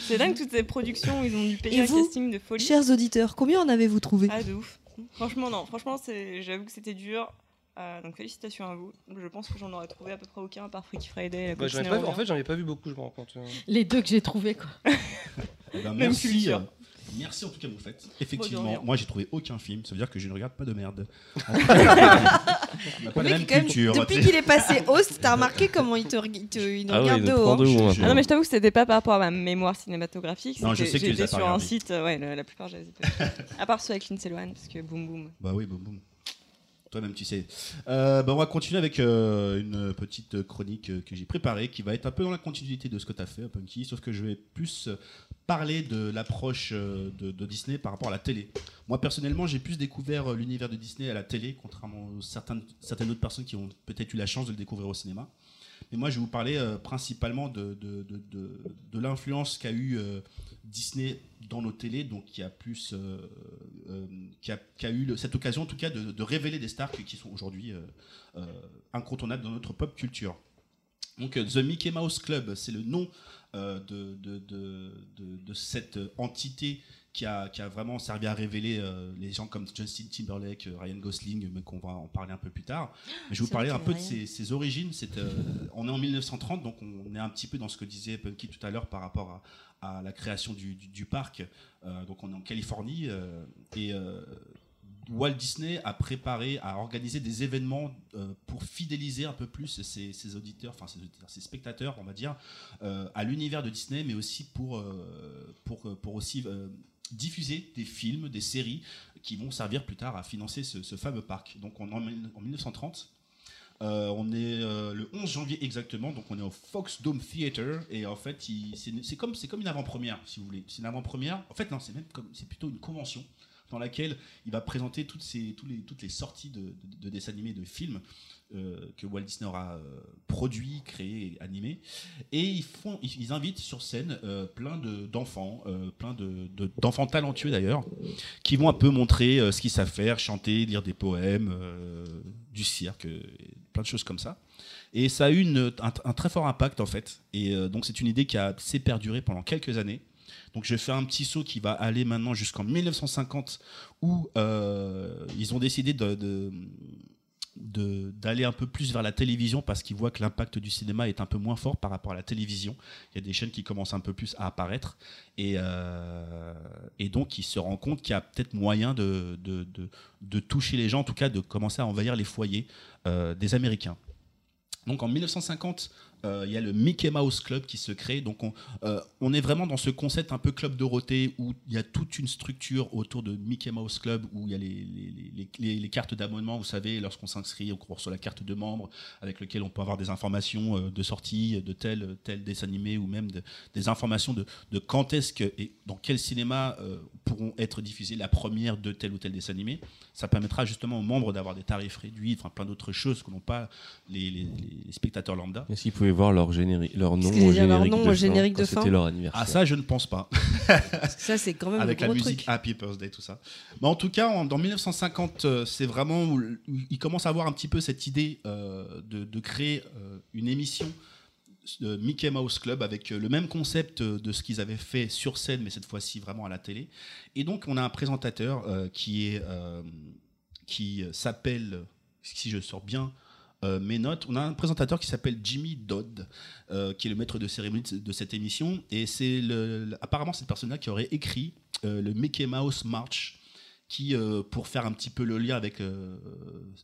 [SPEAKER 5] C'est dingue toutes ces productions où ils ont dû payer
[SPEAKER 1] Et
[SPEAKER 5] un
[SPEAKER 1] vous
[SPEAKER 5] casting de folie.
[SPEAKER 1] Chers auditeurs, combien en avez-vous trouvé
[SPEAKER 5] Ah de ouf. Franchement non, franchement c'est j'avoue que c'était dur. Euh, donc félicitations à vous. Je pense que j'en aurais trouvé à peu près aucun à part Freaky Friday. La
[SPEAKER 2] Bah, j'en ai
[SPEAKER 5] Coccinelle
[SPEAKER 2] pas-
[SPEAKER 5] Roland.
[SPEAKER 2] en fait, j'en ai pas vu beaucoup, je me rends compte. euh.
[SPEAKER 6] Les deux que j'ai trouvés, quoi.
[SPEAKER 3] Eh ben,
[SPEAKER 5] Même
[SPEAKER 3] merci.
[SPEAKER 5] culture.
[SPEAKER 3] euh, Merci en tout cas, vous faites.
[SPEAKER 5] Bon, de
[SPEAKER 3] Effectivement,
[SPEAKER 5] rien.
[SPEAKER 3] moi j'ai trouvé aucun film, ça veut dire que je ne regarde pas de merde. On n'a
[SPEAKER 1] Le
[SPEAKER 3] pas la
[SPEAKER 1] mec,
[SPEAKER 3] même
[SPEAKER 1] quand même,
[SPEAKER 3] culture. hein.
[SPEAKER 1] depuis
[SPEAKER 3] tu sais.
[SPEAKER 1] qu'il est passé host, t'as remarqué comment il te, reg- il te- il nous regarde de haut. hein.
[SPEAKER 3] Je-
[SPEAKER 5] Ah non mais je t'avoue que c'était pas par rapport à ma mémoire cinématographique.
[SPEAKER 3] Mm. Non, je
[SPEAKER 5] c'était-
[SPEAKER 3] sais que tu les
[SPEAKER 5] j'étais
[SPEAKER 3] as pas
[SPEAKER 5] sur un
[SPEAKER 3] regardés.
[SPEAKER 5] site, euh, ouais, le- la plupart j'avais pas. à part ceux avec Lindsay Lohan parce que boum boum.
[SPEAKER 3] Bah oui, boum boum. Toi-même, tu sais. Euh, bah, on va continuer avec euh, une petite chronique euh, que j'ai préparée qui va être un peu dans la continuité de ce que tu as fait, hein, Punky, sauf que je vais plus euh, parler de l'approche euh, de, de Disney par rapport à la télé. Moi, personnellement, j'ai plus découvert euh, l'univers de Disney à la télé, contrairement à certaines, certaines autres personnes qui ont peut-être eu la chance de le découvrir au cinéma. Mais moi, je vais vous parler euh, principalement de, de, de- de- de l'influence qu'a eu euh, Disney dans nos télés, donc qui a plus, euh, euh, qui a, qui a eu le- cette occasion en tout cas de, de révéler des stars qui, qui sont aujourd'hui euh, euh, incontournables dans notre pop culture. Donc euh, The Mickey Mouse Club, c'est le nom euh, de, de, de- de- de cette entité qui a, qui a vraiment servi à révéler euh, les gens comme Justin Timberlake, euh, Ryan Gosling, mais qu'on va en parler un peu plus tard. Mais je vais vous
[SPEAKER 1] C'est
[SPEAKER 3] parler
[SPEAKER 1] vrai
[SPEAKER 3] un peu de
[SPEAKER 1] qu'il y
[SPEAKER 3] ses, ses origines. C'est, euh, on est en 1930, donc on est un petit peu dans ce que disait Punky tout à l'heure par rapport à à la création du, du- du parc. Euh, donc on est en Californie euh, et euh, Walt Disney a préparé, a organisé des événements euh, pour fidéliser un peu plus ses, ses auditeurs, enfin ses, auditeurs, ses spectateurs, on va dire, euh, à l'univers de Disney, mais aussi pour, euh, pour, pour aussi euh, diffuser des films, des séries qui vont servir plus tard à financer ce, ce fameux parc. Donc on, en, en 1930, euh, on est euh, le 11 janvier exactement, donc on est au Fox Dome Theater et en fait il- c'est c'est comme c'est comme une avant-première si vous voulez. C'est une avant-première. En fait non, c'est même comme c'est plutôt une convention dans laquelle il va présenter toutes ces tous les toutes les sorties de, de- de dessins animés de films euh, que Walt Disney aura euh, produit, créé, et animé et ils font ils, ils invitent sur scène euh, plein de d'enfants, euh, plein de de- d'enfants talentueux d'ailleurs qui vont un peu montrer euh, ce qu'ils savent faire, chanter, lire des poèmes, euh, du cirque, euh, et plein de choses comme ça. Et ça a eu une- un, un très fort impact en fait. Et euh, donc c'est une idée qui a assez perduré pendant quelques années. Donc je fais un petit saut qui va aller maintenant jusqu'en 1950 où euh, ils ont décidé de- de- de- d'aller un peu plus vers la télévision parce qu'ils voient que l'impact du cinéma est un peu moins fort par rapport à la télévision. Il y a des chaînes qui commencent un peu plus à apparaître. Et, euh, et donc, il se rend compte qu'il y a peut-être moyen de, de, de- de toucher les gens, en tout cas de commencer à envahir les foyers euh, des Américains. Donc en 1950, euh, il y a le Mickey Mouse Club qui se crée. Donc on, euh, on est vraiment dans ce concept un peu Club Dorothée où il y a toute une structure autour de Mickey Mouse Club où il y a les, les- les- les- les cartes d'abonnement, vous savez, lorsqu'on s'inscrit, on reçoit la carte de membre avec lequel on peut avoir des informations euh, de sortie de tel, tel dessin animé ou même de- des informations de, de quand est-ce que et dans quel cinéma euh, pourront être diffusées la première de tel ou tel dessin animé. Ça permettra justement aux membres d'avoir des tarifs réduits, enfin plein d'autres choses que n'ont pas les, les- les spectateurs lambda.
[SPEAKER 4] Est-ce qu'ils pouvaient voir leur, généri- leur nom, au
[SPEAKER 1] qu'ils avaient
[SPEAKER 4] générique,
[SPEAKER 1] leur nom
[SPEAKER 4] de
[SPEAKER 1] au générique
[SPEAKER 4] fin,
[SPEAKER 1] de
[SPEAKER 4] quand
[SPEAKER 1] fin
[SPEAKER 4] C'était leur anniversaire.
[SPEAKER 3] Ah ça, je ne pense pas.
[SPEAKER 1] Parce que ça, c'est quand même
[SPEAKER 3] Avec
[SPEAKER 1] le gros
[SPEAKER 3] la musique
[SPEAKER 1] truc.
[SPEAKER 3] Happy Birthday, tout ça. Mais en tout cas, en, dans 1950, euh, c'est vraiment où l- où il commence à avoir un petit peu cette idée euh, de, de créer euh, une émission de Mickey Mouse Club avec euh, le même concept euh, de ce qu'ils avaient fait sur scène, mais cette fois-ci vraiment à la télé. Et donc, on a un présentateur euh, qui est euh, qui euh, s'appelle, si je sors bien euh, mes notes, on a un présentateur qui s'appelle Jimmy Dodd, euh, qui est le maître de cérémonie de, de cette émission, et c'est le- le- apparemment cette personne-là qui aurait écrit euh, le Mickey Mouse March, qui, euh, pour faire un petit peu le lien avec euh,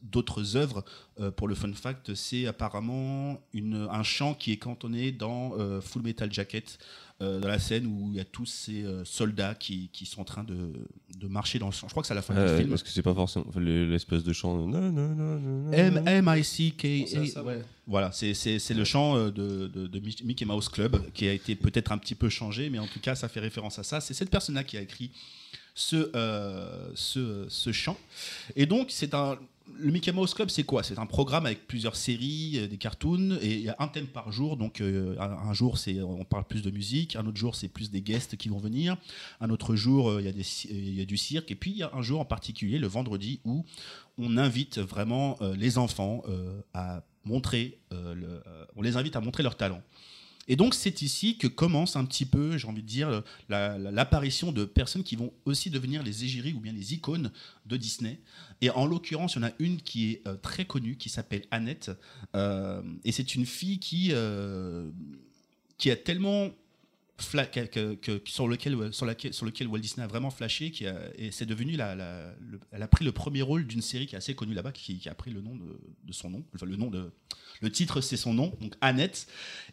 [SPEAKER 3] d'autres œuvres, euh, pour le fun fact, c'est apparemment une- un chant qui est cantonné dans euh, Full Metal Jacket, euh, dans la scène où il y a tous ces euh, soldats qui, qui sont en train de, de marcher dans le champ. Je crois que c'est à la fin
[SPEAKER 4] Euh,
[SPEAKER 3] du film.
[SPEAKER 4] parce que c'est pas forcément enfin, le- l'espèce de chant. euh, non, non, non, non, non.
[SPEAKER 3] M-M-I-C-K-A. Voilà, c'est- c'est c'est le chant euh, de, de- de Mich- Mickey Mouse Club qui a été peut-être un petit peu changé, mais en tout cas, ça fait référence à ça. C'est cette personne-là qui a écrit ce, euh, ce, ce chant. Et donc, c'est un. Le Mickey Mouse Club, c'est quoi C'est un programme avec plusieurs séries, euh, des cartoons, et il y a un thème par jour. Donc, euh, un, un jour, c'est on parle plus de musique, un autre jour, c'est plus des guests qui vont venir, un autre jour, euh, il y, a des ci- il y a du cirque, et puis il y a un jour en particulier, le vendredi, où on invite vraiment euh, les enfants euh, à montrer, euh, le- euh, on les invite à montrer leur talent. Et donc c'est ici que commence un petit peu, j'ai envie de dire, la- la- l'apparition de personnes qui vont aussi devenir les égéries ou bien les icônes de Disney. Et en l'occurrence, il y en a une qui est euh, très connue, qui s'appelle Annette. Euh, et c'est une fille qui, euh, qui a tellement... fla- que- que- que- sur, lequel, sur, laquelle, sur lequel Walt Disney a vraiment flashé, qui a- et c'est devenu la, la- le- elle a pris le premier rôle d'une série qui est assez connue là-bas, qui, qui a pris le nom de, de son nom, enfin le nom de, le titre c'est son nom, donc Annette,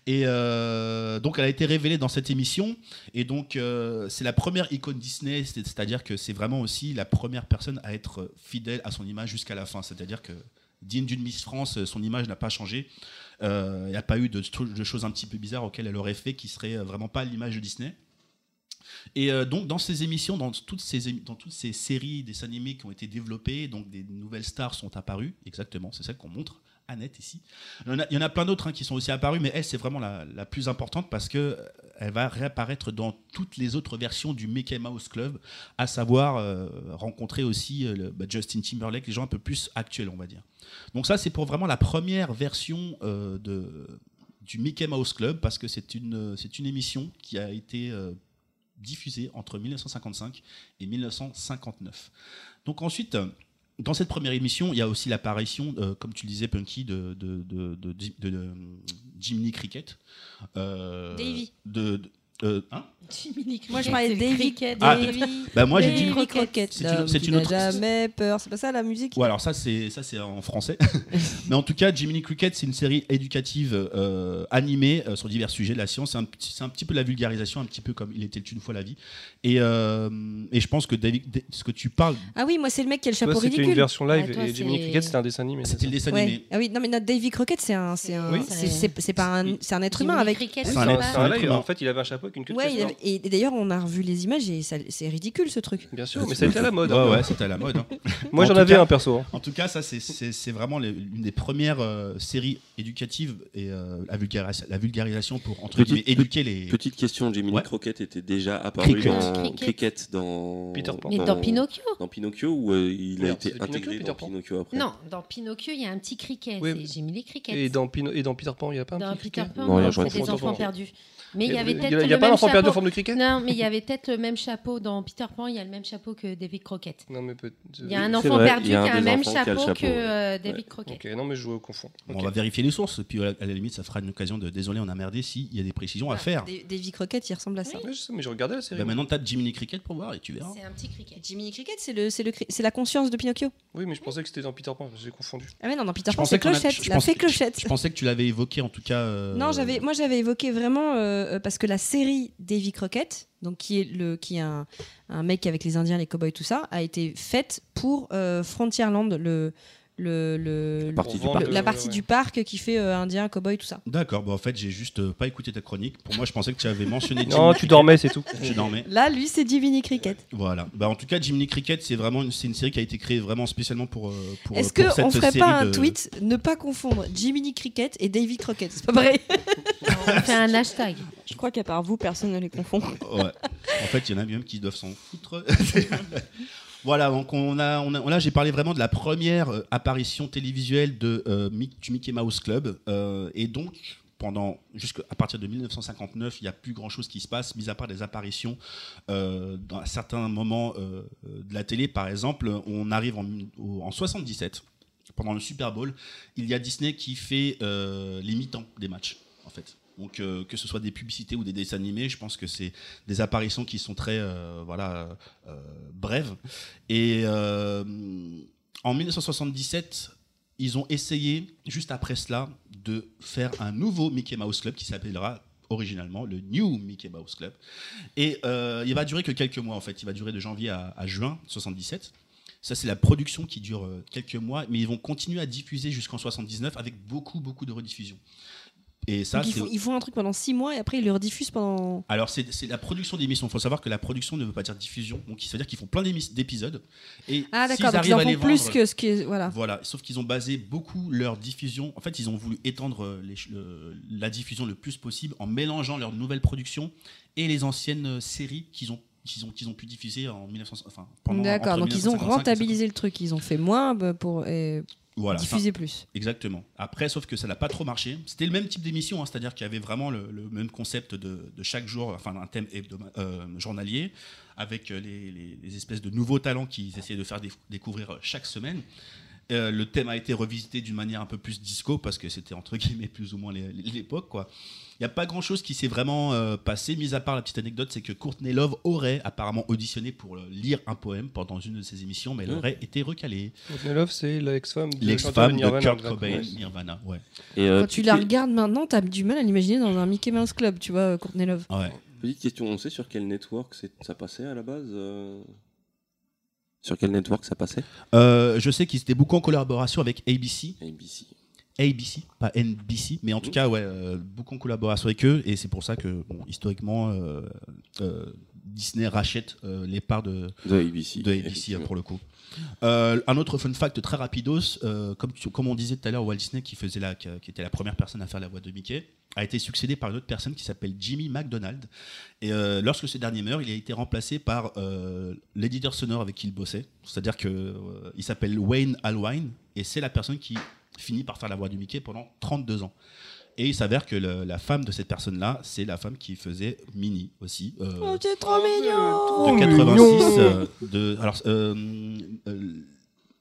[SPEAKER 3] et euh, donc elle a été révélée dans cette émission, et donc euh, c'est la première icône Disney, c'est- c'est-à-dire que c'est vraiment aussi la première personne à être fidèle à son image jusqu'à la fin, c'est-à-dire que digne d'une Miss France, son image n'a pas changé. Euh, Il n'y a pas eu de, tru- de choses un petit peu bizarres auxquelles elle aurait fait qui seraient euh, vraiment pas à l'image de Disney. Et euh, donc dans ces émissions, dans toutes ces, émi- dans toutes ces séries, dessins animés qui ont été développés, donc des nouvelles stars sont apparues, exactement, c'est celle qu'on montre, Annette ici. Il y en a, il y en a plein d'autres hein, qui sont aussi apparues, mais elle c'est vraiment la, la plus importante parce que euh, elle va réapparaître dans toutes les autres versions du Mickey Mouse Club, à savoir euh, rencontrer aussi euh, le- bah, Justin Timberlake, les gens un peu plus actuels on va dire. Donc ça, c'est pour vraiment la première version euh, de, du Mickey Mouse Club, parce que c'est une, euh, c'est une émission qui a été euh, diffusée entre 1955 et 1959. Donc ensuite, euh, dans cette première émission, il y a aussi l'apparition, euh, comme tu le disais, Punky, de, de, de, de- de- de, euh, Jiminy Cricket. euh,
[SPEAKER 6] Davy.
[SPEAKER 3] de- de- Euh, hein
[SPEAKER 1] Moi, je parlais de Davy.
[SPEAKER 6] cricket.
[SPEAKER 3] Ah,
[SPEAKER 6] Davy.
[SPEAKER 3] bah moi j'ai
[SPEAKER 1] Davy
[SPEAKER 3] dit.
[SPEAKER 1] Crockett,
[SPEAKER 3] C'est une-
[SPEAKER 1] l'homme
[SPEAKER 3] c'est
[SPEAKER 1] qui
[SPEAKER 3] une
[SPEAKER 1] n'a
[SPEAKER 3] autre-
[SPEAKER 1] jamais peur. C'est pas ça la musique
[SPEAKER 3] Ouais, alors ça c'est ça c'est en français. Mais en tout cas, Jiminy Cricket, c'est une série éducative euh, animée euh, sur divers sujets de la science. C'est un, petit- c'est un petit peu de la vulgarisation, un petit peu comme il était une fois la vie. Et, euh, et je pense que David, Da- ce que tu parles,
[SPEAKER 1] Ah oui, moi, c'est le mec qui a le
[SPEAKER 2] Toi,
[SPEAKER 1] chapeau
[SPEAKER 2] Bah, C'était
[SPEAKER 1] ridicule.
[SPEAKER 2] une version live
[SPEAKER 6] Ah, toi,
[SPEAKER 2] et Jiminy
[SPEAKER 6] c'est-
[SPEAKER 2] Cricket, c'était un dessin animé.
[SPEAKER 3] c'était le dessin
[SPEAKER 1] Ouais.
[SPEAKER 3] animé.
[SPEAKER 1] Ah oui, non, mais notre Davy Crockett, c'est un, c'est un,
[SPEAKER 6] Oui.
[SPEAKER 1] c'est- c'est c'est pas un, c'est un être humain
[SPEAKER 6] Jiminy
[SPEAKER 1] avec.
[SPEAKER 6] Cricket,
[SPEAKER 3] C'est
[SPEAKER 6] je
[SPEAKER 3] un-
[SPEAKER 6] sais
[SPEAKER 3] c'est
[SPEAKER 6] pas.
[SPEAKER 3] un-
[SPEAKER 2] Là, il-
[SPEAKER 3] humain.
[SPEAKER 2] en fait, il avait un chapeau avec une queue de
[SPEAKER 1] Ouais, il
[SPEAKER 2] castor.
[SPEAKER 1] avait- et et d'ailleurs, on a revu les images et ça- c'est ridicule ce truc.
[SPEAKER 2] Bien sûr, mais ça a été à la mode.
[SPEAKER 3] Ouais,
[SPEAKER 2] hein.
[SPEAKER 3] ouais, c'était à la mode. hein.
[SPEAKER 2] Moi,
[SPEAKER 3] En
[SPEAKER 2] j'en
[SPEAKER 3] tout
[SPEAKER 2] avais
[SPEAKER 3] cas-
[SPEAKER 2] un perso. hein.
[SPEAKER 3] En tout cas, ça, c'est- c'est c'est vraiment les- l'une des premières euh, séries éducatives et euh, la, vulgaris- la vulgarisation pour entre
[SPEAKER 8] Petite-
[SPEAKER 3] guillemets, éduquer les.
[SPEAKER 8] Petite question, Jiminy
[SPEAKER 3] Ouais.
[SPEAKER 8] Crockett était déjà apparu
[SPEAKER 3] Cricket.
[SPEAKER 8] dans
[SPEAKER 6] Cricket.
[SPEAKER 8] Cricket, dans
[SPEAKER 2] Peter Pan.
[SPEAKER 6] Mais dans
[SPEAKER 4] Oh.
[SPEAKER 6] Pinocchio
[SPEAKER 8] dans Pinocchio ou euh, il a
[SPEAKER 2] Merde,
[SPEAKER 8] été
[SPEAKER 2] c'est
[SPEAKER 8] intégré dans
[SPEAKER 2] Pinocchio, Peter Pan
[SPEAKER 8] Pinocchio après
[SPEAKER 6] Non, dans Pinocchio, il y a un petit cricket.
[SPEAKER 2] Oui.
[SPEAKER 6] c'est- J'ai mis les crickets.
[SPEAKER 2] Et dans, Pino- et dans Peter Pan, il n'y a pas un
[SPEAKER 6] Dans
[SPEAKER 2] petit
[SPEAKER 6] Peter
[SPEAKER 2] cricket
[SPEAKER 6] Pan,
[SPEAKER 8] Non, il y a
[SPEAKER 6] non,
[SPEAKER 8] pas
[SPEAKER 6] c'était
[SPEAKER 2] de
[SPEAKER 6] des enfants
[SPEAKER 2] enfants.
[SPEAKER 6] perdus. Mais il y avait
[SPEAKER 2] Il y a-
[SPEAKER 6] peut-être
[SPEAKER 2] il y a
[SPEAKER 6] le
[SPEAKER 2] pas
[SPEAKER 6] même
[SPEAKER 2] d'enfant perdu en
[SPEAKER 6] chapeau.
[SPEAKER 2] forme de cricket
[SPEAKER 6] Non, mais il y avait peut-être le même chapeau dans Peter Pan. Il y a le même chapeau que David Crockett.
[SPEAKER 2] Non, mais peut- euh,
[SPEAKER 6] Il y a un
[SPEAKER 8] C'est
[SPEAKER 6] enfant
[SPEAKER 8] vrai,
[SPEAKER 6] perdu
[SPEAKER 8] il
[SPEAKER 6] qui
[SPEAKER 8] y a
[SPEAKER 6] a
[SPEAKER 8] un
[SPEAKER 6] un
[SPEAKER 8] des
[SPEAKER 6] même
[SPEAKER 8] enfants qui a le
[SPEAKER 6] chapeau que
[SPEAKER 8] chapeau, ouais.
[SPEAKER 6] euh, David Crockett.
[SPEAKER 2] Ok, non, mais je confonds.
[SPEAKER 3] Bon,
[SPEAKER 2] Ok.
[SPEAKER 3] On va vérifier les sources, puis à la- à la limite, ça fera une occasion de désolé, on a merdé s'il y a des précisions à faire.
[SPEAKER 1] Des- Davy Crockett, il ressemble à ça.
[SPEAKER 2] Ouais, je sais, mais je regardais la série.
[SPEAKER 3] Bah maintenant, t'as Jiminy Cricket pour voir et tu verras.
[SPEAKER 6] C'est un petit cricket.
[SPEAKER 1] Jiminy Cricket, c'est le, c'est le, cri- c'est la conscience de Pinocchio.
[SPEAKER 2] Oui, mais je pensais que c'était dans Peter Pan, j'ai confondu.
[SPEAKER 1] Ah mais non, dans Peter
[SPEAKER 3] Je
[SPEAKER 1] Pan,
[SPEAKER 3] pensais
[SPEAKER 1] c'est
[SPEAKER 3] qu'on a-
[SPEAKER 1] Clochette,
[SPEAKER 3] je
[SPEAKER 1] la
[SPEAKER 3] pense-
[SPEAKER 1] fée Clochette.
[SPEAKER 3] Je pensais que tu l'avais évoqué en tout cas. euh,
[SPEAKER 1] Non, j'avais, moi j'avais évoqué vraiment euh, euh, parce que la série Davy Crockett, donc qui est le, qui est un, un mec avec les Indiens, les cowboys, tout ça, a été faite pour euh, Frontierland, le, le, le-
[SPEAKER 8] Partie
[SPEAKER 2] Pour
[SPEAKER 8] du
[SPEAKER 2] vendre,
[SPEAKER 8] parc.
[SPEAKER 1] le- la
[SPEAKER 2] euh,
[SPEAKER 1] partie
[SPEAKER 2] ouais.
[SPEAKER 1] du parc qui fait euh, Indien, cowboy, tout ça.
[SPEAKER 3] D'accord, bon, en fait, j'ai juste euh, pas écouté ta chronique. Pour moi, je pensais que tu avais mentionné.
[SPEAKER 2] Non,
[SPEAKER 3] Jiminy
[SPEAKER 2] tu
[SPEAKER 3] Cricket.
[SPEAKER 2] dormais, c'est tout.
[SPEAKER 3] Je dormais.
[SPEAKER 1] Là, lui, c'est Divini Cricket.
[SPEAKER 3] Voilà. Bah, en tout cas, Jiminy Cricket, c'est vraiment une, c'est une série qui a été créée vraiment spécialement pour. euh, pour
[SPEAKER 1] Est-ce
[SPEAKER 3] euh, pour
[SPEAKER 1] qu'on
[SPEAKER 3] cette
[SPEAKER 1] ferait pas
[SPEAKER 3] série
[SPEAKER 1] un
[SPEAKER 3] de-
[SPEAKER 1] tweet ne pas confondre Jiminy Cricket et Davy Crockett C'est pas vrai
[SPEAKER 6] On fait un hashtag.
[SPEAKER 5] Je crois qu'à part vous, personne ne les confond.
[SPEAKER 3] Ouais. En fait, il y en a même qui doivent s'en foutre. voilà, donc on a, on a- là, j'ai parlé vraiment de la première euh, apparition télévisuelle de, euh, Mi- du Mickey Mouse Club. Euh, et donc, pendant, jusqu'à à partir de 1959, il n'y a plus grand-chose qui se passe, mis à part des apparitions euh, dans certains moments euh, euh, de la télé. Par exemple, on arrive en, au- en 77, pendant le Super Bowl, il y a Disney qui fait euh, les mi-temps des matchs, en fait. Donc, euh, que ce soit des publicités ou des dessins animés, je pense que c'est des apparitions qui sont très euh, voilà euh, brèves et euh, en 1977 ils ont essayé juste après cela de faire un nouveau Mickey Mouse Club qui s'appellera originalement le New Mickey Mouse Club et euh, il va durer que quelques mois en fait il va durer de janvier à, à juin 77 ça, c'est la production qui dure euh, quelques mois, mais ils vont continuer à diffuser jusqu'en 79 avec beaucoup, beaucoup de rediffusions. Et ça,
[SPEAKER 1] Donc, ils,
[SPEAKER 3] c'est-
[SPEAKER 1] font, ils font un truc pendant 6 mois et après ils le rediffusent pendant.
[SPEAKER 3] alors, c'est c'est la production d'émissions. Il faut savoir que la production ne veut pas dire diffusion. Donc, ça veut dire qu'ils font plein d'émis- d'épisodes. Et
[SPEAKER 1] Ah
[SPEAKER 3] s'ils
[SPEAKER 1] d'accord, donc ils
[SPEAKER 3] arrivent
[SPEAKER 1] en
[SPEAKER 3] à les
[SPEAKER 1] font plus
[SPEAKER 3] vendre-
[SPEAKER 1] que ce que voilà.
[SPEAKER 3] Voilà. Sauf qu'ils ont basé beaucoup leur diffusion. En fait, ils ont voulu étendre euh, les ch- le- la diffusion le plus possible en mélangeant leurs nouvelles productions et les anciennes euh, séries qu'ils ont, qu'ils ont, qu'ils ont pu diffuser en 1900. Enfin, pendant-
[SPEAKER 1] D'accord,
[SPEAKER 3] entre
[SPEAKER 1] donc ils ont
[SPEAKER 3] 1955 et
[SPEAKER 1] rentabilisé le truc, ils ont fait moins bah, pour et
[SPEAKER 3] 1950. Voilà. Enfin,
[SPEAKER 1] diffuser plus.
[SPEAKER 3] Exactement. Après, sauf que ça n'a pas trop marché. C'était le même type d'émission, hein, c'est-à-dire qu'il y avait vraiment le, le même concept de, de chaque jour, enfin un thème hebdoma- euh, journalier, avec euh, les, les- les espèces de nouveaux talents qu'ils essayaient de faire déf- découvrir euh, chaque semaine. Euh, le thème a été revisité d'une manière un peu plus disco parce que c'était entre guillemets plus ou moins les- les- l'époque quoi. Il n'y a pas grand chose qui s'est vraiment euh, passé, mis à part la petite anecdote, c'est que Courtney Love aurait apparemment auditionné pour euh, lire un poème pendant une de ses émissions, mais elle
[SPEAKER 8] Mmh.
[SPEAKER 3] aurait été recalée.
[SPEAKER 2] Courtney Love, c'est l'ex-femme de
[SPEAKER 3] L'ex-femme
[SPEAKER 2] chanteur
[SPEAKER 3] de Kurt
[SPEAKER 2] Nirvana.
[SPEAKER 3] Cobain,
[SPEAKER 2] Ouais.
[SPEAKER 3] Nirvana, ouais.
[SPEAKER 8] Et, euh,
[SPEAKER 1] Quand tu
[SPEAKER 8] petite-
[SPEAKER 1] la regardes maintenant, t'as du mal à l'imaginer dans un Mickey Mouse Club, tu vois, euh, Courtney Love.
[SPEAKER 3] Ouais.
[SPEAKER 8] Petite question, on sait sur quel network c'est- ça passait à la base euh, Sur quel network ça passait
[SPEAKER 3] Euh, je sais qu'ils étaient beaucoup en collaboration avec ABC.
[SPEAKER 8] ABC.
[SPEAKER 3] ABC, pas NBC, mais en tout cas, ouais, euh, beaucoup en collaboration avec eux. Et c'est pour ça que, bon, historiquement, euh, euh, Disney rachète euh, les parts de,
[SPEAKER 8] De ABC.
[SPEAKER 3] de ABC euh,
[SPEAKER 8] effectivement.
[SPEAKER 3] pour le coup. Euh, un autre fun fact très rapidos, euh, comme, tu- comme on disait tout à l'heure, Walt Disney qui faisait la, qui, qui était la première personne à faire la voix de Mickey a été succédé par une autre personne qui s'appelle Jimmy McDonald. Et euh, lorsque ce dernier meurt, il a été remplacé par euh, l'éditeur sonore avec qui il bossait. C'est-à-dire que euh, il s'appelle Wayne Alwine et c'est la personne qui finit par faire la voix du Mickey pendant 32 ans. Et il s'avère que le- la femme de cette personne-là, c'est la femme qui faisait Minnie aussi. euh,
[SPEAKER 1] Oh, c'est trop mignon
[SPEAKER 3] de
[SPEAKER 2] mignon.
[SPEAKER 3] 86 euh, de alors euh, euh,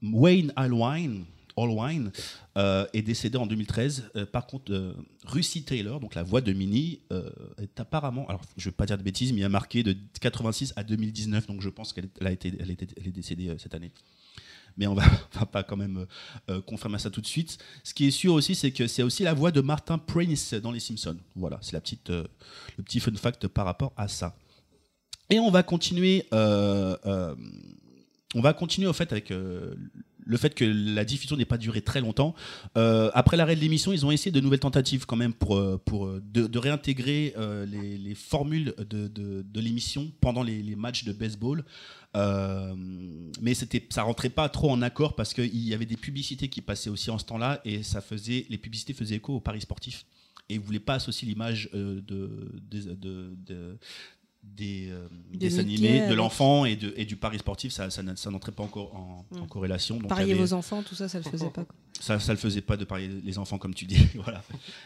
[SPEAKER 3] Wayne Alwine Allwine, euh, est décédé en 2013. Euh, par contre, euh, Russie Taylor, donc la voix de Minnie, euh, est apparemment, alors je ne veux pas dire de bêtises, mais a marqué de 86 à 2019, donc je pense qu'elle elle a été, elle était- elle est décédée euh, cette année. Mais on va, on va pas quand même euh, euh, confirmer ça tout de suite. Ce qui est sûr aussi, c'est que c'est aussi la voix de Martin Prince dans Les Simpsons. Voilà, c'est la petite, euh, le petit fun fact par rapport à ça. Et on va continuer, euh, euh, on va continuer au fait avec euh, le fait que la diffusion n'ait pas duré très longtemps. Euh, après l'arrêt de l'émission, ils ont essayé de nouvelles tentatives quand même pour, euh, pour euh, de, de réintégrer euh, les, les formules de, de- de l'émission pendant les, les matchs de baseball. Euh, mais c'était, ça rentrait pas trop en accord parce qu'il y avait des publicités qui passaient aussi en ce temps-là et ça faisait, les publicités faisaient écho au paris sportif. Et ils voulaient pas associer l'image euh, de, des- de- de- des, euh,
[SPEAKER 1] De
[SPEAKER 3] dessins
[SPEAKER 1] Mickey
[SPEAKER 3] animés, de
[SPEAKER 1] avec-
[SPEAKER 3] l'enfant et, de- et du pari sportif, ça, ça, n'a- ça n'entrait pas encore en, en
[SPEAKER 1] Mm.
[SPEAKER 3] corrélation. Donc Oh, il
[SPEAKER 1] Parier
[SPEAKER 3] y avait-
[SPEAKER 1] vos enfants, tout ça, ça le faisait pas. quoi.
[SPEAKER 3] ça, ça le faisait pas de parier les enfants comme tu dis. voilà.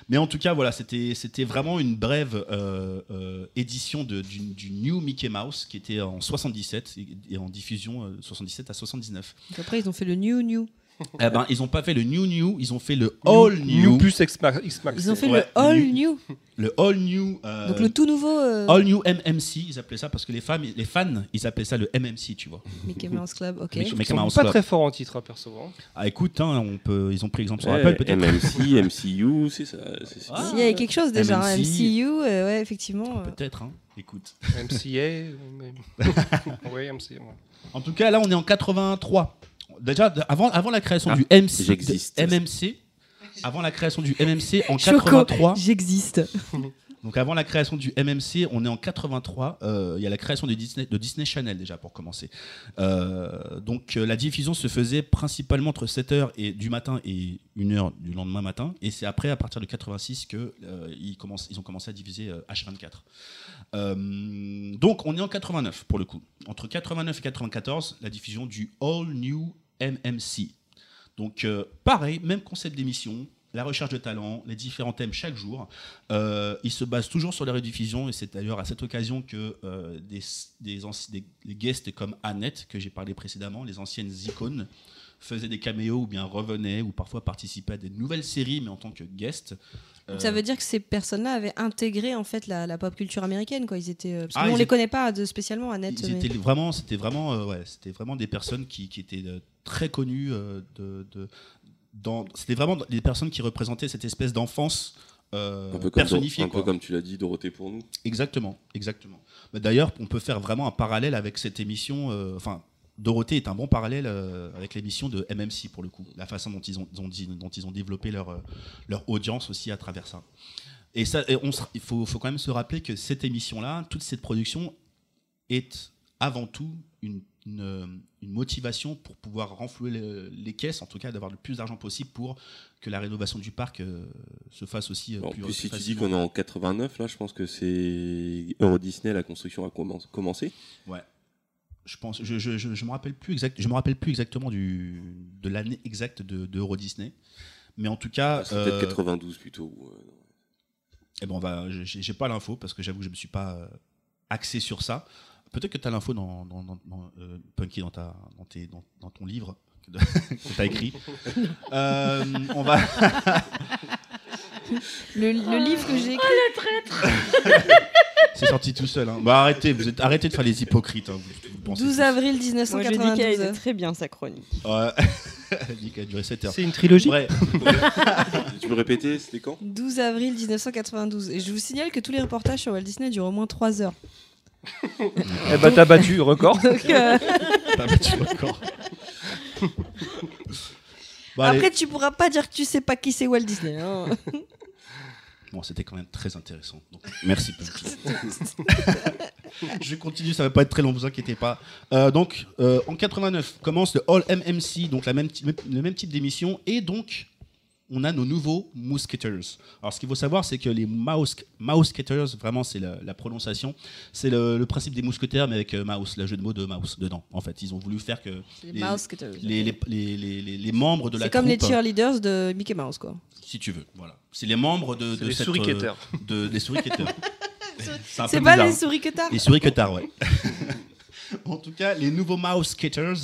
[SPEAKER 3] Mais en tout cas, voilà, c'était c'était vraiment une brève euh, euh, édition de, du, du New Mickey Mouse qui était en 77 et, et en diffusion euh, 77 à 79.
[SPEAKER 1] Donc après, ils ont fait le new new.
[SPEAKER 3] Eh ben, ils ont pas fait le New New, ils ont fait le All New,
[SPEAKER 2] plus X-Max. X-Max.
[SPEAKER 1] Ils ont fait
[SPEAKER 3] Ouais,
[SPEAKER 1] le all
[SPEAKER 3] new.
[SPEAKER 1] new.
[SPEAKER 3] le All New. euh,
[SPEAKER 1] Donc le tout nouveau euh,
[SPEAKER 3] All New MMC, ils appelaient ça parce que les femmes, les fans, ils appelaient ça le MMC, tu vois.
[SPEAKER 1] Mickey Mouse Club. Ok.
[SPEAKER 3] Mickey-
[SPEAKER 2] Ils
[SPEAKER 3] Mickey
[SPEAKER 2] sont
[SPEAKER 3] Mouse
[SPEAKER 2] pas
[SPEAKER 3] Club.
[SPEAKER 2] très fort en titre, apercevant.
[SPEAKER 3] Ah écoute, hein, on peut, ils ont pris exemple sur
[SPEAKER 8] Ouais,
[SPEAKER 3] Apple peut-être.
[SPEAKER 8] MMC, MCU, c'est ça. c'est ça.
[SPEAKER 3] Ah,
[SPEAKER 1] S'il y avait quelque chose déjà, hein,
[SPEAKER 3] MCU.
[SPEAKER 1] MCU, euh, ouais, effectivement. euh,
[SPEAKER 3] Peut-être, hein. Écoute.
[SPEAKER 2] MCA. mais- ouais, MCA. ouais.
[SPEAKER 3] En tout cas, là, on est en 83. Déjà, d- avant, avant la création du MC,
[SPEAKER 8] j'existe.
[SPEAKER 3] de- MMC, avant la création du MMC en
[SPEAKER 1] Choco.
[SPEAKER 3] 83,
[SPEAKER 1] J'existe.
[SPEAKER 3] donc avant la création du MMC, on est en 83. euh, Il y a la création de Disney, de Disney Channel déjà pour commencer. Euh, donc euh, la diffusion se faisait principalement entre 7h et, du matin et 1h du lendemain matin. Et c'est après, à partir de 86, qu'ils ils commencent- ils ont commencé à diviser euh, H24. Euh, donc on est en 89 pour le coup. Entre 89 et 94, la diffusion du All New MMC. Donc euh, pareil, même concept d'émission, la recherche de talent, les différents thèmes chaque jour. Euh, il se base toujours sur la rediffusion et c'est d'ailleurs à cette occasion que euh, des, des, anci- des- des guests comme Annette, que j'ai parlé précédemment, les anciennes icônes, faisaient des caméos ou bien revenaient ou parfois participaient à des nouvelles séries mais en tant que guest.
[SPEAKER 1] Donc Ça
[SPEAKER 3] Euh,
[SPEAKER 1] veut dire que ces personnes-là avaient intégré en fait la, la pop culture américaine quoi. Ils étaient euh, parce que
[SPEAKER 3] Ah,
[SPEAKER 1] nous,
[SPEAKER 3] ils
[SPEAKER 1] on les
[SPEAKER 3] étaient-
[SPEAKER 1] connaît pas de- spécialement Annette.
[SPEAKER 3] Ils
[SPEAKER 1] mais-
[SPEAKER 3] étaient vraiment, c'était vraiment, euh, ouais, c'était vraiment des personnes qui, qui étaient euh, très connues. euh, de, de- dans, c'était vraiment des personnes qui représentaient cette espèce d'enfance euh,
[SPEAKER 8] Un peu comme,
[SPEAKER 3] personnifiée.
[SPEAKER 8] un peu
[SPEAKER 3] quoi.
[SPEAKER 8] comme tu l'as dit, Dorothée pour nous.
[SPEAKER 3] Exactement, exactement. Bah, D'ailleurs, on peut faire vraiment un parallèle avec cette émission. euh, Enfin, Dorothée est un bon parallèle euh, avec l'émission de MMC pour le coup. La façon dont ils ont, dont ils- dont ils ont développé leur, euh, leur audience aussi à travers ça. Et ça, et on se- il faut, faut quand même se rappeler que cette émission-là, toute cette production est avant tout une, une, euh, une motivation pour pouvoir renflouer le- les caisses, en tout cas d'avoir le plus d'argent possible pour que la rénovation du parc euh, se fasse aussi. euh,
[SPEAKER 8] En plus, si tu dis
[SPEAKER 3] facilement.
[SPEAKER 8] qu'on est en 89, là, je pense que c'est Euro Disney, la construction a commen- commencé.
[SPEAKER 3] je pense, je, je, je, je me rappelle plus exact, je me rappelle plus exactement du de l'année exacte de, de Euro Disney, mais en tout cas,
[SPEAKER 8] Ah, C'est peut-être
[SPEAKER 3] euh,
[SPEAKER 8] 92 plutôt. ou, euh,
[SPEAKER 3] eh ben on va, j'ai j'ai pas l'info parce que j'avoue que je me suis pas euh, axé sur ça. Peut-être que tu as l'info dans, dans, dans- dans, euh, Punky dans ta dans tes dans, dans ton livre que tu as écrit. Euh, on va
[SPEAKER 1] Le, le livre que j'ai écrit.
[SPEAKER 3] c'est sorti tout seul hein. Bah arrêtez, vous êtes arrêtez de faire les hypocrites hein, vous- vous pensez
[SPEAKER 1] 12
[SPEAKER 3] tous.
[SPEAKER 1] avril
[SPEAKER 5] Moi, je dis qu'elle était
[SPEAKER 1] 1992.
[SPEAKER 5] très bien sa chronique.
[SPEAKER 3] Ouais. Elle dit qu'elle a duré 7 heures.
[SPEAKER 2] C'est une trilogie.
[SPEAKER 3] Bref.
[SPEAKER 8] tu peux répéter, c'était quand
[SPEAKER 1] 12 avril 1992. Et je vous signale que tous les reportages sur Walt Disney durent au moins 3 heures.
[SPEAKER 2] Eh bah, t'as battu, record.
[SPEAKER 1] Donc, euh,
[SPEAKER 3] Pas battu encore. Bon, allez.
[SPEAKER 1] après, tu pourras pas dire que tu sais pas qui c'est Walt Disney. hein.
[SPEAKER 3] Bon, c'était quand même très intéressant. Donc, merci, Punky. Je continue, ça va pas être très long, vous inquiétez pas. Euh, donc, euh, en 89, commence le All MMC, donc la même, ti- le même type d'émission. Et donc, on a nos nouveaux Mousquetaires. Alors, ce qu'il faut savoir, c'est que les mouse, Mousquetaires, vraiment, c'est la, la prononciation. C'est le, le principe des mousquetaires, mais avec euh, mouse, le jeu de mots de mouse dedans, en fait. Ils ont voulu faire que
[SPEAKER 1] C'est
[SPEAKER 3] Les-
[SPEAKER 1] les Mouseketers.
[SPEAKER 3] les, les, les- les- les- les membres de la
[SPEAKER 1] C'est comme les
[SPEAKER 3] troupe,
[SPEAKER 1] cheerleaders de Mickey Mouse quoi.
[SPEAKER 3] si tu veux, voilà. C'est les membres de,
[SPEAKER 2] C'est
[SPEAKER 3] de
[SPEAKER 2] les
[SPEAKER 3] cette,
[SPEAKER 2] souricateurs.
[SPEAKER 3] euh, de- des souricateurs. un peu
[SPEAKER 1] C'est pas
[SPEAKER 3] bizarre. hein.
[SPEAKER 1] les souris que t'as.
[SPEAKER 3] Les souris que t'as, ouais. En tout cas, les nouveaux Mouse Kitters,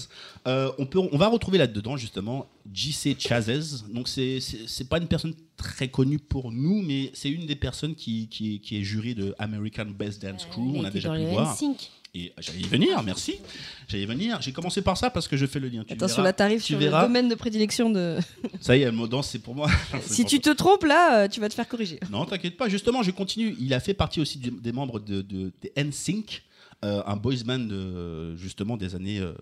[SPEAKER 3] euh, on, peut, on va retrouver là-dedans justement JC Chazes. Donc, c'est- c'est c'est pas une personne très connue pour nous, mais c'est une des personnes qui, qui, qui est jury de American Best Dance Crew. on a déjà pu voir. Et euh, j'allais y venir, merci. J'allais y venir. J'ai commencé par ça parce que je fais le lien. Tu
[SPEAKER 1] Attention,
[SPEAKER 3] verras,
[SPEAKER 1] là, t'arrives
[SPEAKER 3] tu
[SPEAKER 1] sur
[SPEAKER 3] verras.
[SPEAKER 1] le domaine de prédilection de.
[SPEAKER 3] Ça y est, le mot danse, c'est pour moi.
[SPEAKER 1] si tu te trompes, là, euh, tu vas te faire corriger.
[SPEAKER 3] Non, t'inquiète pas, justement, je continue. Il a fait partie aussi du- des membres de, de, des NSYNC, euh, un boys band de, justement des années euh,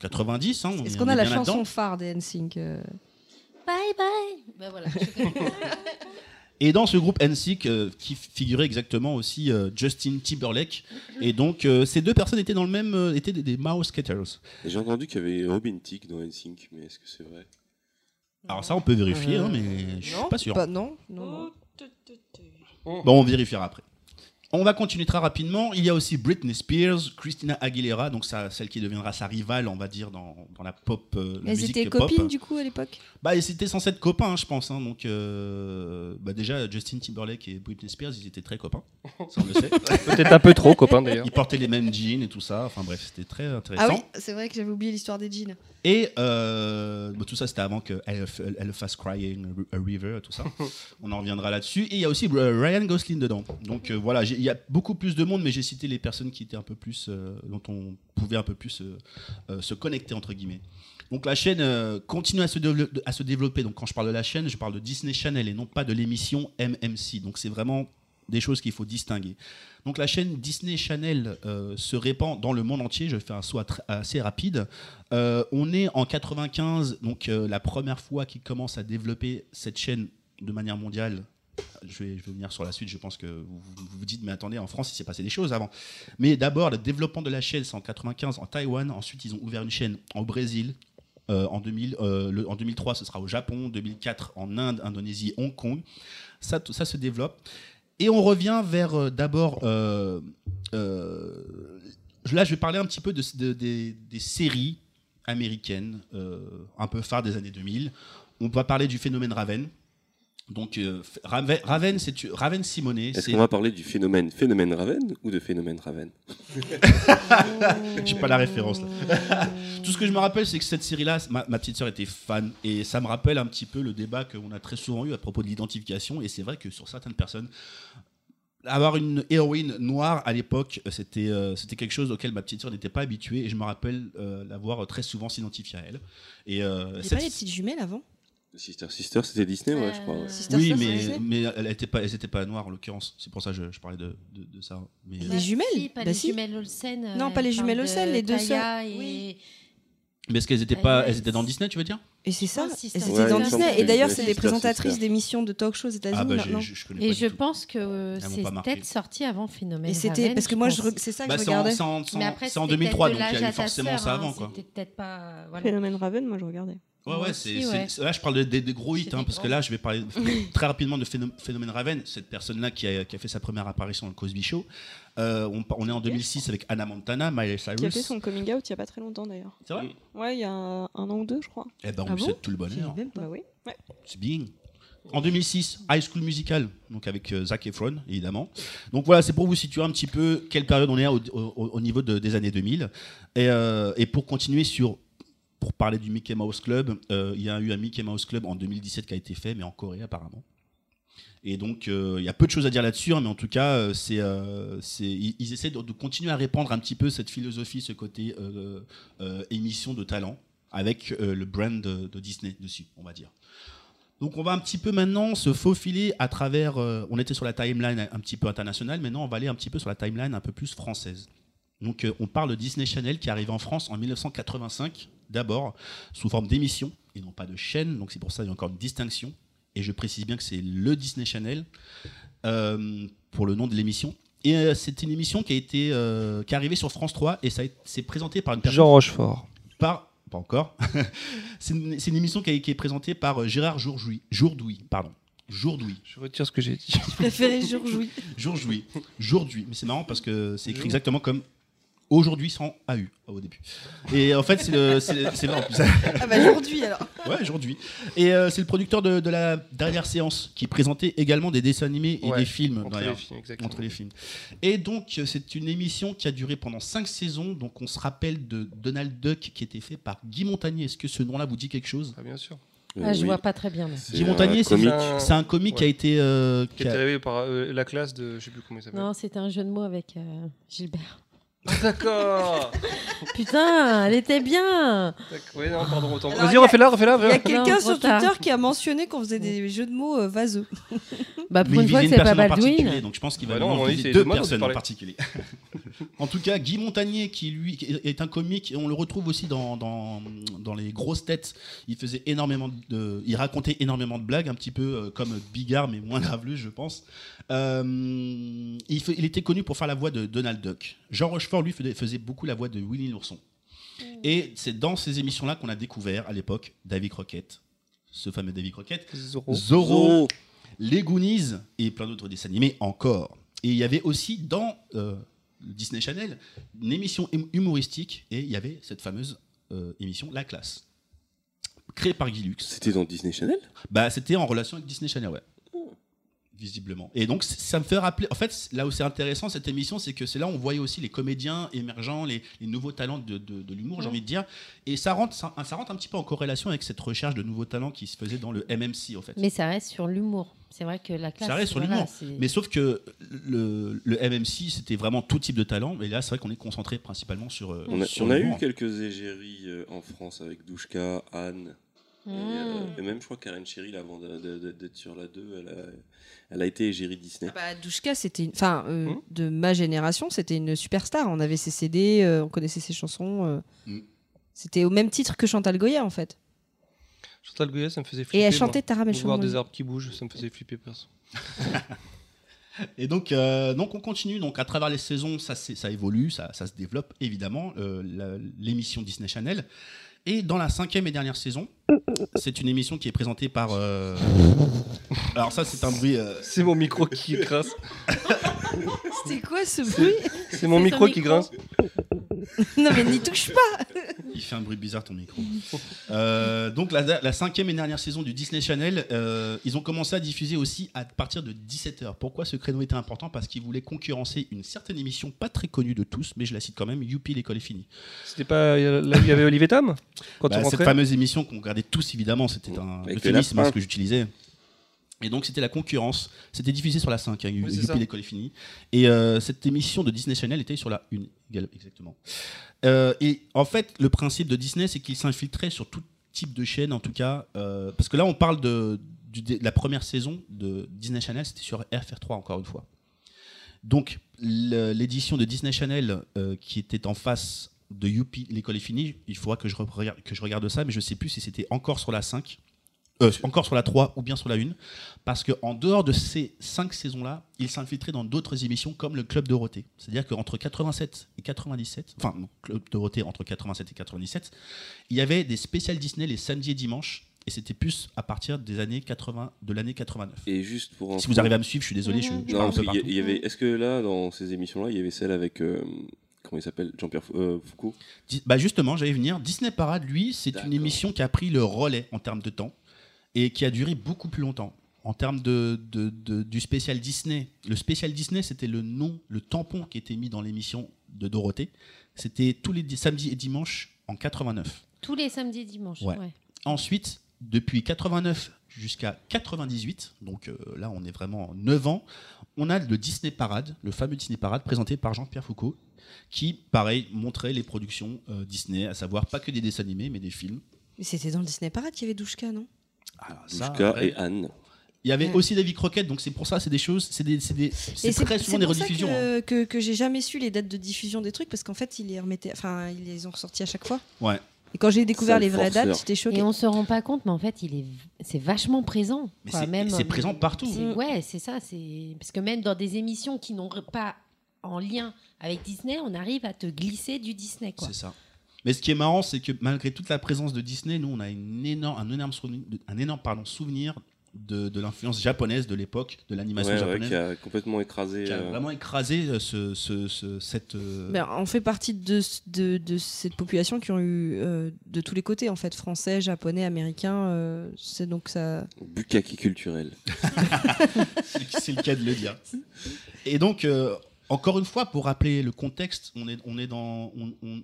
[SPEAKER 3] 90. hein, on
[SPEAKER 1] Est-ce
[SPEAKER 3] est-
[SPEAKER 1] qu'on
[SPEAKER 3] on
[SPEAKER 1] a
[SPEAKER 3] est
[SPEAKER 1] la
[SPEAKER 3] bien
[SPEAKER 1] chanson
[SPEAKER 3] là-dedans.
[SPEAKER 1] phare des NSYNC euh,
[SPEAKER 6] Bye bye. Ben voilà.
[SPEAKER 3] Et dans ce groupe NSYNC, euh, qui figurait exactement aussi euh, Justin Timberlake. Et donc, euh, ces deux personnes étaient dans le même, euh, étaient des, des Mouse Caterers.
[SPEAKER 8] Et J'ai entendu qu'il y avait Robin Thicke dans NSYNC, mais est-ce que c'est vrai
[SPEAKER 3] Alors ça, on peut vérifier,
[SPEAKER 1] Euh,
[SPEAKER 3] hein, mais je suis
[SPEAKER 1] non,
[SPEAKER 3] pas sûr.
[SPEAKER 1] Bah, non, non, non.
[SPEAKER 3] Bon, on vérifiera après. On va continuer très rapidement. Il y a aussi Britney Spears, Christina Aguilera, donc ça, celle qui deviendra sa rivale, on va dire, dans, dans la pop. euh, la
[SPEAKER 1] Elles
[SPEAKER 3] musique
[SPEAKER 1] étaient
[SPEAKER 3] pop.
[SPEAKER 1] copines du coup à l'époque.
[SPEAKER 3] Bah, ils étaient censés être copains, hein, je pense. hein. donc, euh, bah, déjà, Justin Timberlake et Britney Spears, ils étaient très copains. Ça, on le sait.
[SPEAKER 2] Peut-être un peu trop, copain d'ailleurs.
[SPEAKER 3] Ils portaient les mêmes jeans et tout ça. Enfin, bref, c'était très
[SPEAKER 1] Ah
[SPEAKER 3] intéressant.
[SPEAKER 1] oui, c'est vrai que j'avais oublié l'histoire des jeans.
[SPEAKER 3] Et euh, bon, tout ça, c'était avant qu'elle elle fasse Crying a River, tout ça. On en reviendra là-dessus. Et il y a aussi euh, Ryan Gosling dedans. Donc euh, voilà, j'ai- il y a beaucoup plus de monde, mais j'ai cité les personnes qui étaient un peu plus, euh, dont on pouvait un peu plus euh, euh, se connecter entre guillemets. Donc la chaîne euh, continue à se, dévelop- à se développer. Donc quand je parle de la chaîne, je parle de Disney Channel et non pas de l'émission MMC. Donc c'est vraiment des choses qu'il faut distinguer. Donc la chaîne Disney Channel euh, se répand dans le monde entier. Je fais un saut attr- assez rapide. Euh, on est en 95, donc euh, la première fois qu'ils commencent à développer cette chaîne de manière mondiale. Je vais, je vais venir sur la suite, je pense que vous vous, vous dites, mais attendez, en France, il s'est passé des choses avant. Mais d'abord, le développement de la chaîne, c'est en 95 en Taïwan. Ensuite, ils ont ouvert une chaîne au Brésil. euh, en, 2000, euh, le- en 2003, ce sera au Japon. 2004, en Inde, Indonésie, Hong Kong. Ça, tout ça se développe. Et on revient vers euh, d'abord euh, euh, là, je vais parler un petit peu de, de- des- des séries américaines, euh, un peu phares des années 2000. On va parler du phénomène Raven. Donc, euh, f- Raven, Raven, c'est tu- Raven Simonet.
[SPEAKER 8] Est-ce
[SPEAKER 3] c'est-
[SPEAKER 8] qu'on va parler du phénomène phénomène Raven ou de phénomène Raven
[SPEAKER 3] J'ai pas la référence là.
[SPEAKER 5] Mm.
[SPEAKER 3] Tout ce que je me rappelle, c'est que cette série-là, ma, ma petite sœur était fan. Et ça me rappelle un petit peu le débat qu'on a très souvent eu à propos de l'identification. Et c'est vrai que sur certaines personnes, avoir une héroïne noire à l'époque, euh, c'était euh, c'était quelque chose auquel ma petite sœur n'était pas habituée. Et je me rappelle euh, la voir très souvent s'identifier à elle. Et, euh,
[SPEAKER 1] Il y avait
[SPEAKER 3] cette-
[SPEAKER 1] pas les petites jumelles avant
[SPEAKER 8] Sister Sister, c'était Disney, ouais, je crois.
[SPEAKER 6] Euh,
[SPEAKER 8] ouais.
[SPEAKER 1] Sister
[SPEAKER 3] Oui,
[SPEAKER 1] Sister, c'est
[SPEAKER 3] mais,
[SPEAKER 1] Disney
[SPEAKER 3] mais elle n'était pas, elles étaient pas noires en l'occurrence. C'est pour ça que je, je parlais de, de- de ça. hein. Mais, euh,
[SPEAKER 1] Les jumelles
[SPEAKER 6] Si, pas
[SPEAKER 1] Bah
[SPEAKER 6] les
[SPEAKER 1] si.
[SPEAKER 6] jumelles Olsen. euh,
[SPEAKER 1] Non, pas les
[SPEAKER 6] elle
[SPEAKER 1] jumelles
[SPEAKER 6] parle de
[SPEAKER 1] Olsen, les deux
[SPEAKER 6] Taya
[SPEAKER 1] sœurs.
[SPEAKER 6] et-
[SPEAKER 1] Oui.
[SPEAKER 3] mais est-ce qu'elles étaient, pas- elles étaient dans Disney, tu veux dire
[SPEAKER 1] Et c'est ça.
[SPEAKER 6] pense que
[SPEAKER 1] Et
[SPEAKER 6] Sister
[SPEAKER 1] c'était
[SPEAKER 8] Sister.
[SPEAKER 1] dans
[SPEAKER 8] Ouais, il me semble
[SPEAKER 1] Disney.
[SPEAKER 8] que
[SPEAKER 1] Et d'ailleurs,
[SPEAKER 8] c'est
[SPEAKER 1] c'est les
[SPEAKER 8] Sister
[SPEAKER 1] présentatrices
[SPEAKER 8] Sister.
[SPEAKER 1] d'émissions de talk-show aux États-Unis
[SPEAKER 3] Ah bah j'ai-
[SPEAKER 1] maintenant.
[SPEAKER 3] je, je connais
[SPEAKER 6] Et
[SPEAKER 3] pas
[SPEAKER 6] je
[SPEAKER 3] du tout.
[SPEAKER 6] pense que euh,
[SPEAKER 3] Elles m'ont
[SPEAKER 6] c'est
[SPEAKER 3] pas marqué.
[SPEAKER 6] peut-être sorti avant Phénomène.
[SPEAKER 1] Et c'était
[SPEAKER 6] Raven,
[SPEAKER 1] parce que moi, je
[SPEAKER 6] pense.
[SPEAKER 1] re- c'est ça que
[SPEAKER 3] Bah,
[SPEAKER 1] je
[SPEAKER 3] c'est en,
[SPEAKER 1] regardais.
[SPEAKER 3] c'est en- c'est en-
[SPEAKER 6] Mais après,
[SPEAKER 3] c'est en
[SPEAKER 6] c'était
[SPEAKER 3] 2003,
[SPEAKER 6] peut-être
[SPEAKER 3] donc
[SPEAKER 6] de
[SPEAKER 3] il y
[SPEAKER 6] l'âge
[SPEAKER 3] a
[SPEAKER 6] à
[SPEAKER 3] eu
[SPEAKER 6] ta
[SPEAKER 3] forcément
[SPEAKER 6] sœur,
[SPEAKER 3] ça
[SPEAKER 6] hein,
[SPEAKER 3] avant. Quoi.
[SPEAKER 6] C'était peut-être pas. euh, voilà.
[SPEAKER 5] Phénomène Raven, moi je regardais.
[SPEAKER 3] Ouais,
[SPEAKER 6] Moi
[SPEAKER 3] ouais,
[SPEAKER 6] aussi,
[SPEAKER 3] c'est,
[SPEAKER 6] ouais.
[SPEAKER 3] c'est- là je parle de- des, des gros hits,
[SPEAKER 6] C'était
[SPEAKER 3] hein, parce que
[SPEAKER 6] grand.
[SPEAKER 3] là je vais parler très rapidement de Phénom- Phénomène Raven, cette personne-là qui a, qui a fait sa première apparition dans le Cosby Show. Euh, on, pa- on est en 2006 avec Anna Montana, Miley Cyrus.
[SPEAKER 5] Qui a fait son coming out il y a pas très longtemps d'ailleurs.
[SPEAKER 3] C'est vrai
[SPEAKER 5] Ouais, il y a un, un an ou deux, je crois.
[SPEAKER 3] Eh ben, on
[SPEAKER 1] Ah
[SPEAKER 3] lui
[SPEAKER 1] bon
[SPEAKER 3] souhaite tout le
[SPEAKER 1] Je savais
[SPEAKER 3] bonheur.
[SPEAKER 1] même pas.
[SPEAKER 5] Bah oui. Ouais.
[SPEAKER 3] C'est bien. En 2006, High School Musical, donc avec euh, Zac Efron, évidemment. Donc voilà, c'est pour vous situer un petit peu quelle période on est au, au- au niveau de- des années 2000. Et, euh, et pour continuer sur, pour parler du Mickey Mouse Club, euh, il y a eu un Mickey Mouse Club en 2017 qui a été fait, mais en Corée apparemment. Et donc, euh, il y a peu de choses à dire là-dessus, hein, mais en tout cas, euh, c'est, euh, c'est- ils, ils essaient de, de continuer à répandre un petit peu cette philosophie, ce côté euh, euh, émission de talent, avec euh, le brand de- de Disney dessus, on va dire. Donc on va un petit peu maintenant se faufiler à travers, euh, on était sur la timeline un petit peu internationale, maintenant on va aller un petit peu sur la timeline un peu plus française. Donc euh, on parle de Disney Channel qui est arrivé en France en 1985 d'abord sous forme d'émission et non pas de chaîne, donc c'est pour ça qu'il y a encore une distinction. Et je précise bien que c'est le Disney Channel euh, pour le nom de l'émission. Et euh, c'est une émission qui a été euh, qui est arrivée sur France 3 et ça a été- c'est présenté par une personne
[SPEAKER 2] Jean Rochefort.
[SPEAKER 3] par pas encore. c'est une, c'est une émission qui, a- qui est présentée par euh, Gérard Jourjouy, Jourdouy, pardon. Jourdouy,
[SPEAKER 2] Je retire ce que j'ai dit.
[SPEAKER 1] Préféré jour jouy.
[SPEAKER 3] Jourjouy, Jourdouy. Mais c'est marrant parce que c'est écrit exactement comme Aujourd'hui sans AU au début. Et en fait, c'est le. c'est le- c'est le- en plus-
[SPEAKER 1] Ah bah aujourd'hui alors.
[SPEAKER 3] Ouais, aujourd'hui. Et euh, c'est le producteur de, de la dernière séance qui présentait également des dessins animés et
[SPEAKER 2] Ouais,
[SPEAKER 3] des films.
[SPEAKER 2] entre
[SPEAKER 3] d'ailleurs,
[SPEAKER 2] les films, exactement.
[SPEAKER 3] Entre les films. Et donc, euh, c'est une émission qui a duré pendant cinq saisons. Donc, on se rappelle de Donald Duck qui était fait par Guy Montagnier. Est-ce que ce nom-là vous dit quelque chose
[SPEAKER 2] Ah, bien sûr.
[SPEAKER 6] Ah, je vois pas très bien. là.
[SPEAKER 3] Guy Montagnier, c'est
[SPEAKER 8] comique.
[SPEAKER 2] un-
[SPEAKER 3] C'est un comique qui a été. euh,
[SPEAKER 2] Euh, Qui
[SPEAKER 3] qui
[SPEAKER 2] était
[SPEAKER 3] a-
[SPEAKER 2] révélé par euh, la classe de. Je sais plus comment il s'appelle.
[SPEAKER 6] Non, c'était un jeu de mots avec euh, Gilbert.
[SPEAKER 2] D'accord
[SPEAKER 6] Putain, elle était bien.
[SPEAKER 2] D'accord. Ouais, non, pardon, autant.
[SPEAKER 1] Alors,
[SPEAKER 2] Vas-y,
[SPEAKER 1] il y a-
[SPEAKER 2] refais-la, refais-la.
[SPEAKER 1] Il y a
[SPEAKER 2] refais-la.
[SPEAKER 1] quelqu'un
[SPEAKER 6] trop
[SPEAKER 1] sur
[SPEAKER 6] tard.
[SPEAKER 1] Twitter qui a mentionné qu'on faisait des jeux de mots euh, vaseux.
[SPEAKER 3] Mais
[SPEAKER 6] Bah, pour une
[SPEAKER 3] il
[SPEAKER 6] fois que
[SPEAKER 3] visait
[SPEAKER 6] c'est pas
[SPEAKER 3] personne en
[SPEAKER 6] Baldwin.
[SPEAKER 3] particulier, donc je pense qu'il
[SPEAKER 2] Bah
[SPEAKER 3] va
[SPEAKER 2] non, à mon
[SPEAKER 3] vraiment
[SPEAKER 2] avis,
[SPEAKER 3] viser
[SPEAKER 2] c'est
[SPEAKER 3] deux
[SPEAKER 2] de moi dont
[SPEAKER 3] personnes
[SPEAKER 2] on
[SPEAKER 3] en
[SPEAKER 2] parlait.
[SPEAKER 3] particulier. en tout cas, Guy Montagnier, qui lui est un comique, et on le retrouve aussi dans, dans, dans les grosses têtes. Il faisait énormément de, il racontait énormément de blagues, un petit peu euh, comme Bigard, mais moins graveleux, je pense. Euh, il, fait- il était connu pour faire la voix de Donald Duck. Jean Rochefort, lui, faisait- faisait beaucoup la voix de Willy l'ourson.
[SPEAKER 6] Mmh.
[SPEAKER 3] Et c'est dans ces émissions-là qu'on a découvert, à l'époque, Davy Crockett, ce fameux Davy Crockett,
[SPEAKER 2] Oh. Zorro.
[SPEAKER 3] Zorro, les Goonies et plein d'autres dessins animés encore. Et il y avait aussi dans euh, le Disney Channel une émission hum- humoristique et il y avait cette fameuse euh, émission La Classe, créée par Guy Lux.
[SPEAKER 8] C'était dans Disney Channel
[SPEAKER 3] Bah, c'était en relation avec Disney Channel, ouais. Visiblement. Et donc, c- ça me fait rappeler. En fait, là où c'est intéressant cette émission, c'est que c'est là où on voyait aussi les comédiens émergents, les, les nouveaux talents de, de- de l'humour, j'ai envie de dire. Et ça rentre, ça, ça rentre un petit peu en corrélation avec cette recherche de nouveaux talents qui se faisait dans le MMC, en fait.
[SPEAKER 6] Mais ça reste sur l'humour. C'est vrai que la classe.
[SPEAKER 3] reste sur
[SPEAKER 6] voilà,
[SPEAKER 3] l'humour,
[SPEAKER 6] c'est-
[SPEAKER 3] Mais sauf que le, le MMC, c'était vraiment tout type de talent. Mais là, c'est vrai qu'on est concentré principalement sur. euh,
[SPEAKER 8] On a,
[SPEAKER 3] sur
[SPEAKER 8] on a
[SPEAKER 3] le
[SPEAKER 8] eu
[SPEAKER 3] moment.
[SPEAKER 8] quelques égéries euh, en France avec Douchka, Anne,
[SPEAKER 6] Mmh.
[SPEAKER 8] Et, euh, et même, je crois, Karen Cheryl, avant de- de- de- d'être sur la 2, elle a, elle a été égérie Disney.
[SPEAKER 1] Bah, Douchka, c'était une... enfin euh,
[SPEAKER 3] Hein
[SPEAKER 2] Hmm.
[SPEAKER 1] de ma génération, c'était une superstar. On avait ses CD, euh, on connaissait ses chansons. euh.
[SPEAKER 3] Hmm.
[SPEAKER 1] C'était au même titre que Chantal Goya en fait.
[SPEAKER 2] Chantal Goya, ça me faisait
[SPEAKER 1] Et
[SPEAKER 2] flipper.
[SPEAKER 1] elle
[SPEAKER 2] moi.
[SPEAKER 1] chantait Taram El
[SPEAKER 2] Voir
[SPEAKER 1] Choumoun.
[SPEAKER 2] des arbres qui bougent, ça me faisait flipper perso.
[SPEAKER 3] Et donc, euh, donc, on continue. Donc, à travers les saisons, ça, s'est- ça évolue, ça, ça se développe, évidemment, euh, la- l'émission Disney Channel. Et dans la cinquième et dernière saison, c'est une émission qui est présentée par. euh, Alors, ça, c'est un bruit. euh,
[SPEAKER 2] C'est mon micro qui grince.
[SPEAKER 1] C'était quoi ce bruit
[SPEAKER 2] C'est mon
[SPEAKER 6] son
[SPEAKER 2] micro qui
[SPEAKER 6] micro.
[SPEAKER 2] grince.
[SPEAKER 1] Non mais n'y touche pas.
[SPEAKER 3] Il fait un bruit bizarre ton micro. Euh, donc la, la cinquième et dernière saison du Disney Channel, euh, ils ont commencé à diffuser aussi à partir de 17h. Pourquoi ce créneau était important Parce qu'ils voulaient concurrencer une certaine émission pas très connue de tous, mais je la cite quand même, Youpi l'école est finie.
[SPEAKER 2] C'était pas. Là, il y avait Olivier Tam Quand
[SPEAKER 3] Bah,
[SPEAKER 2] on
[SPEAKER 3] cette
[SPEAKER 2] rentrait
[SPEAKER 3] fameuse émission qu'on regardait tous évidemment, c'était un
[SPEAKER 8] Avec le
[SPEAKER 3] euphémisme hein,
[SPEAKER 8] lapin.
[SPEAKER 3] ce que j'utilisais. Et donc c'était la concurrence, c'était diffusé sur la 5, hein,
[SPEAKER 2] Oui, c'est
[SPEAKER 3] Youpi
[SPEAKER 2] ça.
[SPEAKER 3] l'école est finie. Et euh, cette émission de Disney Channel était sur la 1, exactement. Euh, et en fait, le principe de Disney, c'est qu'il s'infiltrait sur tout type de chaîne, en tout cas. euh, parce que là, on parle de, du- de la première saison de Disney Channel, c'était sur RFR3, encore une fois. Donc, le- l'édition de Disney Channel euh, qui était en face de Youpi, l'école est finie, il faudra que je, re- regarde, que je regarde ça, mais je sais plus si c'était encore sur la 5. euh, encore sur la 3 ou bien sur la 1, parce qu'en dehors de ces 5 saisons-là, il s'infiltrait dans d'autres émissions comme le Club Dorothée. C'est-à-dire qu'entre 87 et 97, enfin, non, Club Dorothée entre 87 et 97, il y avait des spéciales Disney les samedis et dimanches, et c'était plus à partir des années 80, de l'année 89.
[SPEAKER 8] Et juste pour.
[SPEAKER 3] si
[SPEAKER 8] info-
[SPEAKER 3] vous arrivez à me suivre, je suis désolé, je, je parle
[SPEAKER 8] Non,
[SPEAKER 3] un peu
[SPEAKER 8] il y-
[SPEAKER 3] partout.
[SPEAKER 8] il y avait. Est-ce que là, dans ces émissions-là, il y avait celle avec. euh, comment il s'appelle Jean-Pierre Fou- euh, Foucault
[SPEAKER 3] Dis- Bah justement, j'allais venir. Disney Parade, lui, c'est
[SPEAKER 8] D'accord.
[SPEAKER 3] une émission qui a pris le relais en termes de temps et qui a duré beaucoup plus longtemps. En termes de, de- de- du spécial Disney, le spécial Disney, c'était le nom, le tampon qui était mis dans l'émission de Dorothée. C'était tous les di- samedis et dimanches en 89.
[SPEAKER 6] Tous les samedis et dimanches.
[SPEAKER 3] Ouais.
[SPEAKER 6] ouais.
[SPEAKER 3] Ensuite, depuis 89 jusqu'à 98, donc euh, là on est vraiment en 9 ans, on a le Disney Parade, le fameux Disney Parade présenté par Jean-Pierre Foucault, qui, pareil, montrait les productions euh, Disney, à savoir pas que des dessins animés, mais des films.
[SPEAKER 1] Mais c'était dans le Disney Parade qu'il y avait Douchka, non
[SPEAKER 3] Alors, ça,
[SPEAKER 8] Douchka
[SPEAKER 3] après,
[SPEAKER 8] et Anne.
[SPEAKER 3] Il y avait
[SPEAKER 1] Ouais.
[SPEAKER 3] aussi David Crockett, donc c'est pour ça, c'est des choses, c'est des, c'est des- c'est
[SPEAKER 1] Et
[SPEAKER 3] très souvent
[SPEAKER 1] c'est
[SPEAKER 3] des
[SPEAKER 1] pour ça
[SPEAKER 3] rediffusions. hein.
[SPEAKER 1] Que, que, que j'ai jamais su les dates de diffusion des trucs parce qu'en fait, ils les remettaient, enfin, ils les ont ressortis à chaque fois.
[SPEAKER 3] Ouais.
[SPEAKER 1] Et quand j'ai découvert
[SPEAKER 8] Sale
[SPEAKER 1] les vraies dates,
[SPEAKER 8] forceur.
[SPEAKER 1] j'étais choquée.
[SPEAKER 6] Et on se rend pas compte, mais en fait, il est, c'est vachement présent.
[SPEAKER 3] Mais
[SPEAKER 6] quoi,
[SPEAKER 3] c'est-
[SPEAKER 6] même-
[SPEAKER 3] c'est présent partout.
[SPEAKER 6] C'est- Ouais, c'est ça. C'est parce que même dans des émissions qui n'ont pas en lien avec Disney, on arrive à te glisser du Disney. Quoi.
[SPEAKER 3] C'est ça. Mais ce qui est marrant, c'est que malgré toute la présence de Disney, nous, on a une énorme, un énorme, souveni- un énorme pardon, souvenir de, de l'influence japonaise de l'époque, de l'animation
[SPEAKER 8] Ouais, ouais,
[SPEAKER 3] japonaise,
[SPEAKER 8] qui a complètement écrasé.
[SPEAKER 3] qui a
[SPEAKER 8] euh,
[SPEAKER 3] vraiment écrasé euh, ce, ce- ce- cette. euh,
[SPEAKER 1] Ben, on fait partie de, de, de cette population qui ont eu euh, de tous les côtés, en fait, français, japonais, américains. euh, c'est donc ça.
[SPEAKER 8] Bukkake culturel.
[SPEAKER 3] c'est le- c'est le cas de le dire. Et donc, euh, encore une fois, pour rappeler le contexte, on est, on est, dans, on, on-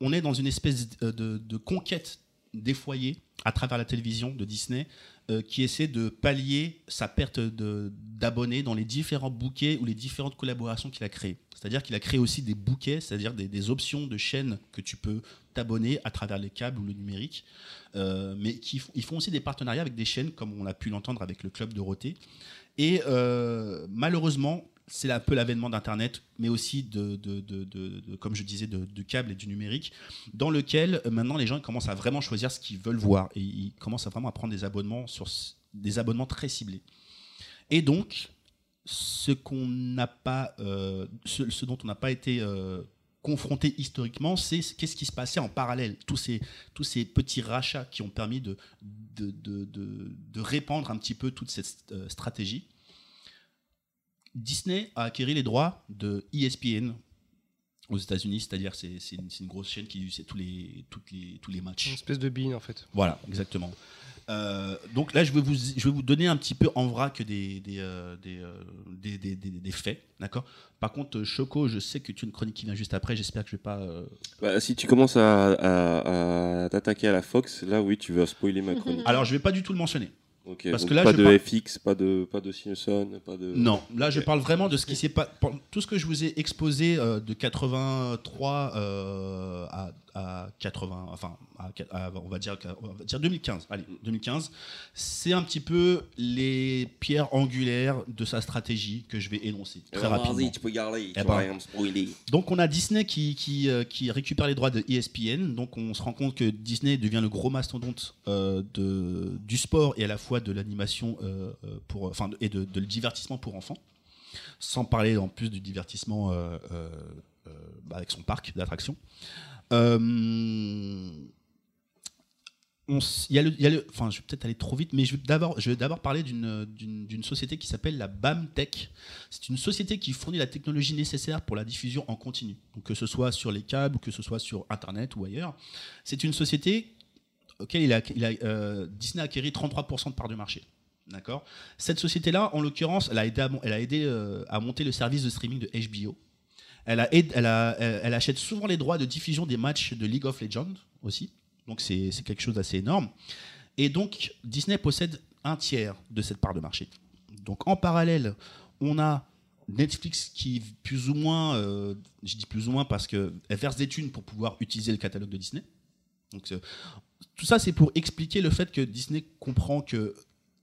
[SPEAKER 3] on est dans une espèce euh, de, de conquête des foyers à travers la télévision de Disney euh, qui essaie de pallier sa perte de- d'abonnés dans les différents bouquets ou les différentes collaborations qu'il a créées. C'est-à-dire qu'il a créé aussi des bouquets, c'est-à-dire des, des options de chaînes que tu peux t'abonner à travers les câbles ou le numérique, euh, mais qui f- ils font aussi des partenariats avec des chaînes comme on a pu l'entendre avec le Club Dorothée, et euh, malheureusement, c'est un peu l'avènement d'Internet, mais aussi de, de- de- de- de- comme je disais, de, du câble et du numérique, dans lequel euh, maintenant les gens ils commencent à vraiment choisir ce qu'ils veulent voir et ils commencent à vraiment à prendre des abonnements sur s- des abonnements très ciblés. Et donc, ce qu'on n'a pas, euh, ce, ce dont on n'a pas été euh, confronté historiquement, c'est ce- qu'est-ce qui se passait en parallèle, tous ces, tous ces petits rachats qui ont permis de, de, de- de- de répandre un petit peu toute cette euh, stratégie. Disney a acquéri les droits de E ESPN aux États-Unis, c'est-à-dire c'est c'est une, c'est une grosse chaîne qui diffuse tous les, toutes les, tous les matchs.
[SPEAKER 2] Une espèce de bine, en fait.
[SPEAKER 3] Voilà, exactement. Euh, donc là, je vais, vous, je vais vous donner un petit peu en vrac des, des, euh, des, euh, des, des- des- des faits, d'accord Par contre, euh, Choco, je sais que tu as une chronique qui vient juste après, j'espère que je vais pas... euh,
[SPEAKER 8] Bah, si tu commences à, à- à t'attaquer à la Fox, là oui, tu vas spoiler ma chronique.
[SPEAKER 3] Alors, je vais pas du tout le mentionner.
[SPEAKER 8] Ok,
[SPEAKER 3] Parce
[SPEAKER 8] donc
[SPEAKER 3] que là,
[SPEAKER 8] pas
[SPEAKER 3] je
[SPEAKER 8] de
[SPEAKER 3] par-
[SPEAKER 8] FX, pas de pas de Simpson, pas de.
[SPEAKER 3] Non, là, je
[SPEAKER 8] ok.
[SPEAKER 3] parle vraiment de ce qui s'est pas... pour- Tout ce que je vous ai exposé euh, de 83 euh, à, à 80... Enfin, à- à- on, va dire, qu'à- on va dire 2015. Allez, 2015. C'est un petit peu les pierres angulaires de sa stratégie que je vais énoncer très
[SPEAKER 8] Alors,
[SPEAKER 3] rapidement.
[SPEAKER 8] Ah, Vas-y, tu peux garder.
[SPEAKER 3] Eh
[SPEAKER 8] tu vas
[SPEAKER 3] ben.
[SPEAKER 8] rien me spoiler.
[SPEAKER 3] Donc on a Disney qui, qui, euh, qui récupère les droits de E ESPN. Donc on se rend compte que Disney devient le gros mastodonte euh, de, du sport et à la fois de l'animation euh, euh, pour, enfin, de- et de, de le divertissement pour enfants. Sans parler en plus du divertissement euh, euh, euh, bah, avec son parc d'attractions. Euh, on s- il y a le- il y a le- enfin, je vais peut-être aller trop vite, mais je vais d'abord, je vais d'abord parler d'une- d'une d'une société qui s'appelle la BAM Tech. C'est une société qui fournit la technologie nécessaire pour la diffusion en continu, Donc, que ce soit sur les câbles, ou que ce soit sur Internet ou ailleurs. C'est une société auquel il a, il a, euh, Disney a acquéri 33% de part de marché. D'accord Cette société-là, en l'occurrence, elle a aidé, à, mon- elle a aidé euh, à monter le service de streaming de HBO. Elle, a aide- elle, a- elle- elle achète souvent les droits de diffusion des matchs de League of Legends aussi. Donc c'est c'est quelque chose d'assez énorme. Et donc Disney possède un tiers de cette part de marché. Donc en parallèle, on a Netflix qui plus ou moins, euh, je dis plus ou moins parce que elle verse des thunes pour pouvoir utiliser le catalogue de Disney. Donc c'est- tout ça c'est pour expliquer le fait que Disney comprend que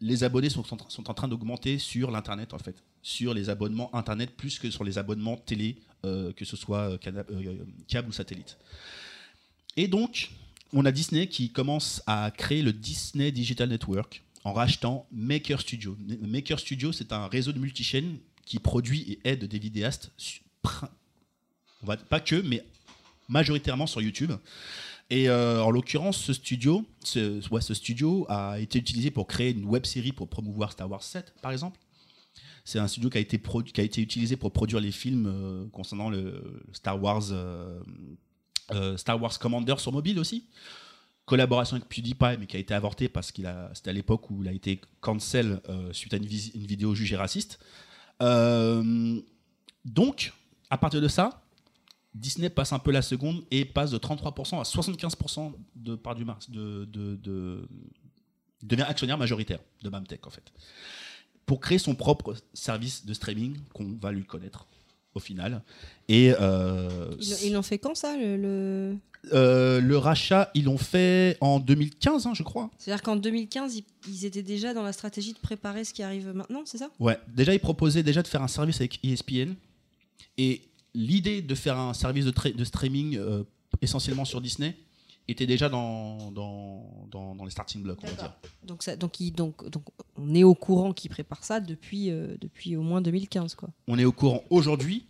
[SPEAKER 3] les abonnés sont, en train- sont en train d'augmenter sur l'internet en fait, sur les abonnements internet plus que sur les abonnements télé, euh, que ce soit euh, cana- euh, câble ou satellite. Et donc on a Disney qui commence à créer le Disney Digital Network en rachetant Maker Studio. Maker Studio, c'est un réseau de multichaînes qui produit et aide des vidéastes, su- prin- on va, pas que, mais majoritairement sur YouTube. Et euh, en l'occurrence, ce studio, ce, ouais, ce studio a été utilisé pour créer une web série pour promouvoir Star Wars 7, par exemple. C'est un studio qui a été, produ- qui a été utilisé pour produire les films euh, concernant le Star Wars, euh, euh, Star Wars Commander sur mobile aussi. Collaboration avec PewDiePie, mais qui a été avortée parce qu'il a, c'était à l'époque où il a été cancel euh, suite à une, visi- une vidéo jugée raciste. Euh, donc, à partir de ça, Disney passe un peu la seconde et passe de 33% à 75% de part du mars de, de, de- devient actionnaire majoritaire de BAMTech en fait pour créer son propre service de streaming qu'on va lui connaître au final et euh,
[SPEAKER 1] Ils ils l'ont fait quand ça le, le-
[SPEAKER 3] euh, le rachat ils l'ont fait en 2015 hein, je crois
[SPEAKER 1] C'est-à-dire qu'en 2015, ils, ils étaient déjà dans la stratégie de préparer ce qui arrive maintenant, c'est ça
[SPEAKER 3] Ouais, déjà, il proposait déjà de faire un service avec E ESPN. Et l'idée de faire un service de, tra- de streaming euh, essentiellement sur Disney était déjà dans, dans, dans, dans les starting blocks, on va dire.
[SPEAKER 1] donc, ça, donc, ils- donc, donc on est au courant qu'ils préparent ça depuis, euh, depuis au moins 2015. Quoi.
[SPEAKER 3] On est au courant aujourd'hui,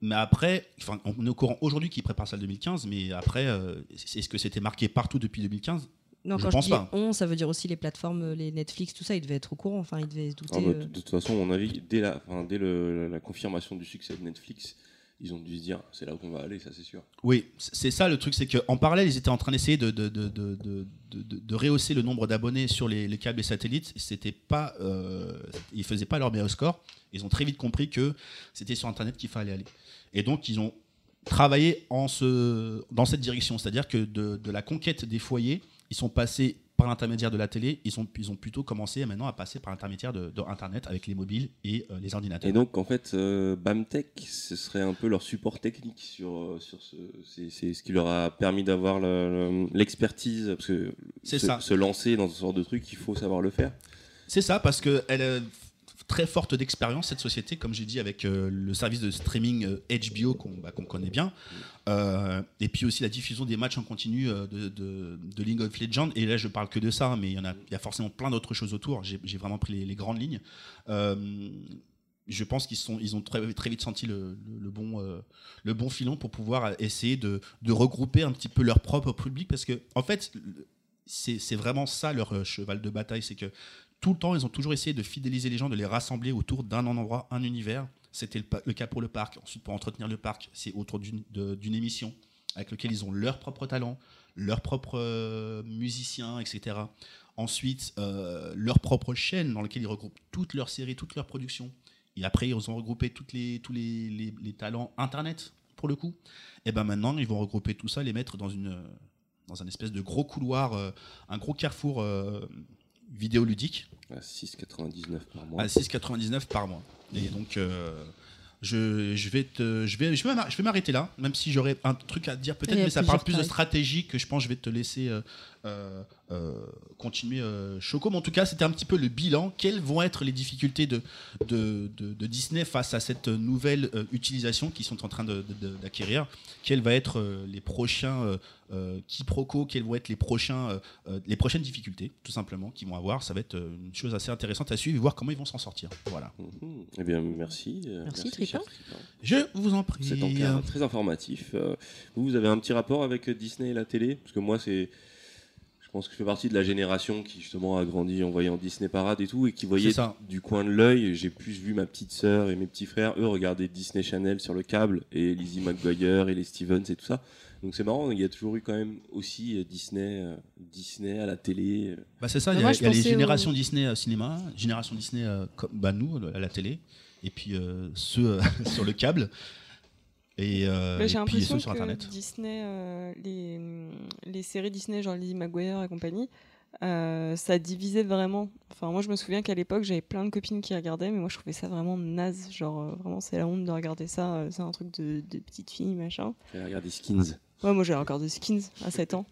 [SPEAKER 3] mais après, enfin, on est au courant aujourd'hui qu'ils préparent ça en 2015, mais après, euh, est-ce que c'était marqué partout depuis 2015
[SPEAKER 1] Non,
[SPEAKER 3] Je
[SPEAKER 1] quand
[SPEAKER 3] pense
[SPEAKER 1] je dis
[SPEAKER 3] pas.
[SPEAKER 1] on, ça veut dire aussi les plateformes, euh, les Netflix, tout ça, ils devaient être au courant. Enfin, ils devaient se douter.
[SPEAKER 4] Ah bah,
[SPEAKER 1] euh.
[SPEAKER 4] de toute façon, on avait dès la, enfin, dès le- la, la confirmation du succès de Netflix, ils ont dû se dire c'est là qu'on va aller, ça c'est sûr.
[SPEAKER 3] Oui, c- c'est ça le truc, c'est qu'en parallèle, ils étaient en train d'essayer de, de, de, de, de- de- de rehausser le nombre d'abonnés sur les, les câbles et satellites. C'était pas, euh, ils faisaient pas leur meilleur score. Ils ont très vite compris que c'était sur Internet qu'il fallait aller. Et donc, ils ont travaillé en ce, dans cette direction, c'est-à-dire que de, de la conquête des foyers, ils sont passés par l'intermédiaire de la télé, ils ont, ils ont plutôt commencé maintenant à passer par l'intermédiaire de, de Internet avec les mobiles et euh, les ordinateurs.
[SPEAKER 4] Et donc, en fait, euh, BAMTech, ce serait un peu leur support technique sur, euh, sur ce, c'est, c'est ce qui leur a permis d'avoir le- le- l'expertise, parce que
[SPEAKER 3] C'est
[SPEAKER 4] se,
[SPEAKER 3] ça.
[SPEAKER 4] se lancer dans ce genre de truc, il faut savoir le faire.
[SPEAKER 3] C'est ça, parce qu'elle est très forte d'expérience, cette société, comme j'ai dit, avec euh, le service de streaming euh, HBO qu'on bah, qu'on connaît bien. Euh, et puis aussi la diffusion des matchs en continu euh, de, de, de League of Legends. Et là, je parle que de ça, hein, mais il y, en a, il y a forcément plein d'autres choses autour. J'ai j'ai vraiment pris les, les grandes lignes. Euh, je pense qu'ils sont- ils ont très, très vite senti le, le- le bon, euh, le bon filon pour pouvoir essayer de, de regrouper un petit peu leur propre public. Parce que, en fait, le- c'est c'est vraiment ça leur euh, cheval de bataille. C'est que tout le temps, ils ont toujours essayé de fidéliser les gens, de les rassembler autour d'un endroit, un univers. C'était le, pa- le cas pour le parc. Ensuite, pour entretenir le parc, c'est autour d'une de- d'une émission avec laquelle ils ont leur propre talent, leur propre euh, musicien, etc. Ensuite, euh, leur propre chaîne dans laquelle ils regroupent toutes leurs séries, toutes leurs productions. Et après, ils ont regroupé toutes les, tous les, les- les talents Internet, pour le coup. Et ben maintenant, ils vont regrouper tout ça, les mettre dans, une, euh, dans un espèce de gros couloir, euh, un gros carrefour euh, vidéoludique
[SPEAKER 4] À 6,99 par mois.
[SPEAKER 3] à 6,99 par mois. Et donc, euh, je, je vais te, je vais, je vais m'arr- je vais m'arrêter là, même si j'aurais un truc à te dire
[SPEAKER 1] Il
[SPEAKER 3] peut-être,
[SPEAKER 1] y a
[SPEAKER 3] mais ça parle
[SPEAKER 1] plusieurs
[SPEAKER 3] plus de
[SPEAKER 1] tailles.
[SPEAKER 3] stratégie que je pense. que Je vais te laisser euh, euh, euh, continuer, euh, Choco. Mais en tout cas, c'était un petit peu le bilan. Quelles vont être les difficultés de, de, de- de Disney face à cette nouvelle euh, utilisation qu'ils sont en train de- de- de- d'acquérir Quels vont être euh, les prochains euh, euh, quiproquos Quelles vont être les prochains euh, euh, les prochaines difficultés, tout simplement, qu'ils vont avoir. Ça va être euh, une chose assez intéressante à suivre et voir comment ils vont s'en sortir. Voilà.
[SPEAKER 4] Mhm. Eh bien, merci. euh,
[SPEAKER 1] Merci, Tripin.
[SPEAKER 4] cher
[SPEAKER 3] Je vous en prie.
[SPEAKER 4] C'est encore très informatif. Euh, Vous, vous avez un petit rapport avec euh, Disney et la télé Parce que moi, c'est. Je pense que je fais partie de la génération qui, justement, a grandi en voyant Disney Parade et tout, et qui voyait
[SPEAKER 3] C'est ça.
[SPEAKER 4] du coin de l'œil. J'ai plus vu ma petite sœur et mes petits frères, eux, regarder Disney Channel sur le câble, et Lizzie McGuire et les Stevens et tout ça. Donc c'est marrant, il y a toujours eu quand même aussi euh, Disney, euh, Disney à la télé. euh.
[SPEAKER 3] Bah, c'est ça,
[SPEAKER 1] Bah,
[SPEAKER 3] il y a,
[SPEAKER 1] moi, je
[SPEAKER 3] il y a les
[SPEAKER 1] pensais au-
[SPEAKER 3] générations Disney euh, cinéma, génération Disney euh, comme bah, nous, le- à la télé, et puis euh, ceux euh, sur le câble, et, euh,
[SPEAKER 5] Bah,
[SPEAKER 3] et
[SPEAKER 5] J'ai
[SPEAKER 3] puis
[SPEAKER 5] l'impression
[SPEAKER 3] ceux
[SPEAKER 5] que
[SPEAKER 3] sur Internet.
[SPEAKER 5] Disney, euh, les, les séries Disney, genre Lizzie McGuire et compagnie, euh, ça divisait vraiment. Enfin, moi, je me souviens qu'à l'époque, j'avais plein de copines qui regardaient, mais moi, je trouvais ça vraiment naze. Genre, euh, vraiment, c'est la honte de regarder ça. euh, C'est un truc de, de petite fille, machin.
[SPEAKER 4] J'ai regardé Skins.
[SPEAKER 5] Ouais, moi, j'ai regardé Skins à 7 ans.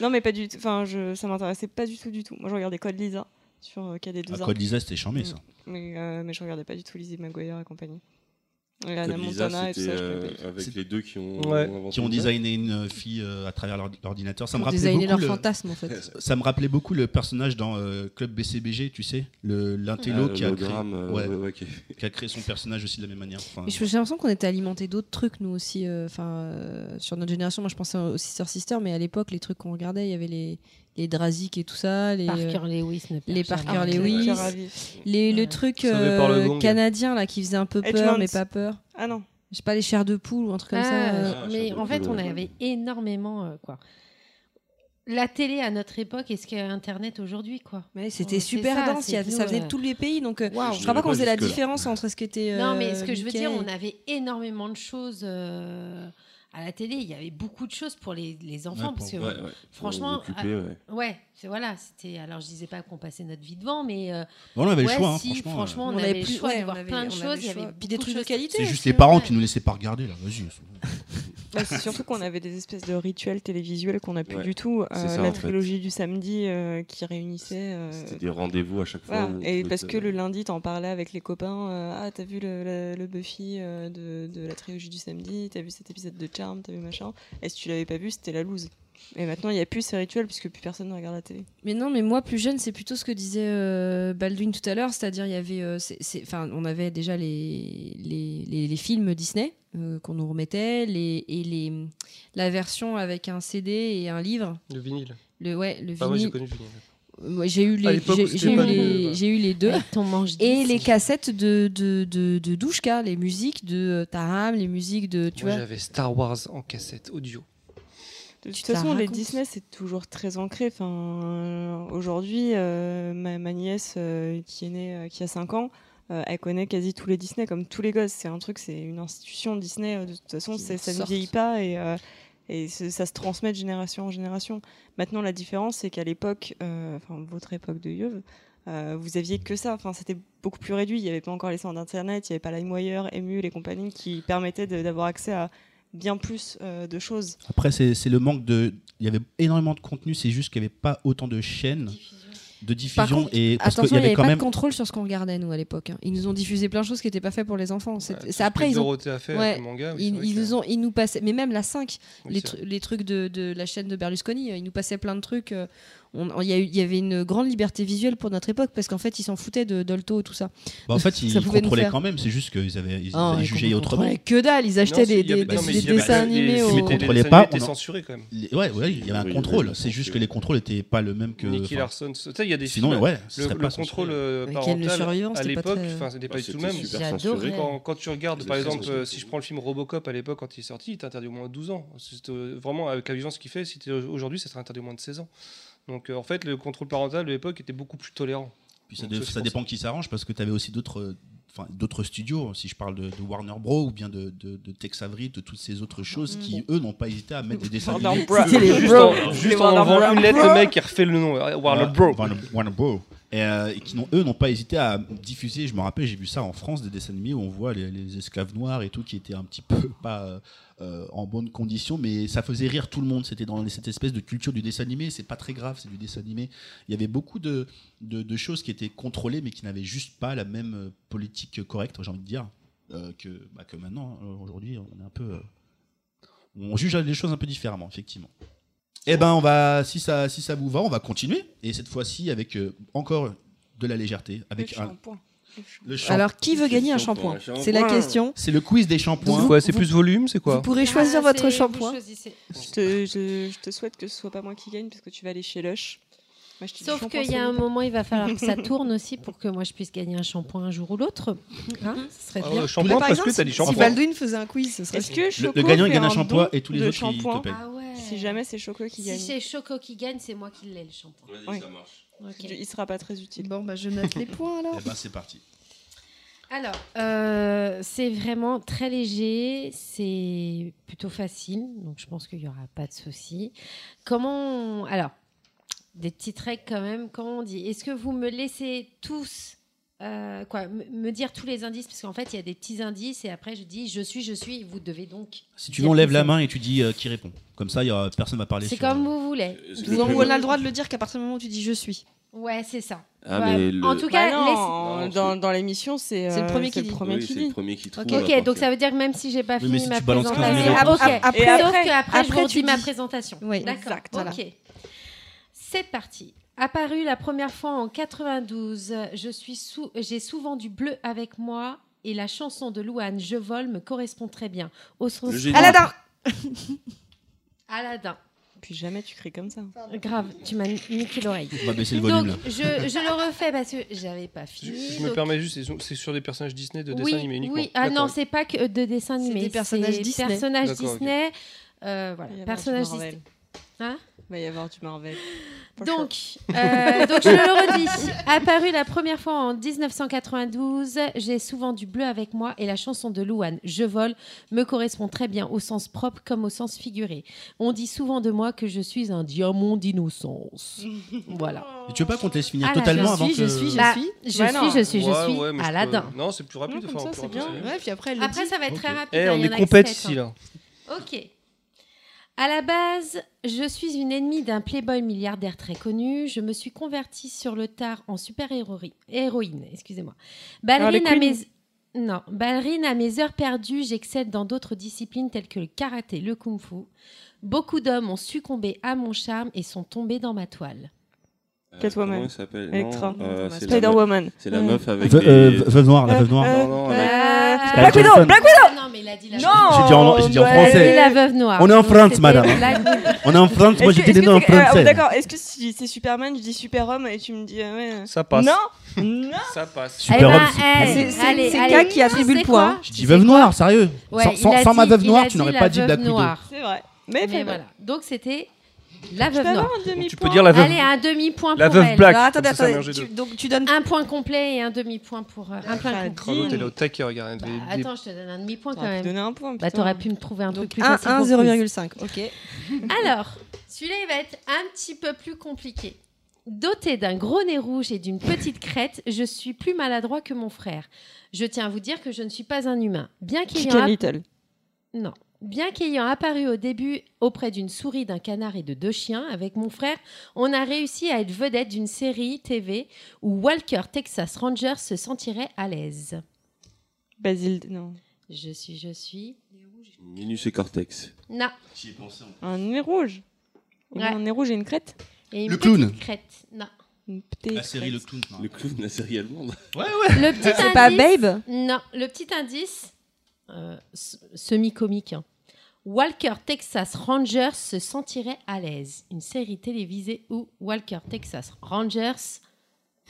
[SPEAKER 5] non, mais pas du tout. Enfin, je, ça m'intéressait pas du tout, du tout. Moi, je regardais Code Lisa sur euh,
[SPEAKER 3] À
[SPEAKER 4] Ah,
[SPEAKER 5] KD2A.
[SPEAKER 3] quoi disait Ah, c'était
[SPEAKER 1] Mm.
[SPEAKER 3] charmé ça.
[SPEAKER 5] mais, euh, mais je regardais pas du tout Lizzie McGuire et compagnie. Et
[SPEAKER 4] Code
[SPEAKER 5] Anna
[SPEAKER 4] Lisa,
[SPEAKER 5] Montana et tout
[SPEAKER 4] c'était
[SPEAKER 5] ça, je
[SPEAKER 4] euh,
[SPEAKER 5] connais pas du tout.
[SPEAKER 4] avec
[SPEAKER 3] C'est-
[SPEAKER 4] les deux qui ont,
[SPEAKER 2] Ouais.
[SPEAKER 4] inventé
[SPEAKER 3] Qui ont
[SPEAKER 4] le
[SPEAKER 3] designé une fille euh, à travers leur- l'ordinateur. Ça me
[SPEAKER 1] Pour
[SPEAKER 3] rappelait
[SPEAKER 1] designer
[SPEAKER 3] beaucoup.
[SPEAKER 1] leur
[SPEAKER 3] le-
[SPEAKER 1] fantasme, en fait.
[SPEAKER 3] Ça me rappelait beaucoup le personnage dans euh, Club BCBG, tu sais, le- l'intello
[SPEAKER 4] Ah,
[SPEAKER 3] qui, a créé-
[SPEAKER 4] l'hologramme, euh,
[SPEAKER 3] ouais,
[SPEAKER 4] ouais, ouais, qui-
[SPEAKER 3] qui a créé son personnage aussi de la même manière. Enfin,
[SPEAKER 1] Mais je- j'ai l'impression qu'on était alimenté d'autres trucs, nous aussi. euh, Enfin, euh, sur notre génération, moi je pensais aux Sister Sister, mais à l'époque, les trucs qu'on regardait, il y avait les, les Drazik et tout ça, les,
[SPEAKER 6] Parker Lewis ne perd
[SPEAKER 1] les
[SPEAKER 6] jamais.
[SPEAKER 5] Ah,
[SPEAKER 1] Parker Lewis.
[SPEAKER 5] Pierre Raviv.
[SPEAKER 1] les le
[SPEAKER 6] Ouais.
[SPEAKER 1] truc
[SPEAKER 2] Sauvé par le
[SPEAKER 1] euh,
[SPEAKER 2] gong.
[SPEAKER 1] canadien là, qui faisait un peu peur,
[SPEAKER 5] Edgemont.
[SPEAKER 1] mais pas peur.
[SPEAKER 5] Ah non.
[SPEAKER 1] Je sais pas, les chairs de poule ou un truc comme ça.
[SPEAKER 6] Ah,
[SPEAKER 1] euh,
[SPEAKER 4] Ah,
[SPEAKER 6] mais
[SPEAKER 4] ça
[SPEAKER 6] en
[SPEAKER 4] doit être
[SPEAKER 6] fait, on
[SPEAKER 4] drôle.
[SPEAKER 6] avait énormément euh, quoi. La télé à notre époque, est-ce qu'Internet Internet aujourd'hui quoi
[SPEAKER 1] Mais
[SPEAKER 6] Ouais,
[SPEAKER 1] c'était
[SPEAKER 6] c'est
[SPEAKER 1] super
[SPEAKER 6] ça,
[SPEAKER 1] dense,
[SPEAKER 6] c'est
[SPEAKER 1] il y avait-
[SPEAKER 6] que
[SPEAKER 1] ça
[SPEAKER 6] nous,
[SPEAKER 1] venait de
[SPEAKER 6] euh,
[SPEAKER 1] tous les pays, donc euh,
[SPEAKER 6] Waouh.
[SPEAKER 1] je crois pas qu'on faisait la
[SPEAKER 2] Jusque-là.
[SPEAKER 1] différence entre ce qui était.
[SPEAKER 6] Non,
[SPEAKER 1] euh,
[SPEAKER 6] mais ce que je veux
[SPEAKER 1] UK.
[SPEAKER 6] dire, on avait énormément de choses euh, à la télé. Il y avait beaucoup de choses pour les, les enfants
[SPEAKER 3] Ouais,
[SPEAKER 6] parce que
[SPEAKER 4] Ouais, ouais.
[SPEAKER 6] franchement,
[SPEAKER 4] Occupé, ouais.
[SPEAKER 6] ouais, c'est voilà, c'était. Alors je disais pas qu'on passait notre vie devant, mais euh,
[SPEAKER 3] bon, on avait
[SPEAKER 6] ouais,
[SPEAKER 3] le choix, hein,
[SPEAKER 6] si,
[SPEAKER 3] franchement. euh,
[SPEAKER 6] franchement, on,
[SPEAKER 1] On
[SPEAKER 6] avait
[SPEAKER 1] avait
[SPEAKER 6] le
[SPEAKER 1] plus-
[SPEAKER 6] choix
[SPEAKER 1] ouais,
[SPEAKER 6] de
[SPEAKER 1] on
[SPEAKER 6] voir
[SPEAKER 1] avait-
[SPEAKER 6] plein de
[SPEAKER 1] on avait
[SPEAKER 6] choses.
[SPEAKER 1] le
[SPEAKER 6] Il y avait
[SPEAKER 1] choix. Puis
[SPEAKER 6] beaucoup
[SPEAKER 1] des trucs de
[SPEAKER 6] choses.
[SPEAKER 1] qualité.
[SPEAKER 3] C'est
[SPEAKER 1] Ouais,
[SPEAKER 3] juste
[SPEAKER 6] c'est
[SPEAKER 3] les parents
[SPEAKER 6] vrai.
[SPEAKER 3] qui nous laissaient pas regarder là. Vas-y.
[SPEAKER 5] Bah, c'est surtout qu'on avait des espèces de rituels télévisuels qu'on n'a plus
[SPEAKER 4] Ouais,
[SPEAKER 5] du tout.
[SPEAKER 4] c'est
[SPEAKER 5] Euh,
[SPEAKER 4] ça,
[SPEAKER 5] la
[SPEAKER 4] en fait.
[SPEAKER 5] trilogie du samedi euh, qui réunissait. euh,
[SPEAKER 4] C'était des rendez-vous à chaque fois.
[SPEAKER 5] voilà.
[SPEAKER 4] où
[SPEAKER 5] Et
[SPEAKER 4] tu
[SPEAKER 5] parce
[SPEAKER 4] te-
[SPEAKER 5] que le lundi, t'en parlais avec les copains. euh, ah, t'as vu le, le- le Buffy euh, de, de la trilogie du samedi, t'as vu cet épisode de Charm, t'as vu machin. Et si tu l'avais pas vu, c'était la loose. Et maintenant, il n'y a plus ces rituels puisque plus personne ne regarde la télé.
[SPEAKER 1] Mais non, mais moi plus jeune, c'est plutôt ce que disait euh, Baldwin tout à l'heure, c'est-à-dire il y avait, euh, c'est- c'est- enfin, on avait déjà les les, les- les films Disney euh, qu'on nous remettait, les, et les, la version avec un CD et un livre.
[SPEAKER 2] Le vinyle.
[SPEAKER 1] Le, ouais, le vinyle.
[SPEAKER 2] Enfin, moi, Ah j'ai connu le vinyle.
[SPEAKER 1] Moi, J'ai eu,
[SPEAKER 2] À
[SPEAKER 1] les-
[SPEAKER 2] l'époque où
[SPEAKER 1] j'ai-
[SPEAKER 2] c'était
[SPEAKER 1] j'ai eu
[SPEAKER 2] pas de-
[SPEAKER 1] les- j'ai eu les deux.
[SPEAKER 6] Ton mange
[SPEAKER 1] Et les cassettes de, de, de, de Douchka, les musiques de euh, Taram, les musiques de. Tu
[SPEAKER 2] Moi,
[SPEAKER 1] vois,
[SPEAKER 2] j'avais Star Wars en cassette audio.
[SPEAKER 5] De toute
[SPEAKER 1] te la
[SPEAKER 5] façon, les
[SPEAKER 1] racontes.
[SPEAKER 5] Disney, c'est toujours très ancré. Enfin, euh, aujourd'hui, euh, ma, ma nièce euh, qui est née, euh, qui a 5 ans, euh, elle connaît quasi tous les Disney, comme tous les gosses. C'est un truc, c'est une institution Disney. euh, De toute façon,
[SPEAKER 1] Qui
[SPEAKER 5] c'est- ça ne
[SPEAKER 1] sortent.
[SPEAKER 5] vieillit pas et, euh, et c'est- ça se transmet de génération en génération. Maintenant, la différence, c'est qu'à l'époque, euh, enfin, votre époque de Yeuve, euh, vous aviez que ça. Enfin, c'était beaucoup plus réduit. Il n'y avait pas encore les centres d'internet, il n'y avait pas LimeWire, Emu, les compagnies qui permettaient de- d'avoir accès à bien plus euh, de choses.
[SPEAKER 3] Après, c'est c'est le manque de. Il y avait énormément de contenu, c'est juste qu'il n'y avait pas autant de chaînes de diffusion.
[SPEAKER 1] Par contre,
[SPEAKER 3] et parce qu'il
[SPEAKER 1] Attention,
[SPEAKER 3] y
[SPEAKER 1] il n'y
[SPEAKER 3] avait
[SPEAKER 1] avait
[SPEAKER 3] quand
[SPEAKER 1] pas
[SPEAKER 3] même.
[SPEAKER 1] de contrôle sur ce qu'on regardait, nous, à l'époque. hein. Ils nous ont diffusé plein de choses qui n'étaient pas faites pour les enfants. C'est-
[SPEAKER 2] Ouais,
[SPEAKER 1] c'est après,
[SPEAKER 2] que
[SPEAKER 1] ils, ont,
[SPEAKER 2] Dorothée a fait
[SPEAKER 1] ouais,
[SPEAKER 2] avec le manga. Ah oui, c'est
[SPEAKER 1] ils,
[SPEAKER 2] vrai
[SPEAKER 1] ils
[SPEAKER 2] que-
[SPEAKER 1] nous ont, ils nous passaient, mais même la 5,
[SPEAKER 2] oui,
[SPEAKER 1] les,
[SPEAKER 2] c'est vrai.
[SPEAKER 1] tru- les trucs de, de la chaîne de Berlusconi, euh, ils nous passaient plein de trucs. euh, on- on- Il y, a eu- il y avait une grande liberté visuelle pour notre époque parce qu'en fait, ils s'en foutaient de Dolto et tout ça.
[SPEAKER 3] Bah, en fait,
[SPEAKER 1] Ça
[SPEAKER 3] ils
[SPEAKER 1] pouvait nous
[SPEAKER 3] contrôlaient
[SPEAKER 1] faire.
[SPEAKER 3] quand même, c'est juste qu'ils avaient, ils
[SPEAKER 1] Ah,
[SPEAKER 3] avaient
[SPEAKER 1] ils
[SPEAKER 3] jugé
[SPEAKER 1] comprenaient-
[SPEAKER 3] autrement.
[SPEAKER 1] comprenaient Que dalle, ils achetaient
[SPEAKER 2] Non,
[SPEAKER 1] des,
[SPEAKER 2] il y avait-
[SPEAKER 1] des-
[SPEAKER 2] non, mais
[SPEAKER 1] des
[SPEAKER 2] il y avait-
[SPEAKER 1] dessins
[SPEAKER 2] les-
[SPEAKER 1] animés.
[SPEAKER 2] les-
[SPEAKER 1] au-
[SPEAKER 3] Mais
[SPEAKER 2] les-
[SPEAKER 3] on contrôlait
[SPEAKER 2] les dessins
[SPEAKER 3] pas,
[SPEAKER 2] animés
[SPEAKER 3] on
[SPEAKER 2] étaient
[SPEAKER 3] en-
[SPEAKER 2] censurés quand même.
[SPEAKER 3] Les- Ouais, ouais, il y avait un
[SPEAKER 8] Oui,
[SPEAKER 3] contrôle,
[SPEAKER 8] oui,
[SPEAKER 3] c'est juste
[SPEAKER 8] oui.
[SPEAKER 3] que les contrôles n'étaient pas le même que.
[SPEAKER 2] Nicky
[SPEAKER 3] enfin,
[SPEAKER 2] Larson, tu sais, il y a des
[SPEAKER 3] Sinon,
[SPEAKER 2] films.
[SPEAKER 3] ouais, ce
[SPEAKER 2] le,
[SPEAKER 3] serait
[SPEAKER 2] le
[SPEAKER 3] pas censuré.
[SPEAKER 2] contrôle euh,
[SPEAKER 1] Avec elle, le survivant,
[SPEAKER 2] parental
[SPEAKER 1] c'était
[SPEAKER 2] à
[SPEAKER 1] pas
[SPEAKER 2] l'époque,
[SPEAKER 1] très-
[SPEAKER 2] enfin, c'était pas
[SPEAKER 8] Ah,
[SPEAKER 2] du tout le
[SPEAKER 8] c'était
[SPEAKER 2] même.
[SPEAKER 8] super
[SPEAKER 6] J'adorais.
[SPEAKER 8] censuré.
[SPEAKER 2] Quand, quand tu regardes,
[SPEAKER 8] Les
[SPEAKER 2] par
[SPEAKER 8] accents
[SPEAKER 2] exemple,
[SPEAKER 8] sont
[SPEAKER 2] euh,
[SPEAKER 8] très
[SPEAKER 2] si je
[SPEAKER 8] bons.
[SPEAKER 2] prends le film Robocop à l'époque quand il est sorti, il était interdit au moins de 12 ans. C'était, euh, vraiment, avec la violence qu'il fait, si t'es au- aujourd'hui, ça serait interdit au moins de 16 ans. Donc euh, en fait, le contrôle parental de l'époque était beaucoup plus tolérant.
[SPEAKER 3] Puis ça,
[SPEAKER 2] Donc,
[SPEAKER 3] dé-
[SPEAKER 2] ça,
[SPEAKER 3] ça
[SPEAKER 2] je pense.
[SPEAKER 3] dépend qui s'arrange parce que tu avais aussi d'autres euh, enfin, d'autres studios, si je parle de, de Warner Bros ou bien de, de, de Tex Avery, de toutes ces autres choses
[SPEAKER 1] Mm.
[SPEAKER 3] qui, eux, n'ont pas hésité à mettre des dessins
[SPEAKER 5] Warner
[SPEAKER 3] animés.
[SPEAKER 5] Bros. C'était
[SPEAKER 1] les
[SPEAKER 2] juste
[SPEAKER 1] bros.
[SPEAKER 2] en, juste
[SPEAKER 5] Les
[SPEAKER 2] en
[SPEAKER 5] Warner
[SPEAKER 2] enlevant
[SPEAKER 5] Bros.
[SPEAKER 2] une lettre, le mec il refait le nom. euh, Warner Bros.
[SPEAKER 3] Warner, Warner Bros. Et, euh, et qui n'ont- eux n'ont pas hésité à diffuser, je me rappelle, j'ai vu ça en France, des dessins animés où on voit les, les esclaves noirs et tout qui étaient un petit peu pas euh, euh, en bonne condition, mais ça faisait rire tout le monde. C'était dans cette espèce de culture du dessin animé, c'est pas très grave, c'est du dessin animé. Il y avait beaucoup de, de, de choses qui étaient contrôlées mais qui n'avaient juste pas la même euh, politique correcte, j'ai envie de dire, euh, que, bah, que maintenant. Euh, Aujourd'hui, on est un peu. euh, on juge les choses un peu différemment, effectivement. Eh ben, on va, si ça, si ça vous va, on va continuer. Et cette fois-ci, avec euh, encore de la légèreté, avec un- le shampoing.
[SPEAKER 1] Alors, qui veut gagner un
[SPEAKER 8] Le shampoing,
[SPEAKER 1] shampoing
[SPEAKER 8] le shampoing.
[SPEAKER 1] C'est la question.
[SPEAKER 3] C'est le quiz des
[SPEAKER 1] Donc,
[SPEAKER 3] shampoings.
[SPEAKER 1] vous-
[SPEAKER 2] Quoi, c'est plus volume, c'est
[SPEAKER 1] Vous
[SPEAKER 2] quoi
[SPEAKER 1] pourrez choisir votre shampoing.
[SPEAKER 5] Je te, je- je te souhaite que ce soit pas moi qui gagne parce que tu vas aller chez Lush. Moi, je te dis
[SPEAKER 6] Sauf
[SPEAKER 5] shampoing,
[SPEAKER 6] qu'il y
[SPEAKER 5] c'est
[SPEAKER 6] a
[SPEAKER 5] bon.
[SPEAKER 6] un moment, il va falloir que ça tourne aussi pour que moi je puisse gagner un shampoing un jour ou l'autre. Hein ce serait
[SPEAKER 2] Ah
[SPEAKER 6] bien.
[SPEAKER 2] ouais, Shampoing parce que t'as dit
[SPEAKER 1] si, si
[SPEAKER 2] shampoing.
[SPEAKER 1] Baldwin faisait un quiz, ce serait.
[SPEAKER 5] Est-ce que
[SPEAKER 3] Le,
[SPEAKER 5] Choco
[SPEAKER 3] le gagnant
[SPEAKER 5] fait
[SPEAKER 3] il gagne un
[SPEAKER 5] don
[SPEAKER 3] shampoing et tous les
[SPEAKER 5] de
[SPEAKER 3] autres qui- qui te
[SPEAKER 5] shampoing
[SPEAKER 3] payent.
[SPEAKER 6] Ah ouais.
[SPEAKER 5] Si jamais c'est Choco qui
[SPEAKER 6] Si
[SPEAKER 5] gagne,
[SPEAKER 6] c'est Choco qui gagne, c'est moi qui l'ai le shampoing.
[SPEAKER 8] Vas-y,
[SPEAKER 5] Ouais.
[SPEAKER 8] ça marche.
[SPEAKER 5] il sera pas très utile.
[SPEAKER 1] Bon, bah, je note les points alors.
[SPEAKER 3] Eh ben, c'est parti.
[SPEAKER 6] Alors, euh, c'est vraiment très léger, c'est plutôt facile, donc je pense qu'il n'y aura pas de souci. Comment. on- Alors, des petites règles quand même, quand on dit est-ce que vous me laissez tous. euh, quoi, m- me dire tous les indices, parce qu'en fait, il y a des petits indices, et après, je dis je suis, je suis, vous devez donc.
[SPEAKER 3] Si tu veux, on lève la main et tu dis euh, qui répond. Comme ça, il y aura, personne va parler.
[SPEAKER 6] C'est
[SPEAKER 3] sur- Euh,
[SPEAKER 6] comme vous voulez.
[SPEAKER 8] Est-ce que
[SPEAKER 1] Vous en-
[SPEAKER 8] le-
[SPEAKER 1] on a le droit de le dire qu'à partir du moment où tu dis je suis.
[SPEAKER 6] Ouais, c'est ça.
[SPEAKER 8] Ah,
[SPEAKER 6] Ouais.
[SPEAKER 8] mais le-
[SPEAKER 6] En tout
[SPEAKER 5] Bah
[SPEAKER 6] cas,
[SPEAKER 5] non,
[SPEAKER 8] Non,
[SPEAKER 6] laisse-
[SPEAKER 5] dans, dans l'émission, c'est
[SPEAKER 1] C'est le
[SPEAKER 5] euh,
[SPEAKER 1] premier qui
[SPEAKER 5] le
[SPEAKER 1] dit.
[SPEAKER 5] premier
[SPEAKER 8] Oui,
[SPEAKER 5] qui
[SPEAKER 8] c'est le
[SPEAKER 5] dit.
[SPEAKER 8] premier qui trouve.
[SPEAKER 1] Ok.
[SPEAKER 8] à
[SPEAKER 6] Ok,
[SPEAKER 8] partir-
[SPEAKER 6] donc ça veut dire que même si j'ai pas
[SPEAKER 3] Oui, mais
[SPEAKER 6] fini
[SPEAKER 3] si
[SPEAKER 6] ma
[SPEAKER 3] tu balances quinze
[SPEAKER 6] présentation.
[SPEAKER 1] minutes,
[SPEAKER 6] Ah, ok.
[SPEAKER 1] après-
[SPEAKER 6] Et
[SPEAKER 5] après-
[SPEAKER 6] Sauf qu'après, je
[SPEAKER 1] après,
[SPEAKER 6] redis
[SPEAKER 1] tu
[SPEAKER 6] ma
[SPEAKER 1] dis.
[SPEAKER 6] présentation.
[SPEAKER 1] Oui,
[SPEAKER 6] D'accord.
[SPEAKER 5] exact, voilà.
[SPEAKER 6] Ok. C'est parti. Apparu la première fois en 92, je suis sou- j'ai souvent du bleu avec moi et la chanson de Louane, Je vole, me correspond très bien. Au sens-
[SPEAKER 8] Le génie.
[SPEAKER 1] Aladdin
[SPEAKER 6] Aladdin.
[SPEAKER 5] Puis jamais tu cries comme ça.
[SPEAKER 6] Grave, tu m'as niqué l'oreille.
[SPEAKER 3] On euh, va baisser le
[SPEAKER 6] Donc,
[SPEAKER 3] volume là.
[SPEAKER 6] je, je le refais parce que j'avais pas
[SPEAKER 2] Je,
[SPEAKER 6] fini.
[SPEAKER 2] je me
[SPEAKER 6] donc-
[SPEAKER 2] permets juste, c'est- c'est sur des personnages Disney de dessins
[SPEAKER 6] oui,
[SPEAKER 2] animés uniquement.
[SPEAKER 6] Oui, ah non,
[SPEAKER 2] D'accord.
[SPEAKER 6] c'est pas que de dessins
[SPEAKER 1] C'est
[SPEAKER 6] animés.
[SPEAKER 1] des personnages
[SPEAKER 6] c'est
[SPEAKER 1] Disney.
[SPEAKER 6] personnages
[SPEAKER 2] D'accord, ok.
[SPEAKER 6] Disney, euh,
[SPEAKER 5] Il
[SPEAKER 6] voilà,
[SPEAKER 5] va y avoir
[SPEAKER 6] personnages
[SPEAKER 5] du Marvel.
[SPEAKER 6] Disney. Hein
[SPEAKER 5] Il va y avoir du Marvel. For
[SPEAKER 6] donc, euh, donc, je le redis. Apparu la première fois en 1992, j'ai souvent du bleu avec moi et la chanson de Louane, Je vole, me correspond très bien au sens propre comme au sens figuré. On dit souvent de moi que je suis un diamant d'innocence. voilà.
[SPEAKER 3] Et tu veux pas qu'on te laisse finir
[SPEAKER 6] Ah là,
[SPEAKER 3] totalement
[SPEAKER 6] je
[SPEAKER 3] avant
[SPEAKER 1] suis,
[SPEAKER 3] que.
[SPEAKER 1] je suis, je
[SPEAKER 6] Bah,
[SPEAKER 1] suis.
[SPEAKER 6] Je
[SPEAKER 5] Ouais,
[SPEAKER 6] suis,
[SPEAKER 5] non.
[SPEAKER 6] je suis, je
[SPEAKER 2] Ouais,
[SPEAKER 6] suis
[SPEAKER 2] ouais, mais je
[SPEAKER 6] Aladdin.
[SPEAKER 2] peux- Non, c'est plus rapide.
[SPEAKER 5] Non, Mmh, comme
[SPEAKER 2] enfin,
[SPEAKER 5] ça,
[SPEAKER 2] on peut
[SPEAKER 5] c'est
[SPEAKER 2] avancer.
[SPEAKER 1] Ouais, puis après, elle le
[SPEAKER 6] Après,
[SPEAKER 1] dit.
[SPEAKER 6] ça va être très
[SPEAKER 3] Ok.
[SPEAKER 6] rapide.
[SPEAKER 2] Eh,
[SPEAKER 6] hein,
[SPEAKER 2] on
[SPEAKER 6] il y
[SPEAKER 2] est
[SPEAKER 6] en a que
[SPEAKER 2] compète
[SPEAKER 6] sept, hein.
[SPEAKER 2] ici là.
[SPEAKER 6] Ok. À la base, je suis une ennemie d'un playboy milliardaire très connu. Je me suis convertie sur le tard en super-héroïne. Héroïne, excusez-moi. Ballerine à
[SPEAKER 5] Harley
[SPEAKER 6] mes... Non, ballerine à mes heures perdues, j'excelle dans d'autres disciplines telles que le karaté, le kung-fu. Beaucoup d'hommes ont succombé à mon charme et sont tombés dans ma toile.
[SPEAKER 8] Euh,
[SPEAKER 5] Catwoman.
[SPEAKER 8] Comment elle s'appelle
[SPEAKER 5] Electra.
[SPEAKER 8] Non, euh, c'est la meuf-
[SPEAKER 5] Spider-Woman.
[SPEAKER 8] C'est la
[SPEAKER 5] Ouais.
[SPEAKER 8] meuf avec.
[SPEAKER 3] Veuve euh,
[SPEAKER 8] des-
[SPEAKER 3] veuve noire, la veuve noire.
[SPEAKER 5] Euh,
[SPEAKER 8] Non, non,
[SPEAKER 5] euh,
[SPEAKER 8] avec-
[SPEAKER 5] Black
[SPEAKER 3] Scarlett
[SPEAKER 5] Widow,
[SPEAKER 3] Johansson.
[SPEAKER 5] Black
[SPEAKER 6] Ah. Non, mais il a dit la
[SPEAKER 5] Widow.
[SPEAKER 6] veuve.
[SPEAKER 3] j'ai dit en- j'ai dit en
[SPEAKER 5] bah,
[SPEAKER 3] français.
[SPEAKER 6] C'est
[SPEAKER 5] elle-
[SPEAKER 6] la veuve noire.
[SPEAKER 3] On est en
[SPEAKER 6] Donc,
[SPEAKER 3] France,
[SPEAKER 6] c'était
[SPEAKER 3] madame.
[SPEAKER 6] Black-
[SPEAKER 3] On est en France, moi j'ai
[SPEAKER 5] Est-ce que-
[SPEAKER 3] dit
[SPEAKER 5] est-ce
[SPEAKER 3] des
[SPEAKER 5] que
[SPEAKER 3] noms en
[SPEAKER 5] c'est- euh,
[SPEAKER 3] français.
[SPEAKER 5] D'accord, est-ce que si c'est Superman, je dis Super-Homme et tu me dis. euh, ouais.
[SPEAKER 2] Ça passe.
[SPEAKER 5] Non Non
[SPEAKER 2] Ça passe.
[SPEAKER 6] Eh
[SPEAKER 3] Super
[SPEAKER 6] ben,
[SPEAKER 3] homme.
[SPEAKER 6] eh,
[SPEAKER 5] C'est- c'est-
[SPEAKER 6] allez,
[SPEAKER 5] c'est
[SPEAKER 6] allez.
[SPEAKER 5] K qui attribue
[SPEAKER 6] Tu
[SPEAKER 5] le
[SPEAKER 6] sais
[SPEAKER 5] point.
[SPEAKER 6] quoi
[SPEAKER 3] Je dis veuve noire, sérieux.
[SPEAKER 6] Ouais,
[SPEAKER 3] Sans-
[SPEAKER 6] il
[SPEAKER 3] sans
[SPEAKER 6] a
[SPEAKER 3] sans ma
[SPEAKER 6] dit-
[SPEAKER 3] veuve
[SPEAKER 6] il a
[SPEAKER 3] noire, tu
[SPEAKER 6] dit
[SPEAKER 3] n'aurais
[SPEAKER 6] la
[SPEAKER 3] pas dit
[SPEAKER 6] veuve
[SPEAKER 3] Black Widow.
[SPEAKER 6] noire.
[SPEAKER 5] C'est vrai. Mais,
[SPEAKER 6] Mais
[SPEAKER 5] fais-
[SPEAKER 6] voilà. Donc c'était la
[SPEAKER 5] Je
[SPEAKER 6] veuve
[SPEAKER 5] peux avoir
[SPEAKER 6] noire.
[SPEAKER 5] un demi-point.
[SPEAKER 2] Donc, tu peux dire la veuve.
[SPEAKER 6] Allez, un demi-point
[SPEAKER 2] La
[SPEAKER 6] pour
[SPEAKER 2] veuve
[SPEAKER 6] elle.
[SPEAKER 2] black.
[SPEAKER 1] Alors, attendez,
[SPEAKER 2] Comme ça, ça
[SPEAKER 1] attendez.
[SPEAKER 2] mélange les
[SPEAKER 1] tu-
[SPEAKER 2] deux.
[SPEAKER 1] donc tu donnes
[SPEAKER 6] Un point complet et un demi-point pour. euh, un point
[SPEAKER 5] Radine.
[SPEAKER 6] complet.
[SPEAKER 2] Oh, l'autre, elle est au taquet, regarde.
[SPEAKER 6] Bah,
[SPEAKER 2] Des- des-
[SPEAKER 6] attends, je te donne un demi-point quand
[SPEAKER 5] T'aurais pu
[SPEAKER 6] même.
[SPEAKER 5] donner un point.
[SPEAKER 6] Bah,
[SPEAKER 5] putain.
[SPEAKER 6] t'aurais pu me trouver un truc plus
[SPEAKER 1] 1,
[SPEAKER 6] facile.
[SPEAKER 1] 1,
[SPEAKER 6] pour quiz.
[SPEAKER 1] 0,5. Ok.
[SPEAKER 6] Alors, celui-là, il va être un petit peu plus compliqué. Doté d'un gros nez rouge et d'une petite crête, je suis plus maladroit que mon frère. Je tiens à vous dire que je ne suis pas un humain. Bien qu'ayant
[SPEAKER 5] Chicken
[SPEAKER 6] app-
[SPEAKER 5] Little.
[SPEAKER 6] non. Bien qu'ayant apparu au début auprès d'une souris, d'un canard et de deux chiens, avec mon frère, on a réussi à être vedette d'une série TV où Walker Texas Ranger se sentirait à l'aise.
[SPEAKER 5] Basile. Non.
[SPEAKER 6] Je suis, je suis.
[SPEAKER 8] Minus et Cortex.
[SPEAKER 6] Non.
[SPEAKER 4] J'y ai pensé en
[SPEAKER 5] Un nez rouge. Il y a
[SPEAKER 6] Ouais.
[SPEAKER 5] Un nez rouge et une crête.
[SPEAKER 6] Et une
[SPEAKER 3] Le
[SPEAKER 6] petite
[SPEAKER 3] clown.
[SPEAKER 6] Crête. Non.
[SPEAKER 5] Une petite
[SPEAKER 3] La série Le
[SPEAKER 5] crête.
[SPEAKER 3] Clown. non.
[SPEAKER 8] Le clown de la série allemande.
[SPEAKER 6] Le petit
[SPEAKER 5] C'est pas
[SPEAKER 6] indice-
[SPEAKER 5] Babe
[SPEAKER 6] Non, le petit indice, euh, s- semi-comique. hein. Walker Texas Rangers se sentirait à l'aise. Une série télévisée où Walker Texas Rangers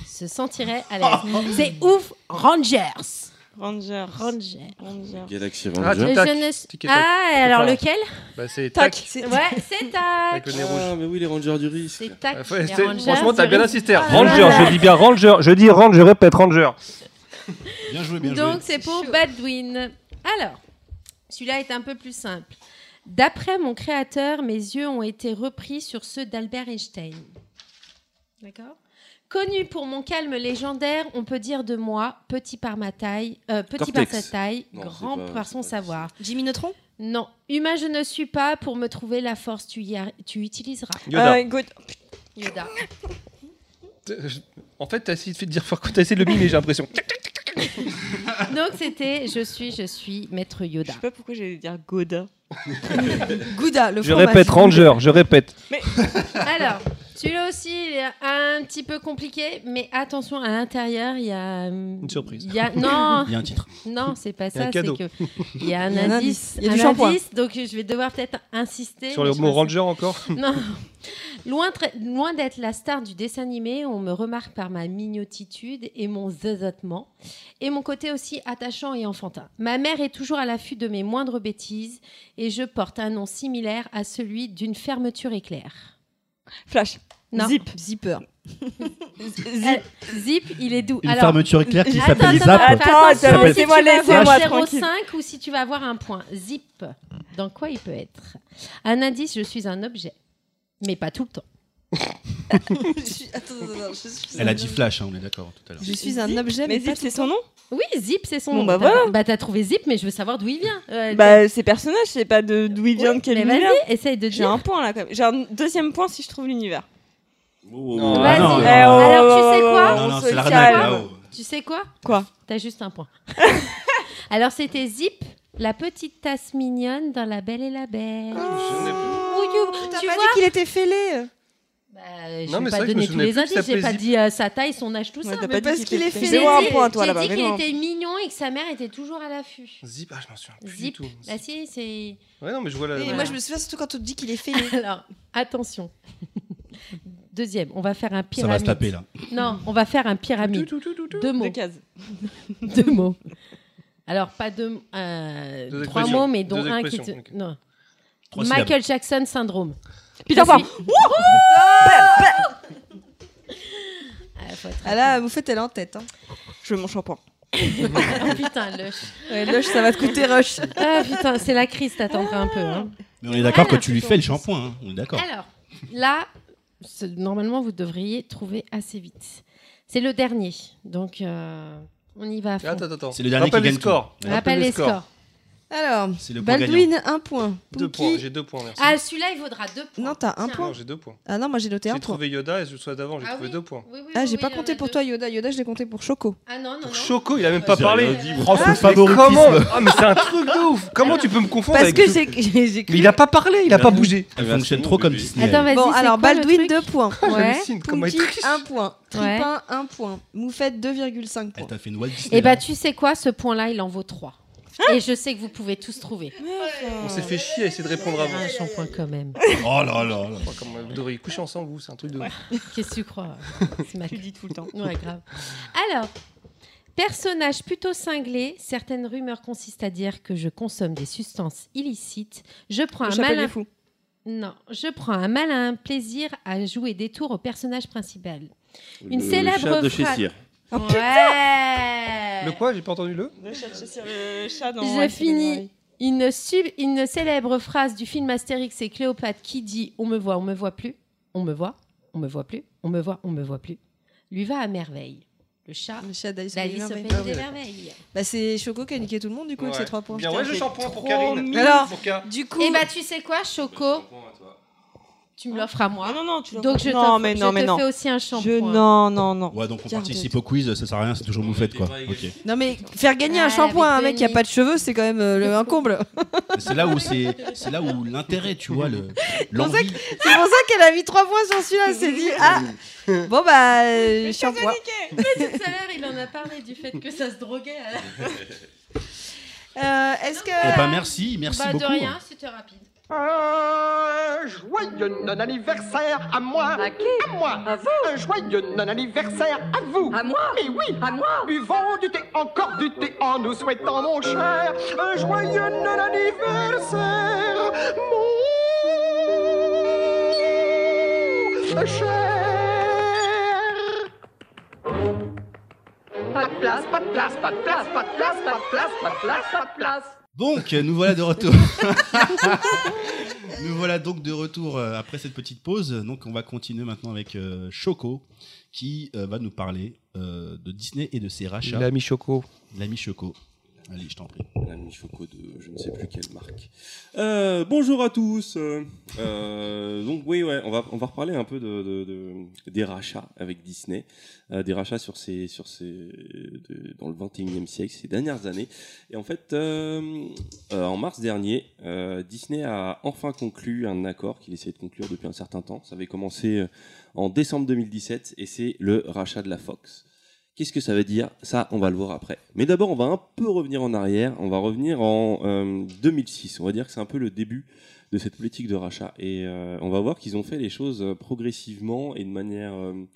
[SPEAKER 6] se sentirait à
[SPEAKER 2] Ah.
[SPEAKER 6] l'aise. C'est ouf, Rangers.
[SPEAKER 5] Ranger.
[SPEAKER 6] Rangers.
[SPEAKER 5] Ranger.
[SPEAKER 8] Galaxy
[SPEAKER 2] Ah,
[SPEAKER 8] Ranger.
[SPEAKER 2] Tic Tac.
[SPEAKER 6] Je ne sais-
[SPEAKER 2] Tic et Tac.
[SPEAKER 6] Ah,
[SPEAKER 2] C'est
[SPEAKER 6] alors
[SPEAKER 2] pas-
[SPEAKER 6] lequel
[SPEAKER 2] Bah, c'est
[SPEAKER 5] Tac.
[SPEAKER 2] tac.
[SPEAKER 1] C'est-
[SPEAKER 6] Ouais, c'est
[SPEAKER 2] Avec
[SPEAKER 6] tac.
[SPEAKER 2] le nez
[SPEAKER 8] Ah,
[SPEAKER 2] rouge.
[SPEAKER 8] mais oui, les Rangers du risque.
[SPEAKER 6] C'est tac.
[SPEAKER 2] Ah,
[SPEAKER 6] les
[SPEAKER 2] ouais, c'est-
[SPEAKER 6] Rangers,
[SPEAKER 2] franchement, t'as
[SPEAKER 6] les
[SPEAKER 2] bien hein.
[SPEAKER 6] Rangers.
[SPEAKER 2] insisté.
[SPEAKER 6] Ah,
[SPEAKER 2] Ranger,
[SPEAKER 6] voilà.
[SPEAKER 2] je dis bien Ranger. Je dis Ranger, je répète Ranger.
[SPEAKER 3] Bien joué, bien joué.
[SPEAKER 6] Donc c'est pour Badwin. Alors, celui-là est un peu plus simple. D'après mon créateur, mes yeux ont été repris sur ceux d'Albert Einstein. D'accord Connu pour mon calme légendaire, on peut dire de moi petit par ma taille, euh, petit par
[SPEAKER 8] Cortex.
[SPEAKER 6] sa taille,
[SPEAKER 8] Non,
[SPEAKER 6] grand
[SPEAKER 8] c'est pas-
[SPEAKER 6] par son
[SPEAKER 8] c'est pas-
[SPEAKER 6] savoir.
[SPEAKER 1] Jimmy Neutron
[SPEAKER 6] Non, humain je ne suis pas. Pour me trouver la force, tu, y a- tu utiliseras.
[SPEAKER 2] Yoda.
[SPEAKER 5] Euh, Goth-
[SPEAKER 6] Yoda.
[SPEAKER 2] Euh, je- En fait, t'as essayé de dire fort t'as essayé de le mimer, j'ai l'impression.
[SPEAKER 6] Donc c'était, je suis, je suis maître Yoda.
[SPEAKER 5] Je sais pas pourquoi j'allais dire Goda.
[SPEAKER 1] Gouda, le
[SPEAKER 2] Je
[SPEAKER 1] fromage.
[SPEAKER 2] répète Ranger, je répète.
[SPEAKER 6] Alors, celui-là aussi, il est un petit peu compliqué, mais attention, à l'intérieur, il y a. Une
[SPEAKER 2] surprise.
[SPEAKER 6] Il y a... Non,
[SPEAKER 3] Il y a un titre.
[SPEAKER 6] non, c'est pas
[SPEAKER 2] Il y a un
[SPEAKER 6] ça. c'est
[SPEAKER 2] cadeau.
[SPEAKER 6] que Il y a un indice.
[SPEAKER 1] Il y a
[SPEAKER 6] un
[SPEAKER 1] du shampoing.
[SPEAKER 6] indice, Donc, je vais devoir peut-être insister.
[SPEAKER 2] Sur
[SPEAKER 6] mais
[SPEAKER 2] le
[SPEAKER 6] je
[SPEAKER 2] mot
[SPEAKER 6] pense-
[SPEAKER 2] Ranger encore
[SPEAKER 6] Non. Loin, très- loin d'être la star du dessin animé, on me remarque par ma mignotitude et mon zazotement, et mon côté aussi attachant et enfantin. Ma mère est toujours à l'affût de mes moindres bêtises, et je porte un nom similaire à celui d'une fermeture éclair.
[SPEAKER 5] Flash.
[SPEAKER 6] Non.
[SPEAKER 5] Zip.
[SPEAKER 1] Zipper.
[SPEAKER 6] Elle- Euh, Zip, il est doux.
[SPEAKER 3] Une
[SPEAKER 6] Alors,
[SPEAKER 3] fermeture éclair qui
[SPEAKER 6] attends,
[SPEAKER 3] s'appelle
[SPEAKER 6] attends,
[SPEAKER 3] Zap.
[SPEAKER 6] attends,
[SPEAKER 5] Attends,
[SPEAKER 6] attention,
[SPEAKER 3] attends,
[SPEAKER 6] si tu
[SPEAKER 5] laissez-moi,
[SPEAKER 6] vas avoir
[SPEAKER 5] laissez-moi tranquille.
[SPEAKER 6] 0,5 ou si tu vas avoir un point. Zip, dans quoi il peut être Un indice, je suis un objet. Mais pas tout le temps.
[SPEAKER 1] Je suis- attends, attends, attends, je suis
[SPEAKER 3] Elle
[SPEAKER 1] un
[SPEAKER 3] a dit
[SPEAKER 1] objet.
[SPEAKER 3] Flash, hein, on est d'accord tout à l'heure.
[SPEAKER 1] Je suis un objet, mais,
[SPEAKER 5] Mais Zip,
[SPEAKER 1] pas
[SPEAKER 5] c'est son nom
[SPEAKER 6] Oui, Zip, c'est son
[SPEAKER 5] Bon,
[SPEAKER 6] nom.
[SPEAKER 5] bah
[SPEAKER 6] T'as-
[SPEAKER 5] voilà.
[SPEAKER 6] Bah t'as trouvé Zip, mais je veux savoir d'où il vient. Euh,
[SPEAKER 5] Bah, ses personnages, je sais pas de- d'où il
[SPEAKER 6] oui,
[SPEAKER 5] vient, de quel
[SPEAKER 6] mais
[SPEAKER 5] univers.
[SPEAKER 6] vas-y, essaye de
[SPEAKER 5] J'ai
[SPEAKER 6] dire.
[SPEAKER 5] un point là quand même. J'ai un deuxième point si je trouve l'univers.
[SPEAKER 8] Oh,
[SPEAKER 2] Non,
[SPEAKER 8] oh,
[SPEAKER 6] Vas-y.
[SPEAKER 8] oh.
[SPEAKER 3] Ah non.
[SPEAKER 5] Eh, oh,
[SPEAKER 6] Alors, tu sais quoi
[SPEAKER 5] on
[SPEAKER 3] Non, non,
[SPEAKER 5] se
[SPEAKER 3] c'est l'arnaque
[SPEAKER 5] calme.
[SPEAKER 3] là-haut.
[SPEAKER 6] Tu sais oh, quoi
[SPEAKER 5] Quoi
[SPEAKER 6] T'as juste un point. Alors c'était Zip, la petite tasse mignonne dans La Belle et la Belle.
[SPEAKER 3] Ah,
[SPEAKER 6] Ouillou,
[SPEAKER 1] T'as
[SPEAKER 6] tu
[SPEAKER 1] pas
[SPEAKER 6] vois
[SPEAKER 1] dit qu'il était fêlé
[SPEAKER 6] Bah, je
[SPEAKER 2] Non, mais c'est
[SPEAKER 6] vais pas
[SPEAKER 2] vrai que je me
[SPEAKER 6] donner tous
[SPEAKER 2] souvenais
[SPEAKER 6] les
[SPEAKER 2] plus que
[SPEAKER 6] indices, j'ai
[SPEAKER 2] ça
[SPEAKER 6] pas
[SPEAKER 2] plaisait.
[SPEAKER 6] dit euh, sa taille, son âge, tout
[SPEAKER 5] Ouais,
[SPEAKER 6] ça.
[SPEAKER 5] t'as
[SPEAKER 6] Mais
[SPEAKER 5] pas dit
[SPEAKER 1] parce
[SPEAKER 5] qu'il
[SPEAKER 1] qu'il
[SPEAKER 5] était
[SPEAKER 1] est
[SPEAKER 5] fait.
[SPEAKER 1] fêlé.
[SPEAKER 6] j'ai
[SPEAKER 5] Fais-moi un
[SPEAKER 6] dit-
[SPEAKER 5] point, toi,
[SPEAKER 6] j'ai
[SPEAKER 5] là-bas,
[SPEAKER 6] dit qu'il
[SPEAKER 5] fais-moi un
[SPEAKER 6] était mignon et que sa mère était toujours à l'affût.
[SPEAKER 2] Zip, ah, je m'en souviens plus du
[SPEAKER 6] Zip.
[SPEAKER 2] tout.
[SPEAKER 6] Ah si, c'est...
[SPEAKER 2] Ouais, non, mais je vois la.
[SPEAKER 1] Et
[SPEAKER 6] Voilà.
[SPEAKER 1] moi, je me souviens surtout quand on te dit qu'il est fêlé.
[SPEAKER 6] Alors, attention. Deuxième, on va faire un
[SPEAKER 3] Ça
[SPEAKER 6] pyramide.
[SPEAKER 3] va se taper là.
[SPEAKER 6] Non, on va faire un pyramide. Deux mots.
[SPEAKER 5] Deux cases.
[SPEAKER 6] Deux mots. Alors, pas deux... euh,
[SPEAKER 2] Deux
[SPEAKER 6] trois
[SPEAKER 2] expressions.
[SPEAKER 6] mots, mais dont
[SPEAKER 2] Deux
[SPEAKER 6] un qui...
[SPEAKER 2] expressions,
[SPEAKER 6] te-
[SPEAKER 2] ok.
[SPEAKER 6] Non.
[SPEAKER 3] Trois syllabes.
[SPEAKER 6] Michael Jackson syndrome.
[SPEAKER 5] Peter Pan.
[SPEAKER 6] Ah, faut être-
[SPEAKER 1] Ah là, vous faites, elle est en tête. Hein.
[SPEAKER 5] Je veux mon shampoing.
[SPEAKER 6] Ah, putain, lush.
[SPEAKER 1] Lush, ça va te coûter
[SPEAKER 5] Oh,
[SPEAKER 1] rush.
[SPEAKER 6] Ah putain, c'est la crise, t'attendras un peu. hein.
[SPEAKER 3] Mais on est d'accord
[SPEAKER 6] Voilà,
[SPEAKER 3] que tu lui
[SPEAKER 6] plutôt.
[SPEAKER 3] fais le shampoing, hein, on est d'accord.
[SPEAKER 6] Alors, là, ce- normalement, vous devriez trouver assez vite. C'est le dernier, donc euh, on y va à fond.
[SPEAKER 2] Attends, attends, attends.
[SPEAKER 3] C'est le dernier qui
[SPEAKER 2] Rappelle les
[SPEAKER 3] gagne tout.
[SPEAKER 2] scores.
[SPEAKER 6] Rappelle les scores.
[SPEAKER 1] Alors,
[SPEAKER 3] C'est le point
[SPEAKER 1] Baldwin, un point.
[SPEAKER 2] Deux
[SPEAKER 1] Punky-
[SPEAKER 2] points, j'ai deux points, merci.
[SPEAKER 6] Ah, celui-là, il vaudra deux points.
[SPEAKER 1] Non, t'as un
[SPEAKER 6] Tiens.
[SPEAKER 1] point.
[SPEAKER 2] Non, j'ai deux points.
[SPEAKER 1] Ah non, moi j'ai noté un
[SPEAKER 2] J'ai
[SPEAKER 1] point.
[SPEAKER 2] trouvé Yoda et celui d'avant, j'ai
[SPEAKER 6] Ah
[SPEAKER 2] trouvé
[SPEAKER 6] oui.
[SPEAKER 2] deux points.
[SPEAKER 6] Oui, oui,
[SPEAKER 1] Ah,
[SPEAKER 6] oui,
[SPEAKER 1] j'ai
[SPEAKER 6] oui,
[SPEAKER 1] pas
[SPEAKER 6] il y en
[SPEAKER 1] compté
[SPEAKER 6] a
[SPEAKER 1] pour
[SPEAKER 6] deux.
[SPEAKER 1] toi Yoda. Yoda, je l'ai compté pour Choco.
[SPEAKER 6] Ah non, non, non.
[SPEAKER 2] Pour Choco, il a même pas
[SPEAKER 6] J'ai
[SPEAKER 2] parlé.
[SPEAKER 6] rien dit,
[SPEAKER 3] Oh, ce
[SPEAKER 2] Mais
[SPEAKER 3] favoritisme.
[SPEAKER 2] Comment Ah, mais c'est un truc de ouf Comment tu peux me confondre
[SPEAKER 5] bah,
[SPEAKER 1] Parce
[SPEAKER 2] avec
[SPEAKER 1] que
[SPEAKER 2] ce-
[SPEAKER 1] j'ai j'ai
[SPEAKER 2] Mais
[SPEAKER 1] cru.
[SPEAKER 2] il a pas parlé, il a pas bougé.
[SPEAKER 3] Elle
[SPEAKER 4] Ah, c'est
[SPEAKER 3] fonctionne
[SPEAKER 4] bon,
[SPEAKER 3] trop comme
[SPEAKER 4] bébé.
[SPEAKER 3] Disney.
[SPEAKER 9] Attends, vas-y.
[SPEAKER 1] Bon,
[SPEAKER 9] c'est
[SPEAKER 1] alors
[SPEAKER 9] quoi le
[SPEAKER 1] Baldwin,
[SPEAKER 9] truc
[SPEAKER 1] 2 points.
[SPEAKER 9] Ouais.
[SPEAKER 2] J'hallucine, comment il
[SPEAKER 1] Punky,
[SPEAKER 2] triche.
[SPEAKER 1] 1 point.
[SPEAKER 9] Ouais.
[SPEAKER 1] Tripin, 1 point. Moufette, 2,5
[SPEAKER 3] Elle
[SPEAKER 1] points.
[SPEAKER 3] t'a fait une Walt
[SPEAKER 6] Eh
[SPEAKER 3] Disney.
[SPEAKER 9] Et
[SPEAKER 6] ben,
[SPEAKER 9] bah, tu sais quoi, ce point-là, il en vaut 3.
[SPEAKER 1] Ah
[SPEAKER 9] Et je sais que vous pouvez tous trouver.
[SPEAKER 2] On s'est fait chier à essayer de répondre avant.
[SPEAKER 6] Un shampoing Ah, quand même.
[SPEAKER 3] Oh là là là.
[SPEAKER 2] Oh, comment Vous devriez coucher ensemble, vous, c'est un truc de ouf.
[SPEAKER 6] Qu'est-ce que tu crois C'est ma
[SPEAKER 5] Tu le dis tout le temps.
[SPEAKER 6] Ouais, grave. Alors, personnage plutôt cinglé, certaines rumeurs consistent à dire que je consomme des substances illicites. Je prends
[SPEAKER 5] Le
[SPEAKER 6] un
[SPEAKER 5] chapelier
[SPEAKER 6] Ah, malin.
[SPEAKER 5] fou.
[SPEAKER 6] Non, je prends un malin plaisir à jouer des tours au personnage principal. Une
[SPEAKER 4] Le
[SPEAKER 6] célèbre
[SPEAKER 4] chat de chez
[SPEAKER 6] phrase.
[SPEAKER 4] Cyr.
[SPEAKER 6] ouais.
[SPEAKER 2] Oh, Le quoi J'ai pas entendu le
[SPEAKER 5] De chercher sur le chat dans
[SPEAKER 6] Je
[SPEAKER 5] Alice in
[SPEAKER 6] finis. Une, sub... une célèbre phrase du film Astérix et Cléopâtre qui dit On me voit, on me voit plus, on me voit, on me voit plus, on me voit, on me voit plus, lui va à merveille. Le chat
[SPEAKER 1] Le chat d'Alice au Pays des
[SPEAKER 6] d'Alice au
[SPEAKER 1] Merveilles.
[SPEAKER 6] pays des
[SPEAKER 2] d'accord.
[SPEAKER 6] merveilles.
[SPEAKER 1] Bah, c'est Choco qui a niqué tout le monde du coup avec ses 3 points. Eh
[SPEAKER 2] Bien,
[SPEAKER 1] Putain,
[SPEAKER 2] ouais, je
[SPEAKER 1] j'ai-
[SPEAKER 2] shampoing pour
[SPEAKER 5] trop
[SPEAKER 2] Karine.
[SPEAKER 1] mignon. Alors
[SPEAKER 2] Pour Ka-
[SPEAKER 1] Du coup,
[SPEAKER 6] Et bah, tu sais quoi, Choco Tu me l'offres à
[SPEAKER 5] Ah
[SPEAKER 6] moi.
[SPEAKER 5] non, non, tu l'as
[SPEAKER 6] Donc,
[SPEAKER 5] pas-
[SPEAKER 6] je
[SPEAKER 5] non,
[SPEAKER 6] t'offre-
[SPEAKER 5] mais
[SPEAKER 6] je
[SPEAKER 5] non, mais
[SPEAKER 6] te
[SPEAKER 5] non.
[SPEAKER 6] fais aussi un shampoing.
[SPEAKER 5] Je, non, non, non.
[SPEAKER 3] Ouais, donc on
[SPEAKER 5] Garde.
[SPEAKER 3] participe au quiz, ça sert à rien, c'est toujours moufette quoi. Ok.
[SPEAKER 1] non mais faire gagner un
[SPEAKER 6] Ouais,
[SPEAKER 1] shampoing à un
[SPEAKER 6] avec
[SPEAKER 1] mec qui a
[SPEAKER 6] Denis.
[SPEAKER 1] pas de cheveux, c'est quand même euh, Ah, le- un comble.
[SPEAKER 3] Mais C'est là où c'est, c'est là où l'intérêt, tu vois, le l'envie.
[SPEAKER 1] C'est pour ça qu'elle a mis 3 points sur celui-là. Elle s'est dit ah bon bah euh, shampoing.
[SPEAKER 6] Tout à l'heure, il en a parlé du fait que ça se droguait.
[SPEAKER 1] Euh, Est-ce que
[SPEAKER 3] Eh ben merci, merci
[SPEAKER 6] bah, de
[SPEAKER 3] beaucoup.
[SPEAKER 6] rien, c'était rapide.
[SPEAKER 10] Un joyeux non-anniversaire à moi À qui À moi À vous Un joyeux non-anniversaire à vous À moi Mais oui À moi Buvons du thé, encore du thé, en nous souhaitant, mon cher, un joyeux non-anniversaire, mon cher Pas de place, pas de place, pas de place, pas de place, pas de place, pas de place, pas de place
[SPEAKER 3] Donc euh, nous voilà de retour. nous voilà donc de retour euh, après cette petite pause. Donc on va continuer maintenant avec euh, Choco qui euh, va nous parler euh, de Disney et de ses rachats.
[SPEAKER 2] L'ami Choco.
[SPEAKER 3] L'ami Choco. Allez, je t'en prie.
[SPEAKER 4] L'ami Choco de je ne sais plus quelle marque. Euh, bonjour à tous. Euh, euh, donc oui, ouais, on va on va reparler un peu de, de- de- des rachats avec Disney, Euh, des rachats sur ces sur ces de- dans le 21e siècle, ces dernières années. Et en fait, euh, euh, en mars dernier, euh, Disney a enfin conclu un accord qu'il essayait de conclure depuis un certain temps. Ça avait commencé euh, en décembre 2017 et c'est le rachat de la Fox. Qu'est-ce que ça veut dire Ça, on va le voir après. Mais d'abord, on va un peu revenir en arrière. On va revenir en euh, 2006. On va dire que c'est un peu le début de cette politique de rachat. Et euh, on va voir qu'ils ont fait les choses euh, progressivement et de manière euh,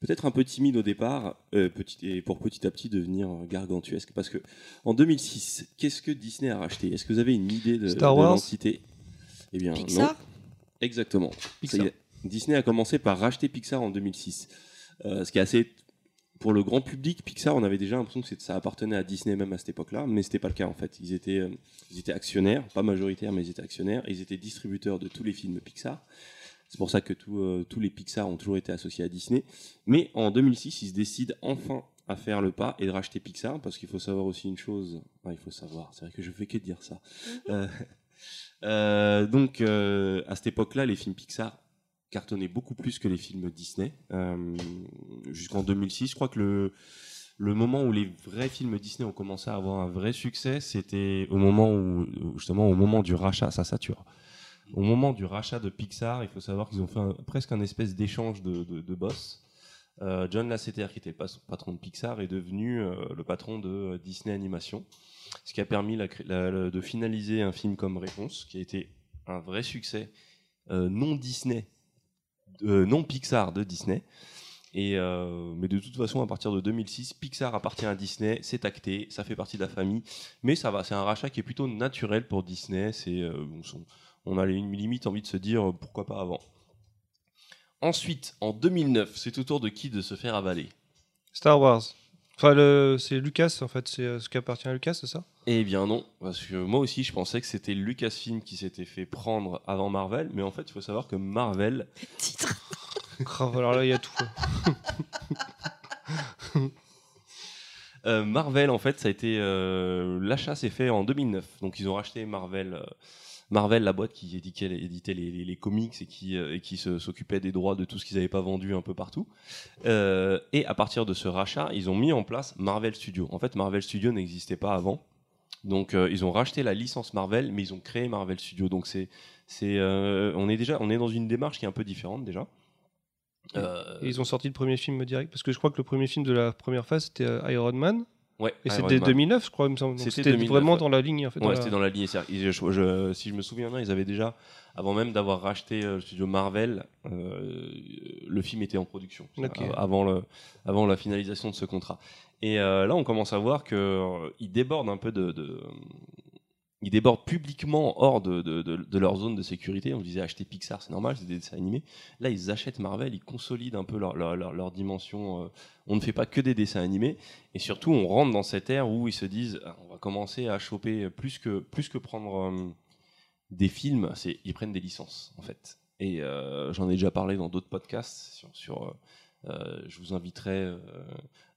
[SPEAKER 4] peut-être un peu timide au départ, euh, petit- et pour petit à petit devenir euh, gargantuesque. Parce que en 2006, qu'est-ce que Disney a racheté Est-ce que vous avez une idée de,
[SPEAKER 2] Star
[SPEAKER 4] de
[SPEAKER 2] Wars
[SPEAKER 4] l'entité Eh bien, non.
[SPEAKER 1] Pixar
[SPEAKER 4] Exactement.
[SPEAKER 2] Pixar.
[SPEAKER 4] Ça y est. Disney a commencé par racheter Pixar en 2006. Euh, ce qui est assez. Pour le grand public, Pixar, on avait déjà l'impression que c'est- ça appartenait à Disney même à cette époque-là, mais c'était pas le cas en fait. Ils étaient, euh, ils étaient actionnaires, pas majoritaires, mais ils étaient actionnaires. Ils étaient distributeurs de tous les films Pixar. C'est pour ça que tout, euh, tous les Pixar ont toujours été associés à Disney. Mais en 2006, ils se décident enfin à faire le pas et de racheter Pixar, parce qu'il faut savoir aussi une chose. Ah, il faut savoir, c'est vrai que je fais que dire ça. Euh, euh, donc, euh, à cette époque-là, les films Pixar cartonnaient beaucoup plus que les films Disney. Euh, Jusqu'en 2006, je crois que le, le moment où les vrais films Disney ont commencé à avoir un vrai succès, c'était au moment où, justement, au moment du rachat, ça sature. Au moment du rachat de Pixar, il faut savoir qu'ils ont fait un- presque un espèce d'échange de, de, de boss. Euh, John Lasseter, qui était le pas- patron de Pixar, est devenu euh, le patron de euh, Disney Animation ce qui a permis la cré- la- la- de finaliser un film comme Réponse, qui a été un vrai succès euh, non Disney, euh, non Pixar de Disney. Et euh, mais de toute façon, à partir de 2006, Pixar appartient à Disney, c'est acté, ça fait partie de la famille. Mais ça va, c'est un rachat qui est plutôt naturel pour Disney. C'est euh, on, s'en- on a une limite envie de se dire euh, pourquoi pas avant. Ensuite, en 2009, c'est au tour de qui de se faire avaler
[SPEAKER 2] Star Wars. Enfin, le... c'est Lucas, en fait, c'est euh, ce qui appartient à Lucas, c'est ça
[SPEAKER 4] Eh bien non, parce que moi aussi je pensais que c'était Lucasfilm qui s'était fait prendre avant Marvel, mais en fait il faut savoir que Marvel,
[SPEAKER 1] Titre.
[SPEAKER 2] Grave, alors là, il y a tout.
[SPEAKER 4] Euh, Marvel, en fait, ça a été. euh, L'achat s'est fait en 2009. Donc, ils ont racheté Marvel. euh, Marvel, la boîte qui éditait, les- éditait les, les- les comics et qui, euh, et qui se- s'occupait des droits de tout ce qu'ils n'avaient pas vendu un peu partout. Euh, et à partir de ce rachat, ils ont mis en place Marvel Studios. En fait, Marvel Studios n'existait pas avant. Donc, euh, ils ont racheté la licence Marvel, mais ils ont créé Marvel Studios. Donc, c'est, c'est, euh, on est déjà, on est dans une démarche qui est un peu différente déjà. Euh,
[SPEAKER 2] Et ils ont sorti le premier film direct parce que je crois que le premier film de la première phase c'était euh, Iron Man
[SPEAKER 4] ouais,
[SPEAKER 2] et
[SPEAKER 4] Iron
[SPEAKER 2] c'était
[SPEAKER 4] Man.
[SPEAKER 2] 2009 je crois il me semble. Donc
[SPEAKER 4] C'était
[SPEAKER 2] C'était
[SPEAKER 4] 2009,
[SPEAKER 2] vraiment
[SPEAKER 4] ouais.
[SPEAKER 2] dans la ligne en fait.
[SPEAKER 4] Ouais,
[SPEAKER 2] dans la-
[SPEAKER 4] c'était dans la lignée. C'est-à-dire, ils- je- je- si je me souviens bien, ils avaient déjà, avant même d'avoir racheté euh, le studio Marvel, euh, le film était en production.
[SPEAKER 2] Ok.
[SPEAKER 4] Av- Avant, le, avant la finalisation de ce contrat. Et euh, là, on commence à voir qu'ils débordent un peu de. de ils débordent publiquement hors de, de- de- de leur zone de sécurité. On se disait acheter Pixar, c'est normal, c'est des dessins animés. Là, ils achètent Marvel, ils consolident un peu leur, leur- leur- leur dimension. euh, on ne fait pas que des dessins animés. Et surtout, on rentre dans cette ère où ils se disent Ah, on va commencer à choper plus que, plus que prendre euh, des films, c'est ils prennent des licences, en fait. Et euh, j'en ai déjà parlé dans d'autres podcasts. Sur, sur, euh, euh, je vous inviterai euh,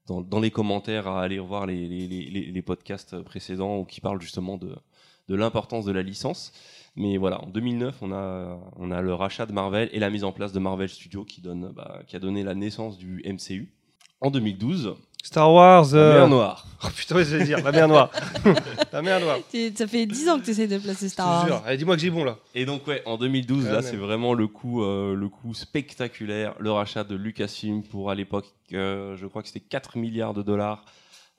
[SPEAKER 4] dans, dans les commentaires à aller revoir les, les- les- les- les podcasts précédents où qui parlent justement de, de l'importance de la licence. Mais voilà, en 2009, on a, on a le rachat de Marvel et la mise en place de Marvel Studios qui, donne, bah, qui a donné la naissance du MCU. En 2012,
[SPEAKER 2] Star Wars.
[SPEAKER 4] la
[SPEAKER 2] euh,
[SPEAKER 4] mer Noire.
[SPEAKER 2] Oh putain, j'allais dire la mer noire. la mer noire.
[SPEAKER 1] T'es- Ça fait 10 ans que tu essayes de placer
[SPEAKER 2] Je
[SPEAKER 1] Star
[SPEAKER 2] te jure.
[SPEAKER 1] Wars.
[SPEAKER 2] Allez, dis-moi que j'ai bon là.
[SPEAKER 4] Et donc ouais, en 2012,
[SPEAKER 2] Quand
[SPEAKER 4] là
[SPEAKER 2] même.
[SPEAKER 4] c'est vraiment le coup, euh, le coup spectaculaire, le rachat de Lucasfilm pour à l'époque, euh, je crois que c'était 4 milliards de dollars.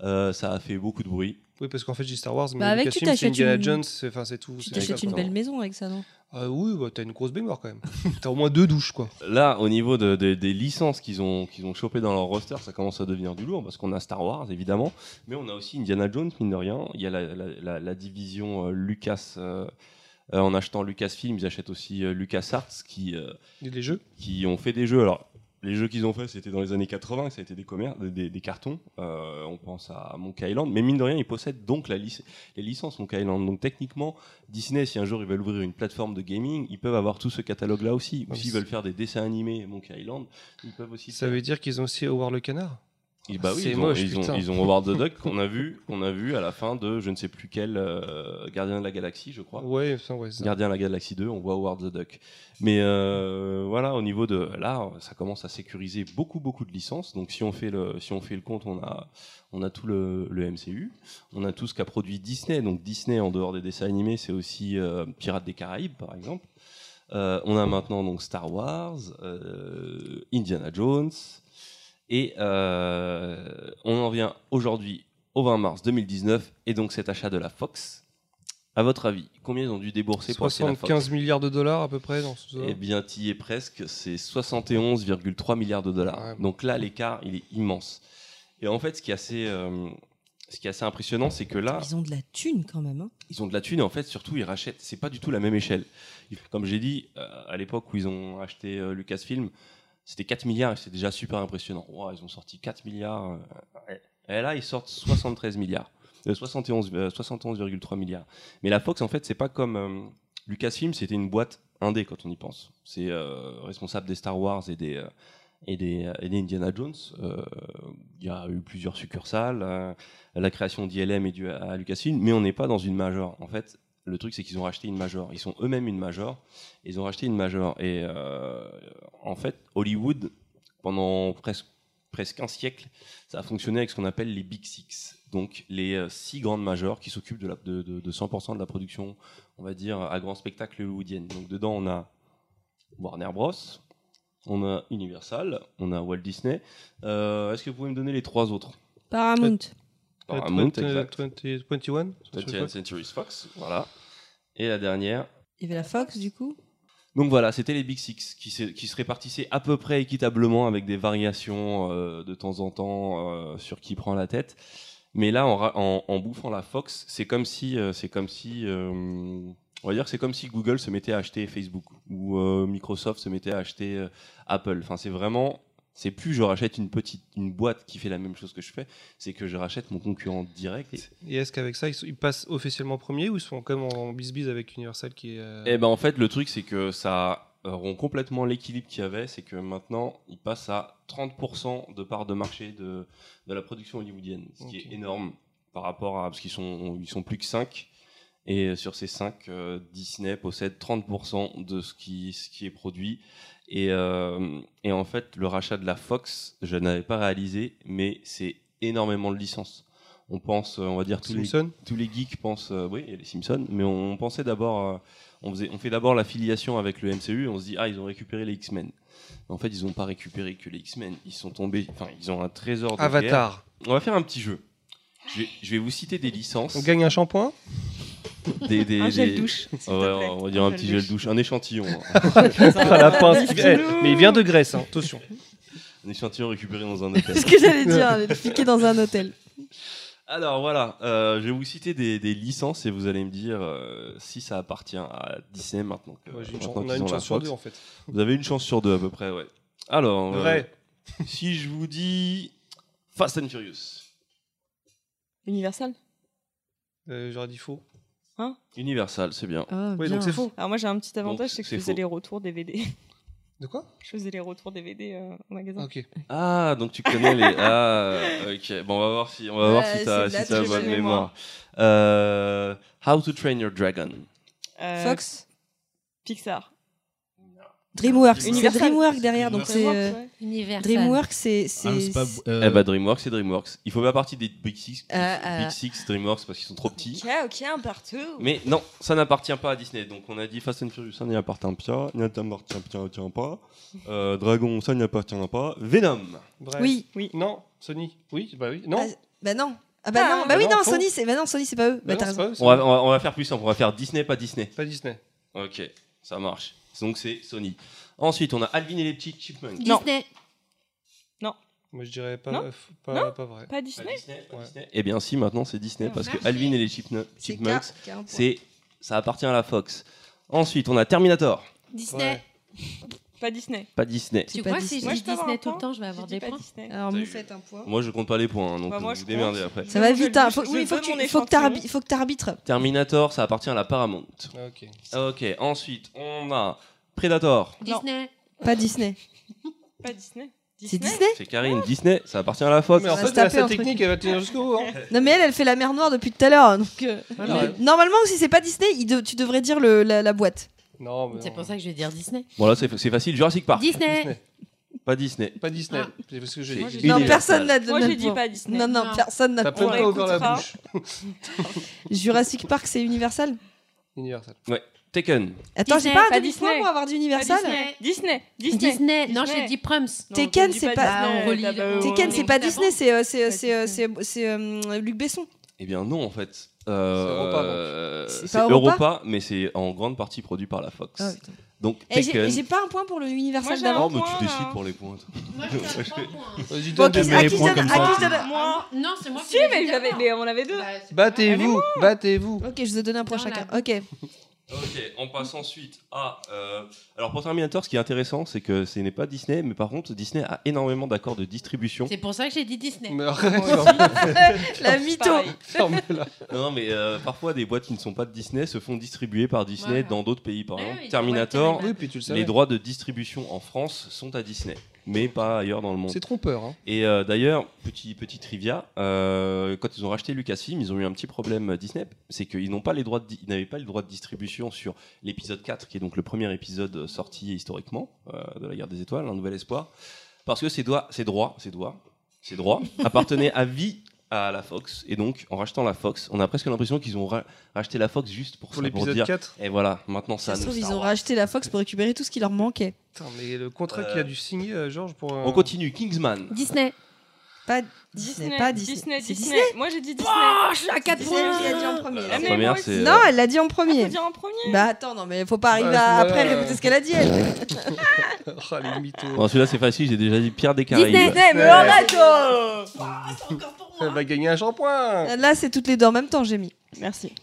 [SPEAKER 4] Euh, ça a fait beaucoup de bruit.
[SPEAKER 2] Oui, parce qu'en fait, j'ai Star Wars, mais
[SPEAKER 1] Bah, avec,
[SPEAKER 2] Lucasfilm,
[SPEAKER 1] tu
[SPEAKER 2] c'est
[SPEAKER 1] t'achètes
[SPEAKER 2] Indiana
[SPEAKER 1] une-
[SPEAKER 2] Jones, c'est enfin, c'est tout.
[SPEAKER 1] Tu
[SPEAKER 2] c'est
[SPEAKER 1] t'achètes
[SPEAKER 2] ça,
[SPEAKER 1] une
[SPEAKER 2] quoi.
[SPEAKER 1] belle maison avec ça, non
[SPEAKER 2] Ah oui, bah, t'as une grosse baignoire quand même. t'as au moins deux douches, quoi.
[SPEAKER 4] Là, au niveau de- de- des licences qu'ils ont, qu'ils ont chopées dans leur roster, ça commence à devenir du lourd parce qu'on a Star Wars évidemment, mais on a aussi Indiana Jones mine de rien. Il y a la, la- la- la division euh, Lucas. euh, euh, en achetant Lucasfilm, ils achètent aussi euh, LucasArts qui euh,
[SPEAKER 2] Et les jeux.
[SPEAKER 4] qui ont fait des jeux. Alors, les jeux qu'ils ont fait, c'était dans les années 80, ça a été des, commerces, des, des- des cartons. Euh, on pense à Monkey Island, mais mine de rien, ils possèdent donc la lic- les licences Monkey Island. Donc, techniquement, Disney, si un jour ils veulent ouvrir une plateforme de gaming, ils peuvent avoir tout ce catalogue-là aussi. Ou
[SPEAKER 2] Ouais,
[SPEAKER 4] s'ils
[SPEAKER 2] mais
[SPEAKER 4] veulent faire des dessins animés Monkey Island, ils peuvent aussi.
[SPEAKER 2] Ça
[SPEAKER 4] faire-
[SPEAKER 2] veut dire qu'ils ont aussi Howard le canard.
[SPEAKER 4] Ils- bah oui,
[SPEAKER 2] c'est
[SPEAKER 4] ils ont,
[SPEAKER 2] moche,
[SPEAKER 4] ils ont,
[SPEAKER 2] putain.
[SPEAKER 4] ils ont Howard the Duck qu'on a vu, qu'on a vu à la fin de je ne sais plus quel euh, Gardien de la Galaxie, je crois.
[SPEAKER 2] Ouais, ça, ouais. ça.
[SPEAKER 4] Gardien de la Galaxie 2, on voit Howard the Duck. Mais euh, voilà, au niveau de là, ça commence à sécuriser beaucoup beaucoup de licences. Donc si on fait le si on fait le compte, on a on a tout le, le MCU, on a tout ce qu'a produit Disney. Donc Disney en dehors des dessins animés, c'est aussi euh, Pirates des Caraïbes par exemple. Euh, on a maintenant donc Star Wars, euh, Indiana Jones, et euh, on en vient aujourd'hui au 20 mars 2019 et donc cet achat de la Fox. À votre avis, combien ils ont dû débourser pour acheter la Fox
[SPEAKER 2] 75 milliards de dollars à peu près dans ce
[SPEAKER 4] eh bien, t'y es presque, c'est 71,3 milliards de dollars.
[SPEAKER 2] Ouais.
[SPEAKER 4] Donc là, l'écart, il est immense. Et en fait, ce qui est assez, euh, ce qui est assez impressionnant, c'est que là,
[SPEAKER 1] Ils ont de la thune quand même. hein.
[SPEAKER 4] ils ont de la thune et en fait, surtout, ils rachètent. C'est pas du tout la même échelle. Comme j'ai dit, euh, à l'époque où ils ont acheté euh, Lucasfilm, c'était 4 milliards et c'est déjà super impressionnant. Ouah, ils ont sorti 4 milliards. euh, et là, ils sortent 73 milliards. Euh, 71, euh, 71,3 milliards. Mais la Fox, en fait, c'est pas comme euh, Lucasfilm, c'était une boîte indé quand on y pense. C'est euh, responsable des Star Wars et des, euh, et des, euh, et des Indiana Jones. Euh, Il y a eu plusieurs succursales, euh, la création d'ILM est due à, à Lucasfilm, mais on n'est pas dans une major. En fait, le truc, c'est qu'ils ont racheté une major. Ils sont eux-mêmes une major. Ils ont racheté une major. Et euh, en fait, Hollywood, pendant presque presque un siècle, ça a fonctionné avec ce qu'on appelle les Big Six, donc les euh, six grandes majors qui s'occupent de, la- de, de, de 100% de la production, on va dire, à grand spectacle hollywoodienne. Donc dedans, on a Warner Bros, on a Universal, on a Walt Disney. Euh, Est-ce que vous pouvez me donner les trois autres
[SPEAKER 1] Paramount.
[SPEAKER 4] Paramount,
[SPEAKER 2] euh,
[SPEAKER 4] exact.
[SPEAKER 2] 21
[SPEAKER 4] 20th Century Fox, voilà. Et la dernière,
[SPEAKER 1] Il y avait la Fox du coup.
[SPEAKER 4] Donc voilà, c'était les Big Six qui se, qui se répartissaient à peu près équitablement avec des variations euh, de temps en temps euh, sur qui prend la tête. Mais là, en, ra- en- en bouffant la Fox, c'est comme si, euh, c'est comme si, euh, on va dire, que c'est comme si Google se mettait à acheter Facebook ou euh, Microsoft se mettait à acheter euh, Apple. Enfin, c'est vraiment, c'est plus je rachète une petite, une boîte qui fait la même chose que je fais, c'est que je rachète mon concurrent direct.
[SPEAKER 2] Et est-ce qu'avec ça, ils, sont- ils passent officiellement premier ou ils sont comme en bisbise avec Universal qui est. euh,
[SPEAKER 4] Eh ben en fait le truc c'est que ça euh, rompt complètement l'équilibre qu'il y avait, c'est que maintenant, il passe à 30% de part de marché de, de la production hollywoodienne, ce qui
[SPEAKER 2] Ok.
[SPEAKER 4] est énorme par rapport à... Parce qu'ils sont, ils sont plus que 5. Et euh, sur ces 5, Disney possède 30% de ce qui, ce qui est produit. Et, euh, et en fait, le rachat de la Fox, je n'avais pas réalisé, mais c'est énormément de licences. On pense, euh, on va dire, tous les,
[SPEAKER 2] Simpson
[SPEAKER 4] tous les geeks pensent, euh, oui, et les Simpsons, mais on, pensait d'abord, euh, on, faisait- on fait d'abord la filiation avec le MCU, on se dit, ah, ils ont récupéré les X-Men. Mais En fait, ils n'ont pas récupéré que les X-Men, ils sont tombés, enfin, ils ont un trésor de guerre.
[SPEAKER 2] Avatar.
[SPEAKER 4] On va faire un petit jeu. Je vais, je vais vous citer des licences.
[SPEAKER 2] On gagne un shampoing
[SPEAKER 4] Des, des-
[SPEAKER 5] Un gel
[SPEAKER 4] des-
[SPEAKER 5] Ah, douche. s'il te
[SPEAKER 4] Ouais,
[SPEAKER 5] plaît.
[SPEAKER 4] on va dire un petit gel douche, un échantillon. hein.
[SPEAKER 2] Ah, la pince.
[SPEAKER 5] Bisous.
[SPEAKER 2] Eh, mais il vient de Grèce, hein, attention.
[SPEAKER 4] un échantillon récupéré dans un hôtel.
[SPEAKER 1] C'est ce que j'allais dire, le piquer dans un hôtel.
[SPEAKER 4] Alors voilà, euh, je vais vous citer des, des licences et vous allez me dire euh, si ça appartient à Disney maintenant. que-
[SPEAKER 2] Ouais, j'ai une
[SPEAKER 4] maintenant
[SPEAKER 2] chance- on
[SPEAKER 4] qu'ils
[SPEAKER 2] a
[SPEAKER 4] ont
[SPEAKER 2] une
[SPEAKER 4] la
[SPEAKER 2] chance sur
[SPEAKER 4] Fox.
[SPEAKER 2] deux en fait.
[SPEAKER 4] Vous avez une chance sur deux à peu près, ouais. Alors, euh,
[SPEAKER 2] Vrai.
[SPEAKER 4] si je vous dis Fast and Furious,
[SPEAKER 5] Universal
[SPEAKER 2] Euh, J'aurais dit faux.
[SPEAKER 4] Universal, c'est bien.
[SPEAKER 1] Ah,
[SPEAKER 2] Oui, donc c'est faux.
[SPEAKER 5] Alors moi j'ai un petit
[SPEAKER 4] Donc,
[SPEAKER 5] avantage, c'est que je
[SPEAKER 4] c'est
[SPEAKER 5] faisais
[SPEAKER 4] faux.
[SPEAKER 5] les retours DVD.
[SPEAKER 2] De quoi
[SPEAKER 5] Je faisais les retours DVD euh, au magasin.
[SPEAKER 2] Ok.
[SPEAKER 4] Ah, donc tu connais les. Ah, ok. Bon, on va voir si on va voir
[SPEAKER 5] Ouais,
[SPEAKER 4] si t'as
[SPEAKER 5] c'est de la
[SPEAKER 4] si t'as
[SPEAKER 5] très
[SPEAKER 4] bonne
[SPEAKER 5] bonne
[SPEAKER 4] mémoire.
[SPEAKER 5] mémoire.
[SPEAKER 4] Euh, How to Train Your Dragon.
[SPEAKER 5] Euh,
[SPEAKER 1] Fox,
[SPEAKER 5] Pixar.
[SPEAKER 1] DreamWorks. C'est
[SPEAKER 5] Universal.
[SPEAKER 1] DreamWorks derrière, donc c'est.
[SPEAKER 5] DreamWorks,
[SPEAKER 1] euh,
[SPEAKER 5] ouais.
[SPEAKER 11] Universal.
[SPEAKER 1] DreamWorks, c'est. c'est-
[SPEAKER 3] Ah, c'est pas- euh,
[SPEAKER 4] Eh bah DreamWorks et DreamWorks. Il faut faire partie des Big Six,
[SPEAKER 1] Euh, euh.
[SPEAKER 4] Big Six DreamWorks parce qu'ils sont trop petits.
[SPEAKER 5] ok, un partout.
[SPEAKER 4] Mais non, ça n'appartient pas à Disney. Donc on a dit Fast and Furious, ça n'y appartient pas. n'y appartient appartient pas. Euh, Dragon, ça n'y appartient pas. Venom.
[SPEAKER 2] Bref.
[SPEAKER 1] Oui.
[SPEAKER 2] Non, Sony. Oui, bah oui. Non.
[SPEAKER 1] Ah, Bah non. Ah bah
[SPEAKER 5] Ah,
[SPEAKER 1] non, bah
[SPEAKER 2] bah
[SPEAKER 1] oui,
[SPEAKER 2] non,
[SPEAKER 1] non,
[SPEAKER 2] faux.
[SPEAKER 1] Sony, c'est bah non, Sony, c'est pas eux.
[SPEAKER 2] Bah
[SPEAKER 1] Bah
[SPEAKER 2] non,
[SPEAKER 1] t'as
[SPEAKER 2] c'est
[SPEAKER 1] raison.
[SPEAKER 2] pas eux, c'est
[SPEAKER 4] On va, on va- on va faire plus simple. On va faire Disney, pas Disney.
[SPEAKER 2] pas Disney.
[SPEAKER 4] Ok, ça marche. Donc c'est Sony. Ensuite, on a Alvin et les petits Chipmunks.
[SPEAKER 11] Disney.
[SPEAKER 2] Moi je dirais pas,
[SPEAKER 5] Non.
[SPEAKER 2] euh, f- pas, pas vrai.
[SPEAKER 5] Pas
[SPEAKER 4] Pas
[SPEAKER 5] Disney
[SPEAKER 4] Disney, pas
[SPEAKER 2] Ouais.
[SPEAKER 4] Disney. Eh bien si, maintenant c'est Disney
[SPEAKER 1] Ah,
[SPEAKER 4] parce que
[SPEAKER 1] marché.
[SPEAKER 4] Alvin et les Chipmun-
[SPEAKER 1] C'est
[SPEAKER 4] Chipmunks,
[SPEAKER 1] K, K, un point.
[SPEAKER 4] c'est ça appartient à la Fox. Ensuite, on a Terminator.
[SPEAKER 11] Disney.
[SPEAKER 2] Ouais.
[SPEAKER 5] Pas Disney.
[SPEAKER 4] Pas Disney.
[SPEAKER 1] C'est
[SPEAKER 11] Tu crois
[SPEAKER 1] pas
[SPEAKER 11] que si je
[SPEAKER 1] Disney.
[SPEAKER 11] dis
[SPEAKER 5] Moi, je peux
[SPEAKER 11] Disney
[SPEAKER 5] avoir
[SPEAKER 11] tout
[SPEAKER 5] un
[SPEAKER 11] le temps, je vais
[SPEAKER 5] Je
[SPEAKER 11] avoir
[SPEAKER 5] dis
[SPEAKER 11] des
[SPEAKER 5] pas
[SPEAKER 11] points
[SPEAKER 5] Disney.
[SPEAKER 1] Alors,
[SPEAKER 4] T'as
[SPEAKER 1] me
[SPEAKER 4] eu.
[SPEAKER 1] faites un point.
[SPEAKER 4] Moi, je compte pas les points, hein, donc
[SPEAKER 5] Bah, moi,
[SPEAKER 4] vous vous
[SPEAKER 5] je
[SPEAKER 4] démerdez
[SPEAKER 5] compte.
[SPEAKER 4] après.
[SPEAKER 1] Ça va
[SPEAKER 5] Non, je
[SPEAKER 1] vite,
[SPEAKER 5] le
[SPEAKER 1] hein.
[SPEAKER 5] dis,
[SPEAKER 1] faut,
[SPEAKER 5] je
[SPEAKER 1] oui,
[SPEAKER 5] veux
[SPEAKER 1] faut que,
[SPEAKER 5] mon
[SPEAKER 1] tu, faut que t'arbi-
[SPEAKER 5] échantillon.
[SPEAKER 1] faut que t'arbitres.
[SPEAKER 4] Terminator, ça appartient à la Paramount.
[SPEAKER 2] Ah, ok.
[SPEAKER 4] Ok, ensuite, on a Predator.
[SPEAKER 11] Disney.
[SPEAKER 1] Pas Disney.
[SPEAKER 5] Pas Disney.
[SPEAKER 1] C'est Disney
[SPEAKER 4] C'est Karine. Disney, ça appartient à la Fox.
[SPEAKER 2] Mais en
[SPEAKER 1] va se
[SPEAKER 2] fait, là,
[SPEAKER 1] taper
[SPEAKER 2] sa
[SPEAKER 1] un truc.
[SPEAKER 2] technique, elle va tenir jusqu'au bout. hein.
[SPEAKER 1] Non mais elle, elle fait la mer noire depuis tout à l'heure. Donc euh,
[SPEAKER 2] Voilà.
[SPEAKER 1] mais normalement, si c'est pas Disney, il de- tu devrais dire le- la, la boîte.
[SPEAKER 2] Non, mais.
[SPEAKER 11] C'est
[SPEAKER 2] non.
[SPEAKER 11] pour ça que je vais dire Disney.
[SPEAKER 4] Bon, là, c'est c'est facile. Jurassic Park.
[SPEAKER 11] Disney.
[SPEAKER 4] Pas Disney.
[SPEAKER 2] Pas Disney. C'est parce que j'ai
[SPEAKER 4] C'est
[SPEAKER 2] dit.
[SPEAKER 4] Universal.
[SPEAKER 1] Non, personne n'a
[SPEAKER 5] Moi,
[SPEAKER 1] n'a
[SPEAKER 5] j'ai
[SPEAKER 1] le
[SPEAKER 5] dit
[SPEAKER 1] point.
[SPEAKER 5] pas Disney.
[SPEAKER 1] Non, non,
[SPEAKER 11] Non.
[SPEAKER 1] personne n'a
[SPEAKER 2] T'as
[SPEAKER 1] le point.
[SPEAKER 2] peut-être
[SPEAKER 5] Ouais,
[SPEAKER 2] pas ouvert la
[SPEAKER 5] écoutera.
[SPEAKER 2] bouche.
[SPEAKER 1] Jurassic Park, c'est Universal
[SPEAKER 2] Universal.
[SPEAKER 4] Taken.
[SPEAKER 1] Attends, j'ai
[SPEAKER 11] Disney,
[SPEAKER 1] pas un
[SPEAKER 5] pas
[SPEAKER 1] demi-point
[SPEAKER 5] Disney.
[SPEAKER 1] pour avoir dit Universal
[SPEAKER 11] Disney.
[SPEAKER 5] Disney. Disney.
[SPEAKER 11] Disney. Non,
[SPEAKER 5] Disney.
[SPEAKER 11] j'ai dit Prums.
[SPEAKER 5] Non,
[SPEAKER 1] Tekken,
[SPEAKER 5] je dis
[SPEAKER 1] c'est pas-
[SPEAKER 11] Bah, on
[SPEAKER 5] Disney,
[SPEAKER 11] relit-
[SPEAKER 5] t'as pas-
[SPEAKER 1] Tekken,
[SPEAKER 11] Ouais,
[SPEAKER 1] c'est
[SPEAKER 11] ouais,
[SPEAKER 1] pas
[SPEAKER 11] ouais.
[SPEAKER 1] Disney, c'est euh, c'est
[SPEAKER 5] Oh, Pas
[SPEAKER 1] c'est euh, c'est c'est, euh, Luc Besson.
[SPEAKER 4] Eh bien, non, en fait. Euh,
[SPEAKER 2] C'est Europa, donc.
[SPEAKER 4] euh,
[SPEAKER 1] C'est
[SPEAKER 4] C'est
[SPEAKER 1] pas
[SPEAKER 4] Europa,
[SPEAKER 1] Europa
[SPEAKER 4] mais c'est en grande partie produit par la Fox.
[SPEAKER 1] Ah, putain.
[SPEAKER 4] Donc,
[SPEAKER 1] Eh, j'ai-
[SPEAKER 4] Taken.
[SPEAKER 1] J'ai pas un point pour le
[SPEAKER 5] Moi,
[SPEAKER 1] Universal
[SPEAKER 5] j'ai un
[SPEAKER 1] d'avant.
[SPEAKER 4] Oh, mais
[SPEAKER 5] Point,
[SPEAKER 4] tu
[SPEAKER 5] là.
[SPEAKER 4] décides pour les points. toi.
[SPEAKER 2] Vas-y,
[SPEAKER 1] Bon,
[SPEAKER 2] donne
[SPEAKER 1] à qui
[SPEAKER 2] des
[SPEAKER 1] je donne à qui
[SPEAKER 2] meilleurs points comme ça.
[SPEAKER 1] je donne-
[SPEAKER 5] Moi.
[SPEAKER 11] Non, c'est moi
[SPEAKER 5] Si,
[SPEAKER 11] qui l'ai
[SPEAKER 5] mais
[SPEAKER 11] dit
[SPEAKER 5] j'avais-
[SPEAKER 11] d'abord.
[SPEAKER 5] mais on avait deux.
[SPEAKER 11] Bah, c'est pas grave.
[SPEAKER 2] Battez-vous, battez-vous.
[SPEAKER 1] Ok, je vous ai donné un point
[SPEAKER 11] Dans la
[SPEAKER 1] chacun. Ok.
[SPEAKER 4] Ok, on passe ensuite à. euh, alors pour Terminator, ce qui est intéressant, c'est que ce n'est pas Disney, mais par contre, Disney a énormément d'accords de distribution.
[SPEAKER 11] C'est pour ça que j'ai dit Disney.
[SPEAKER 2] Mais arrête,
[SPEAKER 1] La mytho.
[SPEAKER 5] Pareil.
[SPEAKER 2] ferme-la.
[SPEAKER 4] Non, mais euh, parfois, des boîtes qui ne sont pas de Disney se font distribuer par Disney
[SPEAKER 11] Ouais.
[SPEAKER 4] dans d'autres pays. Par
[SPEAKER 11] Ouais,
[SPEAKER 4] exemple,
[SPEAKER 11] oui,
[SPEAKER 4] Terminator,
[SPEAKER 11] ouais,
[SPEAKER 2] Oui, puis tu le
[SPEAKER 4] les
[SPEAKER 2] savais.
[SPEAKER 4] droits de distribution en France sont à Disney, mais pas ailleurs dans le monde.
[SPEAKER 2] C'est trompeur. Hein.
[SPEAKER 4] Et euh, d'ailleurs, petit, petit trivia, euh, quand ils ont racheté Lucasfilm, ils ont eu un petit problème euh, Disney, c'est qu'ils n'ont pas les droits de di- ils n'avaient pas les droits de distribution sur l'épisode 4, qui est donc le premier épisode euh, sorti historiquement euh, de la guerre des étoiles, Un Nouvel Espoir, parce que ces, doigts, ces droits, ces doigts, ces droits appartenaient à vie à la Fox, et donc en rachetant la Fox, on a presque l'impression qu'ils ont ra- racheté la Fox juste pour,
[SPEAKER 2] Pour
[SPEAKER 4] ça, pour
[SPEAKER 2] l'épisode
[SPEAKER 4] dire,
[SPEAKER 2] 4.
[SPEAKER 4] et voilà, maintenant ça,
[SPEAKER 1] Ça se
[SPEAKER 4] nous
[SPEAKER 1] trouve, ils
[SPEAKER 4] Star
[SPEAKER 1] ont
[SPEAKER 4] Wars.
[SPEAKER 1] racheté la Fox pour récupérer tout ce qui leur manquait.
[SPEAKER 2] Putain, mais le contrat qu'il a dû signer, euh, Georges, pour. euh,
[SPEAKER 4] On continue, Kingsman.
[SPEAKER 1] Ah,
[SPEAKER 11] Disney.
[SPEAKER 1] Pas Disney,
[SPEAKER 5] Disney.
[SPEAKER 1] pas
[SPEAKER 5] Disney.
[SPEAKER 1] Disney. C'est
[SPEAKER 5] Disney. Moi, j'ai dit Disney.
[SPEAKER 11] je suis à 4
[SPEAKER 1] Disney qui l'a dit en premier.
[SPEAKER 4] La
[SPEAKER 5] mais
[SPEAKER 4] première,
[SPEAKER 5] moi aussi.
[SPEAKER 4] c'est... euh,
[SPEAKER 1] Non, elle l'a dit en
[SPEAKER 5] Ah, faut
[SPEAKER 1] premier.
[SPEAKER 5] dire en premier.
[SPEAKER 1] Bah attends, non mais faut pas arriver
[SPEAKER 2] Bah,
[SPEAKER 1] à-
[SPEAKER 2] voilà.
[SPEAKER 1] après à répéter ce qu'elle a dit elle.
[SPEAKER 2] Oh, les mythos.
[SPEAKER 4] Bon, celui-là c'est facile, j'ai déjà dit Pierre des Caraïbes.
[SPEAKER 5] Disney, mais arrête oh
[SPEAKER 2] Elle va gagner un shampoing.
[SPEAKER 1] Là c'est toutes les deux en même temps, j'ai mis.
[SPEAKER 5] Merci.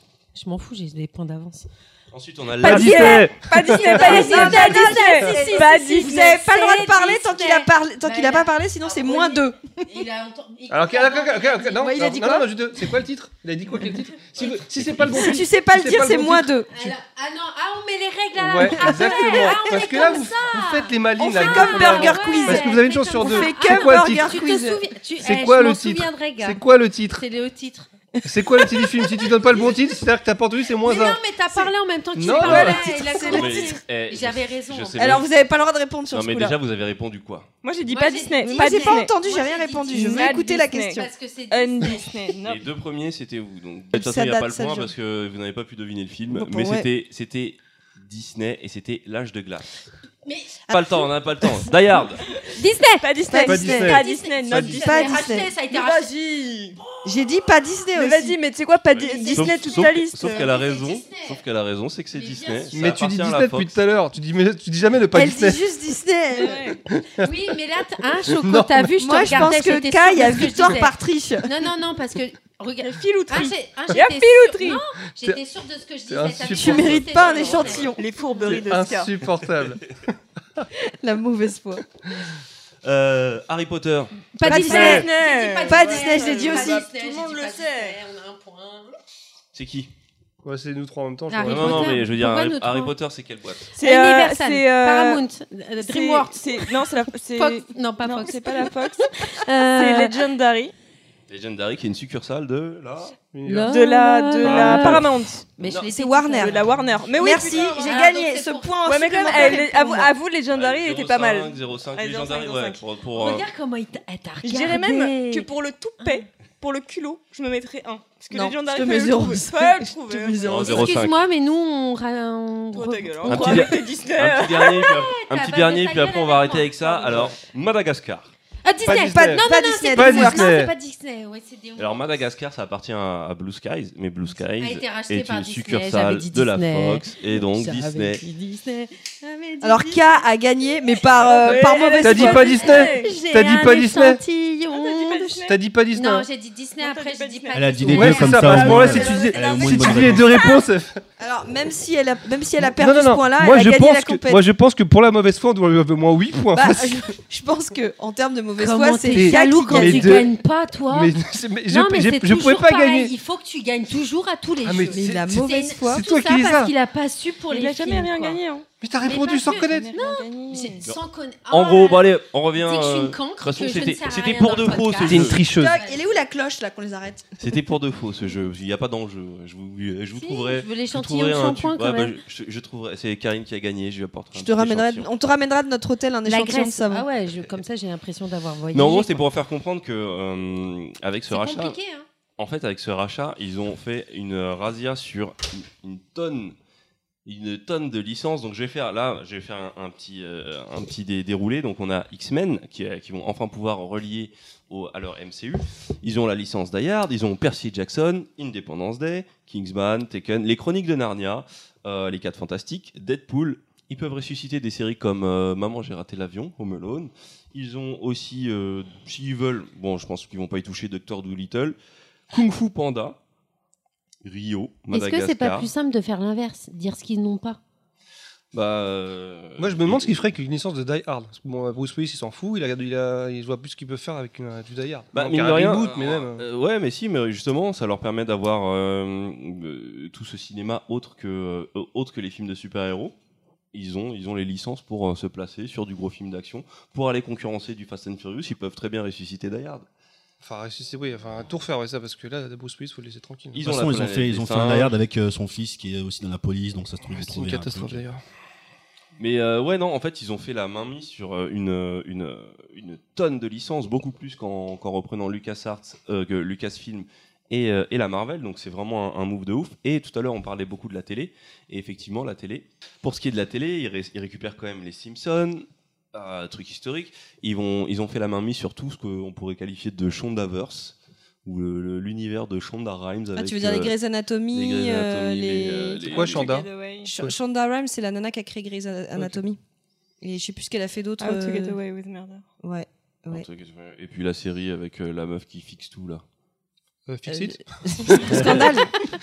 [SPEAKER 11] Je m'en fous, j'ai des points d'avance.
[SPEAKER 4] Ensuite, on a
[SPEAKER 5] Pas
[SPEAKER 4] la.
[SPEAKER 5] Disney Pas Disney Pas Disney
[SPEAKER 1] non,
[SPEAKER 5] Pas
[SPEAKER 1] non, non, si, si,
[SPEAKER 5] Disney Pas
[SPEAKER 1] Vous n'avez
[SPEAKER 5] Disney
[SPEAKER 1] pas le droit de parler
[SPEAKER 6] Disney.
[SPEAKER 1] tant qu'il a, parlé- tant
[SPEAKER 6] Bah,
[SPEAKER 1] qu'il a
[SPEAKER 6] il a-
[SPEAKER 1] pas parlé, sinon c'est moins deux.
[SPEAKER 6] Il a entendu.
[SPEAKER 2] Alors, ok, d'accord, ok, ok, ok, non,
[SPEAKER 1] Ouais, il a
[SPEAKER 2] alors,
[SPEAKER 1] dit
[SPEAKER 2] non,
[SPEAKER 1] quoi
[SPEAKER 2] non, non, juste, c'est quoi le titre Il a dit quoi quel titre Si, vous- si c'est pas le bon
[SPEAKER 1] Si
[SPEAKER 2] titre.
[SPEAKER 1] tu sais pas
[SPEAKER 2] si
[SPEAKER 1] le dire,
[SPEAKER 2] pas
[SPEAKER 1] c'est
[SPEAKER 2] bon
[SPEAKER 1] moins
[SPEAKER 2] titre,
[SPEAKER 1] deux.
[SPEAKER 2] tu-
[SPEAKER 6] Ah non, ah, on met les règles à la
[SPEAKER 2] Ouais,
[SPEAKER 6] Ah,
[SPEAKER 2] exactement.
[SPEAKER 6] on
[SPEAKER 2] Parce
[SPEAKER 6] est
[SPEAKER 2] que là,
[SPEAKER 6] comme
[SPEAKER 2] vous,
[SPEAKER 6] ça.
[SPEAKER 2] vous faites les malines.
[SPEAKER 1] On
[SPEAKER 2] là,
[SPEAKER 1] fait
[SPEAKER 2] les
[SPEAKER 1] comme
[SPEAKER 2] gens.
[SPEAKER 1] Burger
[SPEAKER 6] ouais.
[SPEAKER 1] Quiz.
[SPEAKER 2] Parce que vous avez une chance sur
[SPEAKER 1] On
[SPEAKER 2] deux.
[SPEAKER 1] fait
[SPEAKER 2] C'est
[SPEAKER 1] que
[SPEAKER 2] quoi le
[SPEAKER 1] Burger
[SPEAKER 2] titre
[SPEAKER 6] Tu te
[SPEAKER 1] Quiz.
[SPEAKER 6] souviens tu-
[SPEAKER 2] C'est
[SPEAKER 6] eh,
[SPEAKER 2] quoi
[SPEAKER 6] je
[SPEAKER 2] le
[SPEAKER 6] m'en
[SPEAKER 2] titre
[SPEAKER 6] souviens de règles,
[SPEAKER 2] C'est
[SPEAKER 6] hein.
[SPEAKER 2] quoi le titre
[SPEAKER 6] C'est le titre.
[SPEAKER 2] C'est quoi le titre du film Si tu donnes pas le bon titre, c'est-à-dire que t'as pas entendu, c'est moins
[SPEAKER 6] Mais non,
[SPEAKER 2] un.
[SPEAKER 6] mais t'as parlé en même temps que tu
[SPEAKER 2] Non, ouais,
[SPEAKER 6] parlais.
[SPEAKER 1] le
[SPEAKER 6] il
[SPEAKER 1] titre,
[SPEAKER 6] a
[SPEAKER 1] c'est
[SPEAKER 4] Non,
[SPEAKER 1] le
[SPEAKER 4] mais-
[SPEAKER 6] compris.
[SPEAKER 1] titre.
[SPEAKER 4] eh, je-
[SPEAKER 6] J'avais raison.
[SPEAKER 4] Je
[SPEAKER 6] en
[SPEAKER 4] sais
[SPEAKER 1] Alors,
[SPEAKER 4] même-
[SPEAKER 1] vous n'avez pas le droit de répondre sur
[SPEAKER 4] Non,
[SPEAKER 1] ce
[SPEAKER 4] mais
[SPEAKER 1] coup-là.
[SPEAKER 4] déjà, vous avez répondu quoi
[SPEAKER 5] Moi j'ai dit
[SPEAKER 6] Moi,
[SPEAKER 5] pas
[SPEAKER 6] j'ai-
[SPEAKER 5] Disney.
[SPEAKER 6] moi,
[SPEAKER 5] Pas
[SPEAKER 1] Moi, j'ai pas
[SPEAKER 5] Disney.
[SPEAKER 1] entendu, j'ai
[SPEAKER 6] Moi,
[SPEAKER 1] rien
[SPEAKER 6] j'ai dit
[SPEAKER 1] répondu.
[SPEAKER 6] Disney.
[SPEAKER 1] Je vais écouter la
[SPEAKER 5] Disney.
[SPEAKER 1] question.
[SPEAKER 6] Parce que c'est
[SPEAKER 5] Un
[SPEAKER 6] Disney.
[SPEAKER 5] Disney. Non.
[SPEAKER 4] Les deux premiers, c'était vous. Donc, de toute façon,
[SPEAKER 1] Ça
[SPEAKER 4] il n'y a
[SPEAKER 1] date,
[SPEAKER 4] pas le
[SPEAKER 1] ça,
[SPEAKER 4] point
[SPEAKER 1] le jeu.
[SPEAKER 4] parce que vous n'avez pas pu deviner le film.
[SPEAKER 1] Bon,
[SPEAKER 4] mais
[SPEAKER 1] ouais.
[SPEAKER 4] c'était, c'était Disney et c'était L'âge de glace.
[SPEAKER 6] Mais-
[SPEAKER 4] Pas le temps, on n'a pas le temps. Die Hard.
[SPEAKER 6] Disney.
[SPEAKER 5] Pas Disney.
[SPEAKER 2] Pas Disney.
[SPEAKER 5] Pas Disney. Not
[SPEAKER 2] Pas
[SPEAKER 5] Disney.
[SPEAKER 1] Pas
[SPEAKER 6] Disney.
[SPEAKER 1] Disney.
[SPEAKER 6] Ça a été
[SPEAKER 5] Mais
[SPEAKER 6] racheté.
[SPEAKER 5] vas-y.
[SPEAKER 1] J'ai dit pas Disney
[SPEAKER 5] Mais
[SPEAKER 1] aussi.
[SPEAKER 5] vas-y, mais tu sais quoi, pas Di-
[SPEAKER 4] Sauf-
[SPEAKER 5] Disney
[SPEAKER 4] sauf-
[SPEAKER 5] toute la liste.
[SPEAKER 4] Sauf qu'elle a raison.
[SPEAKER 6] Disney.
[SPEAKER 4] Sauf qu'elle a raison, c'est que c'est
[SPEAKER 6] Mais bien
[SPEAKER 4] Disney. Ça
[SPEAKER 6] sûr.
[SPEAKER 2] Mais tu dis
[SPEAKER 4] appartient à la
[SPEAKER 2] Disney depuis
[SPEAKER 4] Fox.
[SPEAKER 2] tout à l'heure. Tu dis, mais- tu dis jamais le pas
[SPEAKER 1] Elle
[SPEAKER 2] Disney.
[SPEAKER 1] dit juste Disney.
[SPEAKER 6] Oui, mais là, t'as- hein, Choco,
[SPEAKER 2] Non.
[SPEAKER 6] t'as vu, je te
[SPEAKER 1] Moi, je pense
[SPEAKER 6] regardais.
[SPEAKER 1] que
[SPEAKER 6] j'étais
[SPEAKER 1] K,
[SPEAKER 6] sûre
[SPEAKER 1] il y a
[SPEAKER 6] de ce que je
[SPEAKER 1] Victor
[SPEAKER 6] disais.
[SPEAKER 1] par triche.
[SPEAKER 6] Non, non, non, parce que. Regarde.
[SPEAKER 5] Fil ou
[SPEAKER 6] Ah,
[SPEAKER 5] tri
[SPEAKER 6] j'ai- ah,
[SPEAKER 5] Il y a
[SPEAKER 6] j'étais
[SPEAKER 5] pile
[SPEAKER 6] sûre-
[SPEAKER 5] ou tri
[SPEAKER 6] Non, j'étais sûre de ce que je disais.
[SPEAKER 2] un
[SPEAKER 6] t'as
[SPEAKER 2] super-
[SPEAKER 6] vu,
[SPEAKER 1] Tu
[SPEAKER 2] Ouais.
[SPEAKER 1] mérites
[SPEAKER 6] j'étais
[SPEAKER 1] pas un
[SPEAKER 6] sûre.
[SPEAKER 1] échantillon.
[SPEAKER 5] Les fourberies de Scar.
[SPEAKER 2] Insupportable.
[SPEAKER 1] La mauvaise foi.
[SPEAKER 4] Euh, Harry Potter.
[SPEAKER 6] Pas
[SPEAKER 1] Pas
[SPEAKER 6] Disney.
[SPEAKER 5] Disney.
[SPEAKER 6] J'ai dit
[SPEAKER 1] Pas Disney, je l'ai dit
[SPEAKER 6] pas
[SPEAKER 1] aussi.
[SPEAKER 6] Disney,
[SPEAKER 5] Tout le
[SPEAKER 6] j'ai
[SPEAKER 5] monde
[SPEAKER 6] dit
[SPEAKER 5] le
[SPEAKER 6] pas
[SPEAKER 5] sait.
[SPEAKER 6] Disney, On a un point.
[SPEAKER 4] C'est qui
[SPEAKER 2] Ouais, c'est nous trois en même temps. je
[SPEAKER 6] Harry
[SPEAKER 4] Non,
[SPEAKER 2] crois.
[SPEAKER 4] non, non,
[SPEAKER 6] Potter.
[SPEAKER 4] mais je veux dire,
[SPEAKER 6] Pourquoi
[SPEAKER 4] Harry,
[SPEAKER 6] nous trois
[SPEAKER 4] Harry Potter, c'est quelle boîte
[SPEAKER 5] C'est euh,
[SPEAKER 6] Universal,
[SPEAKER 5] c'est, euh,
[SPEAKER 6] Paramount, euh,
[SPEAKER 5] c'est-
[SPEAKER 6] DreamWorks,
[SPEAKER 5] c'est- Non, c'est la. c'est-
[SPEAKER 6] Fox. Non, pas
[SPEAKER 5] non,
[SPEAKER 6] Fox.
[SPEAKER 5] c'est pas la Fox.
[SPEAKER 6] Euh,
[SPEAKER 5] C'est Legendary.
[SPEAKER 4] Legendary, qui est une succursale de là.
[SPEAKER 2] Univers.
[SPEAKER 5] De la, de la
[SPEAKER 2] Ah.
[SPEAKER 5] Paramount.
[SPEAKER 6] Mais je
[SPEAKER 4] Non,
[SPEAKER 6] l'ai
[SPEAKER 1] C'est
[SPEAKER 6] dit
[SPEAKER 1] Warner.
[SPEAKER 5] De la Warner. Mais oui,
[SPEAKER 1] Merci,
[SPEAKER 5] putain,
[SPEAKER 1] j'ai
[SPEAKER 6] Ah,
[SPEAKER 1] gagné
[SPEAKER 6] donc
[SPEAKER 1] ce
[SPEAKER 6] c'est pour-
[SPEAKER 1] point.
[SPEAKER 5] Ouais, mais quand même,
[SPEAKER 1] supplémentaire
[SPEAKER 5] elle-
[SPEAKER 1] est pour
[SPEAKER 5] avoue,
[SPEAKER 1] moi.
[SPEAKER 5] avoue, Legendary, il était pas mal.
[SPEAKER 4] 05,
[SPEAKER 5] Ah,
[SPEAKER 4] Legendary,
[SPEAKER 5] 05,
[SPEAKER 4] ouais.
[SPEAKER 5] 05.
[SPEAKER 4] Pour, pour, euh,
[SPEAKER 6] Regarde comment il t- elle t'a
[SPEAKER 5] Je
[SPEAKER 6] regardé.
[SPEAKER 5] dirais même que pour le toupet, pour le culot, je me mettrais un. Parce que
[SPEAKER 1] Non,
[SPEAKER 5] Legendary,
[SPEAKER 1] je te
[SPEAKER 5] fallait le
[SPEAKER 1] mesure
[SPEAKER 5] trouver.
[SPEAKER 1] aussi.
[SPEAKER 5] Fallait le
[SPEAKER 1] Je te
[SPEAKER 5] trouver. hein.
[SPEAKER 1] mesure
[SPEAKER 4] aussi. 05.
[SPEAKER 6] Excuse-moi, mais nous, on. ra- on
[SPEAKER 5] Toi,
[SPEAKER 6] re-
[SPEAKER 5] ta gueule.
[SPEAKER 6] on
[SPEAKER 5] hein.
[SPEAKER 4] petit
[SPEAKER 5] Toi,
[SPEAKER 4] dé-
[SPEAKER 5] avec tes Disney.
[SPEAKER 1] Euh,
[SPEAKER 4] un petit dernier, puis, un
[SPEAKER 6] Ah, t'as
[SPEAKER 4] petit
[SPEAKER 6] pas
[SPEAKER 4] dernier,
[SPEAKER 6] fait
[SPEAKER 4] puis
[SPEAKER 6] ta
[SPEAKER 4] après on
[SPEAKER 6] gueule
[SPEAKER 4] va
[SPEAKER 6] avec
[SPEAKER 4] arrêter
[SPEAKER 6] moi.
[SPEAKER 4] avec ça. Alors, Madagascar.
[SPEAKER 6] Ah, Disney.
[SPEAKER 2] Pas Disney.
[SPEAKER 6] pas-
[SPEAKER 1] Pas
[SPEAKER 6] Non, non, non,
[SPEAKER 1] Disney,
[SPEAKER 6] c'est
[SPEAKER 2] pas
[SPEAKER 6] DreamWorks. Non,
[SPEAKER 2] Disney.
[SPEAKER 6] c'est pas Disney. Ouais, c'est des.
[SPEAKER 4] Alors Madagascar, ça appartient à, à Blue Skies, mais Blue Skies
[SPEAKER 6] A été racheté
[SPEAKER 4] est
[SPEAKER 6] par
[SPEAKER 4] une
[SPEAKER 6] Disney, j'avais
[SPEAKER 4] succursale
[SPEAKER 6] dit
[SPEAKER 4] de la
[SPEAKER 6] Disney.
[SPEAKER 4] Fox et donc Disney.
[SPEAKER 6] Disney. J'avais
[SPEAKER 2] Ah,
[SPEAKER 6] dit
[SPEAKER 1] Alors K a gagné, mais par, euh,
[SPEAKER 5] Mais
[SPEAKER 1] par
[SPEAKER 5] elle a
[SPEAKER 1] mauvaise
[SPEAKER 2] T'as dit
[SPEAKER 1] foi.
[SPEAKER 2] pas Disney
[SPEAKER 6] J'ai
[SPEAKER 2] T'as dit
[SPEAKER 6] un
[SPEAKER 2] pas Disney Ah,
[SPEAKER 6] échantillon
[SPEAKER 5] T'as dit
[SPEAKER 6] de-
[SPEAKER 5] pas Disney.
[SPEAKER 2] T'as dit pas Disney
[SPEAKER 6] Non, j'ai dit Disney,
[SPEAKER 5] Non,
[SPEAKER 6] après
[SPEAKER 5] t'as
[SPEAKER 6] j'ai
[SPEAKER 5] dit
[SPEAKER 6] dit
[SPEAKER 5] pas
[SPEAKER 6] pas
[SPEAKER 3] Elle a dit
[SPEAKER 6] Disney.
[SPEAKER 3] les
[SPEAKER 2] Ouais,
[SPEAKER 3] deux
[SPEAKER 2] c'est
[SPEAKER 3] comme
[SPEAKER 2] ça,
[SPEAKER 3] ça.
[SPEAKER 2] parce
[SPEAKER 3] au
[SPEAKER 2] que
[SPEAKER 3] moins,
[SPEAKER 2] moi,
[SPEAKER 3] elle-
[SPEAKER 2] si tu dis-
[SPEAKER 3] elle a au moins
[SPEAKER 2] Si
[SPEAKER 3] une
[SPEAKER 2] tu
[SPEAKER 3] bonne
[SPEAKER 2] dis les
[SPEAKER 3] réponse.
[SPEAKER 2] deux réponses. euh,
[SPEAKER 1] Alors même si elle a, même si elle a perdu
[SPEAKER 2] Non, non,
[SPEAKER 1] ce
[SPEAKER 2] non.
[SPEAKER 1] point-là,
[SPEAKER 2] Moi,
[SPEAKER 1] elle
[SPEAKER 2] je
[SPEAKER 1] a gagné
[SPEAKER 2] pense
[SPEAKER 1] la
[SPEAKER 2] que,
[SPEAKER 1] compète.
[SPEAKER 2] moi, je pense que pour la mauvaise foi, on doit lui avoir moins 8 points.
[SPEAKER 1] Bah,
[SPEAKER 2] facile.
[SPEAKER 1] je, je pense que en termes de mauvaise
[SPEAKER 6] Comment
[SPEAKER 1] foi,
[SPEAKER 6] t'es
[SPEAKER 1] c'est K
[SPEAKER 6] jaloux
[SPEAKER 1] qui
[SPEAKER 6] quand
[SPEAKER 1] gagne.
[SPEAKER 6] tu
[SPEAKER 2] les deux.
[SPEAKER 6] gagnes pas, toi
[SPEAKER 2] Mais, c'est- mais je,
[SPEAKER 6] Non, mais
[SPEAKER 2] j'ai-
[SPEAKER 6] c'est
[SPEAKER 2] je pouvais
[SPEAKER 6] toujours
[SPEAKER 2] pas
[SPEAKER 6] pareil.
[SPEAKER 2] gagner.
[SPEAKER 6] Il faut que tu gagnes toujours à tous les
[SPEAKER 2] Ah, mais
[SPEAKER 6] jeux.
[SPEAKER 1] Mais la
[SPEAKER 2] C'est- c'est-
[SPEAKER 1] mauvaise foi.
[SPEAKER 2] c'est-
[SPEAKER 6] Tout
[SPEAKER 2] toi
[SPEAKER 6] ça
[SPEAKER 2] qui les as.
[SPEAKER 6] parce qu'il a pas su pour les
[SPEAKER 5] Il a jamais
[SPEAKER 6] films,
[SPEAKER 5] rien
[SPEAKER 6] quoi.
[SPEAKER 5] gagné. hein.
[SPEAKER 2] Mais t'as
[SPEAKER 6] Mais
[SPEAKER 2] répondu
[SPEAKER 6] parce
[SPEAKER 2] sans
[SPEAKER 6] que-
[SPEAKER 2] connaître.
[SPEAKER 5] Jamais rien gagné.
[SPEAKER 6] J'ai- Sans conna-
[SPEAKER 4] En
[SPEAKER 6] Ah,
[SPEAKER 4] gros, bon allez, on revient.
[SPEAKER 6] dis que je suis une
[SPEAKER 4] euh, de
[SPEAKER 6] cancre,
[SPEAKER 4] toute façon,
[SPEAKER 6] que je ne
[SPEAKER 4] c'était
[SPEAKER 6] sers à
[SPEAKER 4] c'était
[SPEAKER 6] rien
[SPEAKER 4] pour
[SPEAKER 6] dans
[SPEAKER 4] de
[SPEAKER 6] le
[SPEAKER 4] faux ce
[SPEAKER 6] podcast.
[SPEAKER 4] jeu.
[SPEAKER 2] tricheuse.
[SPEAKER 1] Doc, Elle est où la cloche là qu'on les arrête
[SPEAKER 4] C'était pour de faux ce jeu. Il n'y a pas d'enjeu. Je vous, je vous
[SPEAKER 6] Si,
[SPEAKER 4] trouverai.
[SPEAKER 6] je veux
[SPEAKER 4] je vous
[SPEAKER 6] l'échantillon
[SPEAKER 4] trouverai
[SPEAKER 6] de
[SPEAKER 4] un tube.
[SPEAKER 6] shampoing
[SPEAKER 4] Ouais,
[SPEAKER 6] quand
[SPEAKER 4] bah,
[SPEAKER 6] même.
[SPEAKER 4] je, je trouverai. C'est Karine qui a gagné. Je lui apporterai.
[SPEAKER 1] Je
[SPEAKER 4] un
[SPEAKER 1] te
[SPEAKER 4] petit
[SPEAKER 1] ramènerai,
[SPEAKER 4] échantillon.
[SPEAKER 1] on te ramènera de notre hôtel un
[SPEAKER 6] La
[SPEAKER 1] échantillon de
[SPEAKER 6] Grèce.
[SPEAKER 1] savon.
[SPEAKER 6] Ah ouais, je- comme ça, j'ai l'impression d'avoir voyagé.
[SPEAKER 4] Mais en gros, c'était
[SPEAKER 6] quoi.
[SPEAKER 4] pour faire comprendre que euh, avec ce
[SPEAKER 6] C'est
[SPEAKER 4] rachat,
[SPEAKER 6] compliqué, hein.
[SPEAKER 4] en fait, avec ce rachat, ils ont fait une euh, razzia sur une, une tonne, une tonne de licences. Donc, je vais faire là, je vais faire un, un petit, euh, un petit dé- déroulé. Donc, on a X-Men qui, euh, qui vont enfin pouvoir relier au, à leur MCU. Ils ont la licence d'Ayard, ils ont Percy Jackson, Independence Day, Kingsman, Tekken, les Chroniques de Narnia, euh, les Quatre Fantastiques, Deadpool. Ils peuvent ressusciter des séries comme euh, Maman, j'ai raté l'avion, Home Alone. Ils ont aussi, euh, s'ils veulent, bon, je pense qu'ils vont pas y toucher Doctor Doolittle. Kung Fu Panda, Rio,
[SPEAKER 6] Est-ce
[SPEAKER 4] Madagascar.
[SPEAKER 6] que c'est pas plus simple de faire l'inverse Dire ce qu'ils n'ont pas
[SPEAKER 4] Bah, euh,
[SPEAKER 2] Moi, je me demande ce qu'il ferait avec une licence de Die Hard. Parce que bon, Bruce Willis, il s'en fout. Il, a, il, a, il voit plus ce qu'il peut faire avec une, du Die Hard.
[SPEAKER 4] Bah,
[SPEAKER 2] Donc,
[SPEAKER 4] mine
[SPEAKER 2] un
[SPEAKER 4] de rien,
[SPEAKER 2] reboot, mais
[SPEAKER 4] euh,
[SPEAKER 2] même.
[SPEAKER 4] euh, ouais, mais si, mais justement, ça leur permet d'avoir euh, euh, tout ce cinéma autre que, euh, autre que les films de super-héros. Ils ont, ils ont les licences pour euh, se placer sur du gros film d'action. Pour aller concurrencer du Fast and Furious, ils peuvent très bien ressusciter Die Hard.
[SPEAKER 2] Enfin, si c'est- oui, enfin, tout refaire, ouais, ça, parce que là, Bruce Willis, faut le laisser tranquille.
[SPEAKER 3] De
[SPEAKER 4] Ils
[SPEAKER 3] toute façon,
[SPEAKER 4] ont la
[SPEAKER 3] ils ont
[SPEAKER 4] planète
[SPEAKER 3] fait,
[SPEAKER 4] des
[SPEAKER 3] ils ont fait
[SPEAKER 4] singes.
[SPEAKER 3] un die-hard avec euh, son fils qui est aussi dans la police, donc ça se trouve, ils ont
[SPEAKER 2] C'est une
[SPEAKER 3] trouvé un
[SPEAKER 2] catastrophe
[SPEAKER 3] truc.
[SPEAKER 2] d'ailleurs.
[SPEAKER 4] Mais euh, ouais, non, en fait, ils ont fait la main mise sur euh, une, euh, une, euh, une tonne de licences, beaucoup plus qu'en qu'en reprenant LucasArts, euh, que Lucasfilm et, euh, et la Marvel. Donc c'est vraiment un, un move de ouf. Et tout à l'heure, on parlait beaucoup de la télé. Et effectivement, la télé. Pour ce qui est de la télé, ils, ré- ils récupèrent quand même les Simpsons. Euh, truc historique, ils, vont, ils ont fait la main mise sur tout ce qu'on pourrait qualifier de Shondaverse, ou le- le- l'univers de Shonda Rhimes.
[SPEAKER 1] Ah,
[SPEAKER 4] Avec,
[SPEAKER 1] tu veux dire les
[SPEAKER 4] euh,
[SPEAKER 1] Grey's Anatomy,
[SPEAKER 4] les Grey's
[SPEAKER 1] euh,
[SPEAKER 4] Anatomy,
[SPEAKER 1] les-
[SPEAKER 4] les, euh, les-
[SPEAKER 2] Quoi, Shonda
[SPEAKER 1] Sh- Shonda Rhimes, c'est la nana qui a créé Grey's Ana- Anatomy. Et je sais plus ce qu'elle a fait d'autre.
[SPEAKER 5] How to
[SPEAKER 1] euh,
[SPEAKER 5] get away Ah, with murder.
[SPEAKER 1] Ouais.
[SPEAKER 4] Un
[SPEAKER 1] Ouais.
[SPEAKER 4] truc- Et puis la série avec euh, la meuf qui fixe tout là.
[SPEAKER 2] Euh, Fix It
[SPEAKER 1] Ah, Scandale.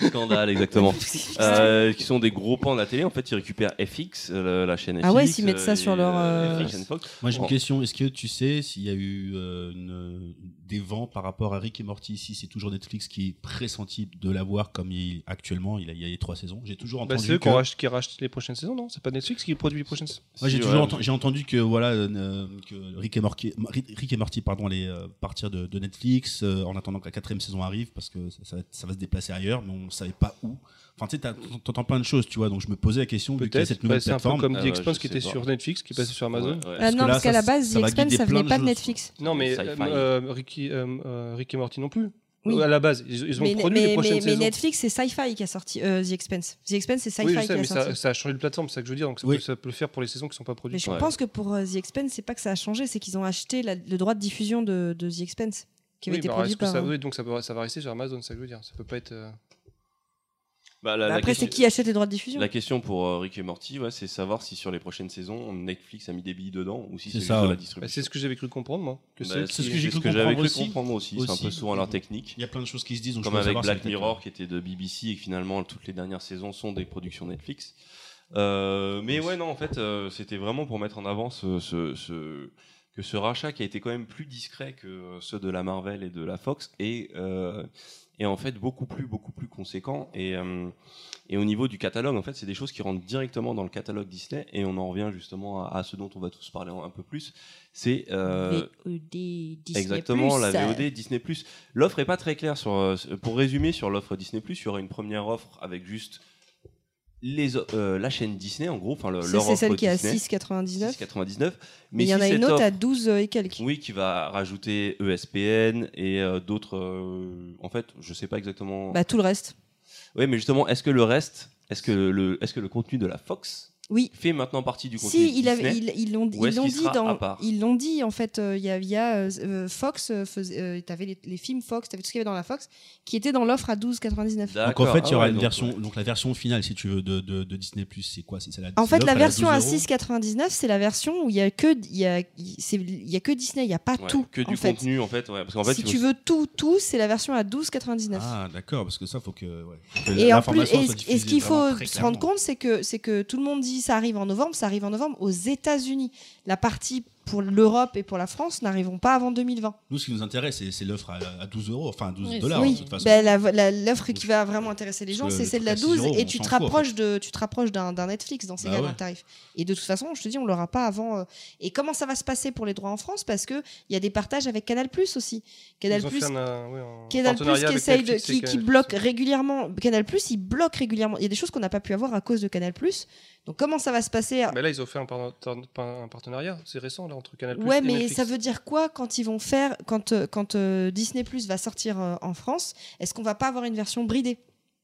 [SPEAKER 4] Scandale, exactement. Euh, qui sont des gros pans de la télé. En fait, ils récupèrent FX, euh, la chaîne FX.
[SPEAKER 1] Ah ouais, s'ils mettent ça
[SPEAKER 4] euh,
[SPEAKER 1] sur
[SPEAKER 4] et,
[SPEAKER 1] leur,
[SPEAKER 4] euh,
[SPEAKER 1] euh,
[SPEAKER 4] FX and Fox.
[SPEAKER 3] Moi
[SPEAKER 2] Oh.
[SPEAKER 3] j'ai une
[SPEAKER 4] Bon.
[SPEAKER 3] question, est-ce que tu sais s'il y a eu euh, une- des vents par rapport à Rick et Morty ici C'est toujours Netflix qui est pressenti de l'avoir comme il, actuellement, il, a, il y a les trois saisons. J'ai toujours
[SPEAKER 2] Bah,
[SPEAKER 3] entendu
[SPEAKER 2] c'est eux
[SPEAKER 3] que-
[SPEAKER 2] qui rachètent, qui rachètent les prochaines saisons, non C'est pas Netflix qui produit les prochaines saisons
[SPEAKER 3] Moi, j'ai
[SPEAKER 4] Si,
[SPEAKER 3] toujours
[SPEAKER 4] ouais.
[SPEAKER 3] enten- j'ai entendu que voilà euh, que Rick et Morty, Rick et Morty pardon, allait euh, partir de, de Netflix euh, en attendant que la quatrième saison arrive parce que ça, ça va, être- ça va se déplacer ailleurs, mais on savait pas où. Enfin, tu sais, t'as- t'entends plein de choses, tu vois. Donc, je me posais la question vu qu'il y a
[SPEAKER 2] Peut-être.
[SPEAKER 3] cette nouvelle
[SPEAKER 2] Bah, c'est un peu
[SPEAKER 3] plateforme.
[SPEAKER 2] comme
[SPEAKER 4] Ah
[SPEAKER 2] The
[SPEAKER 4] ouais,
[SPEAKER 2] Expanse
[SPEAKER 4] je
[SPEAKER 2] qui
[SPEAKER 4] sais
[SPEAKER 2] était
[SPEAKER 4] pas.
[SPEAKER 2] sur Netflix, qui passait sur Amazon.
[SPEAKER 4] Ouais, ouais.
[SPEAKER 3] Parce
[SPEAKER 1] Ah
[SPEAKER 3] que
[SPEAKER 1] non,
[SPEAKER 3] là,
[SPEAKER 1] parce qu'à
[SPEAKER 3] ça-
[SPEAKER 1] la base,
[SPEAKER 3] ça
[SPEAKER 1] The
[SPEAKER 3] va
[SPEAKER 1] Expanse,
[SPEAKER 3] guider
[SPEAKER 1] ça
[SPEAKER 3] plein
[SPEAKER 1] venait
[SPEAKER 3] de
[SPEAKER 1] pas de
[SPEAKER 3] choses.
[SPEAKER 1] Netflix.
[SPEAKER 2] Non, mais euh,
[SPEAKER 4] Sci-fi.
[SPEAKER 2] euh, Ricky, euh, euh, Rick et Morty non plus.
[SPEAKER 1] Oui.
[SPEAKER 2] À la base, ils, ils ont
[SPEAKER 1] mais,
[SPEAKER 2] produit les
[SPEAKER 1] mais-
[SPEAKER 2] prochaines
[SPEAKER 1] mais- mais
[SPEAKER 2] saisons.
[SPEAKER 1] Netflix, c'est Sci-Fi qui a sorti euh, The Expense. The Expense, c'est Sci-Fi
[SPEAKER 2] oui, je
[SPEAKER 1] qui
[SPEAKER 2] sais,
[SPEAKER 1] a
[SPEAKER 2] mais
[SPEAKER 1] sorti.
[SPEAKER 2] ça, ça a changé de plateforme, c'est ça que je veux dire. Donc ça,
[SPEAKER 3] Oui.
[SPEAKER 2] peut, ça peut le faire pour les saisons qui sont pas
[SPEAKER 1] Mais
[SPEAKER 2] produites.
[SPEAKER 1] je
[SPEAKER 4] Ouais.
[SPEAKER 1] pense que pour euh, The Expense, c'est pas que ça a changé, c'est qu'ils ont acheté la- le droit de diffusion de, de The Expense, qui avait
[SPEAKER 2] Oui,
[SPEAKER 1] été
[SPEAKER 2] mais alors,
[SPEAKER 1] produit
[SPEAKER 2] est-ce que
[SPEAKER 1] par.
[SPEAKER 2] ça- oui, donc ça, peut- ça va rester sur Amazon, c'est ça que je veux dire. Ça peut pas être. euh,
[SPEAKER 4] Bah, la-
[SPEAKER 1] Bah
[SPEAKER 4] la
[SPEAKER 1] après,
[SPEAKER 4] question-
[SPEAKER 1] c'est qui achète les droits de diffusion
[SPEAKER 4] La question pour euh, Rick et Morty, ouais, c'est savoir si sur les prochaines saisons, Netflix a mis des billes dedans ou si
[SPEAKER 3] C'est
[SPEAKER 4] c'est
[SPEAKER 3] ça,
[SPEAKER 4] ça
[SPEAKER 3] ouais.
[SPEAKER 4] la
[SPEAKER 2] bah,
[SPEAKER 4] distribution.
[SPEAKER 2] c'est ce que j'avais cru comprendre, moi. Que
[SPEAKER 4] Bah,
[SPEAKER 2] ceux
[SPEAKER 4] c'est
[SPEAKER 2] qui-
[SPEAKER 3] que j'ai
[SPEAKER 4] c'est
[SPEAKER 3] cru
[SPEAKER 4] j'avais
[SPEAKER 3] comprendre aussi.
[SPEAKER 4] comprendre moi aussi.
[SPEAKER 3] Aussi.
[SPEAKER 4] C'est un peu souvent leur technique.
[SPEAKER 3] Il y a plein de choses qui se disent. Donc je
[SPEAKER 4] Comme
[SPEAKER 3] voulais
[SPEAKER 4] avec
[SPEAKER 3] savoir si
[SPEAKER 4] Black
[SPEAKER 3] c'était-
[SPEAKER 4] Mirror qui était de BBC et que finalement toutes les dernières saisons sont des productions Netflix. Euh, mais ouais, non, en fait, euh, c'était vraiment pour mettre en avant ce, ce- ce- que ce rachat qui a été quand même plus discret que ceux de la Marvel et de la Fox et, euh, et en fait beaucoup plus, beaucoup plus conséquent. Et, euh, et au niveau du catalogue, en fait, c'est des choses qui rentrent directement dans le catalogue Disney et on en revient justement à, à ce dont on va tous parler un peu plus. C'est euh,
[SPEAKER 11] E
[SPEAKER 4] Exactement, la E VOD Disney+. L'offre est pas très claire sur. euh, Pour résumer sur l'offre Disney+, il y aura une première offre avec juste les, o- euh, la chaîne Disney en gros, enfin le-
[SPEAKER 1] Ça,
[SPEAKER 4] leur
[SPEAKER 1] c'est
[SPEAKER 4] offre
[SPEAKER 1] celle qui est à
[SPEAKER 4] Disney,
[SPEAKER 1] 6,99.
[SPEAKER 4] 6,99.
[SPEAKER 1] Mais il y
[SPEAKER 4] si
[SPEAKER 1] en a
[SPEAKER 4] cette
[SPEAKER 1] une autre à
[SPEAKER 4] offre-
[SPEAKER 1] 12 et quelques.
[SPEAKER 4] oui, qui va rajouter E ESPN et euh, d'autres. euh, en fait, je sais pas exactement.
[SPEAKER 1] Bah, tout le reste.
[SPEAKER 4] oui, mais justement, est-ce que le reste, est-ce que le, est-ce que le contenu de la Fox
[SPEAKER 1] Oui.
[SPEAKER 4] fait maintenant partie du contenu
[SPEAKER 1] Si, il
[SPEAKER 4] Disney
[SPEAKER 1] avait- ils ils l'ont
[SPEAKER 4] Ou
[SPEAKER 1] ils
[SPEAKER 4] est-ce
[SPEAKER 1] l'ont
[SPEAKER 4] qu'il
[SPEAKER 1] dit
[SPEAKER 4] sera à
[SPEAKER 1] dans.
[SPEAKER 4] part
[SPEAKER 1] Ils l'ont dit, en fait, euh, il y a, il y a, euh, Fox, euh, faisait- euh, t'avais les, les films Fox, t'avais tout ce qu'il y avait dans la Fox, qui était dans l'offre à 12,99.
[SPEAKER 3] Donc
[SPEAKER 4] D'accord.
[SPEAKER 3] en fait, il y
[SPEAKER 4] Ah
[SPEAKER 3] aura
[SPEAKER 4] ouais,
[SPEAKER 3] une
[SPEAKER 4] donc,
[SPEAKER 3] version,
[SPEAKER 4] ouais.
[SPEAKER 3] donc la version finale, si tu veux, de, de, de Disney c'est quoi C'est celle-là.
[SPEAKER 1] En
[SPEAKER 3] c'est
[SPEAKER 1] fait,
[SPEAKER 3] l'offre,
[SPEAKER 1] la
[SPEAKER 3] elle est à
[SPEAKER 1] version à
[SPEAKER 3] 12 euros.
[SPEAKER 1] 6,99, c'est la version où il y a que il y a, il- c'est- il y a que Disney, il y a pas
[SPEAKER 4] Ouais,
[SPEAKER 1] tout.
[SPEAKER 4] que du
[SPEAKER 1] en fait.
[SPEAKER 4] contenu en fait, ouais, parce qu'en fait,
[SPEAKER 1] si
[SPEAKER 4] il
[SPEAKER 1] tu
[SPEAKER 4] faut-
[SPEAKER 1] veux tout, tout, c'est la version à 12,99.
[SPEAKER 3] Ah d'accord, parce que ça, faut que. ouais, faut que
[SPEAKER 1] et en plus,
[SPEAKER 3] l'information
[SPEAKER 1] et,
[SPEAKER 3] soit
[SPEAKER 1] et ce
[SPEAKER 3] diffusée
[SPEAKER 1] qu'il
[SPEAKER 3] vraiment
[SPEAKER 1] faut
[SPEAKER 3] très
[SPEAKER 1] se rendre
[SPEAKER 3] clairement.
[SPEAKER 1] compte, c'est que c'est que tout le monde dit ça arrive en novembre, ça arrive en novembre aux États-Unis. La partie pour l'Europe et pour la France n'arriveront pas avant 2020.
[SPEAKER 3] Nous, ce qui nous intéresse, c'est- c'est l'offre à, à 12 euros, enfin à 12
[SPEAKER 11] Oui,
[SPEAKER 3] dollars
[SPEAKER 1] oui,
[SPEAKER 3] hein, de toute façon.
[SPEAKER 1] ben, la- la- l'offre qui va vraiment intéresser les
[SPEAKER 3] Parce
[SPEAKER 1] gens,
[SPEAKER 3] que
[SPEAKER 1] c'est
[SPEAKER 3] le
[SPEAKER 1] celle de la
[SPEAKER 3] truc à
[SPEAKER 1] 12
[SPEAKER 3] 6 euros,
[SPEAKER 1] et
[SPEAKER 3] on
[SPEAKER 1] tu
[SPEAKER 3] s'en
[SPEAKER 1] te
[SPEAKER 3] fout, en
[SPEAKER 1] rapproches de, tu te rapproches d'un d'un Netflix dans ces
[SPEAKER 3] Bah
[SPEAKER 1] gammes
[SPEAKER 3] ouais.
[SPEAKER 1] en tarif. Et de toute façon, je te dis, on l'aura pas avant. euh, Et comment ça va se passer pour les droits en France Parce que il y a des partages avec Canal Plus aussi. Canal
[SPEAKER 2] ils ont
[SPEAKER 1] Plus.
[SPEAKER 2] fait un, euh, ouais, un
[SPEAKER 1] Canal
[SPEAKER 2] partenariat
[SPEAKER 1] qui
[SPEAKER 2] avec
[SPEAKER 1] essaye de,
[SPEAKER 2] Netflix et
[SPEAKER 1] qui, qui
[SPEAKER 2] Canal+.
[SPEAKER 1] bloque régulièrement. Canal Plus, il bloque régulièrement. Il y a des choses qu'on n'a pas pu avoir à cause de Canal Plus. Donc comment ça va se passer
[SPEAKER 2] Mais là, ils ont fait un, par- un partenariat, c'est récent là, entre Canal
[SPEAKER 1] Ouais,
[SPEAKER 2] et
[SPEAKER 1] mais
[SPEAKER 2] Netflix.
[SPEAKER 1] ça veut dire quoi quand ils vont faire quand euh, quand euh, Disney Plus va sortir euh, en France Est-ce qu'on va pas avoir une version bridée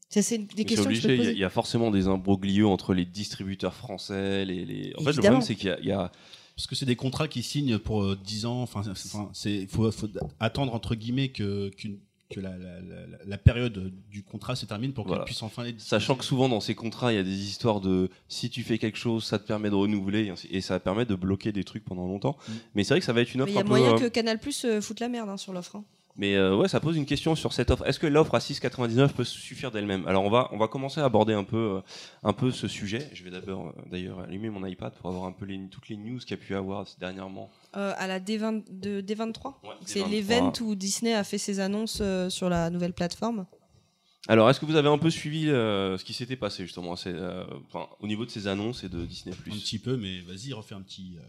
[SPEAKER 1] Ça, c'est des
[SPEAKER 4] Mais
[SPEAKER 1] questions
[SPEAKER 4] c'est
[SPEAKER 1] que je peux
[SPEAKER 4] obligé,
[SPEAKER 1] te
[SPEAKER 4] il y a-
[SPEAKER 1] poser.
[SPEAKER 4] Il y, a forcément des imbroglios entre les distributeurs français, les. les- En fait, le
[SPEAKER 1] Évidemment.
[SPEAKER 4] problème, c'est qu'il y a- il y, a.
[SPEAKER 3] Parce que c'est des contrats qui signent pour euh, 10 ans. Enfin, c'est- enfin, c'est il faut, faut attendre entre guillemets que qu'une- que la, la- la- la période du contrat se termine pour qu'on
[SPEAKER 4] Voilà.
[SPEAKER 3] puisse enfin les.
[SPEAKER 4] Sachant que souvent dans ces contrats, il y a des histoires de si tu fais quelque chose, ça te permet de renouveler et ainsi- et ça permet de bloquer des trucs pendant longtemps.
[SPEAKER 3] Mm.
[SPEAKER 4] Mais c'est vrai que ça va être une
[SPEAKER 1] Mais
[SPEAKER 4] offre
[SPEAKER 1] il y
[SPEAKER 4] un
[SPEAKER 1] a
[SPEAKER 4] peu.
[SPEAKER 1] moyen
[SPEAKER 4] euh,
[SPEAKER 1] que Canal Plus foute la merde hein, sur l'offre. hein.
[SPEAKER 4] Mais euh, ouais, ça pose une question sur cette offre. Est-ce que l'offre à 6,99 peut suffire d'elle-même Alors on va, on va commencer à aborder un peu, euh, un peu ce sujet. Je vais d'abord euh, d'ailleurs allumer mon iPad pour avoir un peu les, toutes les news qu'il y a pu avoir dernièrement.
[SPEAKER 1] Euh, à la D20 de- D23.
[SPEAKER 4] Ouais,
[SPEAKER 1] C'est
[SPEAKER 4] D23.
[SPEAKER 1] l'event où Disney a fait ses annonces euh, sur la nouvelle plateforme.
[SPEAKER 4] Alors, est-ce que vous avez un peu suivi euh, ce qui s'était passé justement c'est, euh, enfin, au niveau de ces annonces et de Disney
[SPEAKER 3] Un petit peu, mais vas-y, refais un petit. euh,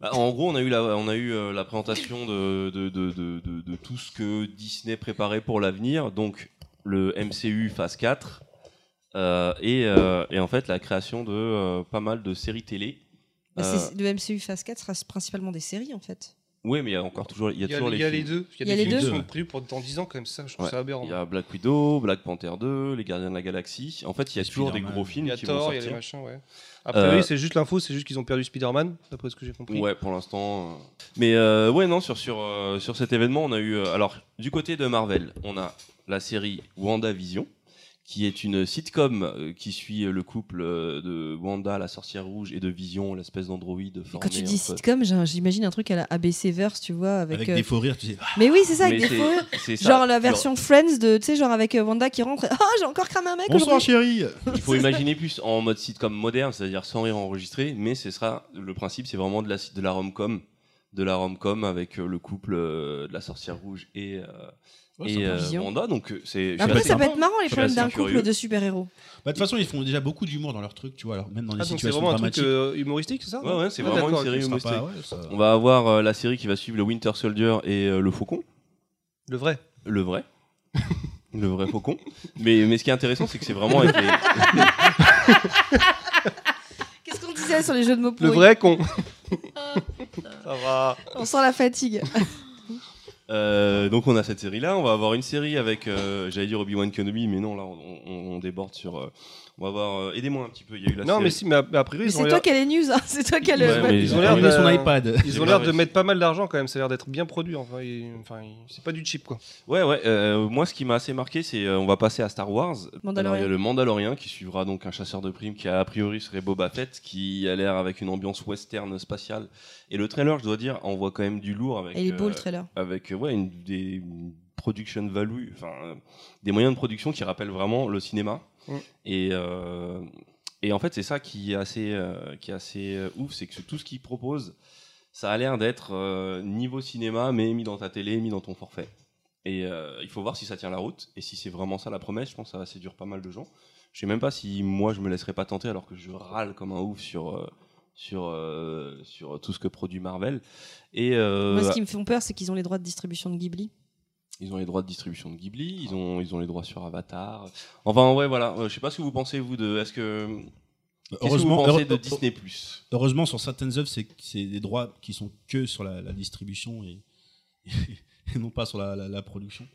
[SPEAKER 4] Bah, En gros, on a eu la, on a eu euh, la présentation de, de, de, de, de- de tout ce que Disney préparait pour l'avenir, donc le MCU Phase 4 euh, et, euh, et en fait la création de euh, pas mal de séries télé.
[SPEAKER 1] Bah,
[SPEAKER 4] Euh,
[SPEAKER 1] c'est- Le MCU Phase 4 sera principalement des séries en fait.
[SPEAKER 4] ouais, mais il y a encore toujours, il y a
[SPEAKER 2] Il y a,
[SPEAKER 4] toujours
[SPEAKER 2] il y a
[SPEAKER 4] les
[SPEAKER 2] les
[SPEAKER 4] films.
[SPEAKER 2] deux. Il y a, des films qui sont prévus pour dans 10 ans, quand même, ça, je trouve
[SPEAKER 4] Ouais.
[SPEAKER 2] ça aberrant.
[SPEAKER 4] Il y a Black Widow, Black Panther 2, Les Gardiens de la Galaxie. En fait, il y a toujours des
[SPEAKER 3] Spider-Man.
[SPEAKER 4] gros films
[SPEAKER 2] Il y a
[SPEAKER 4] qui vont
[SPEAKER 2] Thor, il y a les
[SPEAKER 4] sortir.
[SPEAKER 2] machins, ouais. Après, oui, c'est juste l'info, c'est juste qu'ils ont perdu Spider-Man, d'après ce que j'ai compris.
[SPEAKER 4] Euh,
[SPEAKER 2] Ah,
[SPEAKER 4] Ouais, pour l'instant. euh. Mais euh, ouais, non, sur, sur, euh, sur cet événement, on a eu. euh, alors, du côté de Marvel, on a la série WandaVision, qui est une sitcom euh, qui suit euh, le couple euh, de Wanda, la sorcière rouge, et de Vision, l'espèce d'androïde formé.
[SPEAKER 1] Quand tu dis
[SPEAKER 4] un peu-
[SPEAKER 1] sitcom, j'ai- j'imagine un truc à la ABCverse, tu vois, avec.
[SPEAKER 3] Avec
[SPEAKER 1] euh,
[SPEAKER 3] des faux rires, tu sais. ah,
[SPEAKER 1] Mais oui, c'est ça, avec
[SPEAKER 4] Mais
[SPEAKER 1] des
[SPEAKER 4] c'est-
[SPEAKER 1] faux rires.
[SPEAKER 4] c'est ça.
[SPEAKER 1] Genre la version Friends de, tu sais, genre avec euh, Wanda qui rentre. Ah, j'ai encore cramé un mec
[SPEAKER 3] Bonsoir
[SPEAKER 1] aujourd'hui.
[SPEAKER 3] chérie
[SPEAKER 4] Il faut imaginer plus en mode sitcom moderne, c'est-à-dire sans rire enregistré, mais ce sera le principe, c'est vraiment de la de la rom-com, de la rom-com avec euh, le couple euh, de la sorcière rouge et euh,
[SPEAKER 3] Ouais,
[SPEAKER 4] et euh,
[SPEAKER 1] Vision.
[SPEAKER 4] Wanda. Donc euh, c'est.
[SPEAKER 1] Après,
[SPEAKER 4] c'est
[SPEAKER 1] ça peut
[SPEAKER 4] sympa.
[SPEAKER 1] être marrant les
[SPEAKER 4] Je suis
[SPEAKER 1] problèmes
[SPEAKER 4] assez
[SPEAKER 1] d'un couple
[SPEAKER 4] curieux.
[SPEAKER 1] de super-héros.
[SPEAKER 3] Bah, de toute façon, ils font déjà beaucoup d'humour dans leur truc, tu vois, alors même dans les
[SPEAKER 2] Ah, donc c'est
[SPEAKER 3] situations
[SPEAKER 2] vraiment un truc
[SPEAKER 3] dramatiques.
[SPEAKER 2] euh, humoristique, c'est ça
[SPEAKER 4] Ouais, ouais, c'est
[SPEAKER 2] Ah,
[SPEAKER 4] vraiment une
[SPEAKER 2] d'accord,
[SPEAKER 4] série
[SPEAKER 2] ok.
[SPEAKER 3] ce sera
[SPEAKER 4] humoristique.
[SPEAKER 3] pas- ouais, ça-
[SPEAKER 4] On va avoir euh, la série qui va suivre le Winter Soldier et euh, le Faucon.
[SPEAKER 2] Le vrai.
[SPEAKER 4] le vrai. le vrai faucon. Mais, mais ce qui est intéressant, c'est que c'est vraiment avec les-
[SPEAKER 1] Qu'est-ce qu'on disait sur les jeux de mots
[SPEAKER 2] Le
[SPEAKER 1] pourris
[SPEAKER 2] vrai con. ça va.
[SPEAKER 1] On sent la fatigue.
[SPEAKER 4] Euh, donc on a cette série-là. On va avoir une série avec, euh, j'allais dire Obi-Wan Kenobi, mais non, là, on, on- on déborde sur... euh, on va avoir... euh, Aidez-moi un petit peu, il y a eu la
[SPEAKER 2] Non,
[SPEAKER 4] série...
[SPEAKER 2] mais si, mais a a priori,
[SPEAKER 1] Mais
[SPEAKER 2] ils ont
[SPEAKER 1] C'est toi
[SPEAKER 2] l'air-
[SPEAKER 1] qui as les news, hein, c'est toi qui as le.
[SPEAKER 4] Ouais, mais
[SPEAKER 3] Ils
[SPEAKER 2] Ils
[SPEAKER 3] ont
[SPEAKER 2] ont l'air
[SPEAKER 3] terminé son
[SPEAKER 2] de-
[SPEAKER 3] iPad.
[SPEAKER 2] ils ont
[SPEAKER 4] j'ai pas
[SPEAKER 2] l'air de
[SPEAKER 4] réussi.
[SPEAKER 2] mettre pas mal d'argent quand même, ça a l'air d'être bien produit. Enfin, il- enfin, il- c'est pas du cheap quoi.
[SPEAKER 4] Ouais, ouais. euh, moi, ce qui m'a assez marqué, c'est... euh, on va passer à Star Wars.
[SPEAKER 1] Mandalorian.
[SPEAKER 4] Alors, il y a le Mandalorien qui suivra donc un chasseur de primes qui, a priori, serait Boba Fett, qui a l'air avec une ambiance western spatiale. Et le trailer, je dois dire, envoie quand même du lourd avec...
[SPEAKER 1] Et il est beau
[SPEAKER 4] euh,
[SPEAKER 1] le trailer.
[SPEAKER 4] avec euh, ouais, une, des une production value, enfin euh, des moyens de production qui rappellent vraiment le cinéma.
[SPEAKER 2] Mm.
[SPEAKER 4] Et, euh, et en fait, c'est ça qui est assez, euh, qui est assez euh, ouf, c'est que tout ce qu'ils proposent, ça a l'air d'être euh, niveau cinéma, mais mis dans ta télé, mis dans ton forfait. Et euh, il faut voir si ça tient la route et si c'est vraiment ça la promesse. Je pense que ça va séduire pas mal de gens. Je sais même pas si moi je me laisserais pas tenter alors que je râle comme un ouf sur euh, sur euh, sur tout ce que produit Marvel. Et euh,
[SPEAKER 1] Moi, ce qui me fait peur, c'est qu'ils ont les droits de distribution de Ghibli.
[SPEAKER 4] ils ont les droits de distribution de Ghibli, ils ont, ils ont les droits sur Avatar. Enfin, ouais, voilà. Euh, Je sais pas ce que vous pensez, vous, de. Est-ce que. Qu'est-ce que vous
[SPEAKER 3] Heureusement,
[SPEAKER 4] pensez de
[SPEAKER 3] heure-
[SPEAKER 4] Disney Plus
[SPEAKER 3] heureusement, sur certaines œuvres, c'est c'est des droits qui sont que sur la, la distribution et, et non pas sur la, la- la production.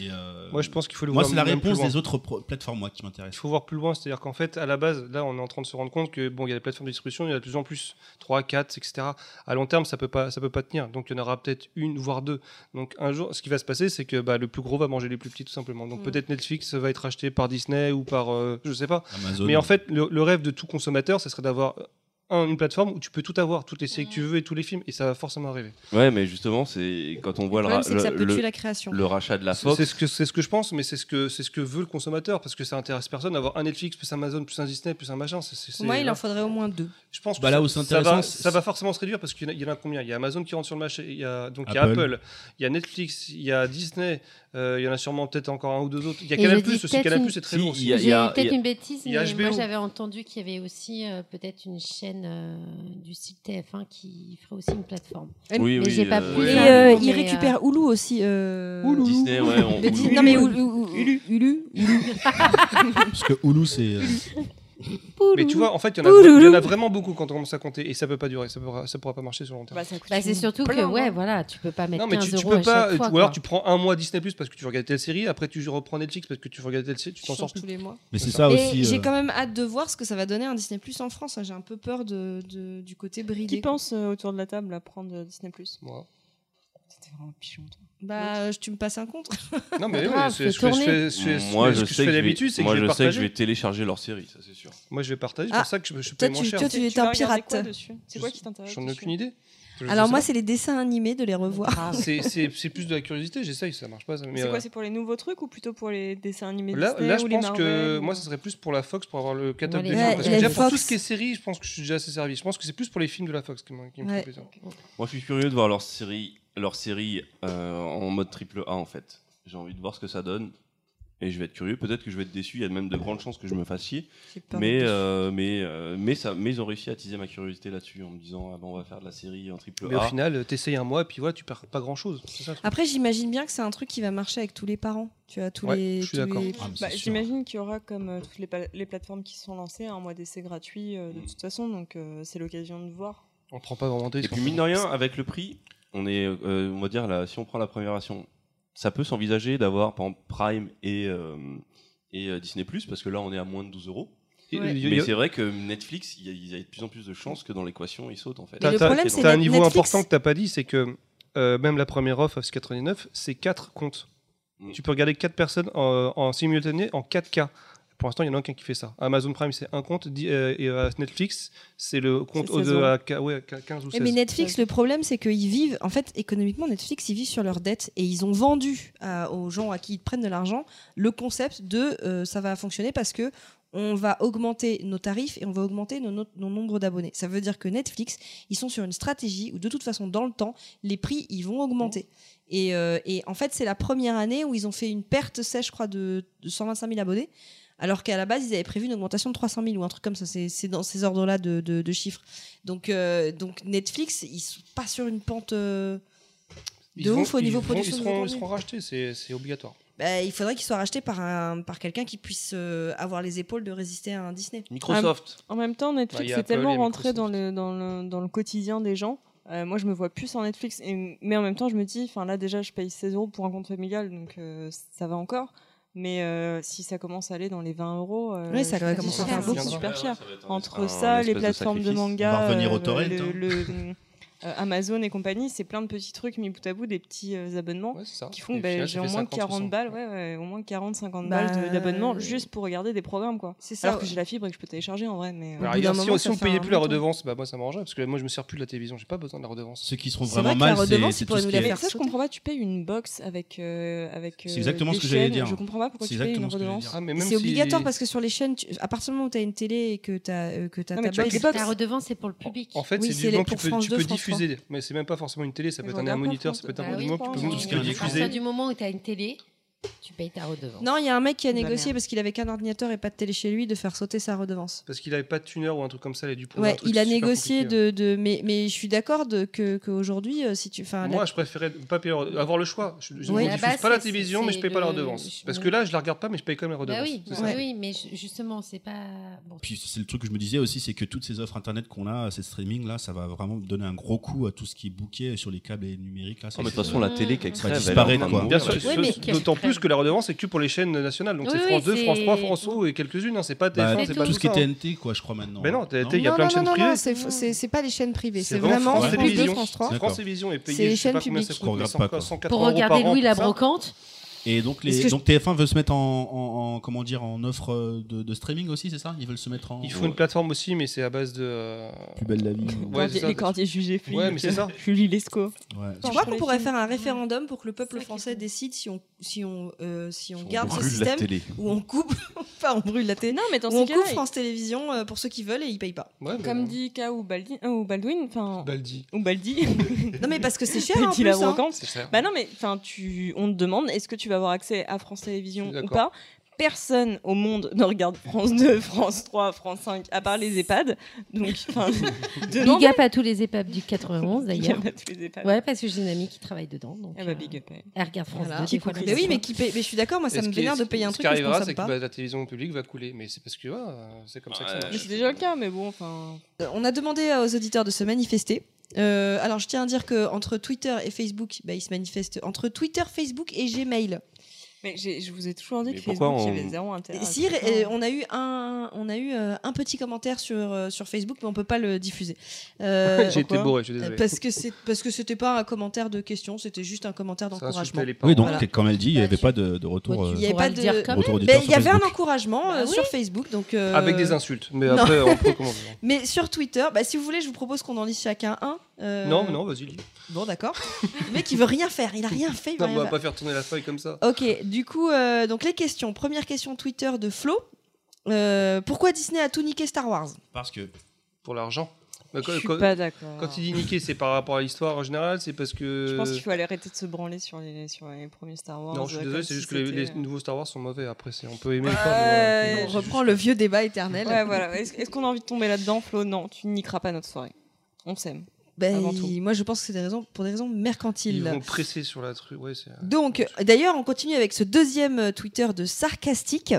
[SPEAKER 3] Et, euh,
[SPEAKER 2] Moi, je pense qu'il faut le
[SPEAKER 3] moi,
[SPEAKER 2] voir
[SPEAKER 3] c'est la
[SPEAKER 2] même plus hein.
[SPEAKER 3] réponse
[SPEAKER 2] loin.
[SPEAKER 3] des autres pro- plateformes moi, qui
[SPEAKER 2] Il
[SPEAKER 3] m'intéresse.
[SPEAKER 2] faut voir plus loin, c'est-à-dire qu'en fait, à la base, là, on est en train de se rendre compte que bon, il y a des plateformes de distribution, il y en a de plus en plus, 3, 4, etc. À long terme, ça peut pas, ça peut pas tenir. Donc, il y en aura peut-être une, voire deux. Donc, un jour, ce qui va se passer, c'est que bah, le plus gros va manger les plus petits, tout simplement.
[SPEAKER 1] Mm.
[SPEAKER 2] Donc, peut-être Netflix va être racheté par Disney ou par, euh, je sais pas.
[SPEAKER 3] Amazon.
[SPEAKER 2] Mais en fait, le, le rêve de tout consommateur, ce serait d'avoir un- une plateforme où tu peux tout avoir, toutes les séries que tu veux et tous les films, et ça va forcément arriver.
[SPEAKER 4] Ouais, mais justement, c'est quand on voit
[SPEAKER 1] le
[SPEAKER 4] le,
[SPEAKER 1] problème, c'est que ça peut
[SPEAKER 4] le-
[SPEAKER 1] tuer la création.
[SPEAKER 4] le rachat de la
[SPEAKER 2] C'est
[SPEAKER 4] Fox.
[SPEAKER 2] c'est ce que c'est ce que je pense, mais c'est ce que c'est ce que veut le consommateur, parce que ça intéresse personne d'avoir un Netflix plus Amazon plus un Disney plus un machin. c'est- c'est-
[SPEAKER 1] Pour moi,
[SPEAKER 2] c'est-
[SPEAKER 1] il en faudrait au moins deux.
[SPEAKER 2] Je pense que
[SPEAKER 3] Bah là
[SPEAKER 2] ça-
[SPEAKER 3] où c'est
[SPEAKER 2] ça, va,
[SPEAKER 3] intéressant, c'est-
[SPEAKER 2] ça va forcément se réduire parce qu'il y en a- il y en a combien Il y a Amazon qui rentre sur le marché, il y a, donc il y a
[SPEAKER 3] Apple.
[SPEAKER 2] Apple, il y a Netflix, il y a Disney, euh, il y en a sûrement peut-être encore un ou deux autres. Il y a
[SPEAKER 11] Et
[SPEAKER 2] Canal
[SPEAKER 11] je dis
[SPEAKER 2] Plus aussi,
[SPEAKER 11] peut-être
[SPEAKER 2] Canal
[SPEAKER 11] une-
[SPEAKER 2] Plus est très
[SPEAKER 4] Si,
[SPEAKER 2] bon
[SPEAKER 4] il
[SPEAKER 2] aussi.
[SPEAKER 4] y a-
[SPEAKER 11] J'ai peut-être
[SPEAKER 4] y a-
[SPEAKER 11] une bêtise,
[SPEAKER 2] il y a
[SPEAKER 11] mais moi
[SPEAKER 2] HBO.
[SPEAKER 11] j'avais entendu qu'il y avait aussi euh, peut-être une chaîne euh, du style TF1 qui ferait aussi une plateforme.
[SPEAKER 4] Oui,
[SPEAKER 11] mais
[SPEAKER 4] oui,
[SPEAKER 11] j'ai pas
[SPEAKER 4] euh,
[SPEAKER 11] plus
[SPEAKER 1] Et
[SPEAKER 4] ouais.
[SPEAKER 1] euh,
[SPEAKER 11] d'infos,
[SPEAKER 1] ils
[SPEAKER 11] mais,
[SPEAKER 1] récupèrent Hulu aussi. euh,
[SPEAKER 4] Disney, ouais. on-
[SPEAKER 1] Mais dis-
[SPEAKER 4] on-
[SPEAKER 1] non mais Hulu, Hulu, Hulu,
[SPEAKER 3] Parce que Hulu, c'est. euh,
[SPEAKER 2] Mais tu vois, en fait, il y, en a, il y en a vraiment beaucoup quand on commence à compter et ça peut pas durer, ça pourra, ça pourra pas marcher sur le long terme.
[SPEAKER 5] Bah, ça coûte
[SPEAKER 11] Bah, c'est
[SPEAKER 5] une
[SPEAKER 11] surtout que
[SPEAKER 5] blinde,
[SPEAKER 11] ouais,
[SPEAKER 5] hein.
[SPEAKER 11] voilà, tu peux pas mettre
[SPEAKER 2] non mais
[SPEAKER 11] 15
[SPEAKER 2] tu, tu
[SPEAKER 11] euros
[SPEAKER 2] peux
[SPEAKER 11] à
[SPEAKER 2] pas,
[SPEAKER 4] euh,
[SPEAKER 11] chaque fois,
[SPEAKER 2] ou alors
[SPEAKER 11] quoi.
[SPEAKER 2] tu prends un mois Disney Plus parce que tu regardes telle série, après tu reprends Netflix parce que tu regardes telle série, tu t'en
[SPEAKER 1] change
[SPEAKER 2] sors plus.
[SPEAKER 1] tous les mois.
[SPEAKER 3] Mais c'est ça
[SPEAKER 1] Et
[SPEAKER 3] aussi.
[SPEAKER 1] j'ai
[SPEAKER 3] euh,
[SPEAKER 1] quand même hâte de voir ce que ça va donner un Disney Plus en France. hein. J'ai un peu peur de, de- du côté bridé.
[SPEAKER 5] Qui
[SPEAKER 1] quoi.
[SPEAKER 5] pense euh, autour de la table à prendre euh, Disney Plus
[SPEAKER 2] Moi.
[SPEAKER 5] C'était vraiment pichon. toi.
[SPEAKER 1] Bah, euh, tu me passes un compte.
[SPEAKER 2] Non mais
[SPEAKER 11] Pas
[SPEAKER 2] oui,
[SPEAKER 11] grave,
[SPEAKER 2] c'est
[SPEAKER 11] fais
[SPEAKER 2] ce que je
[SPEAKER 11] tourner.
[SPEAKER 2] fais- c'est ce
[SPEAKER 4] Moi,
[SPEAKER 2] que- ce
[SPEAKER 4] je
[SPEAKER 2] que je
[SPEAKER 4] sais
[SPEAKER 2] fais
[SPEAKER 4] que je vais-
[SPEAKER 2] d'habitude, c'est que
[SPEAKER 4] moi,
[SPEAKER 2] je vais
[SPEAKER 4] je sais que je
[SPEAKER 2] partager.
[SPEAKER 4] vais télécharger leur série, ça c'est sûr.
[SPEAKER 2] Moi je vais partager, c'est
[SPEAKER 1] Ah.
[SPEAKER 2] pour ça que je, je
[SPEAKER 1] Toi,
[SPEAKER 2] paye moins
[SPEAKER 1] tu-
[SPEAKER 2] cher.
[SPEAKER 1] toi, tu es
[SPEAKER 5] vas
[SPEAKER 1] un
[SPEAKER 5] regarder
[SPEAKER 1] pirate.
[SPEAKER 5] quoi dessus C'est quoi qui t'intéresse
[SPEAKER 2] J'en ai
[SPEAKER 5] dessus
[SPEAKER 2] aucune idée. Je- je
[SPEAKER 1] Alors
[SPEAKER 2] sais
[SPEAKER 1] moi,
[SPEAKER 2] pas.
[SPEAKER 1] c'est les dessins animés de les revoir.
[SPEAKER 2] Ah, C'est- c'est c'est plus de la curiosité, j'essaye, ça marche pas. ça, mais,
[SPEAKER 5] C'est
[SPEAKER 2] euh,
[SPEAKER 5] quoi C'est pour les nouveaux trucs ou plutôt pour les dessins animés
[SPEAKER 2] Là,
[SPEAKER 5] Disney
[SPEAKER 2] là,
[SPEAKER 5] ou
[SPEAKER 2] je
[SPEAKER 5] les
[SPEAKER 2] pense que
[SPEAKER 5] Marvel, ou-
[SPEAKER 2] moi, ça serait plus pour la Fox pour avoir le catalogue
[SPEAKER 11] les-
[SPEAKER 2] des gens.
[SPEAKER 1] Ouais,
[SPEAKER 2] Parce que
[SPEAKER 1] les
[SPEAKER 2] déjà, pour tout
[SPEAKER 1] Fox.
[SPEAKER 2] ce qui est série, je pense que je suis déjà assez servi. Je pense que c'est plus pour les films de la Fox qui me, qui me
[SPEAKER 1] Ouais.
[SPEAKER 2] fait plaisir.
[SPEAKER 4] Moi, je suis curieux de voir leur série, leur série euh, en mode triple A en fait. J'ai envie de voir ce que ça donne. Et je vais être curieux, peut-être que je vais être déçu, il y a même de grandes chances que je me fasse chier.
[SPEAKER 1] J'ai peur de
[SPEAKER 4] Mais,
[SPEAKER 1] tout.
[SPEAKER 4] euh, mais, euh, mais, ça, mais ils ont réussi à attiser ma curiosité là-dessus en me disant ah ben, on va faire de la série en triple
[SPEAKER 2] Mais
[SPEAKER 4] A.
[SPEAKER 2] au final, euh, t'essayes un mois et puis voilà, tu perds pas grand chose. C'est ça. le truc.
[SPEAKER 1] Après, j'imagine bien que c'est un truc qui va marcher avec tous les parents. Tu as tous
[SPEAKER 2] Ouais,
[SPEAKER 1] les.
[SPEAKER 2] je suis
[SPEAKER 1] tous
[SPEAKER 2] d'accord.
[SPEAKER 1] les-
[SPEAKER 3] ah, mais c'est
[SPEAKER 5] Bah,
[SPEAKER 3] sûr.
[SPEAKER 5] J'imagine qu'il y aura, comme euh, toutes les, pla- les plateformes qui sont lancées, un mois d'essai gratuit euh, de
[SPEAKER 4] Mm.
[SPEAKER 5] toute façon, donc euh, c'est l'occasion de voir.
[SPEAKER 2] On prend pas vraiment de
[SPEAKER 4] Et
[SPEAKER 2] risques.
[SPEAKER 4] puis mine de rien, avec le prix, on est, euh, on va dire, là, si on prend la première version, ça peut s'envisager d'avoir par exemple Prime et, euh, et euh, Disney parce que là on est à moins de 12 euros.
[SPEAKER 2] Et-
[SPEAKER 1] Ouais.
[SPEAKER 2] et-
[SPEAKER 4] Mais
[SPEAKER 2] et-
[SPEAKER 4] c'est vrai que Netflix, il y a- ils avaient de plus en plus de chances que dans l'équation ils sautent en fait.
[SPEAKER 1] Mais
[SPEAKER 2] T'as
[SPEAKER 1] le
[SPEAKER 2] t'as-
[SPEAKER 1] problème, c'est
[SPEAKER 2] t'as un
[SPEAKER 1] Net-
[SPEAKER 2] niveau
[SPEAKER 1] Netflix.
[SPEAKER 2] important que t'as pas dit, c'est que euh, même la première offre, F89, c'est 4 comptes. Tu peux regarder 4 personnes en, en simultané en 4K. Pour l'instant, il n'y en a aucun qui fait ça. Amazon Prime, c'est un compte. di- euh, et euh, Netflix, c'est le compte
[SPEAKER 5] C'est
[SPEAKER 2] au- de,
[SPEAKER 5] saison.
[SPEAKER 2] à qu- ouais, à 15 ou
[SPEAKER 1] Eh,
[SPEAKER 2] 16.
[SPEAKER 1] mais Netflix, le problème, c'est qu'ils vivent, en fait, économiquement, Netflix, ils vivent sur leurs dettes et ils ont vendu à- aux gens à qui ils prennent de l'argent le concept de euh, ça va fonctionner parce que on va augmenter nos tarifs et on va augmenter nos, no- nos nombres d'abonnés. Ça veut dire que Netflix, ils sont sur une stratégie où de toute façon, dans le temps, les prix, ils vont augmenter. Et, euh, et en fait, c'est la première année où ils ont fait une perte sèche, je crois, de, de 125 000 abonnés, alors qu'à la base, ils avaient prévu une augmentation de 300 000 ou un truc comme ça. C'est c'est dans ces ordres-là de- de- de chiffres. Donc, euh, donc Netflix, ils sont pas sur une pente. euh,
[SPEAKER 2] Ils
[SPEAKER 1] de
[SPEAKER 2] vont-
[SPEAKER 1] ouf au niveau
[SPEAKER 2] ils vont-
[SPEAKER 1] production
[SPEAKER 2] Ils
[SPEAKER 1] de
[SPEAKER 2] seront, ils
[SPEAKER 1] contenu.
[SPEAKER 2] seront rachetés, c'est c'est obligatoire.
[SPEAKER 1] bah, il faudrait qu'ils soient rachetés par un par quelqu'un qui puisse euh, avoir les épaules de résister à un Disney.
[SPEAKER 4] Microsoft.
[SPEAKER 5] En même temps,
[SPEAKER 2] Bah, il
[SPEAKER 5] Netflix
[SPEAKER 2] y a
[SPEAKER 5] c'est
[SPEAKER 2] Apple, il
[SPEAKER 5] tellement
[SPEAKER 2] y a
[SPEAKER 5] rentré dans le, dans, le, dans le quotidien des gens. Euh, moi, je me vois plus en Netflix. Et- mais en même temps, je me dis, enfin là, déjà, je paye 16 euros pour un compte familial, donc euh, ça va encore. Mais euh, si ça commence à aller dans les 20 euros, euh,
[SPEAKER 1] Oui, ça
[SPEAKER 5] je
[SPEAKER 1] va
[SPEAKER 5] me dis,
[SPEAKER 1] commencer à
[SPEAKER 5] enfin,
[SPEAKER 1] faire
[SPEAKER 5] c'est
[SPEAKER 1] beaucoup.
[SPEAKER 5] super cher.
[SPEAKER 4] Ah Ouais, ouais, ça va être un-
[SPEAKER 5] Entre
[SPEAKER 4] un
[SPEAKER 5] ça, les
[SPEAKER 4] espèce de
[SPEAKER 5] plateformes de,
[SPEAKER 4] sacrifice.
[SPEAKER 5] manga,
[SPEAKER 3] On va revenir au torrent,
[SPEAKER 5] le-
[SPEAKER 3] hein.
[SPEAKER 5] le- euh, Amazon et compagnie, c'est plein de petits trucs mis bout à bout, des petits euh, abonnements
[SPEAKER 2] Ouais, c'est ça.
[SPEAKER 5] qui
[SPEAKER 2] Et
[SPEAKER 5] font
[SPEAKER 2] au
[SPEAKER 1] ben,
[SPEAKER 5] bah,
[SPEAKER 2] final, ça
[SPEAKER 5] j'ai au
[SPEAKER 2] fait
[SPEAKER 5] moins
[SPEAKER 2] 50%.
[SPEAKER 5] 40 balles, ouais, ouais, au moins 40, 50
[SPEAKER 1] Bah,
[SPEAKER 5] balles de- d'abonnement
[SPEAKER 1] euh,
[SPEAKER 5] juste pour regarder des programmes, quoi.
[SPEAKER 1] C'est ça.
[SPEAKER 5] Alors que j'ai la fibre et que je peux télécharger en vrai, mais. euh,
[SPEAKER 2] Alors,
[SPEAKER 1] bout d'un
[SPEAKER 2] si
[SPEAKER 1] moment,
[SPEAKER 2] si
[SPEAKER 1] ça
[SPEAKER 2] on
[SPEAKER 1] fait
[SPEAKER 2] payait
[SPEAKER 1] un
[SPEAKER 2] plus la
[SPEAKER 1] bon temps.
[SPEAKER 2] redevance, bah, moi ça m'arrangerait parce que moi je me sers plus de la télévision, j'ai pas besoin de la redevance.
[SPEAKER 3] Ceux qui seront
[SPEAKER 1] C'est
[SPEAKER 3] vraiment
[SPEAKER 1] vrai que la
[SPEAKER 3] mal, c'est
[SPEAKER 1] redevance,
[SPEAKER 3] c'est
[SPEAKER 1] ils
[SPEAKER 3] tout
[SPEAKER 1] pourraient
[SPEAKER 3] ce qui
[SPEAKER 1] nous la
[SPEAKER 5] Mais
[SPEAKER 3] est...
[SPEAKER 1] faire.
[SPEAKER 5] ça, je
[SPEAKER 1] sauter.
[SPEAKER 5] comprends pas. Tu payes une box avec. euh, avec
[SPEAKER 3] C'est
[SPEAKER 5] euh,
[SPEAKER 3] exactement
[SPEAKER 5] des
[SPEAKER 3] ce que j'allais
[SPEAKER 5] chaînes.
[SPEAKER 3] dire.
[SPEAKER 5] Je comprends pas pourquoi
[SPEAKER 3] C'est
[SPEAKER 5] tu payes une
[SPEAKER 3] exactement ce que j'allais
[SPEAKER 5] redevance.
[SPEAKER 3] dire.
[SPEAKER 2] Ah, mais même
[SPEAKER 1] C'est
[SPEAKER 2] si-
[SPEAKER 1] obligatoire parce que sur les chaînes, tu- à partir du moment où tu as une télé et que tu as, que t'as
[SPEAKER 5] Non,
[SPEAKER 1] ta
[SPEAKER 5] mais tu vois,
[SPEAKER 1] base-
[SPEAKER 5] les box-
[SPEAKER 11] La redevance, c'est pour
[SPEAKER 4] Oh,
[SPEAKER 11] le public.
[SPEAKER 2] En fait,
[SPEAKER 1] Oui,
[SPEAKER 2] c'est
[SPEAKER 1] c'est
[SPEAKER 2] du
[SPEAKER 1] les-
[SPEAKER 2] moment que tu
[SPEAKER 1] pour
[SPEAKER 2] peux,
[SPEAKER 1] France
[SPEAKER 2] tu
[SPEAKER 1] deux,
[SPEAKER 2] peux
[SPEAKER 1] France trois.
[SPEAKER 2] diffuser. Mais c'est même pas forcément une télé, ça peut
[SPEAKER 5] Mais
[SPEAKER 2] être un,
[SPEAKER 5] regarde pas
[SPEAKER 2] moniteur,
[SPEAKER 5] France
[SPEAKER 2] ça peut être
[SPEAKER 5] deux.
[SPEAKER 2] un
[SPEAKER 5] Bah
[SPEAKER 2] du
[SPEAKER 5] oui,
[SPEAKER 2] moment
[SPEAKER 5] France
[SPEAKER 2] que tu
[SPEAKER 5] deux.
[SPEAKER 2] peux, tu peux
[SPEAKER 3] Ah,
[SPEAKER 11] à
[SPEAKER 2] diffuser.
[SPEAKER 11] partir du moment où tu as une télé, tu payes ta redevance.
[SPEAKER 1] Non, il y a un mec qui a
[SPEAKER 5] Bah,
[SPEAKER 1] négocié
[SPEAKER 5] merde.
[SPEAKER 1] parce qu'il avait qu'un ordinateur et pas de télé chez lui de faire sauter sa redevance.
[SPEAKER 2] Parce qu'il avait pas de tuner ou un truc comme ça, il a dû prendre un
[SPEAKER 1] Ouais,
[SPEAKER 2] truc
[SPEAKER 1] il a
[SPEAKER 2] super
[SPEAKER 1] négocié
[SPEAKER 2] compliqué. hein.
[SPEAKER 1] de, de mais mais je suis d'accord de- que qu'aujourd'hui euh, si tu enfin la-
[SPEAKER 2] Moi, je préférais pas payer, la- avoir le choix. Je, je
[SPEAKER 1] Oui,
[SPEAKER 2] ne
[SPEAKER 1] la
[SPEAKER 2] diffuse
[SPEAKER 11] base,
[SPEAKER 2] pas la
[SPEAKER 11] c'est-
[SPEAKER 2] télévision,
[SPEAKER 11] c'est
[SPEAKER 2] mais je paye pas la
[SPEAKER 11] le-
[SPEAKER 2] redevance.
[SPEAKER 11] je-
[SPEAKER 2] Parce que là, je la regarde pas, mais je paye quand même la
[SPEAKER 11] Bah
[SPEAKER 2] redevance.
[SPEAKER 11] oui,
[SPEAKER 2] C'est
[SPEAKER 11] bah
[SPEAKER 2] ça.
[SPEAKER 11] oui, mais ju- justement, c'est pas. Bon,
[SPEAKER 3] Puis c'est le truc que je me disais aussi, c'est que toutes ces offres internet qu'on a, ces streaming là, ça va vraiment donner un gros coup à tout ce qui est booké sur les câbles et numériques là.
[SPEAKER 4] Non, Ah, mais de toute façon, la télé qui est
[SPEAKER 3] Ça
[SPEAKER 4] crève, elle est
[SPEAKER 3] disparaît,
[SPEAKER 4] en train de
[SPEAKER 3] quoi.
[SPEAKER 4] mourir.
[SPEAKER 2] Bien sûr,
[SPEAKER 3] Ouais,
[SPEAKER 2] ce-
[SPEAKER 11] mais-
[SPEAKER 2] d'autant plus que la redevance c'est que pour les chaînes nationales. Donc
[SPEAKER 11] Oui,
[SPEAKER 2] c'est
[SPEAKER 11] oui,
[SPEAKER 2] France 2,
[SPEAKER 11] c'est-
[SPEAKER 2] France 3, France O et quelques-unes. hein. C'est pas
[SPEAKER 3] Bah,
[SPEAKER 2] TF1, c'est
[SPEAKER 11] tout.
[SPEAKER 2] pas
[SPEAKER 3] tout ce qui est
[SPEAKER 2] ça, hein.
[SPEAKER 3] TNT quoi, je crois maintenant.
[SPEAKER 2] Mais non, TNT, il y a
[SPEAKER 1] non,
[SPEAKER 2] plein
[SPEAKER 1] non,
[SPEAKER 2] de chaînes
[SPEAKER 1] non, non,
[SPEAKER 2] privées.
[SPEAKER 1] non, c'est c'est c'est pas les chaînes privées,
[SPEAKER 2] C'est
[SPEAKER 1] c'est
[SPEAKER 2] vraiment
[SPEAKER 1] vraiment
[SPEAKER 3] France
[SPEAKER 1] France
[SPEAKER 3] Télévisions.
[SPEAKER 1] 2 France 3.
[SPEAKER 3] D'accord.
[SPEAKER 2] France Télévisions est
[SPEAKER 1] C'est
[SPEAKER 2] payé.
[SPEAKER 1] les
[SPEAKER 2] je sais
[SPEAKER 1] chaînes
[SPEAKER 2] pas combien ça
[SPEAKER 3] publiques.
[SPEAKER 2] coûte, mais
[SPEAKER 3] Regarde
[SPEAKER 2] 100,
[SPEAKER 3] pas, quoi.
[SPEAKER 2] 180
[SPEAKER 11] Pour
[SPEAKER 2] euros par
[SPEAKER 11] regarder
[SPEAKER 2] an,
[SPEAKER 11] Louis
[SPEAKER 2] tout
[SPEAKER 11] la
[SPEAKER 2] ça.
[SPEAKER 11] brocante,
[SPEAKER 3] Et donc
[SPEAKER 1] Est-ce
[SPEAKER 3] les
[SPEAKER 1] que
[SPEAKER 3] donc TF1 veut se mettre en, en- en- comment dire en offre euh, de, de streaming aussi, c'est ça Ils veulent se mettre en
[SPEAKER 2] Il faut une plateforme aussi, mais c'est à base de. euh,
[SPEAKER 3] plus belle la vie.
[SPEAKER 2] Ouais, c'est
[SPEAKER 5] Cordier-
[SPEAKER 2] ça.
[SPEAKER 5] les cordiers jugés flics.
[SPEAKER 2] Ouais, mais c'est ça.
[SPEAKER 5] Julie Lescaut.
[SPEAKER 3] Ouais.
[SPEAKER 1] Tu
[SPEAKER 5] Sur
[SPEAKER 1] crois
[SPEAKER 5] les
[SPEAKER 1] qu'on pourrait
[SPEAKER 5] films.
[SPEAKER 1] faire un référendum pour que le
[SPEAKER 11] C'est ça
[SPEAKER 1] peuple
[SPEAKER 11] qui est
[SPEAKER 1] français
[SPEAKER 11] fou.
[SPEAKER 1] décide si on, si on, euh, si on
[SPEAKER 4] On
[SPEAKER 1] garde ce
[SPEAKER 4] brûle la
[SPEAKER 1] système
[SPEAKER 4] télé.
[SPEAKER 1] où on coupe, enfin on brûle la télé,
[SPEAKER 5] Non, mais dans
[SPEAKER 1] où on
[SPEAKER 5] ces
[SPEAKER 1] coupe
[SPEAKER 5] cas-là,
[SPEAKER 1] France Télévisions euh, pour ceux qui veulent et ils payent pas.
[SPEAKER 2] Ouais, bah, mais-
[SPEAKER 5] comme dit K ou Baldi- euh, ou Baldwin, enfin
[SPEAKER 2] Baldi.
[SPEAKER 5] ou Baldi,
[SPEAKER 1] Non mais parce que c'est cher en
[SPEAKER 5] dit
[SPEAKER 1] plus.
[SPEAKER 5] la
[SPEAKER 1] hein.
[SPEAKER 5] brocante.
[SPEAKER 2] C'est cher.
[SPEAKER 5] Bah non, mais enfin, tu, on te demande, est-ce que tu vas avoir accès à France Télévisions
[SPEAKER 2] Je suis
[SPEAKER 5] ou
[SPEAKER 2] d'accord.
[SPEAKER 5] pas Personne au monde ne regarde France 2, France 3, France 5, à part les EHPAD. Donc, enfin, demande.
[SPEAKER 11] big up à tous les EPAB du 91 d'ailleurs.
[SPEAKER 5] Il y en a tous les EHPAD.
[SPEAKER 11] Ouais, parce que j'ai une amie qui travaille dedans. Donc,
[SPEAKER 5] Ah bah, big up. ouais.
[SPEAKER 11] euh, Elle regarde France
[SPEAKER 1] Voilà.
[SPEAKER 11] 2. des fois,
[SPEAKER 1] Mais
[SPEAKER 11] elle
[SPEAKER 1] oui,
[SPEAKER 11] regarde
[SPEAKER 1] mais qui paye- mais je suis d'accord, moi
[SPEAKER 2] Et
[SPEAKER 1] ça
[SPEAKER 2] ce
[SPEAKER 1] me
[SPEAKER 2] qui est-
[SPEAKER 1] vénère de payer un
[SPEAKER 2] ce
[SPEAKER 1] truc
[SPEAKER 2] qui
[SPEAKER 1] que je
[SPEAKER 2] arrivera, c'est
[SPEAKER 1] consomme
[SPEAKER 2] que
[SPEAKER 1] pas.
[SPEAKER 2] bah, la télévision publique va couler. Mais c'est parce que ouais, euh, c'est comme ça que ça
[SPEAKER 4] Ouais.
[SPEAKER 5] Mais
[SPEAKER 2] marche.
[SPEAKER 5] c'est déjà le cas, mais bon, enfin.
[SPEAKER 1] Euh, On a demandé euh, aux auditeurs de se manifester. Euh, alors, je tiens à dire que entre Twitter et Facebook, bah, ils se manifestent entre Twitter, Facebook et Gmail.
[SPEAKER 5] Mais j'ai- je vous ai toujours dit
[SPEAKER 4] Mais
[SPEAKER 5] que
[SPEAKER 4] pourquoi
[SPEAKER 5] Facebook, il
[SPEAKER 4] on-
[SPEAKER 5] y avait zéro intérêt.
[SPEAKER 1] Et
[SPEAKER 5] à
[SPEAKER 1] si,
[SPEAKER 5] tout ça.
[SPEAKER 1] euh, on a eu un, on a eu euh, un petit commentaire sur euh, sur Facebook, mais on peut pas le diffuser. Euh,
[SPEAKER 2] J'ai été
[SPEAKER 5] Pourquoi
[SPEAKER 2] bourré, je suis
[SPEAKER 1] euh,
[SPEAKER 2] désolé.
[SPEAKER 1] parce que c'est parce que c'était pas un commentaire de question, c'était juste un commentaire
[SPEAKER 2] Ça insultait
[SPEAKER 1] d'encouragement.
[SPEAKER 2] les parents.
[SPEAKER 3] Oui, donc
[SPEAKER 1] Voilà.
[SPEAKER 3] comme elle dit, il n'y
[SPEAKER 11] Bah,
[SPEAKER 3] avait
[SPEAKER 11] tu-
[SPEAKER 3] pas de, de retour.
[SPEAKER 11] Bah, tu
[SPEAKER 3] euh,
[SPEAKER 1] Il y avait
[SPEAKER 11] Pourra
[SPEAKER 1] pas
[SPEAKER 11] le
[SPEAKER 1] de
[SPEAKER 11] dire quand même.
[SPEAKER 3] retour
[SPEAKER 1] Ben,
[SPEAKER 3] auditeur
[SPEAKER 1] il y
[SPEAKER 3] sur
[SPEAKER 1] avait un
[SPEAKER 3] Facebook.
[SPEAKER 1] encouragement euh,
[SPEAKER 11] Bah oui.
[SPEAKER 1] sur Facebook, donc euh,
[SPEAKER 2] Avec des insultes. Mais après, on peut comment
[SPEAKER 1] Mais sur Twitter, bah, si vous voulez, je vous propose qu'on en lise chacun un. euh,
[SPEAKER 2] Non, non, vas-y. lis.
[SPEAKER 1] Bon, d'accord. Le mec, il veut rien faire. Il a rien fait. Il veut rien
[SPEAKER 2] Non, on va
[SPEAKER 1] faire.
[SPEAKER 2] pas faire tourner la feuille comme ça.
[SPEAKER 1] Ok, du coup, euh, donc les questions. Première question Twitter de Flo. Euh, pourquoi Disney a tout niqué Star Wars
[SPEAKER 3] Parce que
[SPEAKER 2] Pour l'argent. Bah,
[SPEAKER 5] Je
[SPEAKER 2] quand-
[SPEAKER 5] suis
[SPEAKER 2] quand-
[SPEAKER 5] pas d'accord.
[SPEAKER 2] Quand il dit niquer, c'est par rapport à l'histoire en général, c'est parce que.
[SPEAKER 5] Je pense qu'il faut aller arrêter de se branler sur les, sur les premiers Star Wars.
[SPEAKER 2] Non, je suis
[SPEAKER 5] euh,
[SPEAKER 2] désolé,
[SPEAKER 5] comme
[SPEAKER 2] c'est
[SPEAKER 5] si
[SPEAKER 2] juste que les, les
[SPEAKER 5] c'était-
[SPEAKER 2] nouveaux Star Wars sont mauvais. Après, c'est- on peut aimer ou
[SPEAKER 5] Ouais.
[SPEAKER 2] pas, mais
[SPEAKER 5] On
[SPEAKER 2] non, c'est
[SPEAKER 1] On
[SPEAKER 2] juste-
[SPEAKER 1] reprend le vieux débat éternel.
[SPEAKER 5] Ouais, voilà. Est-ce est-ce qu'on a envie de tomber là-dedans, Flo Non, tu niqueras pas notre soirée. On s'aime.
[SPEAKER 1] Ben,
[SPEAKER 5] Avant tout.
[SPEAKER 1] moi, je pense que c'est des raisons, pour des raisons
[SPEAKER 2] Ils
[SPEAKER 1] mercantiles.
[SPEAKER 2] vont presser sur la truc. Ouais, c'est.
[SPEAKER 1] Donc, d'ailleurs, on continue avec ce deuxième euh, Twitter de Sarcastique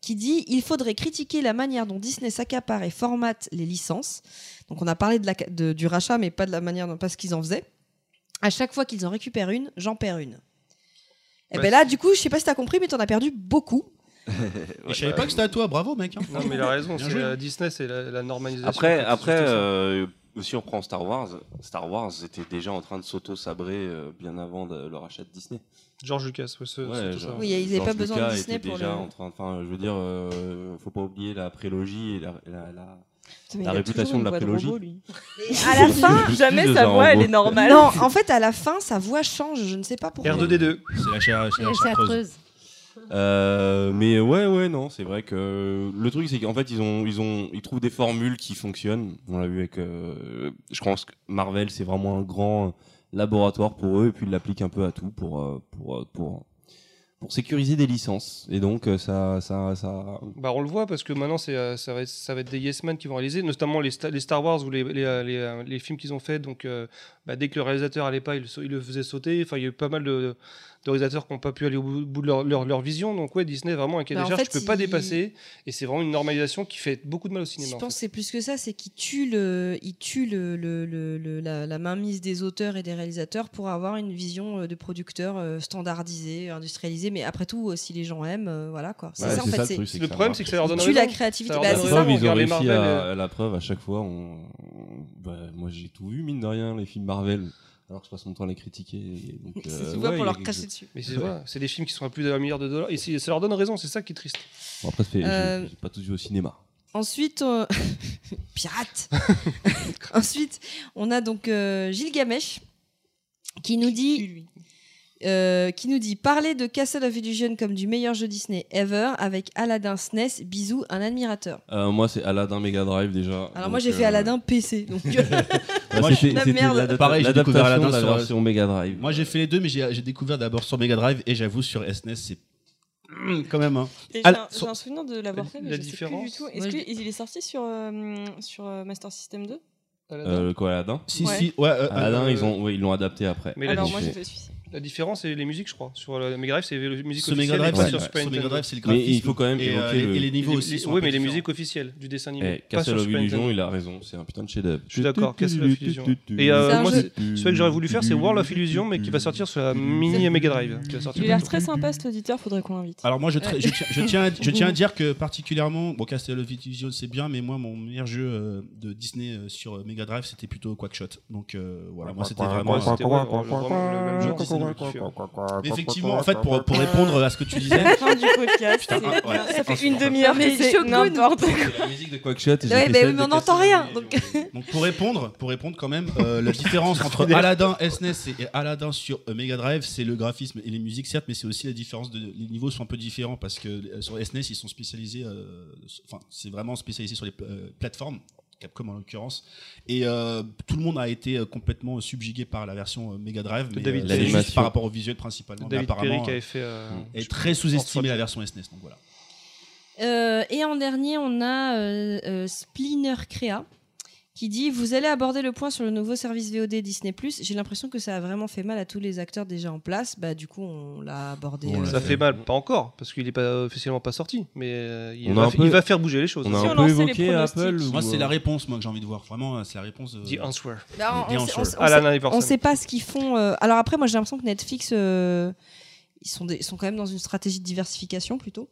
[SPEAKER 1] qui dit il faudrait critiquer la manière dont Disney s'accapare et formate les licences. Donc, on a parlé de la, de- du rachat, mais pas de la manière dont, pas ce qu'ils en faisaient. À chaque fois qu'ils en récupèrent une, j'en perds une. Et
[SPEAKER 2] Bah,
[SPEAKER 1] ben là, du coup, je sais pas si t'as compris, mais t'en as perdu beaucoup.
[SPEAKER 3] Et je savais pas que c'était à toi, bravo mec. hein.
[SPEAKER 2] Non, mais il a raison.
[SPEAKER 3] Bien
[SPEAKER 2] c'est
[SPEAKER 3] joué.
[SPEAKER 2] la- Disney, c'est la, la normalisation.
[SPEAKER 4] Après,
[SPEAKER 2] en fait,
[SPEAKER 4] après
[SPEAKER 2] c'est surtout ça.
[SPEAKER 4] euh,
[SPEAKER 8] si on prend Star Wars, Star Wars était déjà en train de s'auto-sabrer euh, bien avant de- le rachat de Disney.
[SPEAKER 2] George Lucas, ouais, c'est- c'est
[SPEAKER 8] Ouais,
[SPEAKER 2] tout ça.
[SPEAKER 8] genre,
[SPEAKER 1] Oui, ils avaient
[SPEAKER 8] George
[SPEAKER 1] pas besoin de
[SPEAKER 8] Lucas
[SPEAKER 1] Disney
[SPEAKER 8] était
[SPEAKER 1] pour
[SPEAKER 8] déjà
[SPEAKER 1] le-
[SPEAKER 8] en train- Enfin, je veux dire, euh, faut pas oublier la prélogie et la- la- la,
[SPEAKER 5] Putain, mais
[SPEAKER 8] La
[SPEAKER 5] il a
[SPEAKER 8] réputation
[SPEAKER 5] toujours
[SPEAKER 8] de
[SPEAKER 5] une
[SPEAKER 8] la
[SPEAKER 5] voix
[SPEAKER 8] prélogie.
[SPEAKER 5] robot, lui.
[SPEAKER 1] À la fin,
[SPEAKER 5] Jamais
[SPEAKER 8] Plus de
[SPEAKER 5] sa voix, elle
[SPEAKER 8] Zorro.
[SPEAKER 5] est normale.
[SPEAKER 1] non, en fait, à la fin, sa voix change. Je ne sais pas pourquoi.
[SPEAKER 2] R2D2.
[SPEAKER 3] C'est la chair, c'est la
[SPEAKER 11] C'est
[SPEAKER 3] chair creuse.
[SPEAKER 11] affreuse.
[SPEAKER 8] Euh, mais ouais, ouais, non, c'est vrai que le truc, c'est qu'en fait, ils ont, ils ont, ils trouvent des formules qui fonctionnent. On l'a vu avec, euh, je pense que Marvel, c'est vraiment un grand laboratoire pour eux, et puis ils l'appliquent un peu à tout pour, euh, pour, euh, pour, pour sécuriser des licences. Et donc, euh, ça, ça, ça.
[SPEAKER 2] Bah, on le voit parce que maintenant c'est, euh, ça, va être, ça va être des Yes Men qui vont réaliser, notamment les, sta- les Star Wars ou les, les, euh, les, euh, les films qu'ils ont fait. Donc euh, bah, dès que le réalisateur allait pas, il, le sa- il le faisait sauter. Enfin, il y a eu pas mal de, de réalisateurs qui n'ont pas pu aller au bout bout de leur, leur, leur vision. Donc ouais, Disney est vraiment un cas
[SPEAKER 1] Bah,
[SPEAKER 2] des
[SPEAKER 1] en
[SPEAKER 2] charges
[SPEAKER 1] fait,
[SPEAKER 2] que peux pas
[SPEAKER 1] il-
[SPEAKER 2] dépasser. Et c'est vraiment une normalisation qui fait beaucoup de mal au cinéma.
[SPEAKER 1] Je
[SPEAKER 2] en
[SPEAKER 1] pense que c'est plus que ça, c'est qu'il tue, le, il tue le, le- le- le- la, la mainmise des auteurs et des réalisateurs pour avoir une vision euh, de producteur euh, standardisée, industrialisée. Mais après tout, euh, si les gens aiment, euh, voilà quoi. C'est
[SPEAKER 8] Ouais,
[SPEAKER 1] ça en
[SPEAKER 8] c'est
[SPEAKER 1] fait.
[SPEAKER 8] le
[SPEAKER 1] c'est-
[SPEAKER 8] truc,
[SPEAKER 2] fait.
[SPEAKER 8] c'est
[SPEAKER 2] Le
[SPEAKER 8] que ça
[SPEAKER 2] problème,
[SPEAKER 8] marche.
[SPEAKER 2] c'est que ça leur
[SPEAKER 1] il
[SPEAKER 2] donne
[SPEAKER 1] tue la
[SPEAKER 2] raison.
[SPEAKER 1] créativité.
[SPEAKER 2] Ça leur
[SPEAKER 1] Bah,
[SPEAKER 2] donne
[SPEAKER 1] c'est
[SPEAKER 2] raison.
[SPEAKER 1] ça,
[SPEAKER 8] preuve,
[SPEAKER 1] mon
[SPEAKER 8] ils ont
[SPEAKER 2] regarde les
[SPEAKER 8] réussi
[SPEAKER 2] Marvel,
[SPEAKER 8] à,
[SPEAKER 2] euh.
[SPEAKER 8] à la preuve à chaque fois. On... Bah, moi, j'ai tout vu, mine de rien, les films Marvel. Alors, que je passe mon temps à les critiquer. et donc,
[SPEAKER 1] c'est
[SPEAKER 8] euh,
[SPEAKER 1] se voit
[SPEAKER 8] ouais,
[SPEAKER 1] pour
[SPEAKER 8] il y a
[SPEAKER 1] leur
[SPEAKER 8] quelque
[SPEAKER 1] cracher
[SPEAKER 8] chose.
[SPEAKER 1] dessus.
[SPEAKER 2] Mais c'est, voilà, c'est des films qui sont à plus d'un milliard de dollars. Et c'est- ça leur donne raison. C'est ça qui est triste.
[SPEAKER 8] Bon, après, c'est- j'ai-
[SPEAKER 1] Euh,
[SPEAKER 8] j'ai pas tous vu au cinéma.
[SPEAKER 1] Ensuite, on- pirate. Ensuite, on a donc euh, Gilgamesh qui nous dit euh, qui nous dit parler de Castle of Illusion comme du meilleur jeu Disney ever avec Aladdin SNES. Bisous, un admirateur.
[SPEAKER 8] Euh, moi, c'est Aladdin Mega Drive déjà.
[SPEAKER 1] Alors
[SPEAKER 8] Donc,
[SPEAKER 1] moi j'ai
[SPEAKER 8] euh,
[SPEAKER 1] fait Aladdin PC. Donc euh,
[SPEAKER 8] bah,
[SPEAKER 3] Moi,
[SPEAKER 8] c'était-
[SPEAKER 1] je- la
[SPEAKER 8] c'était
[SPEAKER 1] merde.
[SPEAKER 8] l'adapta-
[SPEAKER 3] Pareil, j'ai
[SPEAKER 8] l'adaptation
[SPEAKER 3] découvert Aladdin
[SPEAKER 8] de la
[SPEAKER 3] sur-
[SPEAKER 8] version Mega Drive.
[SPEAKER 3] Moi j'ai fait les deux, mais j'ai j'ai découvert d'abord sur Mega Drive et j'avoue sur SNES c'est Mm, quand même. Hein.
[SPEAKER 5] Et J'ai
[SPEAKER 3] Ah,
[SPEAKER 5] un,
[SPEAKER 3] so-
[SPEAKER 5] j'ai un souvenir de l'avoir
[SPEAKER 2] la-
[SPEAKER 5] fait, mais
[SPEAKER 2] la
[SPEAKER 5] je sais plus du
[SPEAKER 2] différence
[SPEAKER 5] tout. Est-ce
[SPEAKER 1] Moi, je-
[SPEAKER 5] qu'il est sorti sur, euh, sur euh, Master System 2
[SPEAKER 8] Euh, quoi, Aladdin
[SPEAKER 3] Si
[SPEAKER 5] Ouais.
[SPEAKER 3] si ouais. euh,
[SPEAKER 8] Aladdin,
[SPEAKER 2] euh,
[SPEAKER 8] ils ont, ouais, ils l'ont adapté après.
[SPEAKER 2] Mais la
[SPEAKER 5] Alors
[SPEAKER 2] diff-
[SPEAKER 5] moi,
[SPEAKER 8] j'ai
[SPEAKER 5] j'ai fait celui-ci.
[SPEAKER 2] La différence, c'est les musiques, je crois. Sur la Mega Drive, c'est les musiques
[SPEAKER 3] ce
[SPEAKER 2] officielles.
[SPEAKER 3] Mega
[SPEAKER 2] et
[SPEAKER 3] Drive,
[SPEAKER 2] pas
[SPEAKER 8] ouais,
[SPEAKER 3] c'est
[SPEAKER 2] sur
[SPEAKER 3] ouais.
[SPEAKER 2] Super
[SPEAKER 3] ce Mega
[SPEAKER 2] Nintendo.
[SPEAKER 3] Drive, c'est le
[SPEAKER 8] Mais
[SPEAKER 3] graphisme.
[SPEAKER 8] il faut quand même
[SPEAKER 3] et, euh,
[SPEAKER 8] évoquer
[SPEAKER 3] les,
[SPEAKER 8] le-
[SPEAKER 3] et les niveaux
[SPEAKER 2] Les-
[SPEAKER 3] aussi.
[SPEAKER 2] les-
[SPEAKER 3] sont un
[SPEAKER 2] Oui,
[SPEAKER 3] peu
[SPEAKER 2] mais les
[SPEAKER 3] différents.
[SPEAKER 2] musiques officielles du dessin animé.
[SPEAKER 8] Eh,
[SPEAKER 2] pas
[SPEAKER 8] Castle
[SPEAKER 2] sur
[SPEAKER 8] of Illusion,
[SPEAKER 2] Super
[SPEAKER 3] hein.
[SPEAKER 2] Nintendo.
[SPEAKER 8] il a raison, c'est un putain de chef-d'œuvre.
[SPEAKER 2] Je suis d'accord, Castle of Illusion. Et, euh,
[SPEAKER 1] moi,
[SPEAKER 2] Celui que j'aurais voulu faire, c'est World of Illusion, mais qui va sortir sur la mini Mega Drive. qui va sortir
[SPEAKER 5] Il a l'air
[SPEAKER 2] bientôt.
[SPEAKER 5] très sympa cet auditeur, faudrait qu'on l'invite.
[SPEAKER 2] Ah,
[SPEAKER 3] Alors moi je, tra- je, tiens, je, tiens à, je tiens à dire que particulièrement, bon Castle of Illusion c'est bien, mais moi mon meilleur jeu euh, de Disney euh, sur euh, Mega Drive c'était plutôt Quackshot. Donc euh, voilà, moi c'était vraiment...
[SPEAKER 2] Ouais, c'était, ouais, vraiment le même genre.
[SPEAKER 3] Disney m'a kiffé. Mais effectivement en fait pour, pour répondre à ce que tu disais...
[SPEAKER 5] La fin du podcast,
[SPEAKER 3] Putain,
[SPEAKER 5] c'est-
[SPEAKER 3] ouais,
[SPEAKER 5] ça fait
[SPEAKER 3] franchement,
[SPEAKER 5] une demi-heure,
[SPEAKER 1] Mais
[SPEAKER 5] mais c'est
[SPEAKER 1] Shogun.
[SPEAKER 5] n'importe quoi.
[SPEAKER 8] C'est la musique de Quackshot. et j'ai
[SPEAKER 1] Ouais,
[SPEAKER 8] fait
[SPEAKER 1] mais-
[SPEAKER 8] celle
[SPEAKER 1] mais
[SPEAKER 8] de
[SPEAKER 1] on n'entend
[SPEAKER 8] Castle of
[SPEAKER 1] rien,
[SPEAKER 8] Illusion.
[SPEAKER 1] donc-
[SPEAKER 3] Donc pour répondre, pour répondre quand même, euh, la différence entre Aladdin SNES et Aladdin sur euh, Mega Drive, c'est le graphisme et les musiques certes, mais c'est aussi la différence de les niveaux sont un peu différents parce que euh, sur SNES ils sont spécialisés, euh, s- enfin c'est vraiment spécialisé sur les pla- euh, plateformes. Capcom en l'occurrence et euh, tout le monde a été euh, complètement subjugué par la version euh, Mega Drive mais
[SPEAKER 2] David
[SPEAKER 3] euh, c'est
[SPEAKER 8] Perry.
[SPEAKER 3] juste par rapport au visuel principalement mais
[SPEAKER 2] David Perry
[SPEAKER 3] apparemment
[SPEAKER 2] qui avait fait. euh,
[SPEAKER 1] Mm.
[SPEAKER 3] euh,
[SPEAKER 2] je-
[SPEAKER 3] est très sous-estimé la version SNES donc voilà
[SPEAKER 1] Euh, et en dernier, on a euh, euh, Splinter Crea qui dit Vous allez aborder le point sur le nouveau service VOD Disney. J'ai l'impression que ça a vraiment fait mal à tous les acteurs déjà en place. Bah, du coup, on l'a abordé.
[SPEAKER 3] On
[SPEAKER 1] euh,
[SPEAKER 3] l'a
[SPEAKER 2] Ça fait mal, pas encore, parce qu'il n'est pas officiellement pas sorti, mais euh, il,
[SPEAKER 8] On
[SPEAKER 2] va,
[SPEAKER 8] a un peu-
[SPEAKER 2] il va faire bouger les choses.
[SPEAKER 8] On a
[SPEAKER 5] Si
[SPEAKER 8] un
[SPEAKER 5] on
[SPEAKER 8] peu
[SPEAKER 5] lançait les
[SPEAKER 8] évoqué
[SPEAKER 5] pronostics.
[SPEAKER 8] Apple. ou,
[SPEAKER 3] moi c'est
[SPEAKER 8] euh,
[SPEAKER 3] la réponse moi que j'ai envie de voir vraiment euh, c'est la réponse euh,
[SPEAKER 2] The Answer.
[SPEAKER 1] bah, on,
[SPEAKER 3] Bien
[SPEAKER 1] on sait-
[SPEAKER 3] sûr.
[SPEAKER 1] on sait- on sait-
[SPEAKER 2] Alan
[SPEAKER 1] on
[SPEAKER 2] Iverson.
[SPEAKER 1] sait pas ce qu'ils font. euh, Alors après, moi, j'ai l'impression que Netflix. euh, Ils sont, des- ils sont quand même dans une stratégie de diversification plutôt.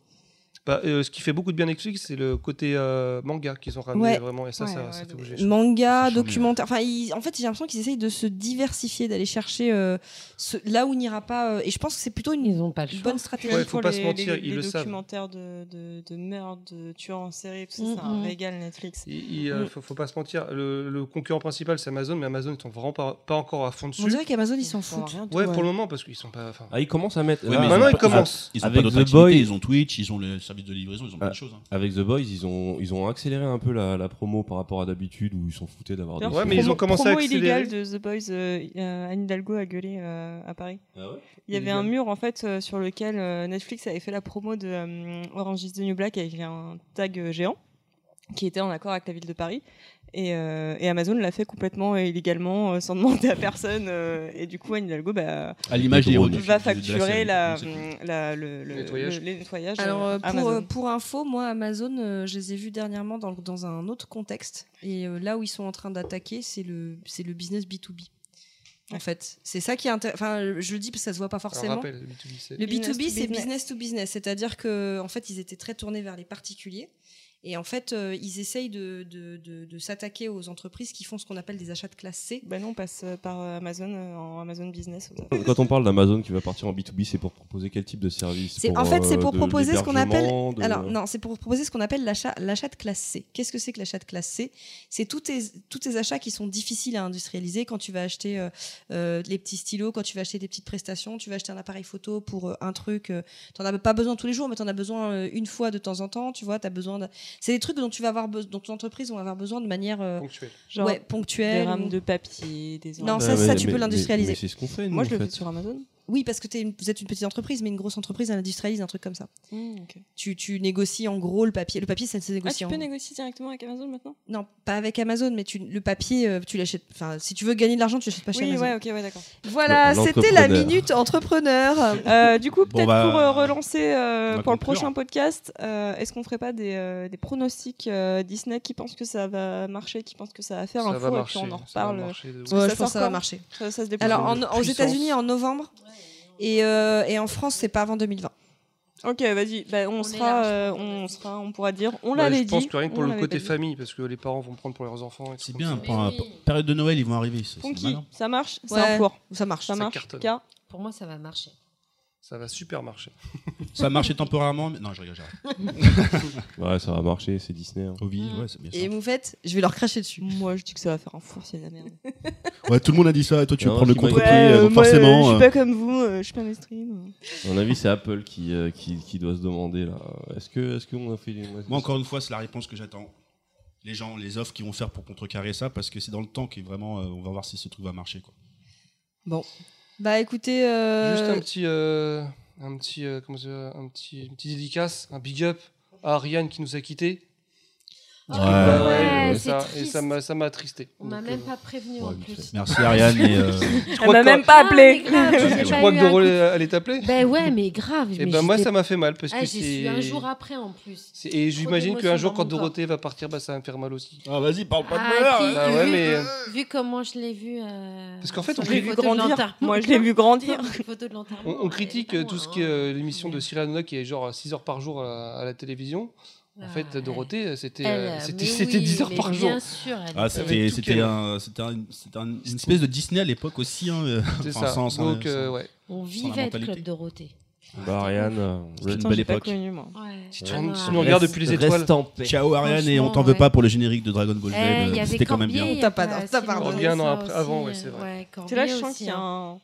[SPEAKER 2] Bah, euh, ce qui fait beaucoup de bien Netflix, c'est le côté euh, manga qu'ils ont ramené
[SPEAKER 1] Ouais.
[SPEAKER 2] vraiment, et ça,
[SPEAKER 5] Ouais,
[SPEAKER 2] ça,
[SPEAKER 5] ouais,
[SPEAKER 2] ça fait
[SPEAKER 5] donc-
[SPEAKER 2] bouger les choses.
[SPEAKER 1] Manga,
[SPEAKER 3] C'est charmé,
[SPEAKER 1] documentaire. Enfin, ils- en fait, j'ai l'impression qu'ils essayent de se diversifier, d'aller chercher euh, ce- là où n'ira pas. euh, Et je pense que c'est plutôt une
[SPEAKER 11] Ils n'ont pas le choix.
[SPEAKER 1] bonne stratégie.
[SPEAKER 2] Ouais,
[SPEAKER 5] Même
[SPEAKER 2] faut
[SPEAKER 5] pour
[SPEAKER 2] pas
[SPEAKER 5] les,
[SPEAKER 2] se mentir,
[SPEAKER 5] les-
[SPEAKER 2] ils
[SPEAKER 5] les
[SPEAKER 2] le savent.
[SPEAKER 5] documentaires de, de, de meurtre, de tueurs en série, tout ça, c'est
[SPEAKER 11] Mhm.
[SPEAKER 5] un régal Netflix.
[SPEAKER 2] Il, il, euh,
[SPEAKER 1] Mm.
[SPEAKER 2] faut, faut pas se mentir, le, le concurrent principal c'est Amazon, mais Amazon ils sont vraiment pas, pas encore à fond dessus.
[SPEAKER 1] On dirait qu'Amazon ils
[SPEAKER 5] Ils
[SPEAKER 1] s'en
[SPEAKER 5] font
[SPEAKER 1] foutent.
[SPEAKER 5] rien de
[SPEAKER 2] ouais,
[SPEAKER 5] tout,
[SPEAKER 2] pour le moment, parce qu'ils sont pas. enfin,
[SPEAKER 4] Ah, ils commencent à mettre.
[SPEAKER 3] Ouais,
[SPEAKER 4] là,
[SPEAKER 3] mais
[SPEAKER 2] maintenant
[SPEAKER 3] ont
[SPEAKER 2] ils
[SPEAKER 3] pas-
[SPEAKER 2] commencent.
[SPEAKER 3] ils ont
[SPEAKER 4] Avec
[SPEAKER 3] pas d'autres
[SPEAKER 4] The
[SPEAKER 3] activités,
[SPEAKER 4] Boy.
[SPEAKER 3] ils ont Twitch ils ont le service de livraison ils ont plein de
[SPEAKER 4] Ah.
[SPEAKER 3] choses hein.
[SPEAKER 4] Avec The Boys, ils ont, ils ont accéléré un peu la, la promo par rapport à d'habitude où ils s'en foutaient d'avoir des.
[SPEAKER 5] D'ailleurs,
[SPEAKER 2] Ouais, mais ils ont commencé à
[SPEAKER 5] promo
[SPEAKER 2] accélérer.
[SPEAKER 5] illégale de The Boys, euh, euh, Anne Hidalgo a gueulé euh, à Paris.
[SPEAKER 8] Ah
[SPEAKER 5] Il y avait un mur en fait euh, sur lequel euh, Netflix avait fait la promo de euh, Orange is the New Black avec un tag euh, géant qui était en accord avec la ville de Paris. Et, euh, et Amazon l'a fait complètement et illégalement euh, sans demander à personne. euh, et du coup, Anne Hidalgo bah,
[SPEAKER 3] à l'image des héros du-
[SPEAKER 5] va
[SPEAKER 3] de la série.
[SPEAKER 5] facturer la, euh, mm,
[SPEAKER 3] Donc, c'est cool.
[SPEAKER 5] la- le, le-
[SPEAKER 2] Nettoyage.
[SPEAKER 5] le- les nettoyages.
[SPEAKER 1] Alors
[SPEAKER 5] euh,
[SPEAKER 1] euh, pour,
[SPEAKER 5] Amazon.
[SPEAKER 1] euh, pour info, moi Amazon, euh, je les ai vus dernièrement dans, dans un autre contexte. Et euh, là où ils sont en train d'attaquer, c'est le, c'est le business B2B. En
[SPEAKER 5] Ouais.
[SPEAKER 1] fait, c'est ça qui est intéressant. Enfin, je le dis parce que ça se voit pas
[SPEAKER 5] Ah,
[SPEAKER 2] Alors,
[SPEAKER 1] forcément.
[SPEAKER 2] rappel, le B2B, c'est-
[SPEAKER 1] Le
[SPEAKER 5] Business
[SPEAKER 1] B2B,
[SPEAKER 5] to
[SPEAKER 1] c'est
[SPEAKER 5] business.
[SPEAKER 1] business to business. C'est-à-dire que en fait, ils étaient très tournés vers les particuliers. Et en fait, euh, ils essayent de, de- de- de s'attaquer aux entreprises qui font ce qu'on appelle des achats de classe C.
[SPEAKER 5] Ben non, on passe euh, par euh, Amazon euh, en Amazon Business. au Japon.
[SPEAKER 4] Quand on parle d'Amazon qui va partir en B2B, c'est pour proposer quel type de service
[SPEAKER 1] C'est-
[SPEAKER 4] Pour,
[SPEAKER 1] en fait, c'est
[SPEAKER 4] euh,
[SPEAKER 1] pour
[SPEAKER 4] de
[SPEAKER 1] proposer ce qu'on appelle.
[SPEAKER 4] l'hébergement, de-
[SPEAKER 1] Alors non, c'est pour proposer ce qu'on appelle l'achat, l'achat de classe C. Qu'est-ce que c'est que l'achat de classe C C'est tous tes, tous tes achats qui sont difficiles à industrialiser. Quand tu vas acheter euh, euh, les petits stylos, quand tu vas acheter des petites prestations, tu vas acheter un appareil photo pour euh, un truc. euh, t'en as pas besoin tous les jours, mais t'en as besoin euh, une fois de temps en temps. Tu vois, t'as besoin. de- C'est des trucs dont tu vas avoir, be- dont ton entreprise va avoir besoin de manière euh,
[SPEAKER 2] Ponctuel.
[SPEAKER 5] Genre
[SPEAKER 1] ouais,
[SPEAKER 5] des
[SPEAKER 1] ponctuelle.
[SPEAKER 5] rames de papier, des
[SPEAKER 1] Euh, Non,
[SPEAKER 4] Ah,
[SPEAKER 1] ça-
[SPEAKER 4] mais-
[SPEAKER 1] ça, tu
[SPEAKER 4] mais-
[SPEAKER 1] peux l'industrialiser.
[SPEAKER 4] mais- mais C'est ce qu'on fait. nous,
[SPEAKER 5] Moi,
[SPEAKER 4] en
[SPEAKER 5] je le
[SPEAKER 4] fait.
[SPEAKER 5] fais sur Amazon.
[SPEAKER 1] Oui, parce que t'es une- vous êtes une petite entreprise, mais une grosse entreprise, elle industrialise un truc comme ça. Tu, tu négocies en gros le papier. Le papier, ça se
[SPEAKER 5] Ah,
[SPEAKER 1] négocie
[SPEAKER 5] tu
[SPEAKER 1] en
[SPEAKER 5] peux négocier directement avec Amazon maintenant
[SPEAKER 1] Non, pas avec Amazon, mais tu, le papier, euh, tu l'achètes. Enfin, si tu veux gagner de l'argent, tu l'achètes pas chez
[SPEAKER 5] Oui,
[SPEAKER 1] Amazon.
[SPEAKER 5] ouais, ok, ouais, d'accord.
[SPEAKER 1] Voilà,
[SPEAKER 4] L'entrepreneur.
[SPEAKER 1] c'était la minute entrepreneur.
[SPEAKER 5] Euh, du coup,
[SPEAKER 3] Bon,
[SPEAKER 5] peut-être
[SPEAKER 3] bah,
[SPEAKER 5] pour euh, relancer euh,
[SPEAKER 3] on va
[SPEAKER 5] pour le
[SPEAKER 3] conclure.
[SPEAKER 5] prochain podcast, euh, est-ce qu'on ferait pas des, euh, des pronostics euh, Disney qui pensent que ça va marcher, qui pensent que ça va faire un
[SPEAKER 2] Ça
[SPEAKER 5] fou,
[SPEAKER 2] va marcher.
[SPEAKER 5] et puis on en
[SPEAKER 2] ça va
[SPEAKER 5] reparle.
[SPEAKER 2] marcher de ouf.
[SPEAKER 5] Ouais,
[SPEAKER 1] Ouais, je
[SPEAKER 5] ça
[SPEAKER 1] pense
[SPEAKER 5] sort
[SPEAKER 1] que ça va
[SPEAKER 5] quand
[SPEAKER 1] marcher.
[SPEAKER 5] Ça, ça se débloque.
[SPEAKER 1] Alors, en- aux
[SPEAKER 2] puissance.
[SPEAKER 1] États-Unis, en novembre. Et, euh, et en France, c'est pas avant 2020.
[SPEAKER 5] Ok, vas-y. Bah, on,
[SPEAKER 6] On est
[SPEAKER 5] sera,
[SPEAKER 6] là.
[SPEAKER 5] euh, on sera, on pourra dire. On
[SPEAKER 2] Bah,
[SPEAKER 5] l'avait
[SPEAKER 2] je
[SPEAKER 5] dit.
[SPEAKER 2] pense que rien que pour
[SPEAKER 5] on
[SPEAKER 2] le
[SPEAKER 5] l'avait
[SPEAKER 2] côté
[SPEAKER 5] pas dit.
[SPEAKER 2] famille, parce que les parents vont prendre pour leurs enfants. et tout
[SPEAKER 3] C'est
[SPEAKER 2] comme
[SPEAKER 3] bien,
[SPEAKER 2] ça.
[SPEAKER 3] pour la période de Noël, ils vont arriver. c'est- c'est
[SPEAKER 5] Funky,
[SPEAKER 3] malin.
[SPEAKER 5] ça marche, c'est
[SPEAKER 1] Ouais.
[SPEAKER 5] un cours.
[SPEAKER 1] Ça marche.
[SPEAKER 5] Ça
[SPEAKER 2] Ça
[SPEAKER 5] marche.
[SPEAKER 2] cartonne.
[SPEAKER 5] K.
[SPEAKER 6] Pour moi, ça va marcher.
[SPEAKER 2] Ça va super marcher.
[SPEAKER 3] Ça marchait temporairement, mais non, je rigole, j'arrête.
[SPEAKER 4] Ouais, ça va marcher, c'est Disney. hein.
[SPEAKER 3] Ovi,
[SPEAKER 6] Mm.
[SPEAKER 3] ouais, c'est bien
[SPEAKER 1] Et Moufette, je vais leur cracher dessus.
[SPEAKER 5] Moi, je dis que ça va faire un four, c'est de la merde.
[SPEAKER 3] ça. Ouais, tout le monde a dit ça, et toi, tu
[SPEAKER 4] Non,
[SPEAKER 3] prends le
[SPEAKER 4] qui m'a-
[SPEAKER 3] contre-pied,
[SPEAKER 4] Ouais,
[SPEAKER 3] euh, donc forcément.
[SPEAKER 5] je suis
[SPEAKER 3] euh,
[SPEAKER 5] pas comme vous, je suis pas mainstream.
[SPEAKER 4] À mon avis, c'est Apple qui, euh, qui, qui doit se demander là. Est-ce que est-ce qu'on a fait les...
[SPEAKER 3] Moi, encore une fois, c'est la réponse que j'attends. Les gens, les offres qu'ils vont faire pour contrecarrer ça, parce que c'est dans le temps qu'on vraiment, euh, on va voir si ce truc va marcher. Quoi.
[SPEAKER 1] Bah écoutez, euh,
[SPEAKER 2] Juste un petit, euh, un petit, euh, comment ça va, un petit, une petite dédicace, un big up à Ariane qui nous a quittés.
[SPEAKER 6] Ouais.
[SPEAKER 2] Bah
[SPEAKER 6] Ouais,
[SPEAKER 2] et
[SPEAKER 6] c'est
[SPEAKER 2] ça,
[SPEAKER 6] triste.
[SPEAKER 2] et ça m'a, ça m'a attristé.
[SPEAKER 6] On m'a
[SPEAKER 2] Donc,
[SPEAKER 6] même
[SPEAKER 2] euh,
[SPEAKER 6] pas prévenu en plus.
[SPEAKER 3] Merci Ariane. Et, euh,
[SPEAKER 5] Elle m'a
[SPEAKER 2] que-
[SPEAKER 5] même pas appelé.
[SPEAKER 6] Ah, mais grave, j'ai
[SPEAKER 2] tu
[SPEAKER 6] pas
[SPEAKER 2] crois
[SPEAKER 6] eu
[SPEAKER 2] que
[SPEAKER 6] un
[SPEAKER 2] Doro
[SPEAKER 6] coup de-
[SPEAKER 2] elle est appelée
[SPEAKER 6] Ben ouais, mais grave.
[SPEAKER 2] Et
[SPEAKER 6] mais
[SPEAKER 2] ben moi,
[SPEAKER 6] j'étais-
[SPEAKER 2] ça m'a fait mal parce
[SPEAKER 6] Ah,
[SPEAKER 2] que
[SPEAKER 6] j'y suis un
[SPEAKER 2] c'est.
[SPEAKER 6] jour après en plus.
[SPEAKER 2] c'est- Et j'imagine qu'un
[SPEAKER 6] d'émotions
[SPEAKER 2] jour,
[SPEAKER 6] dans
[SPEAKER 2] quand
[SPEAKER 6] mon corps.
[SPEAKER 2] Dorothée va partir, bah, ça va me faire mal aussi.
[SPEAKER 3] Ah, vas-y, parle
[SPEAKER 6] Ah, puis,
[SPEAKER 2] Bah ouais,
[SPEAKER 6] vu,
[SPEAKER 2] mais-
[SPEAKER 6] vu comment je l'ai vu. euh,
[SPEAKER 2] Parce qu'en fait,
[SPEAKER 6] sur
[SPEAKER 2] on
[SPEAKER 6] les
[SPEAKER 2] crie-
[SPEAKER 5] vu
[SPEAKER 6] photos de
[SPEAKER 5] grandir.
[SPEAKER 6] l'enterrement.
[SPEAKER 5] Moi, je l'ai vu grandir.
[SPEAKER 6] Sur les photos de l'enterrement,
[SPEAKER 2] On, on
[SPEAKER 6] elle
[SPEAKER 2] critique
[SPEAKER 6] est
[SPEAKER 2] euh,
[SPEAKER 6] pas
[SPEAKER 2] tout ce
[SPEAKER 6] loin,
[SPEAKER 2] qui est
[SPEAKER 6] hein.
[SPEAKER 2] euh, l'émission de Cyril Hanouna qui est genre à 6 heures par jour euh, à, à la télévision. En
[SPEAKER 6] Ah,
[SPEAKER 2] fait,
[SPEAKER 6] elle-
[SPEAKER 2] Dorothée, euh, c'était,
[SPEAKER 6] elle,
[SPEAKER 2] euh,
[SPEAKER 6] euh,
[SPEAKER 2] c'était,
[SPEAKER 6] mais
[SPEAKER 2] c'était
[SPEAKER 6] oui,
[SPEAKER 2] 10 heures
[SPEAKER 6] mais
[SPEAKER 2] par jour.
[SPEAKER 6] Bien sûr. elle
[SPEAKER 3] Ah,
[SPEAKER 6] était-
[SPEAKER 3] c'était
[SPEAKER 2] Avec tout
[SPEAKER 3] c'était
[SPEAKER 2] quel-
[SPEAKER 3] un, c'était un- c'était un- une espèce de Disney à l'époque aussi. Hein, euh,
[SPEAKER 2] C'est
[SPEAKER 3] enfin,
[SPEAKER 2] ça.
[SPEAKER 3] sans- sans-
[SPEAKER 2] Donc, euh,
[SPEAKER 3] sans-
[SPEAKER 2] ouais.
[SPEAKER 6] On
[SPEAKER 3] la
[SPEAKER 6] vivait le
[SPEAKER 3] mentalité.
[SPEAKER 6] Club Dorothée.
[SPEAKER 4] Bah, Ariane, euh,
[SPEAKER 3] C'était
[SPEAKER 4] rest-
[SPEAKER 3] une
[SPEAKER 5] Putain,
[SPEAKER 3] belle
[SPEAKER 5] j'ai pas
[SPEAKER 3] époque.
[SPEAKER 5] connu, moi.
[SPEAKER 6] Ouais.
[SPEAKER 2] Si tu,
[SPEAKER 6] Ah,
[SPEAKER 2] nous-
[SPEAKER 6] non.
[SPEAKER 2] si tu nous regardes depuis les étoiles,
[SPEAKER 4] Reste en paix.
[SPEAKER 3] Ciao Ariane, et on t'en veut
[SPEAKER 6] Franchement,
[SPEAKER 3] pas pour le générique de Dragon Ball Z.
[SPEAKER 6] Eh, il y
[SPEAKER 3] euh,
[SPEAKER 6] avait
[SPEAKER 3] C'était quand même
[SPEAKER 6] Corbier,
[SPEAKER 3] bien.
[SPEAKER 6] il y
[SPEAKER 1] T'as
[SPEAKER 6] avait,
[SPEAKER 1] pas-
[SPEAKER 6] euh,
[SPEAKER 1] t'as
[SPEAKER 6] Sylvain
[SPEAKER 1] pardonné.
[SPEAKER 6] Doré,
[SPEAKER 2] Corbier un an
[SPEAKER 6] ça
[SPEAKER 2] après-
[SPEAKER 6] aussi,
[SPEAKER 2] avant, ouais,
[SPEAKER 6] euh,
[SPEAKER 2] c'est vrai.
[SPEAKER 6] ouais,
[SPEAKER 5] C'est là,
[SPEAKER 6] Corbier
[SPEAKER 5] je sens
[SPEAKER 6] aussi,
[SPEAKER 5] qu'il y a
[SPEAKER 6] hein.
[SPEAKER 5] un...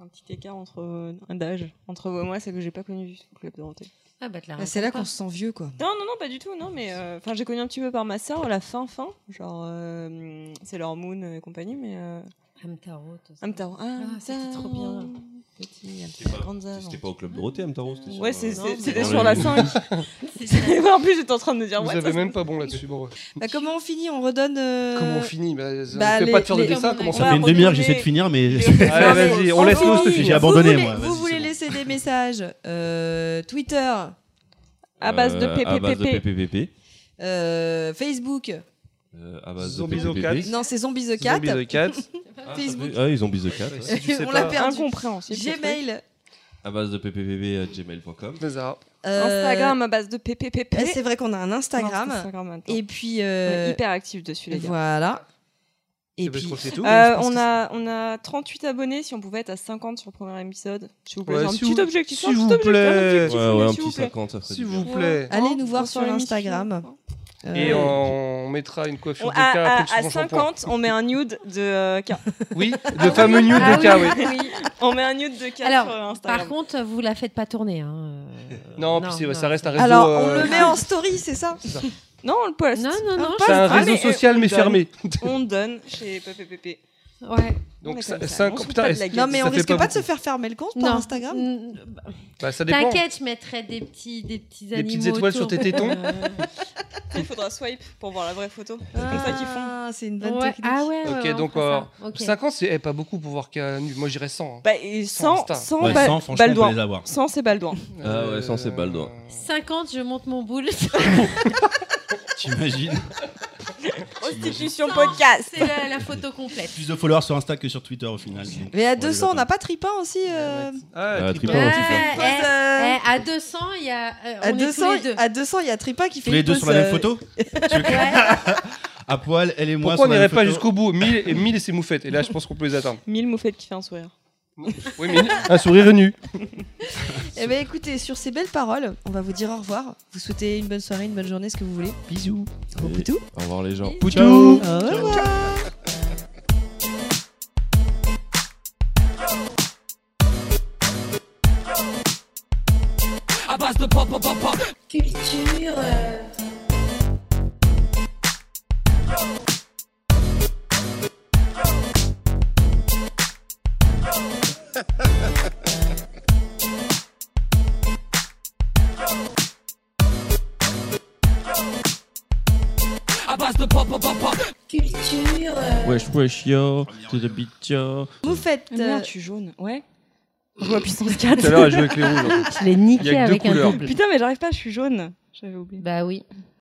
[SPEAKER 5] un petit écart entre euh, d'âge entre vous et moi, c'est que j'ai pas connu du tout le club Dorothée.
[SPEAKER 6] Ah, bah, te la
[SPEAKER 1] bah, c'est là
[SPEAKER 6] raconte
[SPEAKER 1] qu'on se sent vieux, quoi.
[SPEAKER 5] Non, non, non, pas du tout, non, mais euh, enfin, j'ai connu un petit peu par ma sœur, la fin, fin, genre euh, c'est leur Moon et compagnie, mais euh,
[SPEAKER 6] pas. Amtaro, tout ça.
[SPEAKER 5] Amtaro. Ah,
[SPEAKER 6] Ah, c'était trop bien.
[SPEAKER 5] Petit,
[SPEAKER 4] C'était pas-
[SPEAKER 5] grandes œuvres.
[SPEAKER 4] C'était pas au club Dorothée, Amtaro c'était sur,
[SPEAKER 5] Ouais,
[SPEAKER 4] euh,
[SPEAKER 5] c'est- c'est-
[SPEAKER 6] mais-
[SPEAKER 5] c'était
[SPEAKER 4] dans
[SPEAKER 5] sur
[SPEAKER 4] les-
[SPEAKER 5] la 5.
[SPEAKER 6] C'est ça.
[SPEAKER 5] en plus, j'étais en train de me dire,
[SPEAKER 2] vous
[SPEAKER 5] ouais,
[SPEAKER 2] avez
[SPEAKER 5] ça,
[SPEAKER 2] même pas bon là-dessus. Bon, ouais.
[SPEAKER 1] Bah, comment on finit On redonne. euh,
[SPEAKER 2] Comment on finit bah, ça-
[SPEAKER 1] bah,
[SPEAKER 2] On fait
[SPEAKER 1] les-
[SPEAKER 2] pas de faire de
[SPEAKER 1] les-
[SPEAKER 2] dessin,
[SPEAKER 6] les-
[SPEAKER 2] comment on
[SPEAKER 3] Ça fait
[SPEAKER 5] Ouais,
[SPEAKER 3] une demi-heure que
[SPEAKER 5] redonner-
[SPEAKER 3] j'essaie de finir, mais.
[SPEAKER 5] c'est-
[SPEAKER 2] Allez, vas-y, on laisse
[SPEAKER 1] Vous
[SPEAKER 2] nous ce
[SPEAKER 1] voulez-
[SPEAKER 2] sujet.
[SPEAKER 3] J'ai abandonné,
[SPEAKER 1] vous voulez-
[SPEAKER 3] moi. Vas-y,
[SPEAKER 1] Vous
[SPEAKER 3] c'est
[SPEAKER 1] voulez
[SPEAKER 3] bon.
[SPEAKER 1] laisser des messages euh, Twitter,
[SPEAKER 5] À base de
[SPEAKER 4] Euh, À base de
[SPEAKER 5] PPPP.
[SPEAKER 4] PPPP.
[SPEAKER 1] euh, Facebook.
[SPEAKER 4] euh, À base de
[SPEAKER 2] Zombies au
[SPEAKER 4] PPPP.
[SPEAKER 1] Non, c'est Zombies the Cat.
[SPEAKER 2] Zombie the Cat.
[SPEAKER 4] Ah,
[SPEAKER 1] Facebook.
[SPEAKER 4] Ah, ils ont bis de 4.
[SPEAKER 2] Si tu sais
[SPEAKER 1] On l'a
[SPEAKER 2] pas,
[SPEAKER 1] perdu.
[SPEAKER 5] Incompréhensible. ce truc.
[SPEAKER 1] Gmail.
[SPEAKER 4] À base de PPPP à gmail.com.
[SPEAKER 2] c'est ça.
[SPEAKER 1] euh,
[SPEAKER 5] Instagram à base de PPPP.
[SPEAKER 1] Ah, C'est vrai qu'on a un Instagram.
[SPEAKER 5] Non, c'est Instagram maintenant.
[SPEAKER 1] et puis.
[SPEAKER 5] On est
[SPEAKER 1] euh,
[SPEAKER 5] hyper actif dessus, les gars.
[SPEAKER 1] voilà. Et
[SPEAKER 2] Eh ben, je
[SPEAKER 1] puis.
[SPEAKER 2] crois que c'est tout.
[SPEAKER 5] Euh,
[SPEAKER 1] je pense
[SPEAKER 5] on,
[SPEAKER 1] que
[SPEAKER 5] a, on a 38 abonnés. Si on pouvait être à 50 sur le premier épisode, s'il vous plaît,
[SPEAKER 2] Ouais,
[SPEAKER 5] c'est un
[SPEAKER 2] si
[SPEAKER 5] petit
[SPEAKER 2] vous-
[SPEAKER 5] objectif.
[SPEAKER 2] s'il
[SPEAKER 5] un petit
[SPEAKER 2] vous
[SPEAKER 5] objectif,
[SPEAKER 2] plaît.
[SPEAKER 5] un
[SPEAKER 4] Ouais,
[SPEAKER 5] petit
[SPEAKER 4] ouais,
[SPEAKER 5] bonus,
[SPEAKER 4] un
[SPEAKER 5] s'il vous
[SPEAKER 4] petit
[SPEAKER 5] plaît.
[SPEAKER 4] 50, ça ferait
[SPEAKER 2] S'il
[SPEAKER 4] du
[SPEAKER 2] vous
[SPEAKER 4] bien.
[SPEAKER 2] plaît.
[SPEAKER 1] Allez nous
[SPEAKER 5] Hein,
[SPEAKER 1] voir
[SPEAKER 5] on
[SPEAKER 1] sur
[SPEAKER 5] sort l'émission.
[SPEAKER 1] Instagram. Euh,
[SPEAKER 2] Et on mettra une coiffure
[SPEAKER 5] On-
[SPEAKER 2] de
[SPEAKER 5] à,
[SPEAKER 2] K après
[SPEAKER 5] à-
[SPEAKER 2] le second
[SPEAKER 5] à
[SPEAKER 2] shampoing.
[SPEAKER 5] 50, on met un nude de euh, K.
[SPEAKER 2] Oui, le fameux nude
[SPEAKER 6] Ah
[SPEAKER 2] de K, oui.
[SPEAKER 6] oui.
[SPEAKER 5] On met un nude de K sur euh,
[SPEAKER 6] Alors,
[SPEAKER 5] Instagram.
[SPEAKER 6] par contre, vous la faites pas tourner. Hein. euh,
[SPEAKER 2] Non, puis c'est- ça reste un réseau.
[SPEAKER 1] Alors, on
[SPEAKER 2] euh,
[SPEAKER 1] le met en story, c'est ça
[SPEAKER 5] Non, on le poste.
[SPEAKER 6] Non, non, non.
[SPEAKER 2] C'est un
[SPEAKER 5] Ah,
[SPEAKER 2] réseau
[SPEAKER 5] mais, euh,
[SPEAKER 2] social, mais
[SPEAKER 5] on donne.
[SPEAKER 2] fermé.
[SPEAKER 5] On donne chez PPPP.
[SPEAKER 6] Ouais.
[SPEAKER 5] On est
[SPEAKER 2] Donc,
[SPEAKER 5] comme ça,
[SPEAKER 2] 5
[SPEAKER 5] on se
[SPEAKER 2] putain,
[SPEAKER 5] fout pas de la gueule.
[SPEAKER 1] Non, mais
[SPEAKER 2] ça
[SPEAKER 1] on
[SPEAKER 2] fait
[SPEAKER 1] risque pas,
[SPEAKER 2] pas
[SPEAKER 1] de se
[SPEAKER 2] beaucoup.
[SPEAKER 1] faire fermer le compte
[SPEAKER 6] Non.
[SPEAKER 1] par Instagram
[SPEAKER 6] Mm,
[SPEAKER 2] bah, ça dépend.
[SPEAKER 6] T'inquiète, je mettrai des petits, des petits
[SPEAKER 2] Des
[SPEAKER 6] animaux.
[SPEAKER 2] petites étoiles sur
[SPEAKER 6] autour.
[SPEAKER 2] tes tétons.
[SPEAKER 6] Euh,
[SPEAKER 5] Il faudra swipe pour voir la vraie photo. C'est comme ça qu'ils font.
[SPEAKER 1] Ah, c'est une bonne
[SPEAKER 6] ouais.
[SPEAKER 1] technique.
[SPEAKER 6] Ah ouais. ouais,
[SPEAKER 2] Ok,
[SPEAKER 6] ouais, on
[SPEAKER 2] donc,
[SPEAKER 6] fera ça. Ok.
[SPEAKER 2] 5 ans, c'est eh, pas beaucoup pour voir qu'un nu. Moi, j'irais 100. hein.
[SPEAKER 5] Bah, et
[SPEAKER 2] Sans
[SPEAKER 5] 100,
[SPEAKER 2] Insta.
[SPEAKER 5] 100,
[SPEAKER 3] Ouais,
[SPEAKER 5] ba-
[SPEAKER 3] sans, franchement, on peut
[SPEAKER 5] Baledouin.
[SPEAKER 3] les avoir.
[SPEAKER 5] 100, c'est Baledouin.
[SPEAKER 4] Ah ouais, 100, c'est pas le doigt.
[SPEAKER 6] 50, je monte mon boule.
[SPEAKER 3] T'imagines
[SPEAKER 5] Prostitution podcast.
[SPEAKER 6] C'est la, la photo complète.
[SPEAKER 3] Plus de followers sur Insta que sur Twitter au final. Donc,
[SPEAKER 1] Mais à
[SPEAKER 3] ouais,
[SPEAKER 1] 200, on
[SPEAKER 3] j'attends.
[SPEAKER 1] n'a pas Tripin aussi euh,
[SPEAKER 2] Ah,
[SPEAKER 4] Ah,
[SPEAKER 2] Tripin.
[SPEAKER 4] Tripin.
[SPEAKER 1] qui fait une
[SPEAKER 6] Ouais,
[SPEAKER 1] pause,
[SPEAKER 6] eh,
[SPEAKER 1] euh,
[SPEAKER 6] eh, à 200, il y a. euh, on
[SPEAKER 1] à
[SPEAKER 6] est tous
[SPEAKER 1] 200,
[SPEAKER 6] les deux.
[SPEAKER 1] à 200, il y a Tripin qui fait
[SPEAKER 3] Tous les
[SPEAKER 1] une
[SPEAKER 3] deux
[SPEAKER 1] pause,
[SPEAKER 3] sur la même
[SPEAKER 1] euh,
[SPEAKER 3] photo Tu veux que- À poil, elle et moi.
[SPEAKER 2] Pourquoi on
[SPEAKER 3] sur la même
[SPEAKER 2] n'irait pas
[SPEAKER 3] photo
[SPEAKER 2] jusqu'au bout 1000 et 1000 et ses moufettes. Et là, je pense qu'on peut les atteindre.
[SPEAKER 5] Mille moufettes qui fait un sourire.
[SPEAKER 2] Oui, mais un sourire nu.
[SPEAKER 1] Eh bien écoutez, sur ces belles paroles, on va vous dire au revoir. Vous souhaitez une bonne soirée, une bonne journée, ce que vous voulez. Bisous. Au
[SPEAKER 4] Et
[SPEAKER 1] poutou.
[SPEAKER 4] Au revoir les gens.
[SPEAKER 1] Au revoir.
[SPEAKER 11] Culture. Culture.
[SPEAKER 4] Wesh wesh yo, to the beat yo.
[SPEAKER 1] Moufette.
[SPEAKER 5] Ah Merde,
[SPEAKER 1] euh,
[SPEAKER 5] je suis jaune. Ouais. Joue à puissance 4.
[SPEAKER 2] Tout à l'heure, elle joue avec les rouges.
[SPEAKER 6] Je l'ai
[SPEAKER 2] Il y a
[SPEAKER 6] niqué
[SPEAKER 2] que deux
[SPEAKER 6] avec un
[SPEAKER 2] couleurs.
[SPEAKER 6] double.
[SPEAKER 5] Putain, mais j'arrive pas, je suis jaune. J'avais oublié.
[SPEAKER 6] Bah oui.